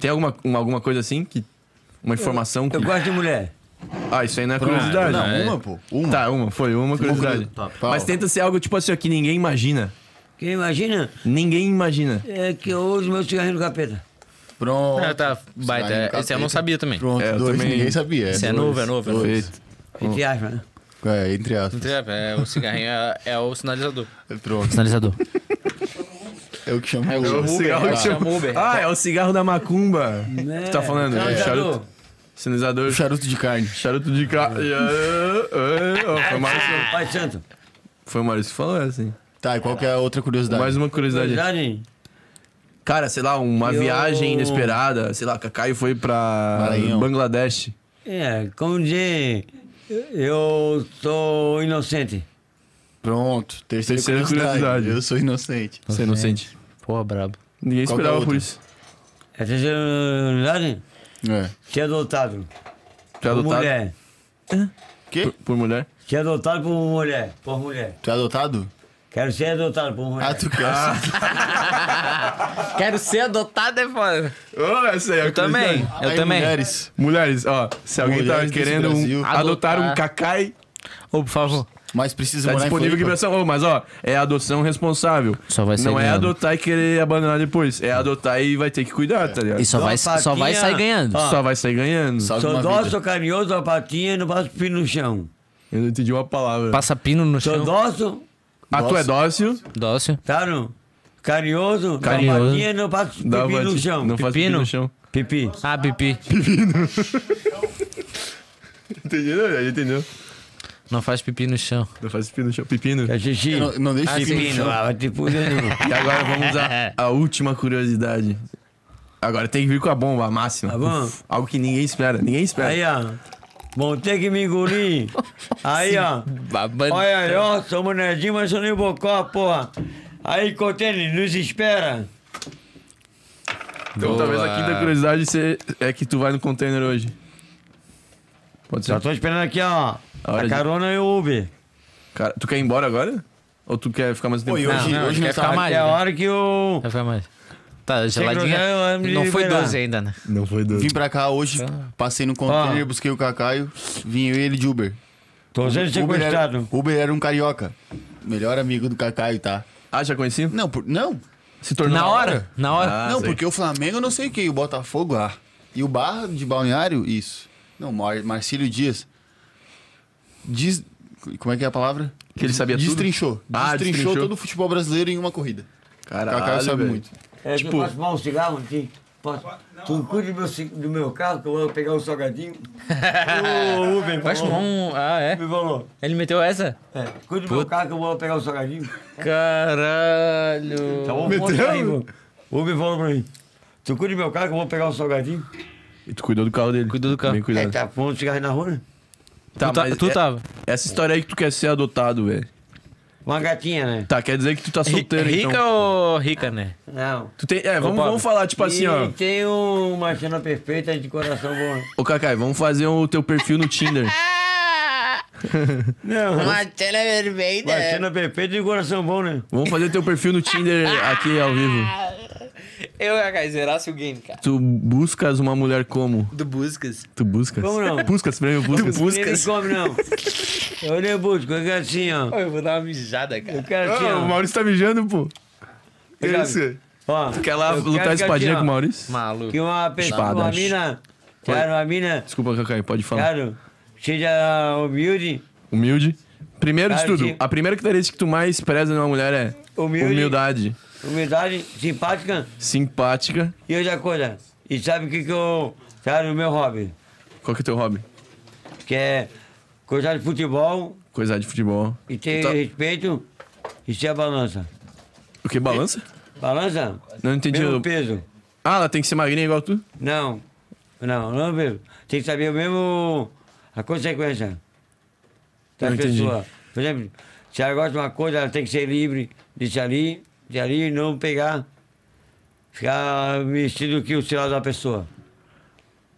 Speaker 2: Tem alguma, uma- alguma coisa assim que. Uma informação que.
Speaker 4: Eu gosto de mulher.
Speaker 2: Ah, isso aí não é curiosidade.
Speaker 1: Não,
Speaker 3: é.
Speaker 1: uma, pô. Uma.
Speaker 2: Tá, uma, foi uma curiosidade.
Speaker 1: curiosidade. Tá,
Speaker 2: Mas
Speaker 1: fala.
Speaker 2: tenta ser algo tipo assim, ó, que ninguém imagina.
Speaker 4: Quem imagina
Speaker 2: Ninguém imagina.
Speaker 4: é que eu uso meu cigarrinho no capeta.
Speaker 1: Pronto.
Speaker 3: Ah, tá, baita.
Speaker 1: Saindo
Speaker 3: Esse eu não
Speaker 1: capeta.
Speaker 3: sabia também.
Speaker 1: Pronto,
Speaker 2: É, eu
Speaker 1: dois,
Speaker 2: também-
Speaker 1: ninguém sabia.
Speaker 3: Esse é novo, é novo, é novo.
Speaker 2: Perfeito.
Speaker 4: Entre aspas, né?
Speaker 1: É, entre aspas.
Speaker 3: É, o cigarrinho é, é o sinalizador.
Speaker 1: Pronto.
Speaker 3: Sinalizador.
Speaker 1: É o que chama Tá.
Speaker 2: É o cigarro que chama Uber. Ah, é o cigarro da macumba. Tu tá falando? É, charuto. Sinalizador.
Speaker 1: O charuto de carne.
Speaker 2: Charuto de ca...
Speaker 1: É.
Speaker 2: Foi o Maurício-
Speaker 4: é Pai Santo.
Speaker 2: Foi o Maurício que falou assim.
Speaker 1: Tá, e qual que é a outra curiosidade?
Speaker 2: Mais uma curiosidade.
Speaker 4: Verdade?
Speaker 2: Cara, sei lá, uma
Speaker 4: Eu-
Speaker 2: viagem inesperada. Sei lá, Cacaio foi pra
Speaker 1: Maranhão.
Speaker 2: Bangladesh.
Speaker 4: É, como dizer, eu sou inocente.
Speaker 1: Pronto, terceira,
Speaker 2: Terceira
Speaker 1: curiosidade.
Speaker 2: curiosidade.
Speaker 1: Eu sou inocente.
Speaker 2: Você é inocente.
Speaker 3: Porra, brabo.
Speaker 2: Ninguém
Speaker 1: Tá Qual que é
Speaker 2: esperava
Speaker 1: a
Speaker 2: por
Speaker 1: outra?
Speaker 2: isso.
Speaker 4: É terceira verdade?
Speaker 1: É.
Speaker 4: Ser adotado.
Speaker 2: Tu é
Speaker 4: Por
Speaker 2: adotado
Speaker 4: mulher.
Speaker 1: Quê?
Speaker 2: por, por mulher?
Speaker 4: Ser adotado por mulher. Por mulher.
Speaker 1: Tu é adotado?
Speaker 4: Quero ser adotado por
Speaker 2: É.
Speaker 4: mulher.
Speaker 1: Ah, tu quer.
Speaker 13: Quero ser adotado é foda.
Speaker 2: Oh, essa aí é a
Speaker 13: Eu também,
Speaker 2: curiosidade.
Speaker 13: eu
Speaker 1: Aí,
Speaker 13: também.
Speaker 1: Mulheres.
Speaker 2: Mulheres, ó, se alguém
Speaker 1: Mulheres
Speaker 2: tá
Speaker 1: desse
Speaker 2: querendo um-
Speaker 1: Brasil.
Speaker 2: adotar um
Speaker 3: Adotar.
Speaker 2: Cacai,
Speaker 3: Ô, por favor.
Speaker 1: Mas precisa
Speaker 2: Tá
Speaker 1: morar
Speaker 2: disponível
Speaker 1: em
Speaker 2: aqui pra
Speaker 1: Floripa.
Speaker 2: São Paulo, mas ó, é adoção responsável.
Speaker 3: Só vai ser
Speaker 2: Não é
Speaker 3: ganhando.
Speaker 2: adotar e querer abandonar depois. É adotar e vai ter que cuidar, tá ligado?
Speaker 3: E só
Speaker 4: Dá
Speaker 3: vai,
Speaker 4: uma
Speaker 3: só vai
Speaker 4: faquinha.
Speaker 3: sair ganhando.
Speaker 4: Ó.
Speaker 2: Só vai sair ganhando.
Speaker 1: Salve
Speaker 4: Sou
Speaker 1: uma
Speaker 4: dócil,
Speaker 1: vida.
Speaker 4: sou carinhoso, sou patinha, não passo pino no chão.
Speaker 2: Eu não entendi uma palavra.
Speaker 3: Passa pino no
Speaker 4: Sou
Speaker 3: chão.
Speaker 4: dócil,
Speaker 2: Ah, tu é dócil?
Speaker 3: Dócil.
Speaker 4: tá? não? Carinhoso,
Speaker 3: Carinhoso.
Speaker 4: sou patinha, não passo
Speaker 2: Dá
Speaker 4: pipi no
Speaker 2: bate-
Speaker 4: chão.
Speaker 2: Não faz pipi
Speaker 3: Pepino?
Speaker 2: no chão.
Speaker 4: Pipi.
Speaker 3: Ah, pipi.
Speaker 2: Entendeu? Já Entendeu?
Speaker 3: Não faz pipi no chão.
Speaker 2: Não faz pipi no chão. Pepino.
Speaker 4: É xixi.
Speaker 1: Não, não deixa de
Speaker 4: Pipi,
Speaker 2: né?
Speaker 4: não, ah, vai te fuder, não.
Speaker 2: E agora vamos à a última curiosidade. Agora tem que vir com a bomba, a máxima.
Speaker 4: Tá bom.
Speaker 2: Uf, algo que ninguém espera. Ninguém espera.
Speaker 4: Aí, ó. Vão ter que me engolir. Aí, ó.
Speaker 3: Babando.
Speaker 4: Olha aí, ó. Somos nerdinho, mas sou nem bocó, porra. Aí, Cotene, nos espera.
Speaker 2: então talvez a quinta curiosidade se- é que tu vai no container hoje. Pode ser.
Speaker 4: Já tô esperando aqui, ó.
Speaker 2: A
Speaker 4: A
Speaker 2: hora de-
Speaker 4: carona e o Uber.
Speaker 2: Cara, tu quer ir embora agora? Ou tu quer ficar mais um tempo?
Speaker 1: Pô, e hoje,
Speaker 3: Não, não,
Speaker 1: hoje não
Speaker 3: quer ficar
Speaker 1: tá
Speaker 3: mais. né?
Speaker 4: É a hora que o...
Speaker 3: Vai ficar mais. Tá, geladinha.
Speaker 4: grudar, eu vou me
Speaker 3: Não foi
Speaker 4: liberar.
Speaker 3: 12 ainda, né?
Speaker 2: Não foi doido.
Speaker 1: Vim pra cá hoje, passei no container, busquei o Cacaio, vim eu e ele de Uber.
Speaker 4: Tô sendo
Speaker 1: Uber é era,
Speaker 4: sequestrado.
Speaker 1: Uber era um carioca. Melhor amigo do Cacaio, tá?
Speaker 2: Ah, já conheci?
Speaker 1: Não, por, não.
Speaker 2: Se tornou.
Speaker 3: Na hora? Na hora.
Speaker 2: Ah,
Speaker 1: não,
Speaker 2: sei.
Speaker 1: porque o Flamengo eu não sei o que, o Botafogo, ah. E o Barra de Balneário, isso. Não, Mar Marcílio Dias. Diz. Como é que é a palavra?
Speaker 2: Que ele sabia tudo?
Speaker 1: destrinchou.
Speaker 2: Ah,
Speaker 1: destrinchou.
Speaker 2: destrinchou.
Speaker 1: todo o futebol brasileiro em uma corrida.
Speaker 2: Caralho,
Speaker 1: Cacau sabe
Speaker 2: velho.
Speaker 1: muito.
Speaker 4: É, tipo... Posso fumar um cigarro aqui? Posso? Tu cuida do meu, ci- do meu carro, que eu vou pegar um salgadinho. o Uber
Speaker 3: Vai tomar
Speaker 4: falou.
Speaker 3: um. Ah,
Speaker 4: O
Speaker 3: é?
Speaker 4: Uber falou.
Speaker 3: Ele meteu essa?
Speaker 4: É, cuida do meu carro, que eu vou pegar um salgadinho.
Speaker 3: Caralho.
Speaker 4: Tá bom, mostra aí, vô. O Uber falou pra mim. Tu cuida do meu carro que eu vou pegar um salgadinho?
Speaker 2: E tu cuidou do carro dele.
Speaker 3: Cuidou do carro.
Speaker 2: Bem
Speaker 4: É,
Speaker 2: cuidado.
Speaker 4: tá pondo cigarro na rua, né?
Speaker 2: Tá,
Speaker 3: tu, tá-
Speaker 2: mas
Speaker 3: tu
Speaker 2: é-
Speaker 3: tava.
Speaker 2: Essa história aí que tu quer ser adotado, velho.
Speaker 4: Uma gatinha, né?
Speaker 2: Tá, quer dizer que tu tá solteiro,
Speaker 3: Rica
Speaker 2: então.
Speaker 3: ou rica, né?
Speaker 4: Não.
Speaker 2: Tu tem, é, vamos,
Speaker 3: pobre.
Speaker 2: vamos falar, tipo assim, ó.
Speaker 4: E tem um, uma cena perfeita de coração bom. né?
Speaker 2: Ô, Kakai, vamos fazer o teu perfil no Tinder.
Speaker 4: Não.
Speaker 9: Uma tela
Speaker 4: Uma
Speaker 9: vermelha.
Speaker 4: cena perfeita de coração bom, né?
Speaker 2: Vamos fazer teu perfil no Tinder aqui ao vivo.
Speaker 3: é-
Speaker 9: Eu ia cara, zerasse o game, cara.
Speaker 2: Tu buscas uma mulher como?
Speaker 9: Do Buscas.
Speaker 2: Tu buscas?
Speaker 4: Como não?
Speaker 2: Buscas, prêmio Buscas.
Speaker 4: Ele come, não. Eu nem busco, eu quero assim, ó.
Speaker 9: Pô, eu vou dar uma mijada, cara.
Speaker 4: Eu quero assim,
Speaker 2: Ah, o
Speaker 4: ó.
Speaker 2: Maurício tá mijando, pô.
Speaker 4: Sabe?
Speaker 2: Isso.
Speaker 4: Ó,
Speaker 2: Tu quer lá
Speaker 4: eu
Speaker 2: lutar
Speaker 4: quero
Speaker 2: espadinha
Speaker 4: assim, ó,
Speaker 2: com o Maurício?
Speaker 9: Maluco.
Speaker 4: Que uma pessoa,
Speaker 2: Espada.
Speaker 4: uma mina... Cara, uma mina,
Speaker 2: Desculpa, Kakai, pode falar.
Speaker 4: claro, seja humilde,
Speaker 2: Humilde. Primeiro de
Speaker 4: Cara,
Speaker 2: tudo,
Speaker 4: que-
Speaker 2: a primeira característica que tu mais preza numa mulher é
Speaker 4: Humilde.
Speaker 2: humildade,
Speaker 4: humildade, simpática
Speaker 2: simpática.
Speaker 4: e outra coisa. E sabe o que que eu... Sabe o meu hobby?
Speaker 2: Qual que é teu hobby?
Speaker 4: Que é gostar de futebol
Speaker 2: Coisa de futebol.
Speaker 4: e ter
Speaker 2: Tá.
Speaker 4: respeito e ser a balança.
Speaker 2: O que? Balança?
Speaker 4: Balança?
Speaker 2: Não entendi.
Speaker 4: Mesmo peso.
Speaker 2: Ah, ela tem que ser magrinha igual tu?
Speaker 4: Não, não, não mesmo. Tem que saber o mesmo a consequência da
Speaker 2: Não entendi.
Speaker 4: pessoa. Por exemplo, se ela gosta de uma coisa, ela tem que ser livre disso ali, de ali, e não pegar, ficar vestido que o sinal da pessoa.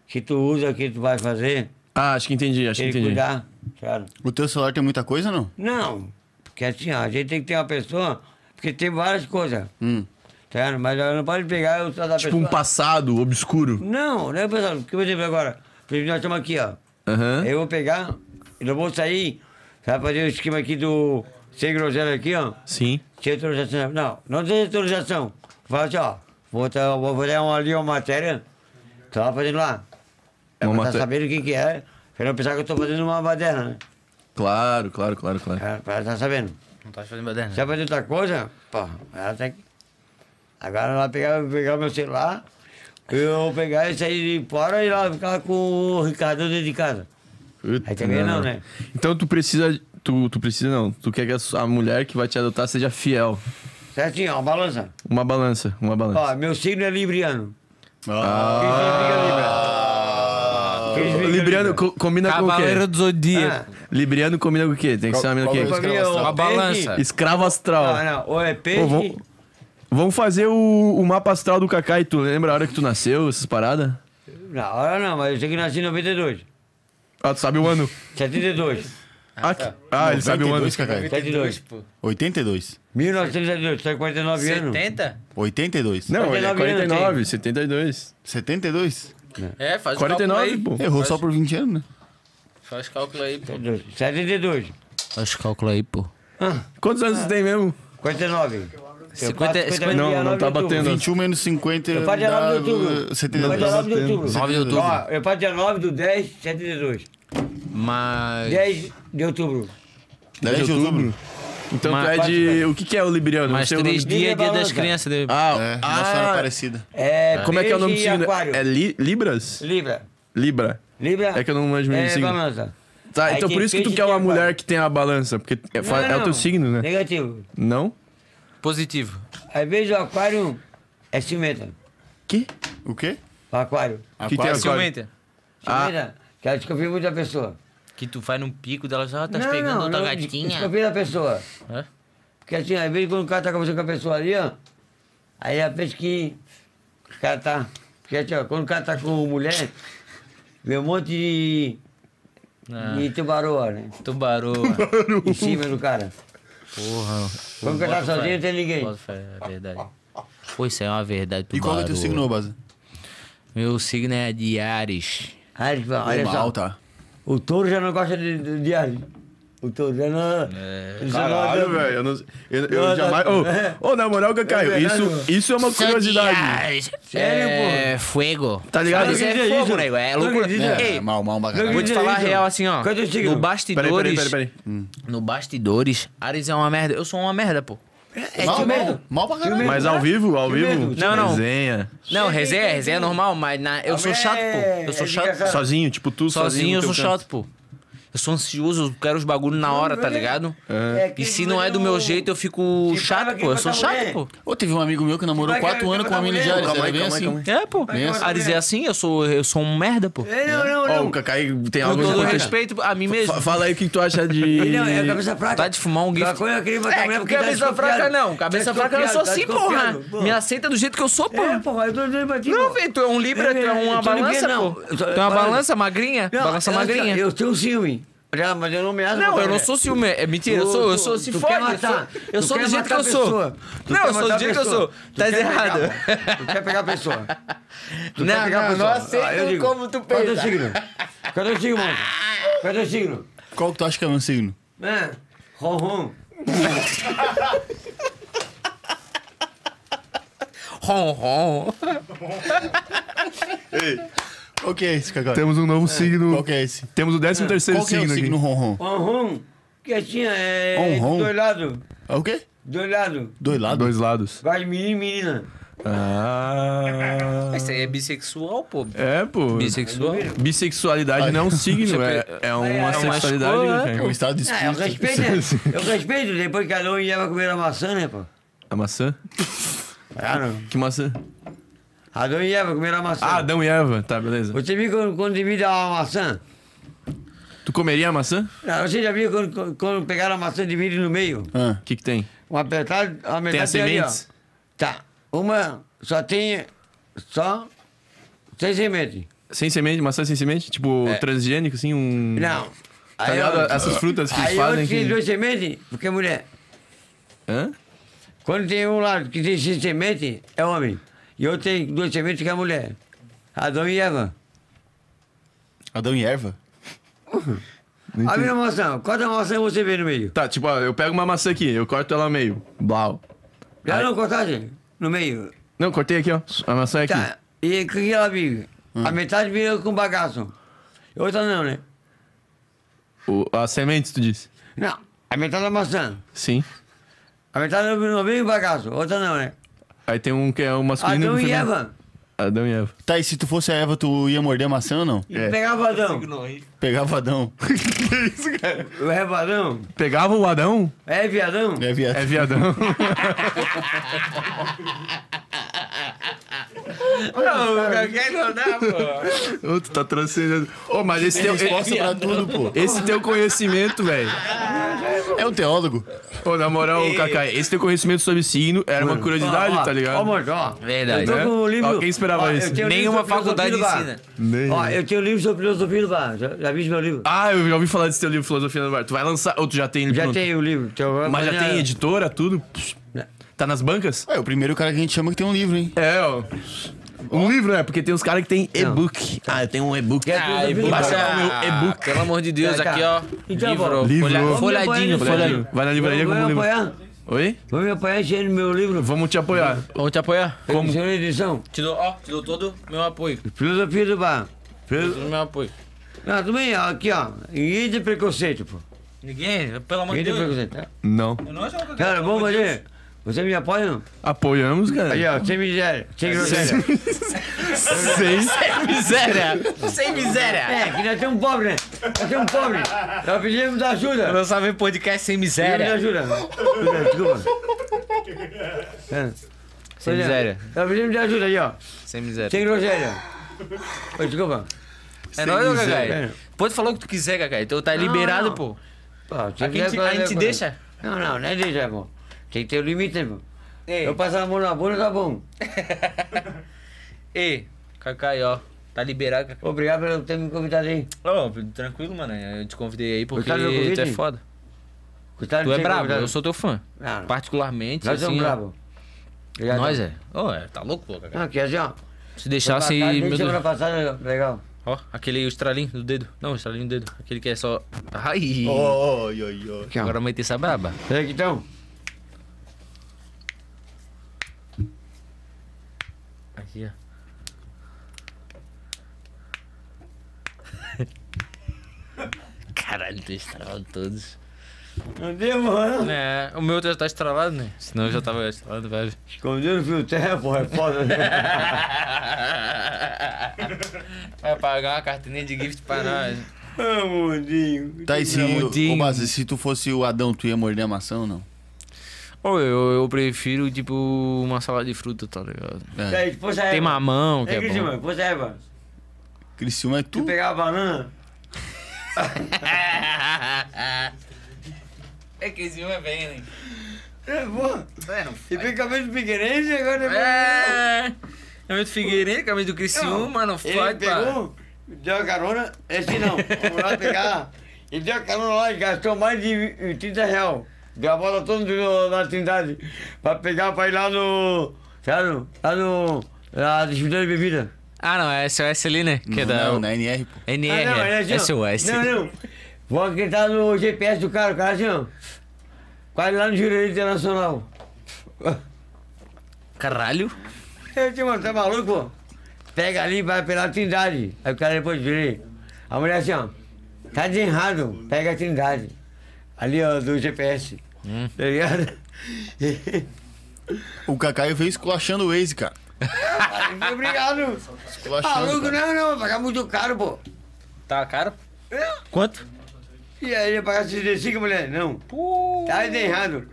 Speaker 4: Que tu usa, que tu vai fazer,
Speaker 2: Ah, acho que entendi, acho que
Speaker 4: tem que
Speaker 2: entendi.
Speaker 4: cuidar, claro.
Speaker 1: O teu celular tem muita coisa ou não?
Speaker 4: Não, porque assim, ó, a gente tem que ter uma pessoa, porque tem várias coisas,
Speaker 1: Hum.
Speaker 4: tá ligado? Mas ela não pode pegar o sinal da
Speaker 2: Tipo
Speaker 4: pessoa.
Speaker 2: um passado obscuro.
Speaker 4: Não, não é pesado, porque, por exemplo, agora, por exemplo, nós estamos aqui, ó.
Speaker 2: Aham.
Speaker 4: Aí Eu vou pegar, eu vou sair, vai fazer o esquema aqui do sem groselha aqui, ó.
Speaker 2: Sim.
Speaker 4: Sem autorização. Não, não tem autorização. Fala assim, ó. Vou, tá, vou fazer uma, ali uma matéria. Tô lá fazendo lá.
Speaker 2: Uma
Speaker 4: Ela tá
Speaker 2: maté-
Speaker 4: sabendo o que que é. Pra não pensar que eu tô fazendo uma baderna, né?
Speaker 2: Claro, claro, claro, claro.
Speaker 4: Ela, ela tá sabendo.
Speaker 3: Não tá fazendo baderna.
Speaker 4: Se ela fazer outra coisa, pô, ela tem que... Agora ela pegar, pegar meu celular, eu pegar e sair de fora e lá ficar com o Ricardo dentro de casa.
Speaker 2: Puta,
Speaker 4: Aí também não, né?
Speaker 2: Então tu precisa. Tu, tu precisa não. Tu quer que a, sua- a mulher que vai te adotar seja fiel.
Speaker 4: Certinho, assim, ó, balança.
Speaker 2: Uma balança, uma balança.
Speaker 4: Ó, meu signo é libriano.
Speaker 1: Ah,
Speaker 4: Quem fica
Speaker 2: Ah. Libriano
Speaker 4: livre?
Speaker 2: co- combina
Speaker 9: Cavaleiro
Speaker 2: com o
Speaker 9: do Zodíaco.
Speaker 2: quê? Libriano combina com o quê? Tem que ser uma mina o
Speaker 1: qual
Speaker 2: quê?
Speaker 1: é
Speaker 4: Ah, Pra mim é
Speaker 1: escravação.
Speaker 4: o
Speaker 1: Uma
Speaker 4: peixe-
Speaker 3: balança.
Speaker 2: Escravo astral.
Speaker 4: Não, não, ou é peixe.
Speaker 2: Pô, vamos- Vamos fazer o, o mapa astral do Kakai. Tu lembra a hora que tu nasceu, essas paradas?
Speaker 4: Na hora não, mas eu sei que nasci em 92.
Speaker 2: Ah, tu sabe o ano.
Speaker 4: 72.
Speaker 2: Ah, que- ah, ele sabe o ano.
Speaker 1: 92, Cacai.
Speaker 4: 72.
Speaker 1: 82.
Speaker 4: 1972, tô com
Speaker 3: Ah,
Speaker 4: 49 anos.
Speaker 3: 70?
Speaker 1: 82.
Speaker 2: Não, ele é
Speaker 4: 49 anos,
Speaker 2: 49, 72.
Speaker 1: tá 72?
Speaker 3: É, faz o cálculo
Speaker 2: 49,
Speaker 3: aí.
Speaker 2: pô.
Speaker 1: Errou só por 20 anos, né?
Speaker 3: Faz cálculo aí, pô.
Speaker 4: 72.
Speaker 3: Faz cálculo aí, pô.
Speaker 2: Quantos anos tu tem mesmo?
Speaker 4: 49.
Speaker 3: Cinquenta-
Speaker 2: não, não tá batendo.
Speaker 1: 21 menos 50
Speaker 4: Eu faço dia 9 de
Speaker 1: dá
Speaker 4: outubro.
Speaker 1: uh,
Speaker 4: Eu
Speaker 1: 72.
Speaker 4: faço dia 9 de outubro.
Speaker 3: 9 de outubro.
Speaker 4: Ó, eu faço dia 9 do 10, 72.
Speaker 3: Mas.
Speaker 2: É
Speaker 4: 10 de outubro.
Speaker 1: 10 de outubro?
Speaker 2: Então tu
Speaker 3: Mas-
Speaker 2: é de... O que que é o Libriano? Não
Speaker 3: Mais
Speaker 2: sei o
Speaker 3: três
Speaker 2: nome.
Speaker 4: Ninguém
Speaker 3: dias, é dia das
Speaker 4: balança.
Speaker 3: crianças. né? De...
Speaker 2: Ah,
Speaker 1: É,
Speaker 2: ah,
Speaker 1: Nossa Senhora Aparecida.
Speaker 4: É,
Speaker 2: Como é que é o nome do
Speaker 4: peixe e
Speaker 2: signo?
Speaker 4: aquário.
Speaker 2: É li- Libras?
Speaker 4: Libra.
Speaker 2: Libra.
Speaker 4: Libra.
Speaker 2: É que eu não manjo mesmo
Speaker 4: É,
Speaker 2: signo.
Speaker 4: balança.
Speaker 2: Tá,
Speaker 4: Aí
Speaker 2: então
Speaker 4: tem
Speaker 2: por isso que tu
Speaker 4: peixe
Speaker 2: quer
Speaker 4: e
Speaker 2: uma
Speaker 4: aquário.
Speaker 2: mulher que tem a balança, porque é, fa- é o
Speaker 4: Não,
Speaker 2: teu signo, né?
Speaker 4: Negativo.
Speaker 2: Não?
Speaker 3: Positivo.
Speaker 4: Às vezes o aquário é cimenta.
Speaker 2: Que?
Speaker 1: O quê?
Speaker 4: O aquário.
Speaker 2: Que tem
Speaker 1: Aquário?
Speaker 2: agora?
Speaker 3: Ciumenta.
Speaker 2: Ah.
Speaker 4: Cimenta. Que ela desconfia muito da pessoa.
Speaker 3: Que tu vai num pico dela já ah, tá pegando outra gatinha.
Speaker 4: Desconfia da pessoa.
Speaker 3: Hã?
Speaker 4: Porque assim, às vezes quando o cara tá conversando com a pessoa ali, ó. Aí ela pensa que o cara tá. Porque assim, ó, quando o cara tá com mulher, vê um monte de.
Speaker 3: Ah.
Speaker 4: de tubaroa, né?
Speaker 3: Tubarão.
Speaker 4: Em cima do cara.
Speaker 3: Porra.
Speaker 4: Quando o cara tá
Speaker 3: Bota fé.
Speaker 4: sozinho, não tem ninguém.
Speaker 3: Bota fé, É verdade. Pô, isso é uma verdade.
Speaker 1: E qual que é o teu
Speaker 3: tubarão.
Speaker 1: signo, Baza?
Speaker 3: Meu signo é de Ares.
Speaker 4: Aí eles falam, olha só.
Speaker 1: Mal, tá.
Speaker 4: O touro já não gosta de, de, de ar. O touro já não.
Speaker 3: É,
Speaker 4: ele já não
Speaker 2: Caralho,
Speaker 4: anda-
Speaker 2: velho, eu não eu, eu
Speaker 4: Não, não,
Speaker 2: jamais... Ô, ô, na moral, Cacaio,
Speaker 4: É verdade,
Speaker 2: isso, isso é uma curiosidade.
Speaker 4: Sério,
Speaker 3: é, fogo.
Speaker 2: Tá ligado?
Speaker 3: Mas é
Speaker 4: Não
Speaker 3: fogo,
Speaker 4: acredito.
Speaker 3: nego. É
Speaker 4: Não
Speaker 3: loucura.
Speaker 4: acredito.
Speaker 1: É,
Speaker 3: Ei,
Speaker 1: mal, mal, pra
Speaker 3: vou
Speaker 1: caralho.
Speaker 3: te falar a
Speaker 4: Isso.
Speaker 3: real assim, ó.
Speaker 4: Quanto é o signo?
Speaker 3: No
Speaker 2: Peraí,
Speaker 3: bastidores...
Speaker 2: peraí, peraí, peraí.
Speaker 3: No bastidores, Ares é uma merda. Eu sou uma merda, pô. É, é
Speaker 1: Mal,
Speaker 3: de merda.
Speaker 1: mal, mal pra caralho.
Speaker 2: Mas ao vivo, ao vivo,
Speaker 4: medo,
Speaker 3: Não, não.
Speaker 2: resenha.
Speaker 3: Não, resenha, resenha é normal, mas na- eu sou chato, pô. Eu sou
Speaker 4: É
Speaker 3: chato.
Speaker 4: desgraçado.
Speaker 2: Sozinho, tipo tu sozinho.
Speaker 3: Sozinho eu
Speaker 2: no
Speaker 3: sou
Speaker 2: teu canto.
Speaker 3: chato, pô. Eu Eu sou ansioso, eu quero os bagulho na hora, tá ligado? E se não é do meu jeito, eu fico
Speaker 4: Se vai,
Speaker 3: chato,
Speaker 4: vai
Speaker 3: pô. Eu sou
Speaker 4: botar
Speaker 3: chato,
Speaker 4: mulher.
Speaker 3: pô.
Speaker 1: Ô, teve um amigo meu que namorou
Speaker 4: Vai, cara,
Speaker 1: quatro
Speaker 4: vai
Speaker 1: anos com
Speaker 4: botar
Speaker 1: uma menina de
Speaker 4: mulher.
Speaker 1: Ares. Era
Speaker 14: aí,
Speaker 1: bem
Speaker 14: calma aí,
Speaker 1: assim.
Speaker 14: calma aí.
Speaker 3: É, pô. Ares é assim, eu sou, eu sou um merda, pô.
Speaker 4: É, não, não,
Speaker 14: Ó,
Speaker 4: não.
Speaker 14: o Cacai tem
Speaker 3: Com
Speaker 14: algo
Speaker 3: todo
Speaker 14: a dizer.
Speaker 3: respeito a mim mesmo.
Speaker 14: Fa- Fala aí o que tu acha de.
Speaker 4: Ele não, é a cabeça fraca.
Speaker 3: Tá de fumar um
Speaker 4: Uma
Speaker 3: gift.
Speaker 4: coisa eu queria botar mulher porque tá
Speaker 3: cabeça fraca
Speaker 4: desconfiado.
Speaker 3: não, cabeça
Speaker 4: Tá
Speaker 3: fraca eu sou
Speaker 4: desconfiado,
Speaker 3: assim,
Speaker 4: tá
Speaker 3: porra.
Speaker 4: desconfiado, pô.
Speaker 3: Me aceita do jeito que eu sou,
Speaker 4: É,
Speaker 3: porra.
Speaker 4: porra, eu tô dizendo pra ti,
Speaker 3: Não,
Speaker 4: pô.
Speaker 3: velho, tu é um libra, tu é uma
Speaker 4: eu tô
Speaker 3: balança,
Speaker 4: ninguém, não.
Speaker 3: pô.
Speaker 4: Eu
Speaker 3: Tu
Speaker 4: tô-
Speaker 3: é uma
Speaker 4: balança.
Speaker 3: balança magrinha,
Speaker 4: Não,
Speaker 3: balança
Speaker 4: eu-
Speaker 3: magrinha.
Speaker 4: Eu tenho um ciúme. Já, Mas eu não me acho.
Speaker 3: Não, eu não sou ciúme. É mentira, eu
Speaker 4: Tu-
Speaker 3: sou, eu
Speaker 4: tu-
Speaker 3: sou se
Speaker 4: tu
Speaker 3: fode.
Speaker 4: quer
Speaker 3: eu sou-
Speaker 4: matar.
Speaker 3: Eu
Speaker 4: Tu
Speaker 3: sou
Speaker 4: quer
Speaker 3: do jeito que
Speaker 4: matar
Speaker 3: eu
Speaker 4: a
Speaker 3: sou.
Speaker 4: pessoa. Tu
Speaker 3: Não,
Speaker 4: quer
Speaker 3: eu sou do
Speaker 4: matar a
Speaker 3: jeito que eu
Speaker 4: pessoa.
Speaker 3: sou.
Speaker 4: Tu
Speaker 3: Tá
Speaker 4: quer pegar,
Speaker 3: errado.
Speaker 4: pô. Tu quer pegar a pessoa. Tu
Speaker 3: Não,
Speaker 4: quer pegar
Speaker 3: não,
Speaker 4: a pessoa.
Speaker 3: não aceito
Speaker 4: Ah, eu digo,
Speaker 3: como tu
Speaker 4: Qual é o teu
Speaker 3: pensa.
Speaker 4: signo? Qual é o teu signo, mano? Qual é o teu signo?
Speaker 1: Qual que tu acha que é meu signo?
Speaker 4: É, ron, ron.
Speaker 3: Ron, ron.
Speaker 1: Qual que é esse, Cacau?
Speaker 2: Temos um novo signo.
Speaker 1: Qual que é esse?
Speaker 2: Temos o 13 terceiro
Speaker 1: Qual que é o
Speaker 2: signo
Speaker 1: signo
Speaker 2: aqui.
Speaker 1: ronron?
Speaker 4: Ron, ron. Quietinha, é.
Speaker 1: Ron, ron.
Speaker 4: Do lado.
Speaker 1: É o quê?
Speaker 4: Do lado.
Speaker 1: Dois lados?
Speaker 2: Dois lados.
Speaker 4: Vai, menino e menina.
Speaker 2: Ah.
Speaker 3: Isso aí é bissexual, pô.
Speaker 2: É, pô.
Speaker 3: Bissexual.
Speaker 2: Bissexualidade não é um signo, é, é uma
Speaker 3: é uma
Speaker 2: sexualidade. né,
Speaker 3: escolha,
Speaker 2: cara.
Speaker 1: É um estado de
Speaker 4: Ah, eu
Speaker 1: espírito.
Speaker 4: respeito, né? Eu respeito. Depois que a Lua e Eva comeram a maçã, né, pô?
Speaker 2: A maçã?
Speaker 4: Ah, não.
Speaker 2: Que maçã?
Speaker 4: Adão e Eva comeram a maçã.
Speaker 2: Ah, Adão e Eva. Tá, beleza.
Speaker 4: Você viu quando, quando divide a maçã?
Speaker 2: Tu comeria a maçã?
Speaker 4: Não, você já viu quando, quando- quando pegaram a maçã e dividem no meio?
Speaker 1: Ah,
Speaker 2: O que que tem?
Speaker 4: Uma metade, a metade
Speaker 2: Tem as
Speaker 4: ali, ó.
Speaker 2: sementes?
Speaker 4: Tá. Uma só tem. Só. Sem semente.
Speaker 2: Sem semente? Maçã sem semente? Tipo, transgênico, assim, um...
Speaker 4: Não.
Speaker 2: Tá ligado? Essas frutas que
Speaker 4: aí
Speaker 2: eles fazem
Speaker 4: outro tem
Speaker 2: que...
Speaker 4: duas sementes, porque é mulher.
Speaker 2: Hã?
Speaker 4: Quando tem um lado que tem seis sementes, é homem. E outro tem duas sementes, que é mulher. Adão e Eva.
Speaker 1: Adão e erva?
Speaker 4: A minha maçã, qual da maçã você vê no meio?
Speaker 2: Tá, tipo, ó, eu pego uma maçã aqui, eu corto ela ao meio. Blau.
Speaker 4: Já não cortaste? No meio.
Speaker 2: Não, cortei aqui, ó. A maçã é aqui. Hum.
Speaker 4: Tá. E o que que ela vive? A metade vira com bagaço. Outra não, né?
Speaker 2: O, as sementes, tu disse?
Speaker 4: Não. A metade da maçã.
Speaker 2: Sim.
Speaker 4: A metade não não vem com bagaço. Outra não, né?
Speaker 2: Aí tem um que é o masculino
Speaker 4: Adão
Speaker 2: e o
Speaker 4: e
Speaker 2: feminino.
Speaker 4: Eva.
Speaker 2: Adão e Eva.
Speaker 1: Tá, e se tu fosse a Eva, tu ia morder a maçã ou não?
Speaker 4: E
Speaker 2: É.
Speaker 4: pegava Adão.
Speaker 1: Pegava Adão.
Speaker 4: Eu é vadão?
Speaker 2: Pegava o Adão?
Speaker 4: É viadão?
Speaker 1: É viado.
Speaker 2: É viadão. Ô, tu tá transcendendo. Ô, mas esse teu,
Speaker 1: Resposta pra tudo, pô.
Speaker 2: esse teu conhecimento, velho.
Speaker 1: É um teólogo.
Speaker 2: Ô, na moral, Cacai, esse teu conhecimento sobre signo era uma curiosidade,
Speaker 4: Ó, ó,
Speaker 2: tá
Speaker 4: Ó,
Speaker 2: ligado?
Speaker 4: amor, ó.
Speaker 3: Verdade.
Speaker 4: Eu tô com um livro.
Speaker 2: Ó, quem esperava
Speaker 4: eu
Speaker 2: isso?
Speaker 4: tenho um
Speaker 3: Nenhuma
Speaker 4: livro sobre
Speaker 3: faculdade
Speaker 4: filosofia do
Speaker 3: ensina.
Speaker 4: bar.
Speaker 2: Nem-
Speaker 4: Ó, eu tenho um livro sobre filosofia do bar. Já, já vi meu livro?
Speaker 2: Ah, eu já ouvi falar desse teu livro, Filosofia no Bar. Tu vai lançar. Ou tu já tem ele
Speaker 4: já
Speaker 2: pronto?
Speaker 4: tem o livro. Então,
Speaker 2: Mas já
Speaker 4: amanhã-
Speaker 2: tem editora, tudo? Psh,
Speaker 4: É.
Speaker 2: Tá nas bancas?
Speaker 1: É o primeiro cara que a gente chama que tem um livro, hein?
Speaker 2: É, ó. Um livro, né? Porque tem uns caras que tem e-book. Ah, eu tenho um e-book.
Speaker 4: Quer
Speaker 3: Ah,
Speaker 4: tudo,
Speaker 3: e-book.
Speaker 4: filho?
Speaker 2: Baixa
Speaker 3: Ah,
Speaker 2: o meu e-book.
Speaker 3: Pelo amor de Deus,
Speaker 4: Tá, tá.
Speaker 3: aqui, ó.
Speaker 4: Então,
Speaker 3: livro,
Speaker 4: bom.
Speaker 2: Livro.
Speaker 3: folha-
Speaker 2: Vamos
Speaker 3: folhadinho,
Speaker 4: apoiar,
Speaker 3: folhadinho.
Speaker 2: Vai na livraria
Speaker 4: Vamos
Speaker 2: como
Speaker 4: me
Speaker 2: livro.
Speaker 4: apoiar?
Speaker 2: Oi?
Speaker 4: Vamos me apoiar enchendo meu livro.
Speaker 2: Vamos te apoiar.
Speaker 3: Vamos te apoiar?
Speaker 2: Como?
Speaker 4: Senhor edição.
Speaker 3: Te dou, ó, te dou todo o meu apoio.
Speaker 4: Filosofia do bar.
Speaker 3: Todo o meu apoio.
Speaker 4: Não, também, ó, aqui, ó. Ninguém tem preconceito, pô.
Speaker 3: Ninguém, pelo amor de
Speaker 4: Ninguém tem
Speaker 3: Deus.
Speaker 4: preconceito, tá?
Speaker 2: Não.
Speaker 3: Eu não acho que eu-
Speaker 4: Cara, vamos fazer. Você me apoia? não?
Speaker 2: Apoiamos,
Speaker 4: Aí,
Speaker 2: cara.
Speaker 4: ó, sem miséria, sem groselha.
Speaker 2: Sem.
Speaker 3: Sem miséria! Sem miséria!
Speaker 4: É, que nós temos pobre, né? Nós temos pobre. Nós pedimos ajuda.
Speaker 3: Eu só vejo podcast sem
Speaker 4: Ele me
Speaker 3: miséria.
Speaker 4: ajuda. Desculpa. É.
Speaker 3: Sem miséria.
Speaker 4: Eu pedi me ajuda aí, ó.
Speaker 3: Sem miséria.
Speaker 4: Sem groselha. Oi, desculpa.
Speaker 3: É nóis,
Speaker 4: miséria.
Speaker 3: Gagai. Pode falar o que tu quiser, Gagai. Então tá liberado,
Speaker 4: não.
Speaker 3: pô.
Speaker 4: Pô,
Speaker 3: Aqui
Speaker 4: se
Speaker 3: a
Speaker 4: quiser,
Speaker 3: gente, a
Speaker 4: pode-
Speaker 3: gente deixa.
Speaker 4: Não, não, não é deixa, pô. Tem que ter o limite, né, pô.
Speaker 3: Ei,
Speaker 4: Eu passar a mão na bunda, tá bom.
Speaker 3: ei, Cacai, ó. Tá liberado, Cacai.
Speaker 4: Obrigado por ter me convidado aí.
Speaker 3: Ô, tranquilo, mano. Eu te convidei aí porque
Speaker 4: Gostaram do
Speaker 3: tu é
Speaker 4: convite?
Speaker 3: foda.
Speaker 4: Gostaram de
Speaker 3: Tu é
Speaker 4: ter
Speaker 3: brabo,
Speaker 4: convidado?
Speaker 3: eu sou teu fã.
Speaker 4: Não, não.
Speaker 3: Particularmente,
Speaker 4: Nós
Speaker 3: assim,
Speaker 4: somos
Speaker 3: ó.
Speaker 4: bravos. Obrigado.
Speaker 3: Nós é. Ô, é, tá louco, pô, Cacai.
Speaker 4: Não, que assim, ó.
Speaker 3: Se deixasse...
Speaker 4: Pra cá, desde
Speaker 3: meu Deus.
Speaker 4: semana passada, legal.
Speaker 3: Ó, aquele estralinho do dedo. Não, estralinho do dedo. Aquele que é só. Ai!
Speaker 1: Oh, oi, oi, oi.
Speaker 4: Aqui, ó.
Speaker 3: Agora vai ter essa braba.
Speaker 4: Peraí, aqui, então.
Speaker 3: Aqui, ó. Caralho, tá estralado todos.
Speaker 4: Não deu, mano.
Speaker 3: É, o meu já tá estralado, né? Senão eu já tava estralado, velho.
Speaker 4: Esconderam o fio terra, porra, é foda, né?
Speaker 3: Vai pagar uma carteirinha de gift pra nós.
Speaker 4: Ah, mundinho.
Speaker 1: Tá, e se,
Speaker 15: Ramudinho.
Speaker 1: ô, Baza, se tu fosse o Adão, tu ia morder a maçã ou não?
Speaker 3: Ô, eu, eu prefiro, tipo, uma salada de fruta, tá ligado?
Speaker 1: É.
Speaker 4: Daí, depois a Eva.
Speaker 3: Tem mamão, que
Speaker 4: Ei,
Speaker 3: é
Speaker 4: Cristina,
Speaker 3: bom.
Speaker 4: depois a Eva.
Speaker 1: Criciúma é tu?
Speaker 4: Tu pegava a banana?
Speaker 3: É que esse é bem, né?
Speaker 4: É, boa. E tem cabelo de Figueirense e agora...
Speaker 3: É. Camisa do Figueirense, camisa do Criciúma, não
Speaker 4: Ele
Speaker 3: pode, pá.
Speaker 4: pegou, deu a carona, esse não, vamos lá pegar. Ele deu a carona lá e gastou mais de 30 reais. Deu a bola toda no- na Trindade pra pegar pra ir lá no. Sabe? Lá no. Na distribuidora de bebida.
Speaker 3: Ah, não, é SOS ali, né? Que é
Speaker 1: não,
Speaker 3: da
Speaker 1: não, na NR, pô.
Speaker 3: NR,
Speaker 4: Ah, não,
Speaker 3: é
Speaker 4: é assim, ó.
Speaker 3: SOS.
Speaker 4: Não, não. Vou acreditar no GPS do cara, o cara assim, ó. Quase lá no Jurei Internacional.
Speaker 3: Caralho.
Speaker 4: Eu disse, mano, tá maluco, pô? Pega ali, vai pela Trindade. Aí o cara depois vira. A mulher assim, ó, tá de errado, pega a Trindade. Ali, ó, do GPS. Tá ligado?
Speaker 1: O Cacaio veio esculachando o Waze, cara.
Speaker 4: Aí, Obrigado.
Speaker 1: Esculachando, Tá
Speaker 4: Maluco,
Speaker 1: cara.
Speaker 4: não, não, vai pagar muito caro, pô.
Speaker 3: Tá caro? Quanto?
Speaker 4: E aí ele ia pagar 65, mulher? Não. Tá de errado.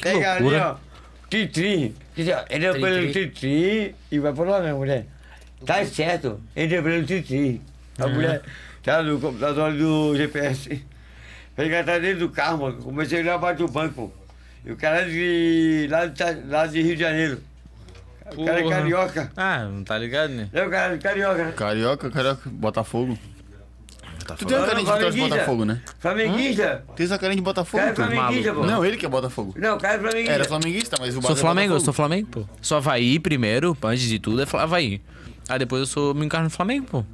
Speaker 4: Pega ali,
Speaker 3: loucura.
Speaker 4: ó, Titri. Ele é
Speaker 3: Tri,
Speaker 4: pelo
Speaker 3: tri.
Speaker 4: Titri e vai por lá mesmo, mulher. Tá certo, ele é pelo Titri. A mulher tá no computador do GPS. Peguei atrás dentro do carro, mano. Comecei a olhar para do banco. E o cara é de. lá de, Ta- lá de Rio de Janeiro. O cara é
Speaker 3: Porra.
Speaker 4: carioca.
Speaker 3: Ah, não tá ligado, né?
Speaker 4: É o cara é carioca, né?
Speaker 1: Carioca, carioca, Botafogo. Tu tem uma carinha de que torce
Speaker 4: é Flamenguista.
Speaker 1: Botafogo, né?
Speaker 4: Flamenguista.
Speaker 1: Tem essa carinha de Botafogo,
Speaker 4: Cara é
Speaker 1: tu?
Speaker 4: flamenguista, pô.
Speaker 1: Não, ele que é Botafogo.
Speaker 4: Não, o cara é flamenguista.
Speaker 1: Era flamenguista, mas o Baza
Speaker 3: Sou
Speaker 1: é
Speaker 3: Flamengo, eu sou
Speaker 1: Botafogo.
Speaker 3: Flamengo, pô. Sou Havaí primeiro, antes de tudo, é Fla- Havaí. Aí depois eu sou, me encarno no Flamengo, pô.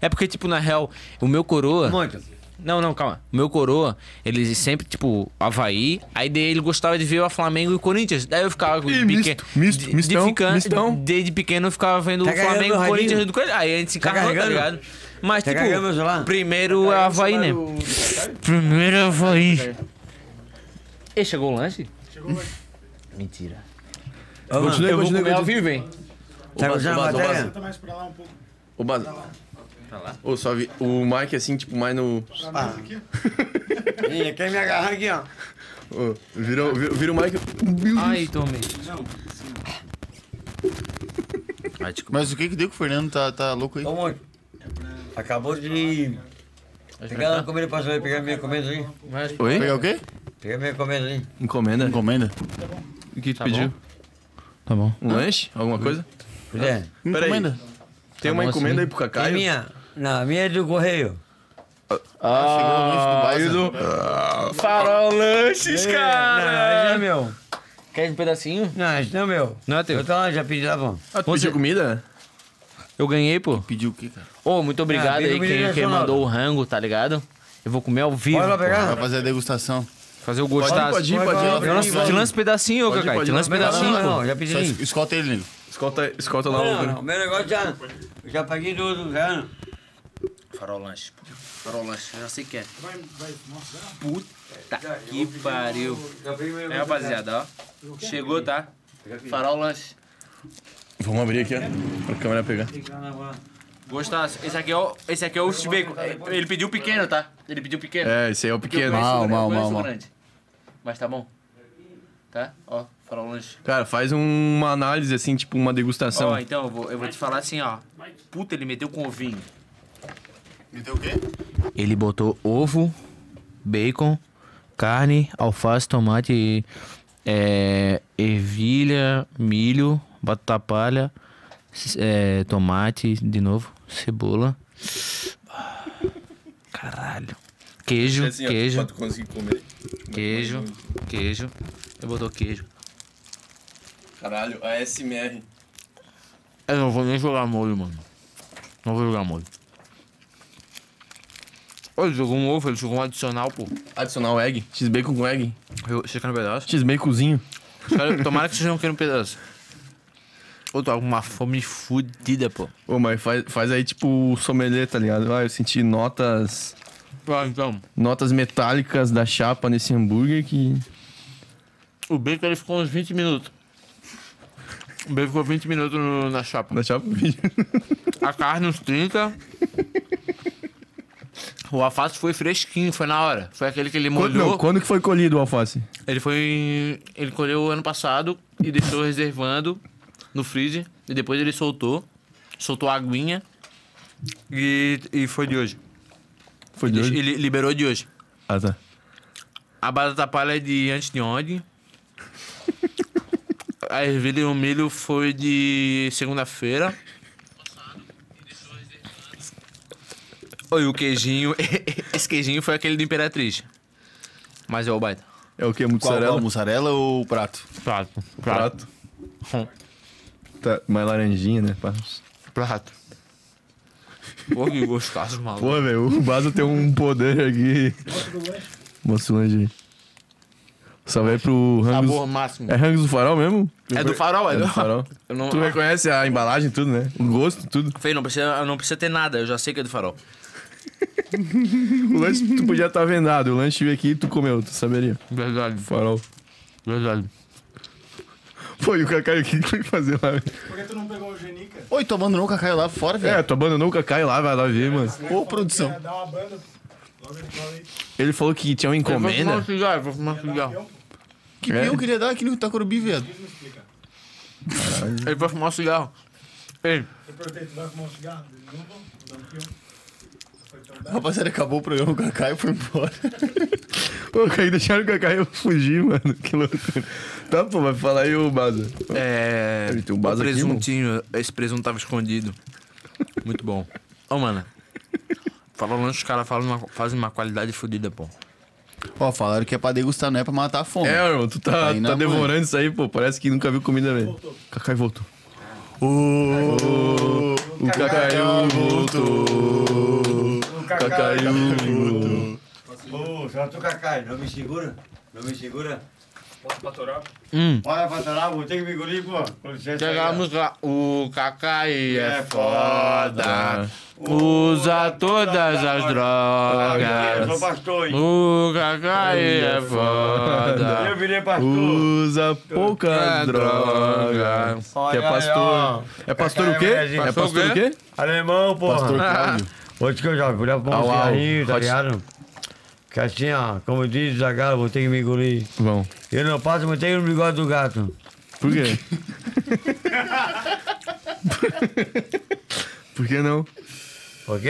Speaker 3: É porque, tipo, na real, o meu coroa.
Speaker 4: Muito.
Speaker 3: Não, não, calma. O meu coroa, ele sempre, tipo, Havaí. Aí daí ele gostava de ver o Flamengo e o Corinthians. Daí eu ficava com
Speaker 2: Ih, misto, misto,
Speaker 3: de,
Speaker 2: mistão,
Speaker 3: de fican-
Speaker 2: mistão.
Speaker 3: Desde pequeno eu ficava vendo
Speaker 4: Tá
Speaker 3: o
Speaker 4: carregando
Speaker 3: Flamengo,
Speaker 4: o
Speaker 3: o
Speaker 4: radinho?
Speaker 3: Corinthians do Corinthians. Aí a gente se
Speaker 4: Tá
Speaker 3: encarnou, tá,
Speaker 4: carregando?
Speaker 3: ligado? Mas,
Speaker 4: Tá carregando meu celular?
Speaker 3: tipo, primeiro é Havaí, né? Primeiro é Havaí. E chegou o lanche? Mentira.
Speaker 2: Continue, continue,
Speaker 3: Comer ao
Speaker 2: continue.
Speaker 3: vivo, hein?
Speaker 4: Tá
Speaker 2: Ô, Baza,
Speaker 4: gostando
Speaker 2: ô,
Speaker 4: da
Speaker 2: Baza, ô,
Speaker 4: matéria?
Speaker 2: Baza. Ô, Baza. Ô, só vi. O Mike, assim, tipo, mais no.
Speaker 4: Ih, quer me agarrar aqui, ó.
Speaker 2: Ô, vira, vira, vira o Mike.
Speaker 3: Ai, tomei.
Speaker 1: Mas o que que deu que o Fernando tá, tá louco aí?
Speaker 4: Ô, Monte. Acabou de. Pegar uma comida pra saber, pegar minha comida aí.
Speaker 2: Oi?
Speaker 1: Pegar o quê?
Speaker 4: Pegar minha comida aí.
Speaker 2: Encomenda?
Speaker 1: Encomenda.
Speaker 2: O que tu pediu?
Speaker 3: Tá bom.
Speaker 2: Um lanche? Alguma coisa?
Speaker 4: Mulher.
Speaker 2: Peraí.
Speaker 1: Hum. Encomenda.
Speaker 2: Tem uma
Speaker 3: bom,
Speaker 2: encomenda
Speaker 3: sim.
Speaker 2: aí pro
Speaker 4: É
Speaker 2: Cacaio?
Speaker 4: minha. Não, a minha é do correio.
Speaker 1: Ah, chegou o lanche do Baza.
Speaker 3: Farol Lanches,
Speaker 4: Não, esse não é
Speaker 3: cara!
Speaker 4: meu.
Speaker 3: Quer um pedacinho?
Speaker 4: Não, esse não é meu.
Speaker 3: Não é teu.
Speaker 4: Eu tô lá, já pedi lá, bom.
Speaker 2: Ah, tu pediu comida?
Speaker 3: Eu ganhei, pô.
Speaker 1: Pediu o quê, cara?
Speaker 3: Ô, muito obrigado
Speaker 4: Ah, vem
Speaker 3: aí
Speaker 4: no
Speaker 3: quem,
Speaker 4: Mineiro
Speaker 3: quem
Speaker 4: Nacional.
Speaker 3: mandou o rango, tá ligado? Eu vou comer ao vivo.
Speaker 4: Bora lá
Speaker 3: pô.
Speaker 1: Vai
Speaker 4: pegar?
Speaker 1: fazer a degustação.
Speaker 3: Fazer eu gostar.
Speaker 2: Pode ir, pode ir,
Speaker 4: Vai,
Speaker 2: pode
Speaker 4: vai,
Speaker 2: ir.
Speaker 3: Te
Speaker 4: vai.
Speaker 3: lança- Te lança um pedacinho, ô,
Speaker 2: Pode ir,
Speaker 3: Cacai.
Speaker 2: pode
Speaker 3: Te
Speaker 2: ir.
Speaker 3: lança um
Speaker 4: Não,
Speaker 3: pedacinho,
Speaker 4: não,
Speaker 3: pô.
Speaker 4: não, já pedi
Speaker 1: Só es-
Speaker 4: sim.
Speaker 1: escolta ele, nego.
Speaker 2: Escolta, escolta lá
Speaker 4: Não,
Speaker 2: o.
Speaker 4: não, meu negócio já. eu Já paguei do outro cara.
Speaker 3: Farol Lanches, pô. Farol Lanches, eu já sei que é. Puta que pariu.
Speaker 4: Já paguei meu
Speaker 3: É,
Speaker 4: negócio.
Speaker 3: rapaziada, ó. Chegou, tá? Farol Lanches.
Speaker 2: Vamos abrir aqui, ó. Pra câmera pegar.
Speaker 3: Gostasse. Esse aqui é o, esse aqui é o Chibeco. Ele pediu pequeno, tá? Ele pediu pequeno.
Speaker 2: É, esse aí é o
Speaker 3: Porque eu
Speaker 2: pequeno.
Speaker 3: conheço
Speaker 1: Mal,
Speaker 3: o grande,
Speaker 1: mal,
Speaker 3: eu conheço
Speaker 1: mal,
Speaker 3: o
Speaker 1: mal.
Speaker 3: grande. Mas tá bom. Tá? Ó, farol lanche.
Speaker 2: Cara, faz uma análise, assim, tipo, uma degustação.
Speaker 3: Ó, então eu vou, eu vou te falar assim, ó. Puta, ele meteu com ovinho.
Speaker 1: Meteu o quê?
Speaker 3: Ele botou ovo, bacon, carne, alface, tomate, é, ervilha, milho, batata palha, c- é, tomate de novo, cebola. Ah, Caralho. Queijo, queijo,
Speaker 2: conseguir assim, comer.
Speaker 3: queijo, queijo. Eu botou queijo.
Speaker 2: Caralho, a SMR.
Speaker 3: Eu É, não vou nem jogar molho, mano. Não vou jogar molho. Ô, Ele jogou um ovo, ele jogou um adicional, pô.
Speaker 2: Adicional egg. X-bacon com egg.
Speaker 3: Eu- Você quer um pedaço?
Speaker 2: X-baconzinho.
Speaker 3: Cara, tomara que vocês não queiram um pedaço. Eu tô com uma fome fudida, pô.
Speaker 2: Ô, mas faz, faz aí, tipo, o sommelier, tá ligado? Ah, eu senti notas...
Speaker 3: Ah, então,
Speaker 2: Notas metálicas da chapa nesse hambúrguer que...
Speaker 3: o bacon ele ficou uns 20 minutos. O bacon ficou 20 minutos no- na chapa.
Speaker 2: Da chapa...
Speaker 3: A carne uns 30. O alface foi fresquinho, foi na hora. Foi aquele que ele
Speaker 2: Quando, não,
Speaker 3: molhou.
Speaker 2: quando que foi colhido o alface?
Speaker 3: Ele foi. Ele colheu ano passado e deixou reservando no freezer. E depois ele soltou. Soltou a aguinha. E, e foi de hoje.
Speaker 2: Foi de
Speaker 3: Deixou-
Speaker 2: hoje?
Speaker 3: Ele liberou de hoje.
Speaker 2: Ah, tá.
Speaker 3: A batata palha é de antes de ontem. A ervilha e o milho foi de segunda-feira. Oi, o queijinho. Esse queijinho foi aquele do Imperatriz. Mas é o baita.
Speaker 2: É o que?
Speaker 1: Qual, qual,
Speaker 2: Mussarela?
Speaker 1: mussarela ou prato?
Speaker 3: Prato.
Speaker 2: Prato. Tá, mais laranjinha, né? pá?
Speaker 3: Prato. Pô, que gostoso, maluco.
Speaker 2: Pô, velho, o Baza tem um poder aqui. Mostra o lanche aí. Salve aí pro
Speaker 3: Sabor
Speaker 2: Rangos.
Speaker 3: Tá máximo.
Speaker 2: É Rangos do Farol mesmo?
Speaker 3: É do farol, é,
Speaker 2: É do Farol.
Speaker 3: Eu não,
Speaker 2: Tu reconhece a embalagem, tudo, né? O gosto, tudo.
Speaker 3: Feio, não precisa, não precisa ter nada, eu já sei que é do farol.
Speaker 2: O lanche tu podia estar vendado. O lanche veio aqui e tu comeu, tu saberia.
Speaker 3: Verdade,
Speaker 2: Farol.
Speaker 3: verdade.
Speaker 2: Pô, e o Cacai, o que que foi fazer lá?
Speaker 8: Por que tu não pegou o Genica?
Speaker 1: Oi, tu abandonou o Cacai lá fora,
Speaker 2: É,
Speaker 1: velho.
Speaker 2: tu abandonou o Cacai lá, vai lá ver, mano.
Speaker 1: Ô, produção.
Speaker 8: Dá uma banda. Logo ele fala aí.
Speaker 2: Ele falou que tinha uma encomenda.
Speaker 3: cigarro, vou fumar um cigarro.
Speaker 1: Que
Speaker 2: É.
Speaker 1: eu queria dar aqui no Itacurubi, velho.
Speaker 3: Ele vai fumar um cigarro. Ei,
Speaker 8: Eu perguntei, tu vai fumar um cigarro? Ele, Não vou, dá um pião.
Speaker 1: Rapaziada, acabou o programa, o Cacai foi embora.
Speaker 2: Pô, aí deixaram o Cacai eu fugir, mano. Que loucura. Tá, pô, vai falar aí o Baza.
Speaker 3: é.
Speaker 2: Ele tem um
Speaker 3: o
Speaker 2: vaso aqui,
Speaker 3: presuntinho, esse presunto tava escondido. Muito bom. Ô, mano. Falando, os caras falam uma- fazem uma qualidade fodida, pô.
Speaker 1: Ó, falaram que é pra degustar, não é pra matar a fome.
Speaker 2: É, irmão, tu tá,
Speaker 1: Aí
Speaker 2: tá
Speaker 1: na mãe.
Speaker 2: devorando isso aí, pô. Parece que nunca viu comida, velho. Cacai voltou. Ô, o Cacaiu voltou.
Speaker 3: Tá
Speaker 2: Cacaiu voltou.
Speaker 4: Ô, só tu cacai, não me segura, não me segura.
Speaker 3: Hum.
Speaker 4: Bora pra lá, vou ter que me engolir, pô. Com licença. aí, ó.
Speaker 3: música. O Kakai
Speaker 4: é foda, usa todas as Eu sou pastor, hein?
Speaker 3: O Kakai é foda.
Speaker 4: Eu virei pastor.
Speaker 2: Usa pouca droga. Que é
Speaker 4: Olha aí, ó.
Speaker 2: pastor. É pastor o quê?
Speaker 4: Cacaiu,
Speaker 2: É pastor o quê?
Speaker 4: Alemão, porra.
Speaker 1: Pastor Cláudio.
Speaker 4: Hoje que eu já olhar pra um
Speaker 2: Au, au.
Speaker 4: cigarrinho, tá
Speaker 2: Hot-
Speaker 4: ligado? Que assim, ó, como diz o Zagalo, vou ter que me engolir.
Speaker 2: Vão.
Speaker 4: Eu não passo manteiga no bigode do gato.
Speaker 2: Por quê? Por que não?
Speaker 4: Ok?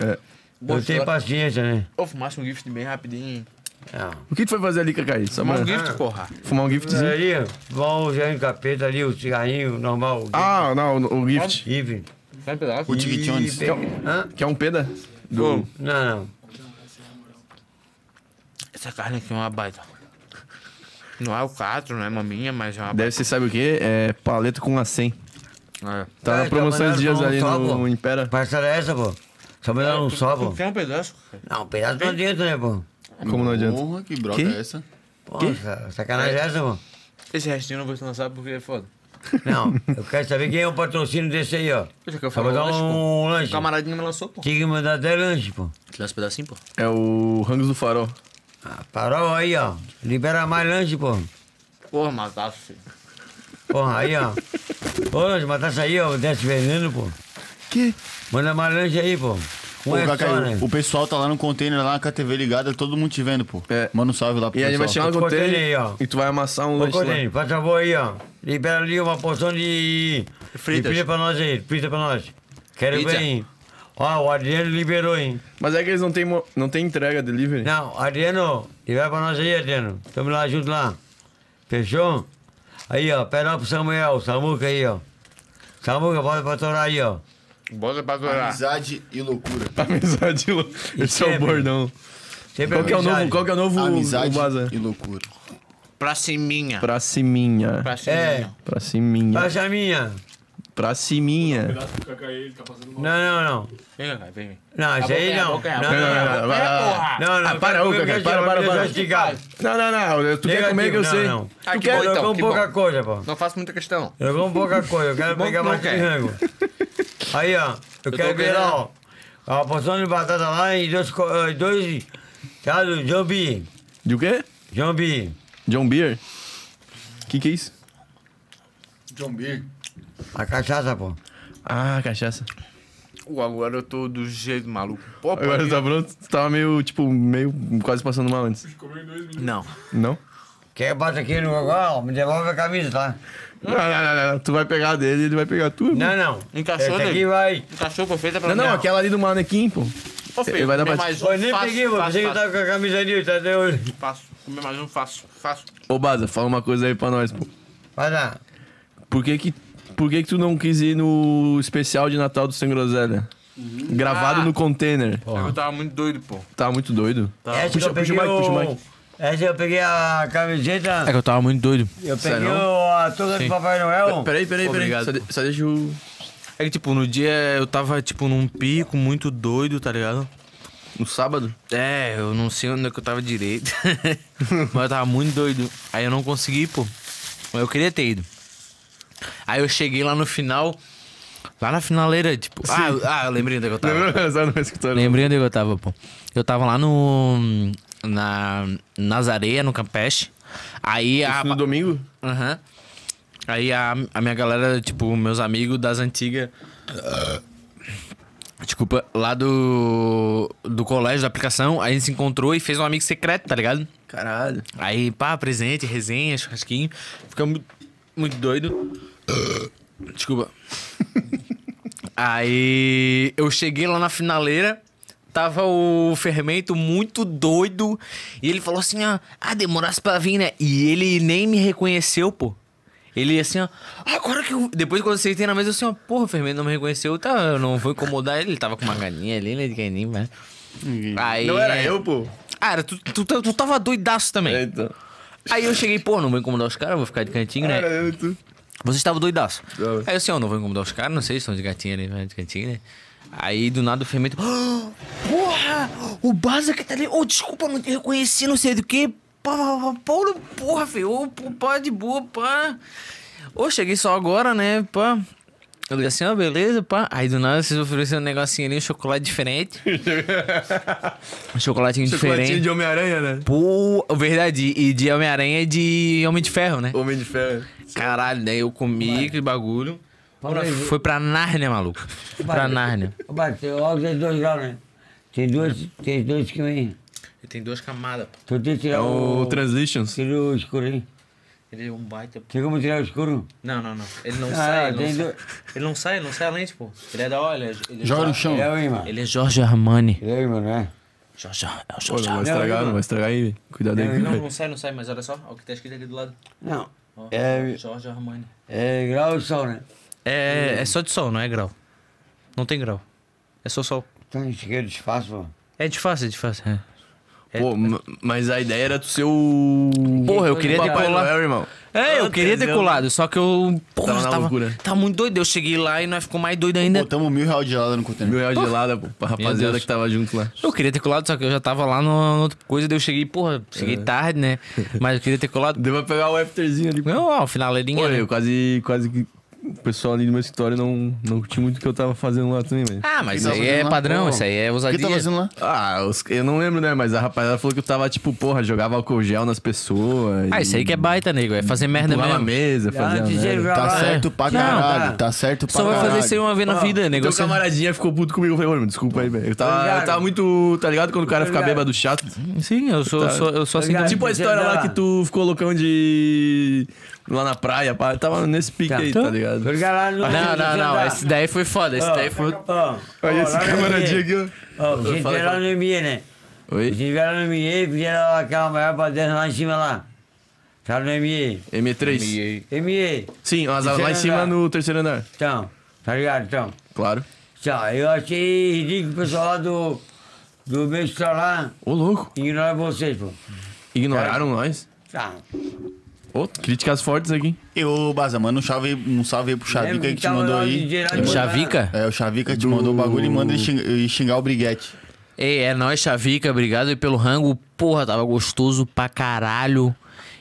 Speaker 2: É.
Speaker 4: Eu tenho paciência, né? É.
Speaker 3: Eu fumasse um gift bem rapidinho.
Speaker 4: Não.
Speaker 2: O que tu foi fazer ali, Cacai? Só
Speaker 3: Fumar
Speaker 2: pra
Speaker 3: um gift, porra.
Speaker 2: fumar um giftzinho?
Speaker 4: Ali, vão usar o capeta ali, o cigarrinho normal.
Speaker 2: Ah, não, o o gift.
Speaker 4: Ive.
Speaker 3: Vai pegar.
Speaker 1: O Tig Jones.
Speaker 4: Hã?
Speaker 2: Quer um peda?
Speaker 3: Ô,
Speaker 4: Não, não.
Speaker 3: Essa carne aqui é uma baita. Não é o quatro, não é maminha, mas é uma
Speaker 2: Deve ser, sabe o quê? É paleta com a 100.
Speaker 3: baita.
Speaker 2: Tá
Speaker 4: É,
Speaker 2: na promoção esses dias
Speaker 4: trabalharam
Speaker 2: ali
Speaker 4: com um
Speaker 2: no,
Speaker 4: topo.
Speaker 2: Impera.
Speaker 4: Parcela é essa, pô. Só me dá um só, pô.
Speaker 3: Tem um pedaço.
Speaker 4: Não, um pedaço não adianta, né, pô?
Speaker 2: Como não adianta?
Speaker 1: Porra, que broca
Speaker 2: Que?
Speaker 1: é essa?
Speaker 4: Pô, sa- sacanagem é essa, pô.
Speaker 3: Esse restinho eu não vou te lançar porque é foda.
Speaker 4: Não, eu quero saber quem é o patrocínio desse aí, ó.
Speaker 3: Deixa que eu
Speaker 4: Só
Speaker 3: falo
Speaker 4: me dá
Speaker 3: lanche, é pô.
Speaker 4: um
Speaker 3: O
Speaker 4: lanche.
Speaker 3: camaradinho me lançou, pô.
Speaker 4: Tinha que mandar até lanche, pô.
Speaker 3: Te lança um pedacinho, pô.
Speaker 2: É o Rangos do Farol.
Speaker 4: Ah, Parou aí, ó. Libera mais lanche, pô.
Speaker 3: Porra, mataço, filho.
Speaker 4: Porra, aí, ó. Ô, lanche, matar isso aí, ó. Desce veneno, pô.
Speaker 2: Que?
Speaker 4: Manda mais lanche aí, pô. Um
Speaker 1: Pô,
Speaker 4: é
Speaker 1: Cacai,
Speaker 4: só,
Speaker 1: o-
Speaker 4: né?
Speaker 1: o pessoal tá lá no container, lá com a TV ligada, todo mundo te vendo, pô.
Speaker 2: É.
Speaker 1: Manda um salve lá pro
Speaker 2: E aí vai
Speaker 1: pessoal.
Speaker 2: chegar no
Speaker 4: Outro container aí,
Speaker 2: container
Speaker 4: ó.
Speaker 2: e tu vai amassar um
Speaker 4: Ô,
Speaker 2: lanche lá.
Speaker 4: Codinho, faz favor aí, ó. Libera ali uma porção de.
Speaker 3: Fritas.
Speaker 4: De pizza pra nós aí, pizza pra nós. Quero
Speaker 3: Pizza.
Speaker 4: ver, hein? Ó, o Adriano liberou, hein?
Speaker 2: Mas é que eles não tem, mo- não tem entrega, delivery.
Speaker 4: Não, Adriano, libera pra nós aí, Adriano. Tamo lá junto lá. Fechou? Aí, ó, pera lá pro Samuel, Samuca aí, ó. Samuca, bota pra torar aí, ó.
Speaker 3: Bota pra adorar.
Speaker 1: Amizade e loucura.
Speaker 2: Amizade. e lou- Esse é o
Speaker 4: Sempre.
Speaker 2: bordão.
Speaker 4: Sempre
Speaker 2: Qual que é o
Speaker 4: amizade.
Speaker 2: novo, qual que é o novo
Speaker 1: Amizade
Speaker 2: o Baza?
Speaker 1: e loucura.
Speaker 3: Pra ciminha.
Speaker 2: Pra ciminha.
Speaker 3: Pra
Speaker 4: É,
Speaker 3: ciminha.
Speaker 2: Pra ciminha.
Speaker 4: baixa a minha.
Speaker 2: Pra ciminha.
Speaker 4: Não, não, não.
Speaker 3: Vem, Cacai, vem. vem.
Speaker 4: Não, isso aí
Speaker 3: a
Speaker 4: não. Não,
Speaker 3: boca é a
Speaker 4: não,
Speaker 3: boca.
Speaker 4: não.
Speaker 2: vai, vai, vai.
Speaker 4: Não, não,
Speaker 2: Ah, para, ô,
Speaker 4: eu
Speaker 2: Cacá,
Speaker 4: quero comer
Speaker 2: para,
Speaker 4: meu
Speaker 2: para,
Speaker 4: dia,
Speaker 2: para.
Speaker 4: esticado.
Speaker 2: Não, não, não. Tu quer comer que eu
Speaker 4: Negativo,
Speaker 2: sei.
Speaker 4: não, não.
Speaker 3: Ah,
Speaker 4: Tu
Speaker 3: que bom,
Speaker 4: quer
Speaker 3: então,
Speaker 4: com
Speaker 3: que
Speaker 4: pouca
Speaker 3: bom.
Speaker 4: coisa, pô.
Speaker 3: Não faço muita questão.
Speaker 4: Eu como pouca coisa, eu quero
Speaker 3: Bom,
Speaker 4: pegar
Speaker 3: não
Speaker 4: mais
Speaker 3: quer.
Speaker 4: rango. Aí, ó, eu,
Speaker 3: tô
Speaker 4: quero ver
Speaker 3: querendo.
Speaker 4: lá, ó, uma porção de batata lá e dois, co- eh, dois tá, do jambi,
Speaker 2: De o quê?
Speaker 4: jambi.
Speaker 2: John Beer? Que que é isso?
Speaker 1: John Beer.
Speaker 4: A cachaça, pô.
Speaker 2: Ah, cachaça.
Speaker 3: Pô, agora eu tô do jeito maluco. Pô,
Speaker 2: Agora tá pronto? Tu tava meio, tipo, meio quase passando mal antes.
Speaker 3: Não.
Speaker 2: Não?
Speaker 4: Quer bate aqui no agora, me devolve a camisa, tá?
Speaker 2: Não, Ah, não, não, não, não. Tu vai pegar a dele e ele vai pegar a tua.
Speaker 4: Não, não.
Speaker 3: Encaixou,
Speaker 4: Esse aqui
Speaker 3: nego?
Speaker 4: vai.
Speaker 3: Encaixou, foi feita é pra
Speaker 2: Não, não,
Speaker 3: Não.
Speaker 2: aquela ali do manequim, pô.
Speaker 16: é
Speaker 3: Ô, filho,
Speaker 2: Ele vai dar
Speaker 3: comer
Speaker 2: pra ti.
Speaker 3: mais um.
Speaker 4: Eu nem
Speaker 3: faço,
Speaker 4: peguei, mano.
Speaker 3: faço,
Speaker 4: Pensei que eu
Speaker 3: faço,
Speaker 4: tava com a camisa ali, tá até hoje.
Speaker 3: faço. Comer mais um, faço, faço.
Speaker 2: Ô, Baza, fala uma coisa aí pra nós, pô.
Speaker 4: Vai lá.
Speaker 2: Por que que, por que que tu não quis ir no especial de Natal do Sem Groselha? Gravado
Speaker 3: Ah.
Speaker 2: no container.
Speaker 3: Eu tava muito doido, pô.
Speaker 2: Tá muito doido.
Speaker 4: Essa
Speaker 2: Puxa-
Speaker 4: eu
Speaker 2: puxa
Speaker 4: peguei
Speaker 2: o mic, É, puxa o
Speaker 4: o- Essa eu peguei a camiseta,
Speaker 16: É que eu tava muito doido.
Speaker 4: eu
Speaker 2: Sério?
Speaker 4: peguei o- a touca do Papai Noel.
Speaker 2: Peraí, peraí, peraí.
Speaker 16: Obrigado,
Speaker 2: Só, de- só deixa o.
Speaker 16: É que, tipo, no dia eu tava, tipo, num pico muito doido, tá ligado?
Speaker 2: No sábado?
Speaker 16: É, eu não sei onde é que eu tava direito. Mas eu tava muito doido. Aí eu não consegui, pô. Mas eu queria ter ido. Aí eu cheguei lá no final. Lá na finaleira, tipo. Ah, ah, eu lembrei onde é que eu tava.
Speaker 2: Só no escritório.
Speaker 16: Lembrei onde eu tava, pô. Eu tava lá no. Na. Nas areias, no Campeche. Aí a.
Speaker 2: Isso no domingo?
Speaker 16: Aham. Aí a, a minha galera, tipo, meus amigos das antigas. ah, Desculpa, lá do. Do colégio, da aplicação, aí a gente se encontrou e fez um amigo secreto, tá ligado?
Speaker 2: Caralho.
Speaker 16: Aí, pá, presente, resenha, churrasquinho. Ficamos muito, muito doido. Desculpa. Aí eu cheguei lá na finaleira, tava o fermento muito doido. E ele falou assim, ó, ah, demorasse pra vir, né? E ele nem me reconheceu, pô. Ele assim, ó, agora que eu. Depois quando eu sentei na mesa, eu assim, ó, porra, o fermento não me reconheceu, tá? Eu não vou incomodar ele, ele tava com uma galinha ali, né? De galinha, mas... Aí,
Speaker 2: Não era eu, pô.
Speaker 16: ah, era, tu, tu, tu, tu tava doidaço também.
Speaker 2: Então.
Speaker 16: Aí eu cheguei, pô, não vou incomodar os caras, vou ficar de cantinho,
Speaker 2: Era
Speaker 16: né?
Speaker 2: eu e tu.
Speaker 16: Vocês estavam doidaço.
Speaker 2: Tava.
Speaker 16: Aí eu assim, ó, não vou incomodar os caras, não sei, estão de gatinho ali, né, de cantinho, né? Aí do nada o fermento. "Ah, porra! O Baza que tá ali. Ô, desculpa, não te reconheci, não sei do que. Paulo, porra, filho. Ô, pô, pá, de boa, pá. Ô, cheguei só agora, né, pá. Eu falei assim, ó, beleza, pá. Aí do nada vocês ofereceram um negocinho ali, um chocolate diferente. um chocolatinho diferente.
Speaker 2: Chocolatinho de Homem-Aranha, né?
Speaker 16: Pô, verdade. E de Homem-Aranha e de Homem de Ferro, né?
Speaker 2: Homem de Ferro.
Speaker 16: Caralho, daí eu comi aquele bagulho. Ora, Foi pra Nárnia, maluco. Foi pra Nárnia.
Speaker 4: Ô, Bate, tem óculos de dois graus, né? Tem dois, tem dois que vem.
Speaker 16: Ele tem duas camadas. pô.
Speaker 4: Tu tem que
Speaker 2: É
Speaker 4: tirar
Speaker 2: o
Speaker 4: o...
Speaker 2: Transitions.
Speaker 4: Tira o escuro aí.
Speaker 16: Ele é um baita. pô.
Speaker 4: Tem como tirar o escuro?
Speaker 16: Não, não, não. Ele não
Speaker 4: Ah,
Speaker 16: sai. Ele não
Speaker 4: tem
Speaker 16: sai.
Speaker 4: dois-
Speaker 16: ele não sai, ele não sai a lente, pô. Ele é da hora. Ele é, ele é
Speaker 1: Joga no
Speaker 16: Jorge-
Speaker 1: chão.
Speaker 4: Ele é o imã.
Speaker 16: Ele é Jorge Armani.
Speaker 4: Ele é o imã, né?
Speaker 16: Jorge, é o
Speaker 2: Pô,
Speaker 16: Jorge
Speaker 2: não vai
Speaker 16: Armani.
Speaker 2: estragar, não vai estragar aí. Cuidado aí.
Speaker 16: Não,
Speaker 2: cara.
Speaker 16: não sai, não sai, mas olha só. Olha o que tá escrito ali do lado.
Speaker 4: Não.
Speaker 16: Ó,
Speaker 4: É-
Speaker 16: Jorge Armani.
Speaker 4: É grau de sol, né?
Speaker 16: É, é só de sol, não é grau. Não tem grau. É só sol.
Speaker 4: Então, isso aqui é desfaço, pô.
Speaker 16: É de fácil, é de fácil. É.
Speaker 2: Pô, ma- mas a ideia era tu ser o.
Speaker 16: Porra, eu queria
Speaker 2: Papai
Speaker 16: decolar.
Speaker 2: Noel, irmão.
Speaker 16: É, eu queria ter colado, só que eu. Porra,
Speaker 2: Tava na
Speaker 16: tava,
Speaker 2: loucura.
Speaker 16: tava muito doido. Eu cheguei lá e nós ficou mais doido ainda.
Speaker 1: Botamos mil reais de gelada no
Speaker 2: Mil
Speaker 1: container.
Speaker 2: reais de gelada, pô, pra rapaziada
Speaker 16: Deus.
Speaker 2: que tava junto lá.
Speaker 16: Eu queria ter colado, só que eu já tava lá no, no outra coisa, daí eu cheguei, porra, cheguei tarde, né? Mas eu queria ter colado.
Speaker 2: Deu pra pegar o afterzinho ali.
Speaker 16: Não, ó, finaleirinha.
Speaker 2: Pô,
Speaker 16: né?
Speaker 2: eu quase, quase que. O pessoal ali do meu escritório não, não curtiu muito o que eu tava fazendo lá também, velho.
Speaker 16: Ah, mas
Speaker 1: Que
Speaker 16: isso
Speaker 1: tá
Speaker 16: aí
Speaker 1: fazendo
Speaker 16: é
Speaker 1: lá?
Speaker 16: padrão,
Speaker 1: Pô,
Speaker 16: isso aí é
Speaker 1: O que
Speaker 16: ousadia.
Speaker 1: tá fazendo lá?
Speaker 2: Ah, os- eu não lembro, né? Mas a rapaziada falou que eu tava, tipo, porra, jogava álcool gel nas pessoas.
Speaker 16: Ah, isso aí que é baita, nego, é fazer merda
Speaker 2: Pulava a
Speaker 16: mesmo.
Speaker 2: mesa,
Speaker 16: Ah,
Speaker 2: fazia
Speaker 4: Antes de
Speaker 2: merda.
Speaker 4: ele
Speaker 1: Tá
Speaker 4: gravar,
Speaker 1: certo pra
Speaker 16: Não,
Speaker 1: caralho.
Speaker 4: cara.
Speaker 1: Tá certo pra
Speaker 16: Só vai
Speaker 1: caralho.
Speaker 16: fazer isso aí uma vez na vida,
Speaker 2: Teu
Speaker 16: negócio.
Speaker 2: Então,
Speaker 16: é-
Speaker 2: camaradinha ficou puto comigo. Eu falei, mano, desculpa aí, velho. Eu
Speaker 4: Tá
Speaker 2: tava,
Speaker 4: ligado?
Speaker 2: eu tava muito, tá ligado? Quando o cara
Speaker 4: Tá
Speaker 2: fica
Speaker 4: ligado?
Speaker 2: bêbado chato.
Speaker 16: Sim, eu sou, eu sou, eu sou assim.
Speaker 4: Tá ligado?
Speaker 16: também.
Speaker 2: Tipo a história lá que tu ficou loucão de. lá na praia, pá. Eu tava nesse pique aí, tá ligado?
Speaker 4: Porque lá no...
Speaker 16: Não, não, não, esse daí é foi foda, esse daí foi.
Speaker 4: Ó,
Speaker 2: Aí esse camaradinho
Speaker 4: camaradinho
Speaker 2: aqui, ó.
Speaker 4: Ó, a
Speaker 2: Fala,
Speaker 4: gente vai lá
Speaker 2: fala.
Speaker 4: no MBA, né?
Speaker 2: Oi?
Speaker 4: Vocês vieram no MIE e fizeram aquela maior baderna lá em cima lá. Tá no MIE.
Speaker 2: M3.
Speaker 4: MIE.
Speaker 2: Sim, mas lá em
Speaker 4: Terceiro
Speaker 2: cima
Speaker 4: andar.
Speaker 2: no terceiro andar.
Speaker 4: Então, tá ligado? Então.
Speaker 2: Claro.
Speaker 4: Tchau, eu achei ridículo o pessoal lá do. Do meu estral lá
Speaker 2: Ô, louco.
Speaker 4: ignorar vocês, pô.
Speaker 2: Ignoraram nós.
Speaker 4: Tá.
Speaker 2: Ô, críticas fortes aqui.
Speaker 1: Eu, Baza, manda um salve, aí- um salve aí pro Chavica que te mandou aí.
Speaker 4: tipo,
Speaker 16: Chavica?
Speaker 1: É, o Chavica te mandou o bagulho e manda ele xingar, e xingar o Briguete.
Speaker 16: Ei, é nóis, Chavica. Obrigado aí pelo rango. Porra, tava gostoso pra caralho.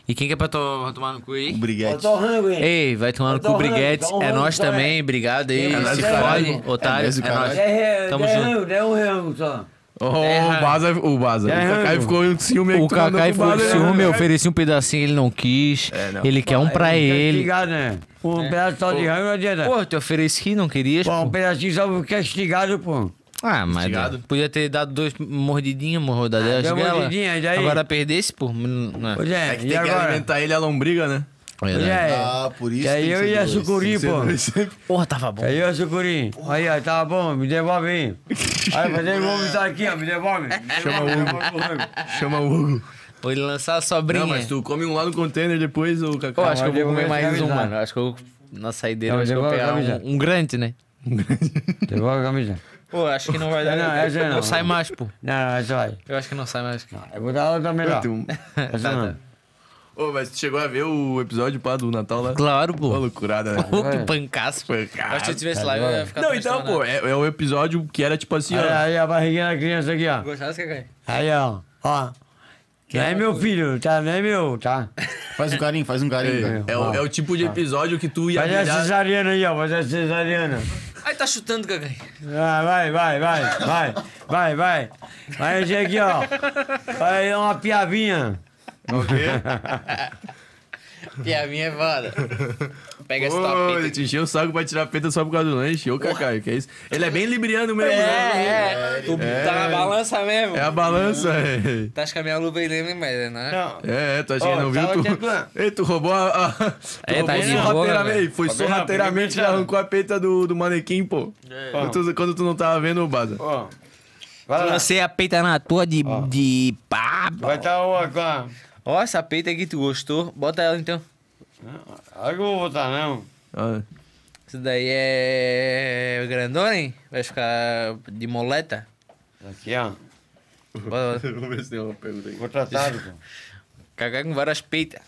Speaker 16: E quem que é pra to- tomar no cu
Speaker 1: O
Speaker 16: aí?
Speaker 1: Briguete.
Speaker 4: Botou o rango, hein?
Speaker 16: Ei, vai tomar no
Speaker 4: Dá um
Speaker 16: cu,
Speaker 4: rango,
Speaker 16: Briguete.
Speaker 4: dá um
Speaker 16: É
Speaker 4: rango,
Speaker 16: nós
Speaker 4: dá um
Speaker 16: também.
Speaker 4: rango.
Speaker 16: Obrigado aí.
Speaker 4: É nóis
Speaker 16: Se
Speaker 4: do caralho.
Speaker 16: fode,
Speaker 1: É
Speaker 16: otário.
Speaker 1: nóis do
Speaker 16: É nóis.
Speaker 1: caralho.
Speaker 4: Dez re-
Speaker 16: Tamo
Speaker 4: dez
Speaker 16: junto.
Speaker 4: rango, dez um rango só.
Speaker 2: o Baza, o Baza.
Speaker 4: Terra,
Speaker 2: o Cacai
Speaker 4: mano.
Speaker 2: ficou em ciúme aí que
Speaker 16: O
Speaker 2: tu mandou
Speaker 16: Kakai
Speaker 2: pro
Speaker 16: foi
Speaker 2: Baza,
Speaker 16: com
Speaker 2: né?
Speaker 16: ciúme, eu ofereci um pedacinho, ele não quis. Ele quer um pra ele.
Speaker 4: Castigado, né? Um pedaço só de rango não adianta.
Speaker 16: Pô, eu te ofereci, não querias.
Speaker 4: Pô, um pedacinho só porque é castigado, pô.
Speaker 16: Ah, mas podia ter dado dois mordidinhas, mordadelas
Speaker 4: deu
Speaker 16: dela.
Speaker 4: mordidinha, e daí?
Speaker 16: Agora perdesse, pô. hum, Não,
Speaker 4: Pois é,
Speaker 2: É que tem
Speaker 4: e
Speaker 2: que
Speaker 4: agora?
Speaker 2: alimentar ele a lombriga, né?
Speaker 4: Pois
Speaker 16: Verdade.
Speaker 4: é.
Speaker 1: Ah, por isso
Speaker 4: E aí
Speaker 1: tem que
Speaker 4: eu
Speaker 1: ser
Speaker 4: e a
Speaker 1: dois.
Speaker 4: sucuri, pô.
Speaker 16: Porra, tava bom.
Speaker 4: E aí eu e a sucuri. Aí, ó, tá bom, me devolve aí. Aí, fazer o vomitar aqui, ó, me devolve. Chama o
Speaker 2: Chama o Hugo.
Speaker 16: Vou ele lançar a sobrinha.
Speaker 2: Não, mas tu come um lá no container depois, o
Speaker 16: Pô,
Speaker 2: Cacau.
Speaker 16: acho que eu
Speaker 4: mas eu
Speaker 16: vou
Speaker 4: vou
Speaker 16: comer mais um,
Speaker 4: avisar.
Speaker 16: mano. Acho que eu, na saideira,
Speaker 4: Não,
Speaker 16: acho que
Speaker 4: eu
Speaker 16: eu vou
Speaker 4: vou
Speaker 16: pegar
Speaker 4: avisar.
Speaker 16: um, um grande, né?
Speaker 4: Devolve a camisa.
Speaker 16: Pô, acho que não vai
Speaker 4: dar. Não, essa não.
Speaker 16: Não sai mais, pô.
Speaker 4: Não, é não, essa vai.
Speaker 16: Eu acho que não sai mais. Tá,
Speaker 4: Eu vou dar outra melhor. Tá
Speaker 2: Tem um-
Speaker 4: Essa não.
Speaker 2: Ô, mas tu chegou a ver o episódio pá do Natal lá?
Speaker 16: Claro,
Speaker 2: Ô,
Speaker 16: pô.
Speaker 2: loucurada, né?
Speaker 16: Pô, que pancaço. pô.
Speaker 2: Pancada.
Speaker 16: Acho que se eu tivesse lá, eu ia ficar
Speaker 2: Não, então, pô,
Speaker 16: né?
Speaker 2: é, é o episódio que era tipo assim,
Speaker 4: Aí,
Speaker 2: ó.
Speaker 4: aí a barriguinha da criança aqui, ó.
Speaker 16: Gostasse, Cacai?
Speaker 4: Aí, ó. Ó. Não é meu filho, tá? Não é meu, tá?
Speaker 1: Faz um carinho, faz um carinho. cara.
Speaker 2: É, o, é o tipo de episódio que tu ia
Speaker 4: Faz a
Speaker 2: virar.
Speaker 4: cesariana aí, ó. Faz a cesariana.
Speaker 3: Ai, tá chutando, Cacai.
Speaker 4: Ah, vai, vai, vai, vai, vai, vai. Vai gente, aqui, ó. Vai uma piavinha.
Speaker 16: Piavinha é foda. Pega esse
Speaker 2: Ô,
Speaker 16: top.
Speaker 2: ele te encheu o saco pra tirar a peta só por causa do lanche. Ô, Cacai, que é isso? Ele é bem libriano mesmo, né?
Speaker 16: É, é. Tu tá na balança mesmo.
Speaker 2: É a balança, é.
Speaker 16: Tá com a minha luva aí, lembra mais, né?
Speaker 2: É, é, tu acha que ele não viu? Tu... Ei, tu roubou a. a... Tu
Speaker 16: É,
Speaker 2: roubou
Speaker 16: tá de boa,
Speaker 2: sorrateiramente.
Speaker 16: velho.
Speaker 2: Foi sorrateiramente e arrancou a peita do, do manequim, pô.
Speaker 16: É.
Speaker 2: Quando tu- Quando tu não tava vendo, Baza.
Speaker 4: Vai lá.
Speaker 16: Lancei a peita na tua de. de. pá.
Speaker 4: Vai tá uma com a...
Speaker 3: Ó, essa peita aqui, tu gostou? Bota ela então.
Speaker 4: Olha que eu vou botar, não.
Speaker 2: Ah,
Speaker 3: Isso daí é. grandona, hein? Vai ficar de moleta.
Speaker 4: Aqui, ó.
Speaker 3: Bota, bota.
Speaker 2: Vamos ver se tem uma pergunta aí.
Speaker 4: Vou tratado, pô.
Speaker 3: Cagar com várias peitas.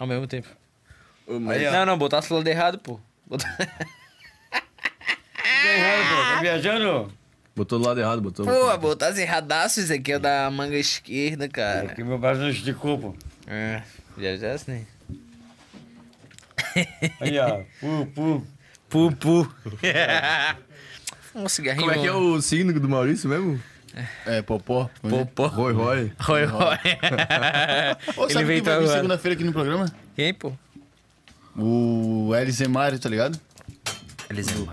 Speaker 3: Ao mesmo tempo.
Speaker 2: Ô, mas-
Speaker 3: não, não, botasse do lado errado, pô. Botar-
Speaker 4: Tá errado, pô. Tá viajando?
Speaker 2: Botou do lado errado, botou.
Speaker 3: Pô, botasse erradaço isso aqui, é o da manga esquerda,
Speaker 4: É
Speaker 3: cara.
Speaker 4: que meu braço não esticou, pô.
Speaker 3: É, já já assim.
Speaker 4: Aí, ó. Pu, pu.
Speaker 3: Pupu. um cigarrinho.
Speaker 2: Como é que é o signo do Maurício mesmo?
Speaker 1: É, popó.
Speaker 3: Popó.
Speaker 2: Roy Roy.
Speaker 3: Oi, oi.
Speaker 1: Ô,
Speaker 3: Ele
Speaker 1: sabe
Speaker 3: veio
Speaker 1: quem vai vir
Speaker 3: agora.
Speaker 1: segunda-feira aqui no programa?
Speaker 3: Quem, pô?
Speaker 1: O LZ Mário, tá ligado?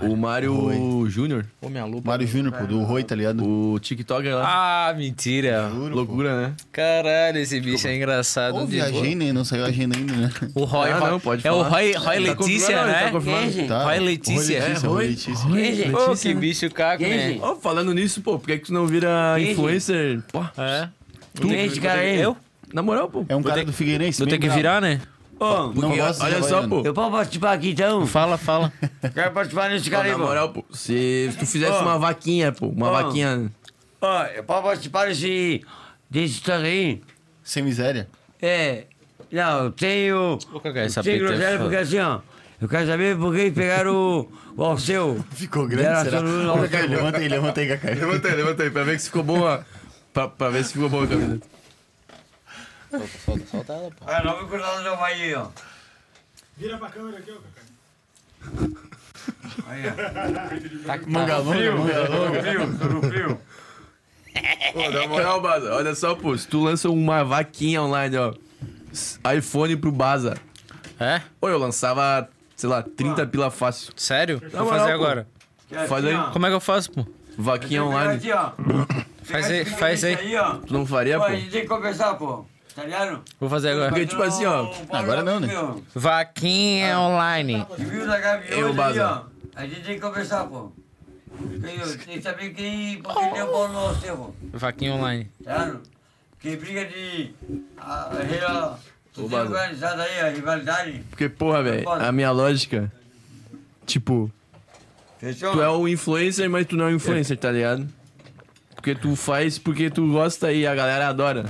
Speaker 2: O Mário Júnior.
Speaker 3: Ô, minha lupa.
Speaker 1: Mário Júnior, pô, do Rui, tá ligado?
Speaker 2: O TikToker lá.
Speaker 3: Ah, mentira.
Speaker 2: Loucura, né?
Speaker 3: Caralho, esse bicho é engraçado.
Speaker 1: Ou
Speaker 3: de
Speaker 1: viajei, né? Não saiu a agenda ainda, né?
Speaker 3: boa. O Roy,
Speaker 2: Ah,
Speaker 3: Roy-
Speaker 2: não, pode
Speaker 3: É o
Speaker 2: falar.
Speaker 3: Roy, Roy
Speaker 2: Ele tá
Speaker 3: Letícia,
Speaker 2: confirmado, ele
Speaker 3: né?
Speaker 2: tá confirmado.
Speaker 1: Tá.
Speaker 3: Roy
Speaker 1: Roy
Speaker 3: Letícia.
Speaker 1: Letícia,
Speaker 2: É,
Speaker 1: Roy
Speaker 2: Roy-
Speaker 1: Letícia.
Speaker 3: Ô, que bicho caco, né?
Speaker 2: Ó, falando nisso, pô, por que, que tu não vira influencer? Pô,
Speaker 3: É.
Speaker 4: Quem é esse cara aí?
Speaker 3: Eu?
Speaker 2: na moral, pô.
Speaker 1: É um cara do Figueirense.
Speaker 16: Vou ter
Speaker 1: bem
Speaker 16: que
Speaker 1: bravo.
Speaker 16: virar, né?
Speaker 4: Ô,
Speaker 1: Não
Speaker 2: Porque,
Speaker 1: gosta de
Speaker 2: olha só,
Speaker 1: havaiano.
Speaker 2: pô.
Speaker 4: eu posso participar aqui, então?
Speaker 16: Fala, fala.
Speaker 4: Quero participar nesse
Speaker 2: Pô,
Speaker 4: cara aí,
Speaker 2: na
Speaker 4: pô.
Speaker 2: moral, pô, se tu fizesse
Speaker 4: Ó.
Speaker 2: uma vaquinha, pô, uma
Speaker 4: Ó.
Speaker 2: vaquinha.
Speaker 4: Ó, eu posso participar desse... Desse tanto aí?
Speaker 1: Sem miséria.
Speaker 4: É. Não, tenho.
Speaker 16: essa
Speaker 4: Tem
Speaker 16: peteca é
Speaker 4: groselha porque assim, ó. Eu quero saber por que eles pegaram o, o Alceu.
Speaker 1: Ficou
Speaker 4: Deram a
Speaker 1: grande, será?
Speaker 4: celular ao
Speaker 1: Cacai, levanta aí, levanta aí, Cacai.
Speaker 2: Levanta aí, levanta aí, pra ver se ficou boa. Pra, pra ver se ficou boa a camiseta.
Speaker 4: Ah, não me cuidado do Havaí, ó.
Speaker 8: Vira pra câmera aqui, ó, Cacá.
Speaker 4: Aí, ó.
Speaker 1: Manga longa, manga longa.
Speaker 4: Frio, frio, frio.
Speaker 2: Pô, na moral, Baza, olha só, pô, se tu lança uma vaquinha online, ó. s- iPhone pro Baza.
Speaker 16: É?
Speaker 2: Ô, eu lançava, sei lá, 30 pila fácil.
Speaker 16: Sério? Vou
Speaker 2: moral,
Speaker 16: fazer
Speaker 2: pô.
Speaker 16: agora.
Speaker 2: Faz aí, é
Speaker 16: Como é que eu faço, pô?
Speaker 4: é
Speaker 2: vaquinha online.
Speaker 4: assim, Aqui, ó.
Speaker 16: Faz aí, faz aí.
Speaker 4: Aí, ó.
Speaker 2: Tu não faria,
Speaker 4: Pô,
Speaker 2: é, pô?
Speaker 4: a gente tem que conversar, pô. Tá ligado?
Speaker 16: Vou fazer agora.
Speaker 2: Porque, tipo assim, ó.
Speaker 1: agora não, né?
Speaker 4: Ah.
Speaker 16: Vaquinha online.
Speaker 4: Viu da Gabi
Speaker 2: Eu,
Speaker 4: hoje, aí, ó.
Speaker 2: Baza.
Speaker 4: A gente tem que conversar, pô. Tem tem que saber quem. Por que deu bola no Alceu, pô.
Speaker 16: Vaquinha online.
Speaker 4: Claro. Que briga de. A, a,
Speaker 2: Ô,
Speaker 4: a,
Speaker 2: Baza.
Speaker 4: organizada aí, a rivalidade.
Speaker 2: Porque, porra, velho, a minha lógica. Tipo,
Speaker 4: Fechou?
Speaker 2: tu é um influencer, mas tu não é um influencer, tá ligado? Porque tu faz porque tu gosta e a galera adora.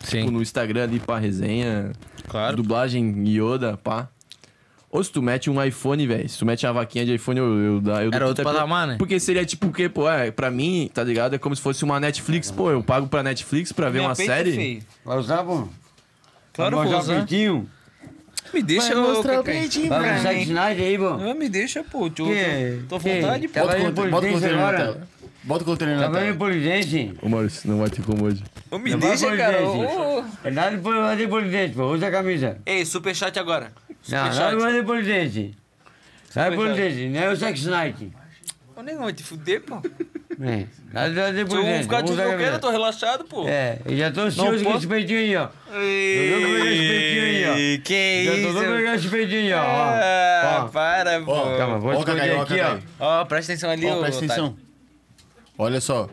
Speaker 2: Tipo,
Speaker 16: Sim,
Speaker 2: no Instagram ali, pá, resenha,
Speaker 3: Tipo,
Speaker 16: claro.
Speaker 2: dublagem Yoda, pá. Ou se tu mete um iPhone, velho, se tu mete uma vaquinha de iPhone, eu, eu, dá- eu
Speaker 16: Era
Speaker 2: dou
Speaker 16: outro
Speaker 2: trinta pila.
Speaker 16: patamar, né?
Speaker 2: Porque seria tipo o quê, pô? É, pra mim, tá ligado? É como se fosse uma Netflix, pô, eu pago pra Netflix pra ver uma
Speaker 16: é
Speaker 2: série.
Speaker 4: Vai usar, pô?
Speaker 3: Claro
Speaker 4: Vai
Speaker 3: que vou
Speaker 4: mostrar o
Speaker 3: usar.
Speaker 4: peitinho?
Speaker 3: Me deixa, ô, Cacai.
Speaker 4: Vai mostrar o Snyder aí, pô?
Speaker 16: Ah,
Speaker 3: Não, me deixa, pô. Tu,
Speaker 4: Que-
Speaker 3: tô à vontade,
Speaker 4: que-
Speaker 3: pô.
Speaker 4: Tava
Speaker 1: Bota o
Speaker 4: em
Speaker 16: Tá
Speaker 1: conteúdo, bota o
Speaker 4: Providência
Speaker 1: conteúdo na
Speaker 4: agora.
Speaker 1: tela. Bota o container na
Speaker 4: Tá vendo
Speaker 1: tela.
Speaker 4: polidense?
Speaker 2: Ô, Maurício, não vai ter como hoje.
Speaker 3: Ô, me
Speaker 4: Não vai
Speaker 3: deixa,
Speaker 4: por
Speaker 3: cara.
Speaker 4: gente.
Speaker 3: ô.
Speaker 4: É nada de poli- nada de polidense, pô. Usa a camisa.
Speaker 3: Ei, superchat agora.
Speaker 4: Não,
Speaker 3: Superchat.
Speaker 4: nada de polidense. Nada
Speaker 3: Superchat.
Speaker 4: de polidense. Nem o Sex Night.
Speaker 3: Ô, negão, vai te fuder, pô.
Speaker 4: É. Nada- Nada de
Speaker 3: Se
Speaker 16: um
Speaker 3: eu vou
Speaker 4: polidense.
Speaker 3: ficar um de
Speaker 4: Usa a
Speaker 3: jogueira,
Speaker 4: camisa.
Speaker 3: tô relaxado, pô.
Speaker 4: É, eu já tô ansioso com
Speaker 3: posso-
Speaker 4: esse peitinho aí, ó.
Speaker 3: Ei, Que
Speaker 4: Já tô todo
Speaker 3: isso?
Speaker 4: pegando esse peitinho, ó.
Speaker 3: Ah,
Speaker 4: Ó, ó.
Speaker 3: para, pô.
Speaker 1: Ó,
Speaker 4: Calma, vou
Speaker 1: Ó,
Speaker 4: esconder
Speaker 1: Cacai, ó,
Speaker 4: aqui, ó.
Speaker 1: Cacai.
Speaker 3: Ó, presta atenção ali,
Speaker 1: Ó,
Speaker 3: ô.
Speaker 1: presta
Speaker 3: otário.
Speaker 1: atenção. Olha só.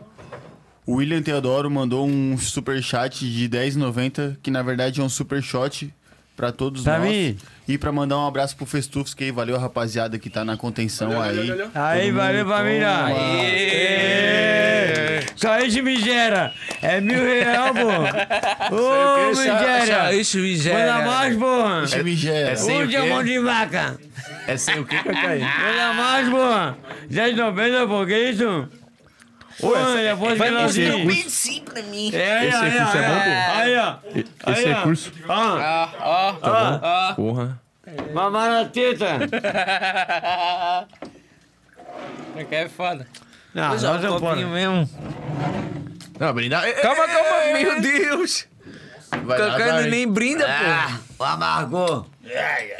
Speaker 1: O William Teodoro mandou um superchat de 10,90, que na verdade é um supershot pra todos
Speaker 4: Pra
Speaker 1: nós.
Speaker 4: mim.
Speaker 1: E pra mandar um abraço pro Festufs, que aí valeu a rapaziada que tá na contenção aí.
Speaker 4: Aí, valeu, família. Aê. Só isso, Migera. É mil real, pô. Ô, Migera.
Speaker 16: Isso, é
Speaker 4: Manda
Speaker 16: miséria.
Speaker 4: mais, porra.
Speaker 1: Esse Migera.
Speaker 4: Onde a mão de vaca?
Speaker 2: É sem o que, Cacai?
Speaker 4: Manda mais, porra. 10,90, pô, que isso? Ô, já pode que
Speaker 3: Vai
Speaker 4: nós
Speaker 3: pedir um
Speaker 4: vimos.
Speaker 3: 25 pra mim.
Speaker 4: É,
Speaker 2: Esse
Speaker 4: aí,
Speaker 2: recurso
Speaker 4: ó,
Speaker 2: é bom, pô?
Speaker 4: Aí, ó.
Speaker 2: Esse
Speaker 4: Aí, ó.
Speaker 2: recurso.
Speaker 4: Ó,
Speaker 3: Ó, ó,
Speaker 4: ó.
Speaker 3: ó.
Speaker 2: Porra.
Speaker 4: Mamar na teta.
Speaker 3: Que é foda.
Speaker 4: Não, nós
Speaker 3: Pois é, um
Speaker 4: não
Speaker 3: copinho mesmo.
Speaker 4: podemos.
Speaker 2: Não, brindar.
Speaker 3: Calma, Ah, calma, meu Deus.
Speaker 2: Vai dar azar,
Speaker 3: Cacai
Speaker 2: hein?
Speaker 3: nem brinda, pô.
Speaker 4: O amargo.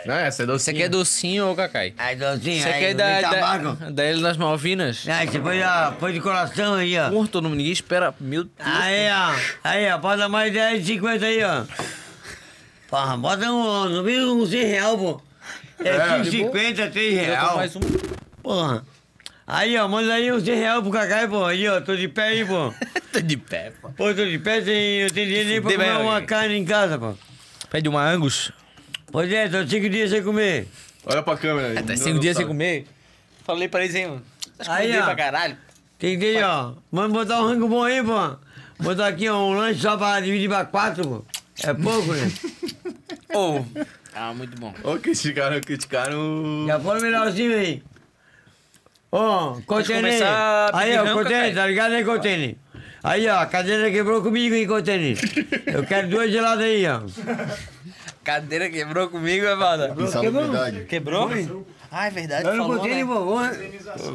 Speaker 2: Não, essa é
Speaker 3: Ah, Você
Speaker 2: docinha.
Speaker 3: quer docinho ou Cacai?
Speaker 4: Aí, docinho,
Speaker 3: Você
Speaker 4: aí,
Speaker 3: quer
Speaker 4: vem
Speaker 3: da,
Speaker 16: tá
Speaker 4: tabaco.
Speaker 3: da, da ele nas Malvinas?
Speaker 4: Ah, você foi, ó, foi de coração aí, ó.
Speaker 3: Porra, todo mundo, ninguém espera. Meu Deus.
Speaker 4: Aí, ó. Aí, ó. Bota mais 10,50 aí, ó. Porra, bota um, no mínimo uns 100 real, pô. É 5,50, 3
Speaker 3: Então,
Speaker 4: real.
Speaker 3: mais um.
Speaker 4: Porra. Aí, ó. Manda aí uns 100 real pro Cacai, pô. Aí, ó. Tô de pé aí, pô.
Speaker 3: Tô Tá de pé, pô.
Speaker 4: Pô, tô de pé, sem, eu tenho dinheiro nem pra
Speaker 3: Dê
Speaker 4: comer
Speaker 3: bem,
Speaker 4: uma
Speaker 3: alguém.
Speaker 4: carne em casa, pô.
Speaker 3: Pede uma Angus.
Speaker 4: Pois é, tô 5 dias sem comer.
Speaker 2: Olha pra câmera aí.
Speaker 3: Tá
Speaker 2: Não,
Speaker 3: cinco
Speaker 2: não
Speaker 3: dias sem
Speaker 2: sabe.
Speaker 3: comer. Falei pra eles, hein, mano. Acho
Speaker 4: Aí,
Speaker 3: que eu
Speaker 4: ó.
Speaker 3: pra caralho.
Speaker 4: Tem que ter, ó. Manda botar um rango bom aí, pô. Botar aqui, ó, um lanche só pra dividir pra quatro, pô. É pouco, né?
Speaker 3: Ô. Ah, muito bom.
Speaker 2: Ô, criticaram, criticaram. o-
Speaker 4: Já foi melhorzinho aí. Ó, Cotene.
Speaker 3: começar a
Speaker 4: Aí,
Speaker 3: pedir
Speaker 4: ó,
Speaker 3: ranca,
Speaker 4: Cotene,
Speaker 3: cara.
Speaker 4: tá ligado aí, Cotene? Aí, ó, a cadeira quebrou comigo, hein, Cotene? Eu quero duas geladas aí, ó.
Speaker 3: Cadeira quebrou comigo, é foda.
Speaker 1: Insalubridade.
Speaker 3: Quebrou? Ah, é verdade,
Speaker 4: Eu não
Speaker 3: falou,
Speaker 4: contei,
Speaker 3: né?
Speaker 4: pô.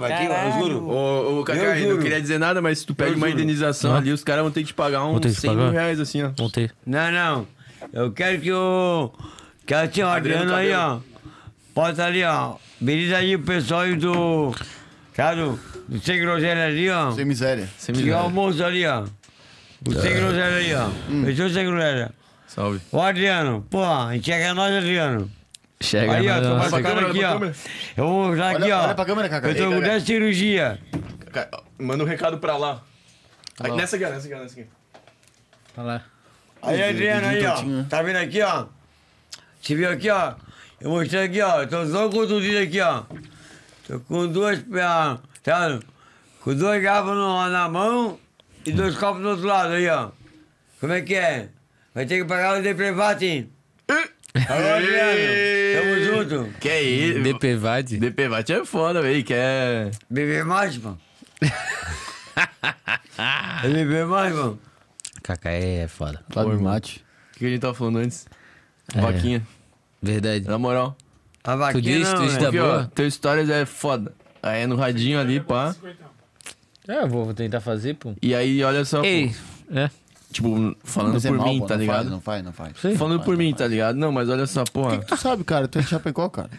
Speaker 3: Caralho.
Speaker 2: Ô, ô Cacai, não queria dizer nada, mas se tu pede uma indenização ali, os caras vão ter que te pagar
Speaker 16: ter
Speaker 2: uns
Speaker 16: que
Speaker 2: 100
Speaker 16: pagar.
Speaker 2: mil reais, assim, ó.
Speaker 16: Voltei.
Speaker 4: Não, não. Eu quero que o. Que a senhora Adriano aí, ó. Bota ali, ó. Beleza aí o pessoal aí do. Sabe? Do, do Sem Groselha ali, ó.
Speaker 1: Sem miséria.
Speaker 2: Sem
Speaker 4: E o
Speaker 2: miséria.
Speaker 4: almoço ali, ó. O
Speaker 3: É.
Speaker 4: Sem Groselha aí, ó.
Speaker 3: Hum.
Speaker 4: Fechou o Sem Groselha.
Speaker 2: Salve.
Speaker 4: Ô, Adriano. Porra, enxerga nós, Adriano.
Speaker 16: Chega,
Speaker 4: Aí, ó,
Speaker 16: mas-
Speaker 4: tô
Speaker 2: pra
Speaker 1: né?
Speaker 4: marcando
Speaker 2: câmera,
Speaker 4: aqui,
Speaker 2: pra
Speaker 4: ó.
Speaker 2: câmera.
Speaker 4: Eu vou mostrar
Speaker 1: Olha-
Speaker 4: aqui, ó.
Speaker 1: olha pra câmera, Cacá.
Speaker 4: Eu tô
Speaker 1: Ei,
Speaker 4: com
Speaker 1: Cacá.
Speaker 4: 10 cirurgias.
Speaker 2: Cacai, ó, Manda um recado pra lá. Aqui, nessa aqui, ó, nessa aqui, ó, nessa aqui.
Speaker 4: Aí, Adriano, aí, ó.
Speaker 1: Tantinho.
Speaker 4: Tá vendo aqui, ó? Você viu aqui, ó? Eu mostrei aqui, ó. Tô só contundido aqui, ó. Tô com duas. ah, Tá? Com dois garfos no- na mão e dois copos do outro lado aí, ó. Como é que é? Vai ter que pagar o deprivado, hein? Alô, Adriano. Tamo junto.
Speaker 2: Que é isso?
Speaker 16: DPVAD.
Speaker 2: DPVAT é foda, velho. Que é.
Speaker 4: Beber mais, mano. É beber mais, mano.
Speaker 16: Cacá é foda.
Speaker 1: Lá do mate.
Speaker 2: O que a gente tava falando antes? Vaquinha.
Speaker 16: Verdade.
Speaker 2: Na moral.
Speaker 4: A vaquinha
Speaker 16: Tu disse,
Speaker 4: não,
Speaker 16: tu disse
Speaker 4: né?
Speaker 16: da
Speaker 2: Aqui, ó,
Speaker 16: boa?
Speaker 2: teu stories é foda. Aí é no radinho ali, pá.
Speaker 16: É, eu vou tentar fazer, pô.
Speaker 2: E aí, olha só. pô,
Speaker 16: Ei, é.
Speaker 2: Tipo, falando
Speaker 1: Mas é
Speaker 2: por
Speaker 1: mal,
Speaker 2: mim,
Speaker 1: pô,
Speaker 2: tá
Speaker 1: não Faz,
Speaker 2: ligado?
Speaker 1: não faz, não faz.
Speaker 2: Falando por mim, tá ligado? Não, mas olha só, porra.
Speaker 1: Tu sabe, cara, tu é de Chapecó, cara.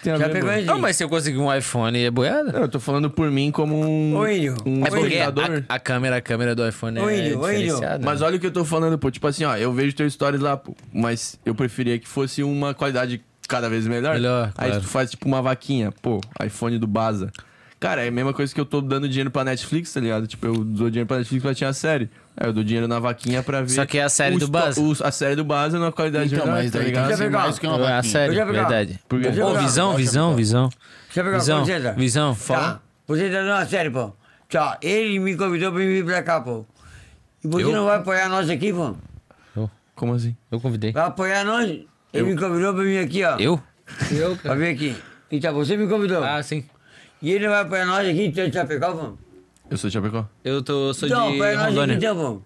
Speaker 2: tem a
Speaker 4: Já
Speaker 2: ver,
Speaker 4: pegou
Speaker 2: mano?
Speaker 4: aí,
Speaker 16: Não, mas se eu conseguir um iPhone, é boiada?
Speaker 2: Não, eu tô falando por mim como um,
Speaker 4: Ô, Índio.
Speaker 2: um
Speaker 16: É porque
Speaker 2: espectador.
Speaker 16: a, a câmera, a câmera do iPhone
Speaker 4: Ô,
Speaker 16: é
Speaker 4: Índio, ô, Índio.
Speaker 16: diferenciada.
Speaker 2: Mas olha o que eu tô falando, pô. Tipo assim, ó, eu vejo teu stories lá, pô. Mas eu preferia que fosse uma qualidade cada vez melhor.
Speaker 16: Melhor,
Speaker 2: Aí
Speaker 16: claro.
Speaker 2: tu faz tipo uma vaquinha, pô, iPhone do Baza. Cara, é a mesma coisa que eu tô dando dinheiro pra Netflix, tá ligado? Tipo, eu dou dinheiro pra Netflix pra tinha a série. Aí eu dou dinheiro na vaquinha pra ver.
Speaker 16: Só que é a série
Speaker 2: o
Speaker 16: do
Speaker 2: sto-
Speaker 16: Baza.
Speaker 2: o- a série do Baza na qualidade
Speaker 1: Então,
Speaker 2: melhor,
Speaker 1: mas
Speaker 2: tá
Speaker 1: daí tem
Speaker 2: ligado?
Speaker 1: que
Speaker 4: Já
Speaker 1: ser
Speaker 4: pegou.
Speaker 1: mais que uma
Speaker 16: É a
Speaker 1: vaquinha.
Speaker 16: série,
Speaker 4: Eu já pegava.
Speaker 16: verdade.
Speaker 2: Porque-
Speaker 16: Ô,
Speaker 4: Eu já pegava.
Speaker 16: visão, visão, visão.
Speaker 4: Deixa eu pegar
Speaker 16: Visão,
Speaker 4: com licença.
Speaker 16: visão,
Speaker 4: Tá.
Speaker 16: fala.
Speaker 4: Você tá dando a série, pô. Tchau. Ele me convidou pra eu vir pra cá, pô. E você
Speaker 16: Eu?
Speaker 4: não vai apoiar nós aqui, pô?
Speaker 2: Como assim?
Speaker 16: Eu convidei.
Speaker 4: Vai apoiar nós? Ele me convidou pra vir aqui, ó.
Speaker 16: Eu? Eu,
Speaker 4: Pra vir aqui. Então, você me convidou.
Speaker 16: Ah, sim.
Speaker 4: E ele vai apoiar nós aqui, então, de Chapecó, pô?
Speaker 2: Eu sou de Chapecó.
Speaker 16: Eu tô, sou
Speaker 4: Então,
Speaker 16: de
Speaker 4: apoia nós aqui,
Speaker 16: Rondônia.
Speaker 4: então, pô.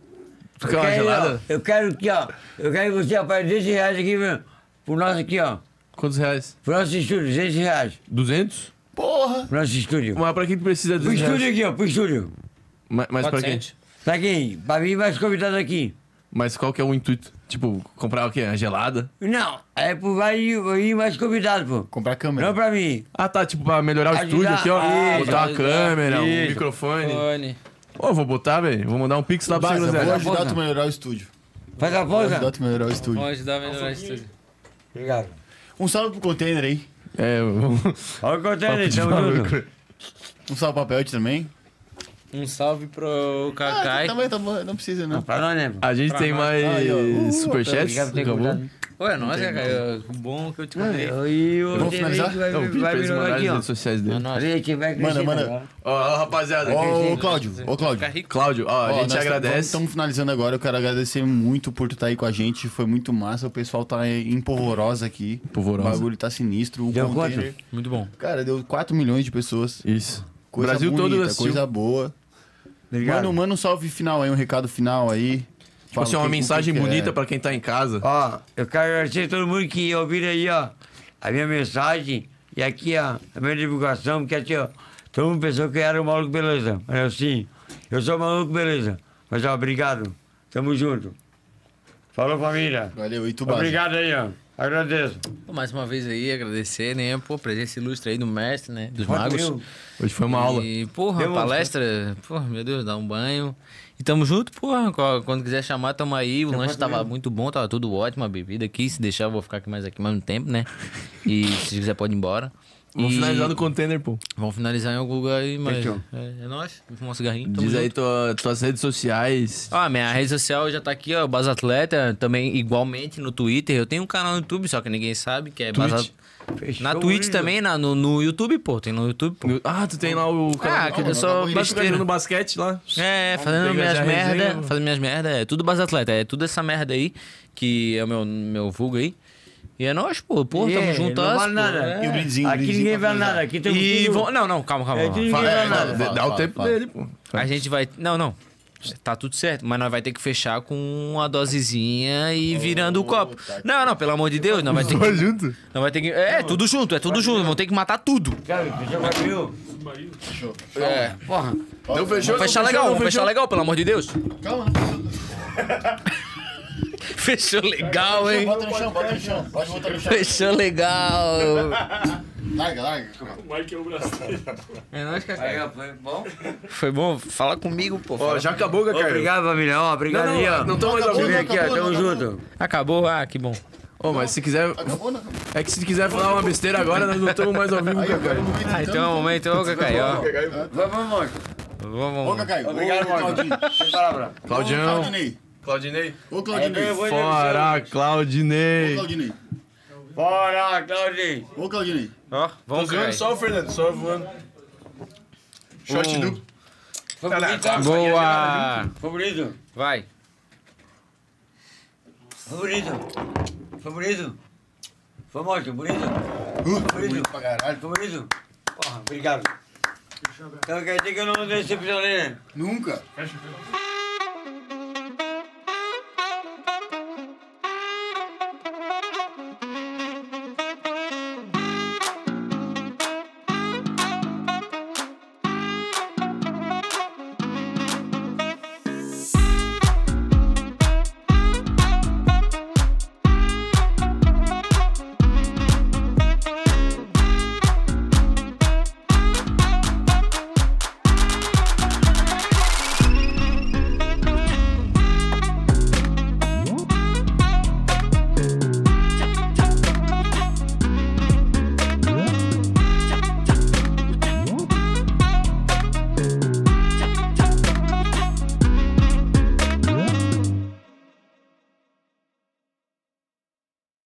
Speaker 2: Tu
Speaker 4: Eu
Speaker 2: quer uma
Speaker 4: quero, ó,
Speaker 2: gelada?
Speaker 4: eu quero que, ó. Eu quero que você apoie 200 reais aqui, meu. Por nós aqui, ó.
Speaker 2: Quantos reais?
Speaker 4: Por nosso estúdio, 200 reais.
Speaker 2: 200?
Speaker 1: Porra!
Speaker 4: Pro nosso estúdio.
Speaker 2: Mas pra que tu precisa de
Speaker 4: Pro estúdio aqui, ó, pro estúdio.
Speaker 2: Mas, mas pra quê?
Speaker 4: Tá aqui, pra mim vai os convidados aqui.
Speaker 2: Mas qual que é o intuito? Tipo, comprar o quê? A gelada?
Speaker 4: Não, é pro vai ir mais convidados, pô.
Speaker 1: Comprar
Speaker 4: Não
Speaker 1: câmera.
Speaker 4: pra mim.
Speaker 2: Ah, tá, tipo, pra melhorar o
Speaker 4: Ajudar-
Speaker 2: estúdio aqui, ó.
Speaker 4: Ah,
Speaker 2: botar uma
Speaker 16: ajudar-
Speaker 2: câmera, um
Speaker 16: Isso.
Speaker 2: microfone.
Speaker 16: Fone.
Speaker 2: Ô, vou botar, velho. Vou mandar um pix lá pra você,
Speaker 1: Baza, vou
Speaker 2: Groselha.
Speaker 1: ajudar tu a melhorar o estúdio.
Speaker 4: Faz a
Speaker 1: Vou
Speaker 4: pausa.
Speaker 1: ajudar tu a melhorar o
Speaker 16: Vamos
Speaker 1: estúdio.
Speaker 16: ajudar a melhorar isso tudo.
Speaker 4: Obrigado.
Speaker 1: Um salve pro container aí.
Speaker 2: É, vamos.
Speaker 4: Olha o container, tamo junto.
Speaker 1: Um salve pro papel também.
Speaker 16: Um salve pro
Speaker 1: Ah,
Speaker 16: Kakai.
Speaker 1: também tá bom, não precisa, não.
Speaker 4: Pra nós, né? pô?
Speaker 2: A gente tem mais
Speaker 1: Aí, ó. Uh,
Speaker 2: superchats? tá
Speaker 4: Obrigado por ter
Speaker 2: Ah, Acabou?
Speaker 4: convidado.
Speaker 16: Ué, é nós, Kakai. É Bom que eu te contei.
Speaker 4: E o
Speaker 1: Vamos finalizar?
Speaker 4: Derek vai-
Speaker 2: Não, pedi
Speaker 4: vai
Speaker 2: pra
Speaker 4: me
Speaker 2: eles
Speaker 4: jogar
Speaker 2: mandarem
Speaker 4: aqui,
Speaker 2: as
Speaker 4: ó.
Speaker 2: redes sociais
Speaker 16: É
Speaker 2: dele.
Speaker 4: A gente vai tá,
Speaker 1: Manda,
Speaker 4: crescendo
Speaker 1: manda.
Speaker 4: agora.
Speaker 2: Ó, ó, rapaziada.
Speaker 1: Ô, ô, Cláudio, ô, Cláudio.
Speaker 16: Fica rico.
Speaker 2: Cláudio, ó, né? a gente agradece.
Speaker 1: Estamos finalizando agora. Eu quero agradecer muito por tu estar aí com a gente. Foi muito massa. O pessoal tá em polvorosa aqui.
Speaker 2: Polvorosa.
Speaker 1: O bagulho tá sinistro. O
Speaker 4: Deu
Speaker 1: container.
Speaker 16: Muito bom.
Speaker 1: Cara, deu 4 milhões de pessoas.
Speaker 2: Isso. Tipo
Speaker 1: Coisa
Speaker 2: Brasil
Speaker 1: bonita,
Speaker 2: todo assistiu.
Speaker 1: coisa boa.
Speaker 4: Obrigado.
Speaker 1: Mano, manda um salve final aí, um recado final aí.
Speaker 2: Tipo
Speaker 1: Fala
Speaker 2: assim,
Speaker 1: o
Speaker 2: uma
Speaker 1: que- o que
Speaker 2: mensagem
Speaker 1: que é.
Speaker 2: bonita pra quem tá em casa.
Speaker 4: Ó, eu quero agradecer a todo mundo que ouviu aí, ó, a minha mensagem e aqui, ó, a minha divulgação, porque aqui, ó, todo mundo pensou que eu era o maluco beleza. Mas eu sim, eu sou maluco beleza. Mas ó, obrigado. Tamo junto. Falou família.
Speaker 1: Valeu, e tu, Baza?
Speaker 4: Obrigado aí, ó. Agradeço.
Speaker 16: Pô, Mais uma vez aí, agradecer, né? Pô, presença ilustre aí do mestre, né? Dos
Speaker 4: Pode
Speaker 16: magos.
Speaker 4: eu.
Speaker 2: Hoje foi uma aula.
Speaker 16: E, porra,
Speaker 4: Deu uma-
Speaker 16: palestra, porra, meu Deus, dá um banho. E tamo junto, porra. co- Quando quiser chamar, tamo aí. O lanche tava muito bom, tava tudo ótimo, a bebida aqui. Se deixar, eu vou ficar aqui mais aqui mais um tempo, né? E se quiser, pode ir embora.
Speaker 2: Vamos
Speaker 16: E
Speaker 2: finalizar no container, pô.
Speaker 16: Vamos finalizar em algum lugar aí, mas.
Speaker 4: Fechou.
Speaker 16: É, é nóis. Vamos fumar um cigarrinho. tamo
Speaker 2: Diz aí
Speaker 16: junto.
Speaker 2: tua- tuas redes sociais.
Speaker 16: Ó, minha rede social já tá aqui, ó, Bas Atleta, também igualmente no Twitter. Eu tenho um canal no YouTube, só que ninguém sabe, que é Bas
Speaker 2: Twitch.
Speaker 16: Atleta. Na Twitch também, na, no, no YouTube, pô. Tem no YouTube, pô.
Speaker 2: No- Ah, tu tem lá o
Speaker 16: Ah, que eu sou
Speaker 2: Mas tu tá
Speaker 16: besteira.
Speaker 2: jogando basquete lá.
Speaker 16: É,
Speaker 2: pegar
Speaker 16: fazendo minhas
Speaker 2: já a resenha,
Speaker 16: merda,
Speaker 2: mano.
Speaker 16: fazendo minhas merda, é tudo base atleta, é tudo essa merda aí, que é o meu, meu vulgo aí. E é nóis, pô, pô,
Speaker 4: E
Speaker 16: tamo
Speaker 4: é,
Speaker 16: junto,
Speaker 4: não
Speaker 16: as,
Speaker 4: vale
Speaker 16: pô,
Speaker 4: nada.
Speaker 16: é.
Speaker 1: E o brindezinho,
Speaker 4: Aqui
Speaker 1: brindezinho
Speaker 4: ninguém
Speaker 1: pra
Speaker 4: vê nada,
Speaker 1: finalizar.
Speaker 4: aqui tem
Speaker 16: E
Speaker 4: tudo.
Speaker 16: vão- Não, não, calma, calma.
Speaker 4: É,
Speaker 16: calma.
Speaker 4: tem
Speaker 2: Fala,
Speaker 4: ninguém
Speaker 2: é,
Speaker 4: vê
Speaker 2: não,
Speaker 4: nada.
Speaker 2: dá o
Speaker 1: fala,
Speaker 2: tempo
Speaker 1: fala.
Speaker 2: dele, pô.
Speaker 16: A gente vai. Não, não. Tá tudo certo, mas nós vai ter que fechar com uma dosezinha e virando o copo. Não, não, pelo amor de Deus, nós vai ter que.
Speaker 2: junto?
Speaker 16: Nós vai ter que. É, tudo junto, é tudo junto. Vão ter que matar tudo.
Speaker 4: Cara, fechou o barulho.
Speaker 16: É.
Speaker 4: Porra.
Speaker 1: Não fechou?
Speaker 16: Vamos fechar legal, vamos fechar legal, pelo amor de Deus.
Speaker 1: Calma, não fechou.
Speaker 16: Fechou legal, hein?
Speaker 1: Bota no chão, bota no chão. Pode botar no chão.
Speaker 16: Fechou legal.
Speaker 1: Larga, larga.
Speaker 17: O Mike é o brasileiro.
Speaker 16: É nóis, cara.
Speaker 4: Aí, ó, foi bom?
Speaker 16: Foi bom? Fala comigo, pô.
Speaker 2: Ó,
Speaker 16: fala
Speaker 2: já acabou, cara.
Speaker 4: Obrigado, família. Ó, obrigado aí, ó.
Speaker 2: Não tô mais ao
Speaker 4: é, Vem
Speaker 2: vivo.
Speaker 4: aqui, ó, tamo junto.
Speaker 16: Acabou? Ah, que bom.
Speaker 2: Ô, mas se quiser.
Speaker 1: Acabou, não? acabou?
Speaker 2: É que se quiser falar uma besteira agora, nós não estamos mais ao vivo,
Speaker 1: Aí,
Speaker 2: cara.
Speaker 1: agora eu não vi
Speaker 16: Ah,
Speaker 1: tanto.
Speaker 16: então é o momento, ô, Cacai, ó.
Speaker 4: Vamos, Marcos.
Speaker 1: Ô,
Speaker 16: Vamos.
Speaker 1: Cacai.
Speaker 4: Obrigado,
Speaker 1: Ô,
Speaker 4: Marcos.
Speaker 1: Claudinho.
Speaker 4: Sem palavra.
Speaker 1: Ô,
Speaker 2: Claudinho.
Speaker 1: Claudinei.
Speaker 2: Claudinei.
Speaker 1: Ô, Claudinei. Ô,
Speaker 2: É, Fora, Claudinei.
Speaker 1: Claudinei.
Speaker 4: Bora, Claudinho.
Speaker 1: Ô, Claudinei.
Speaker 16: Ó, vamos, Cacai.
Speaker 2: o Fernando, só voando.
Speaker 1: Short duplo.
Speaker 4: Foi bonito, tá?
Speaker 16: Boa!
Speaker 4: Foi bonito.
Speaker 16: Vai.
Speaker 4: Foi bonito. Foi bonito. Foi morto, bonito. Foi bonito.
Speaker 1: Pra caralho.
Speaker 4: Foi bonito. Porra, obrigado. Então quer dizer que eu não decepcionei, né?
Speaker 1: Nunca.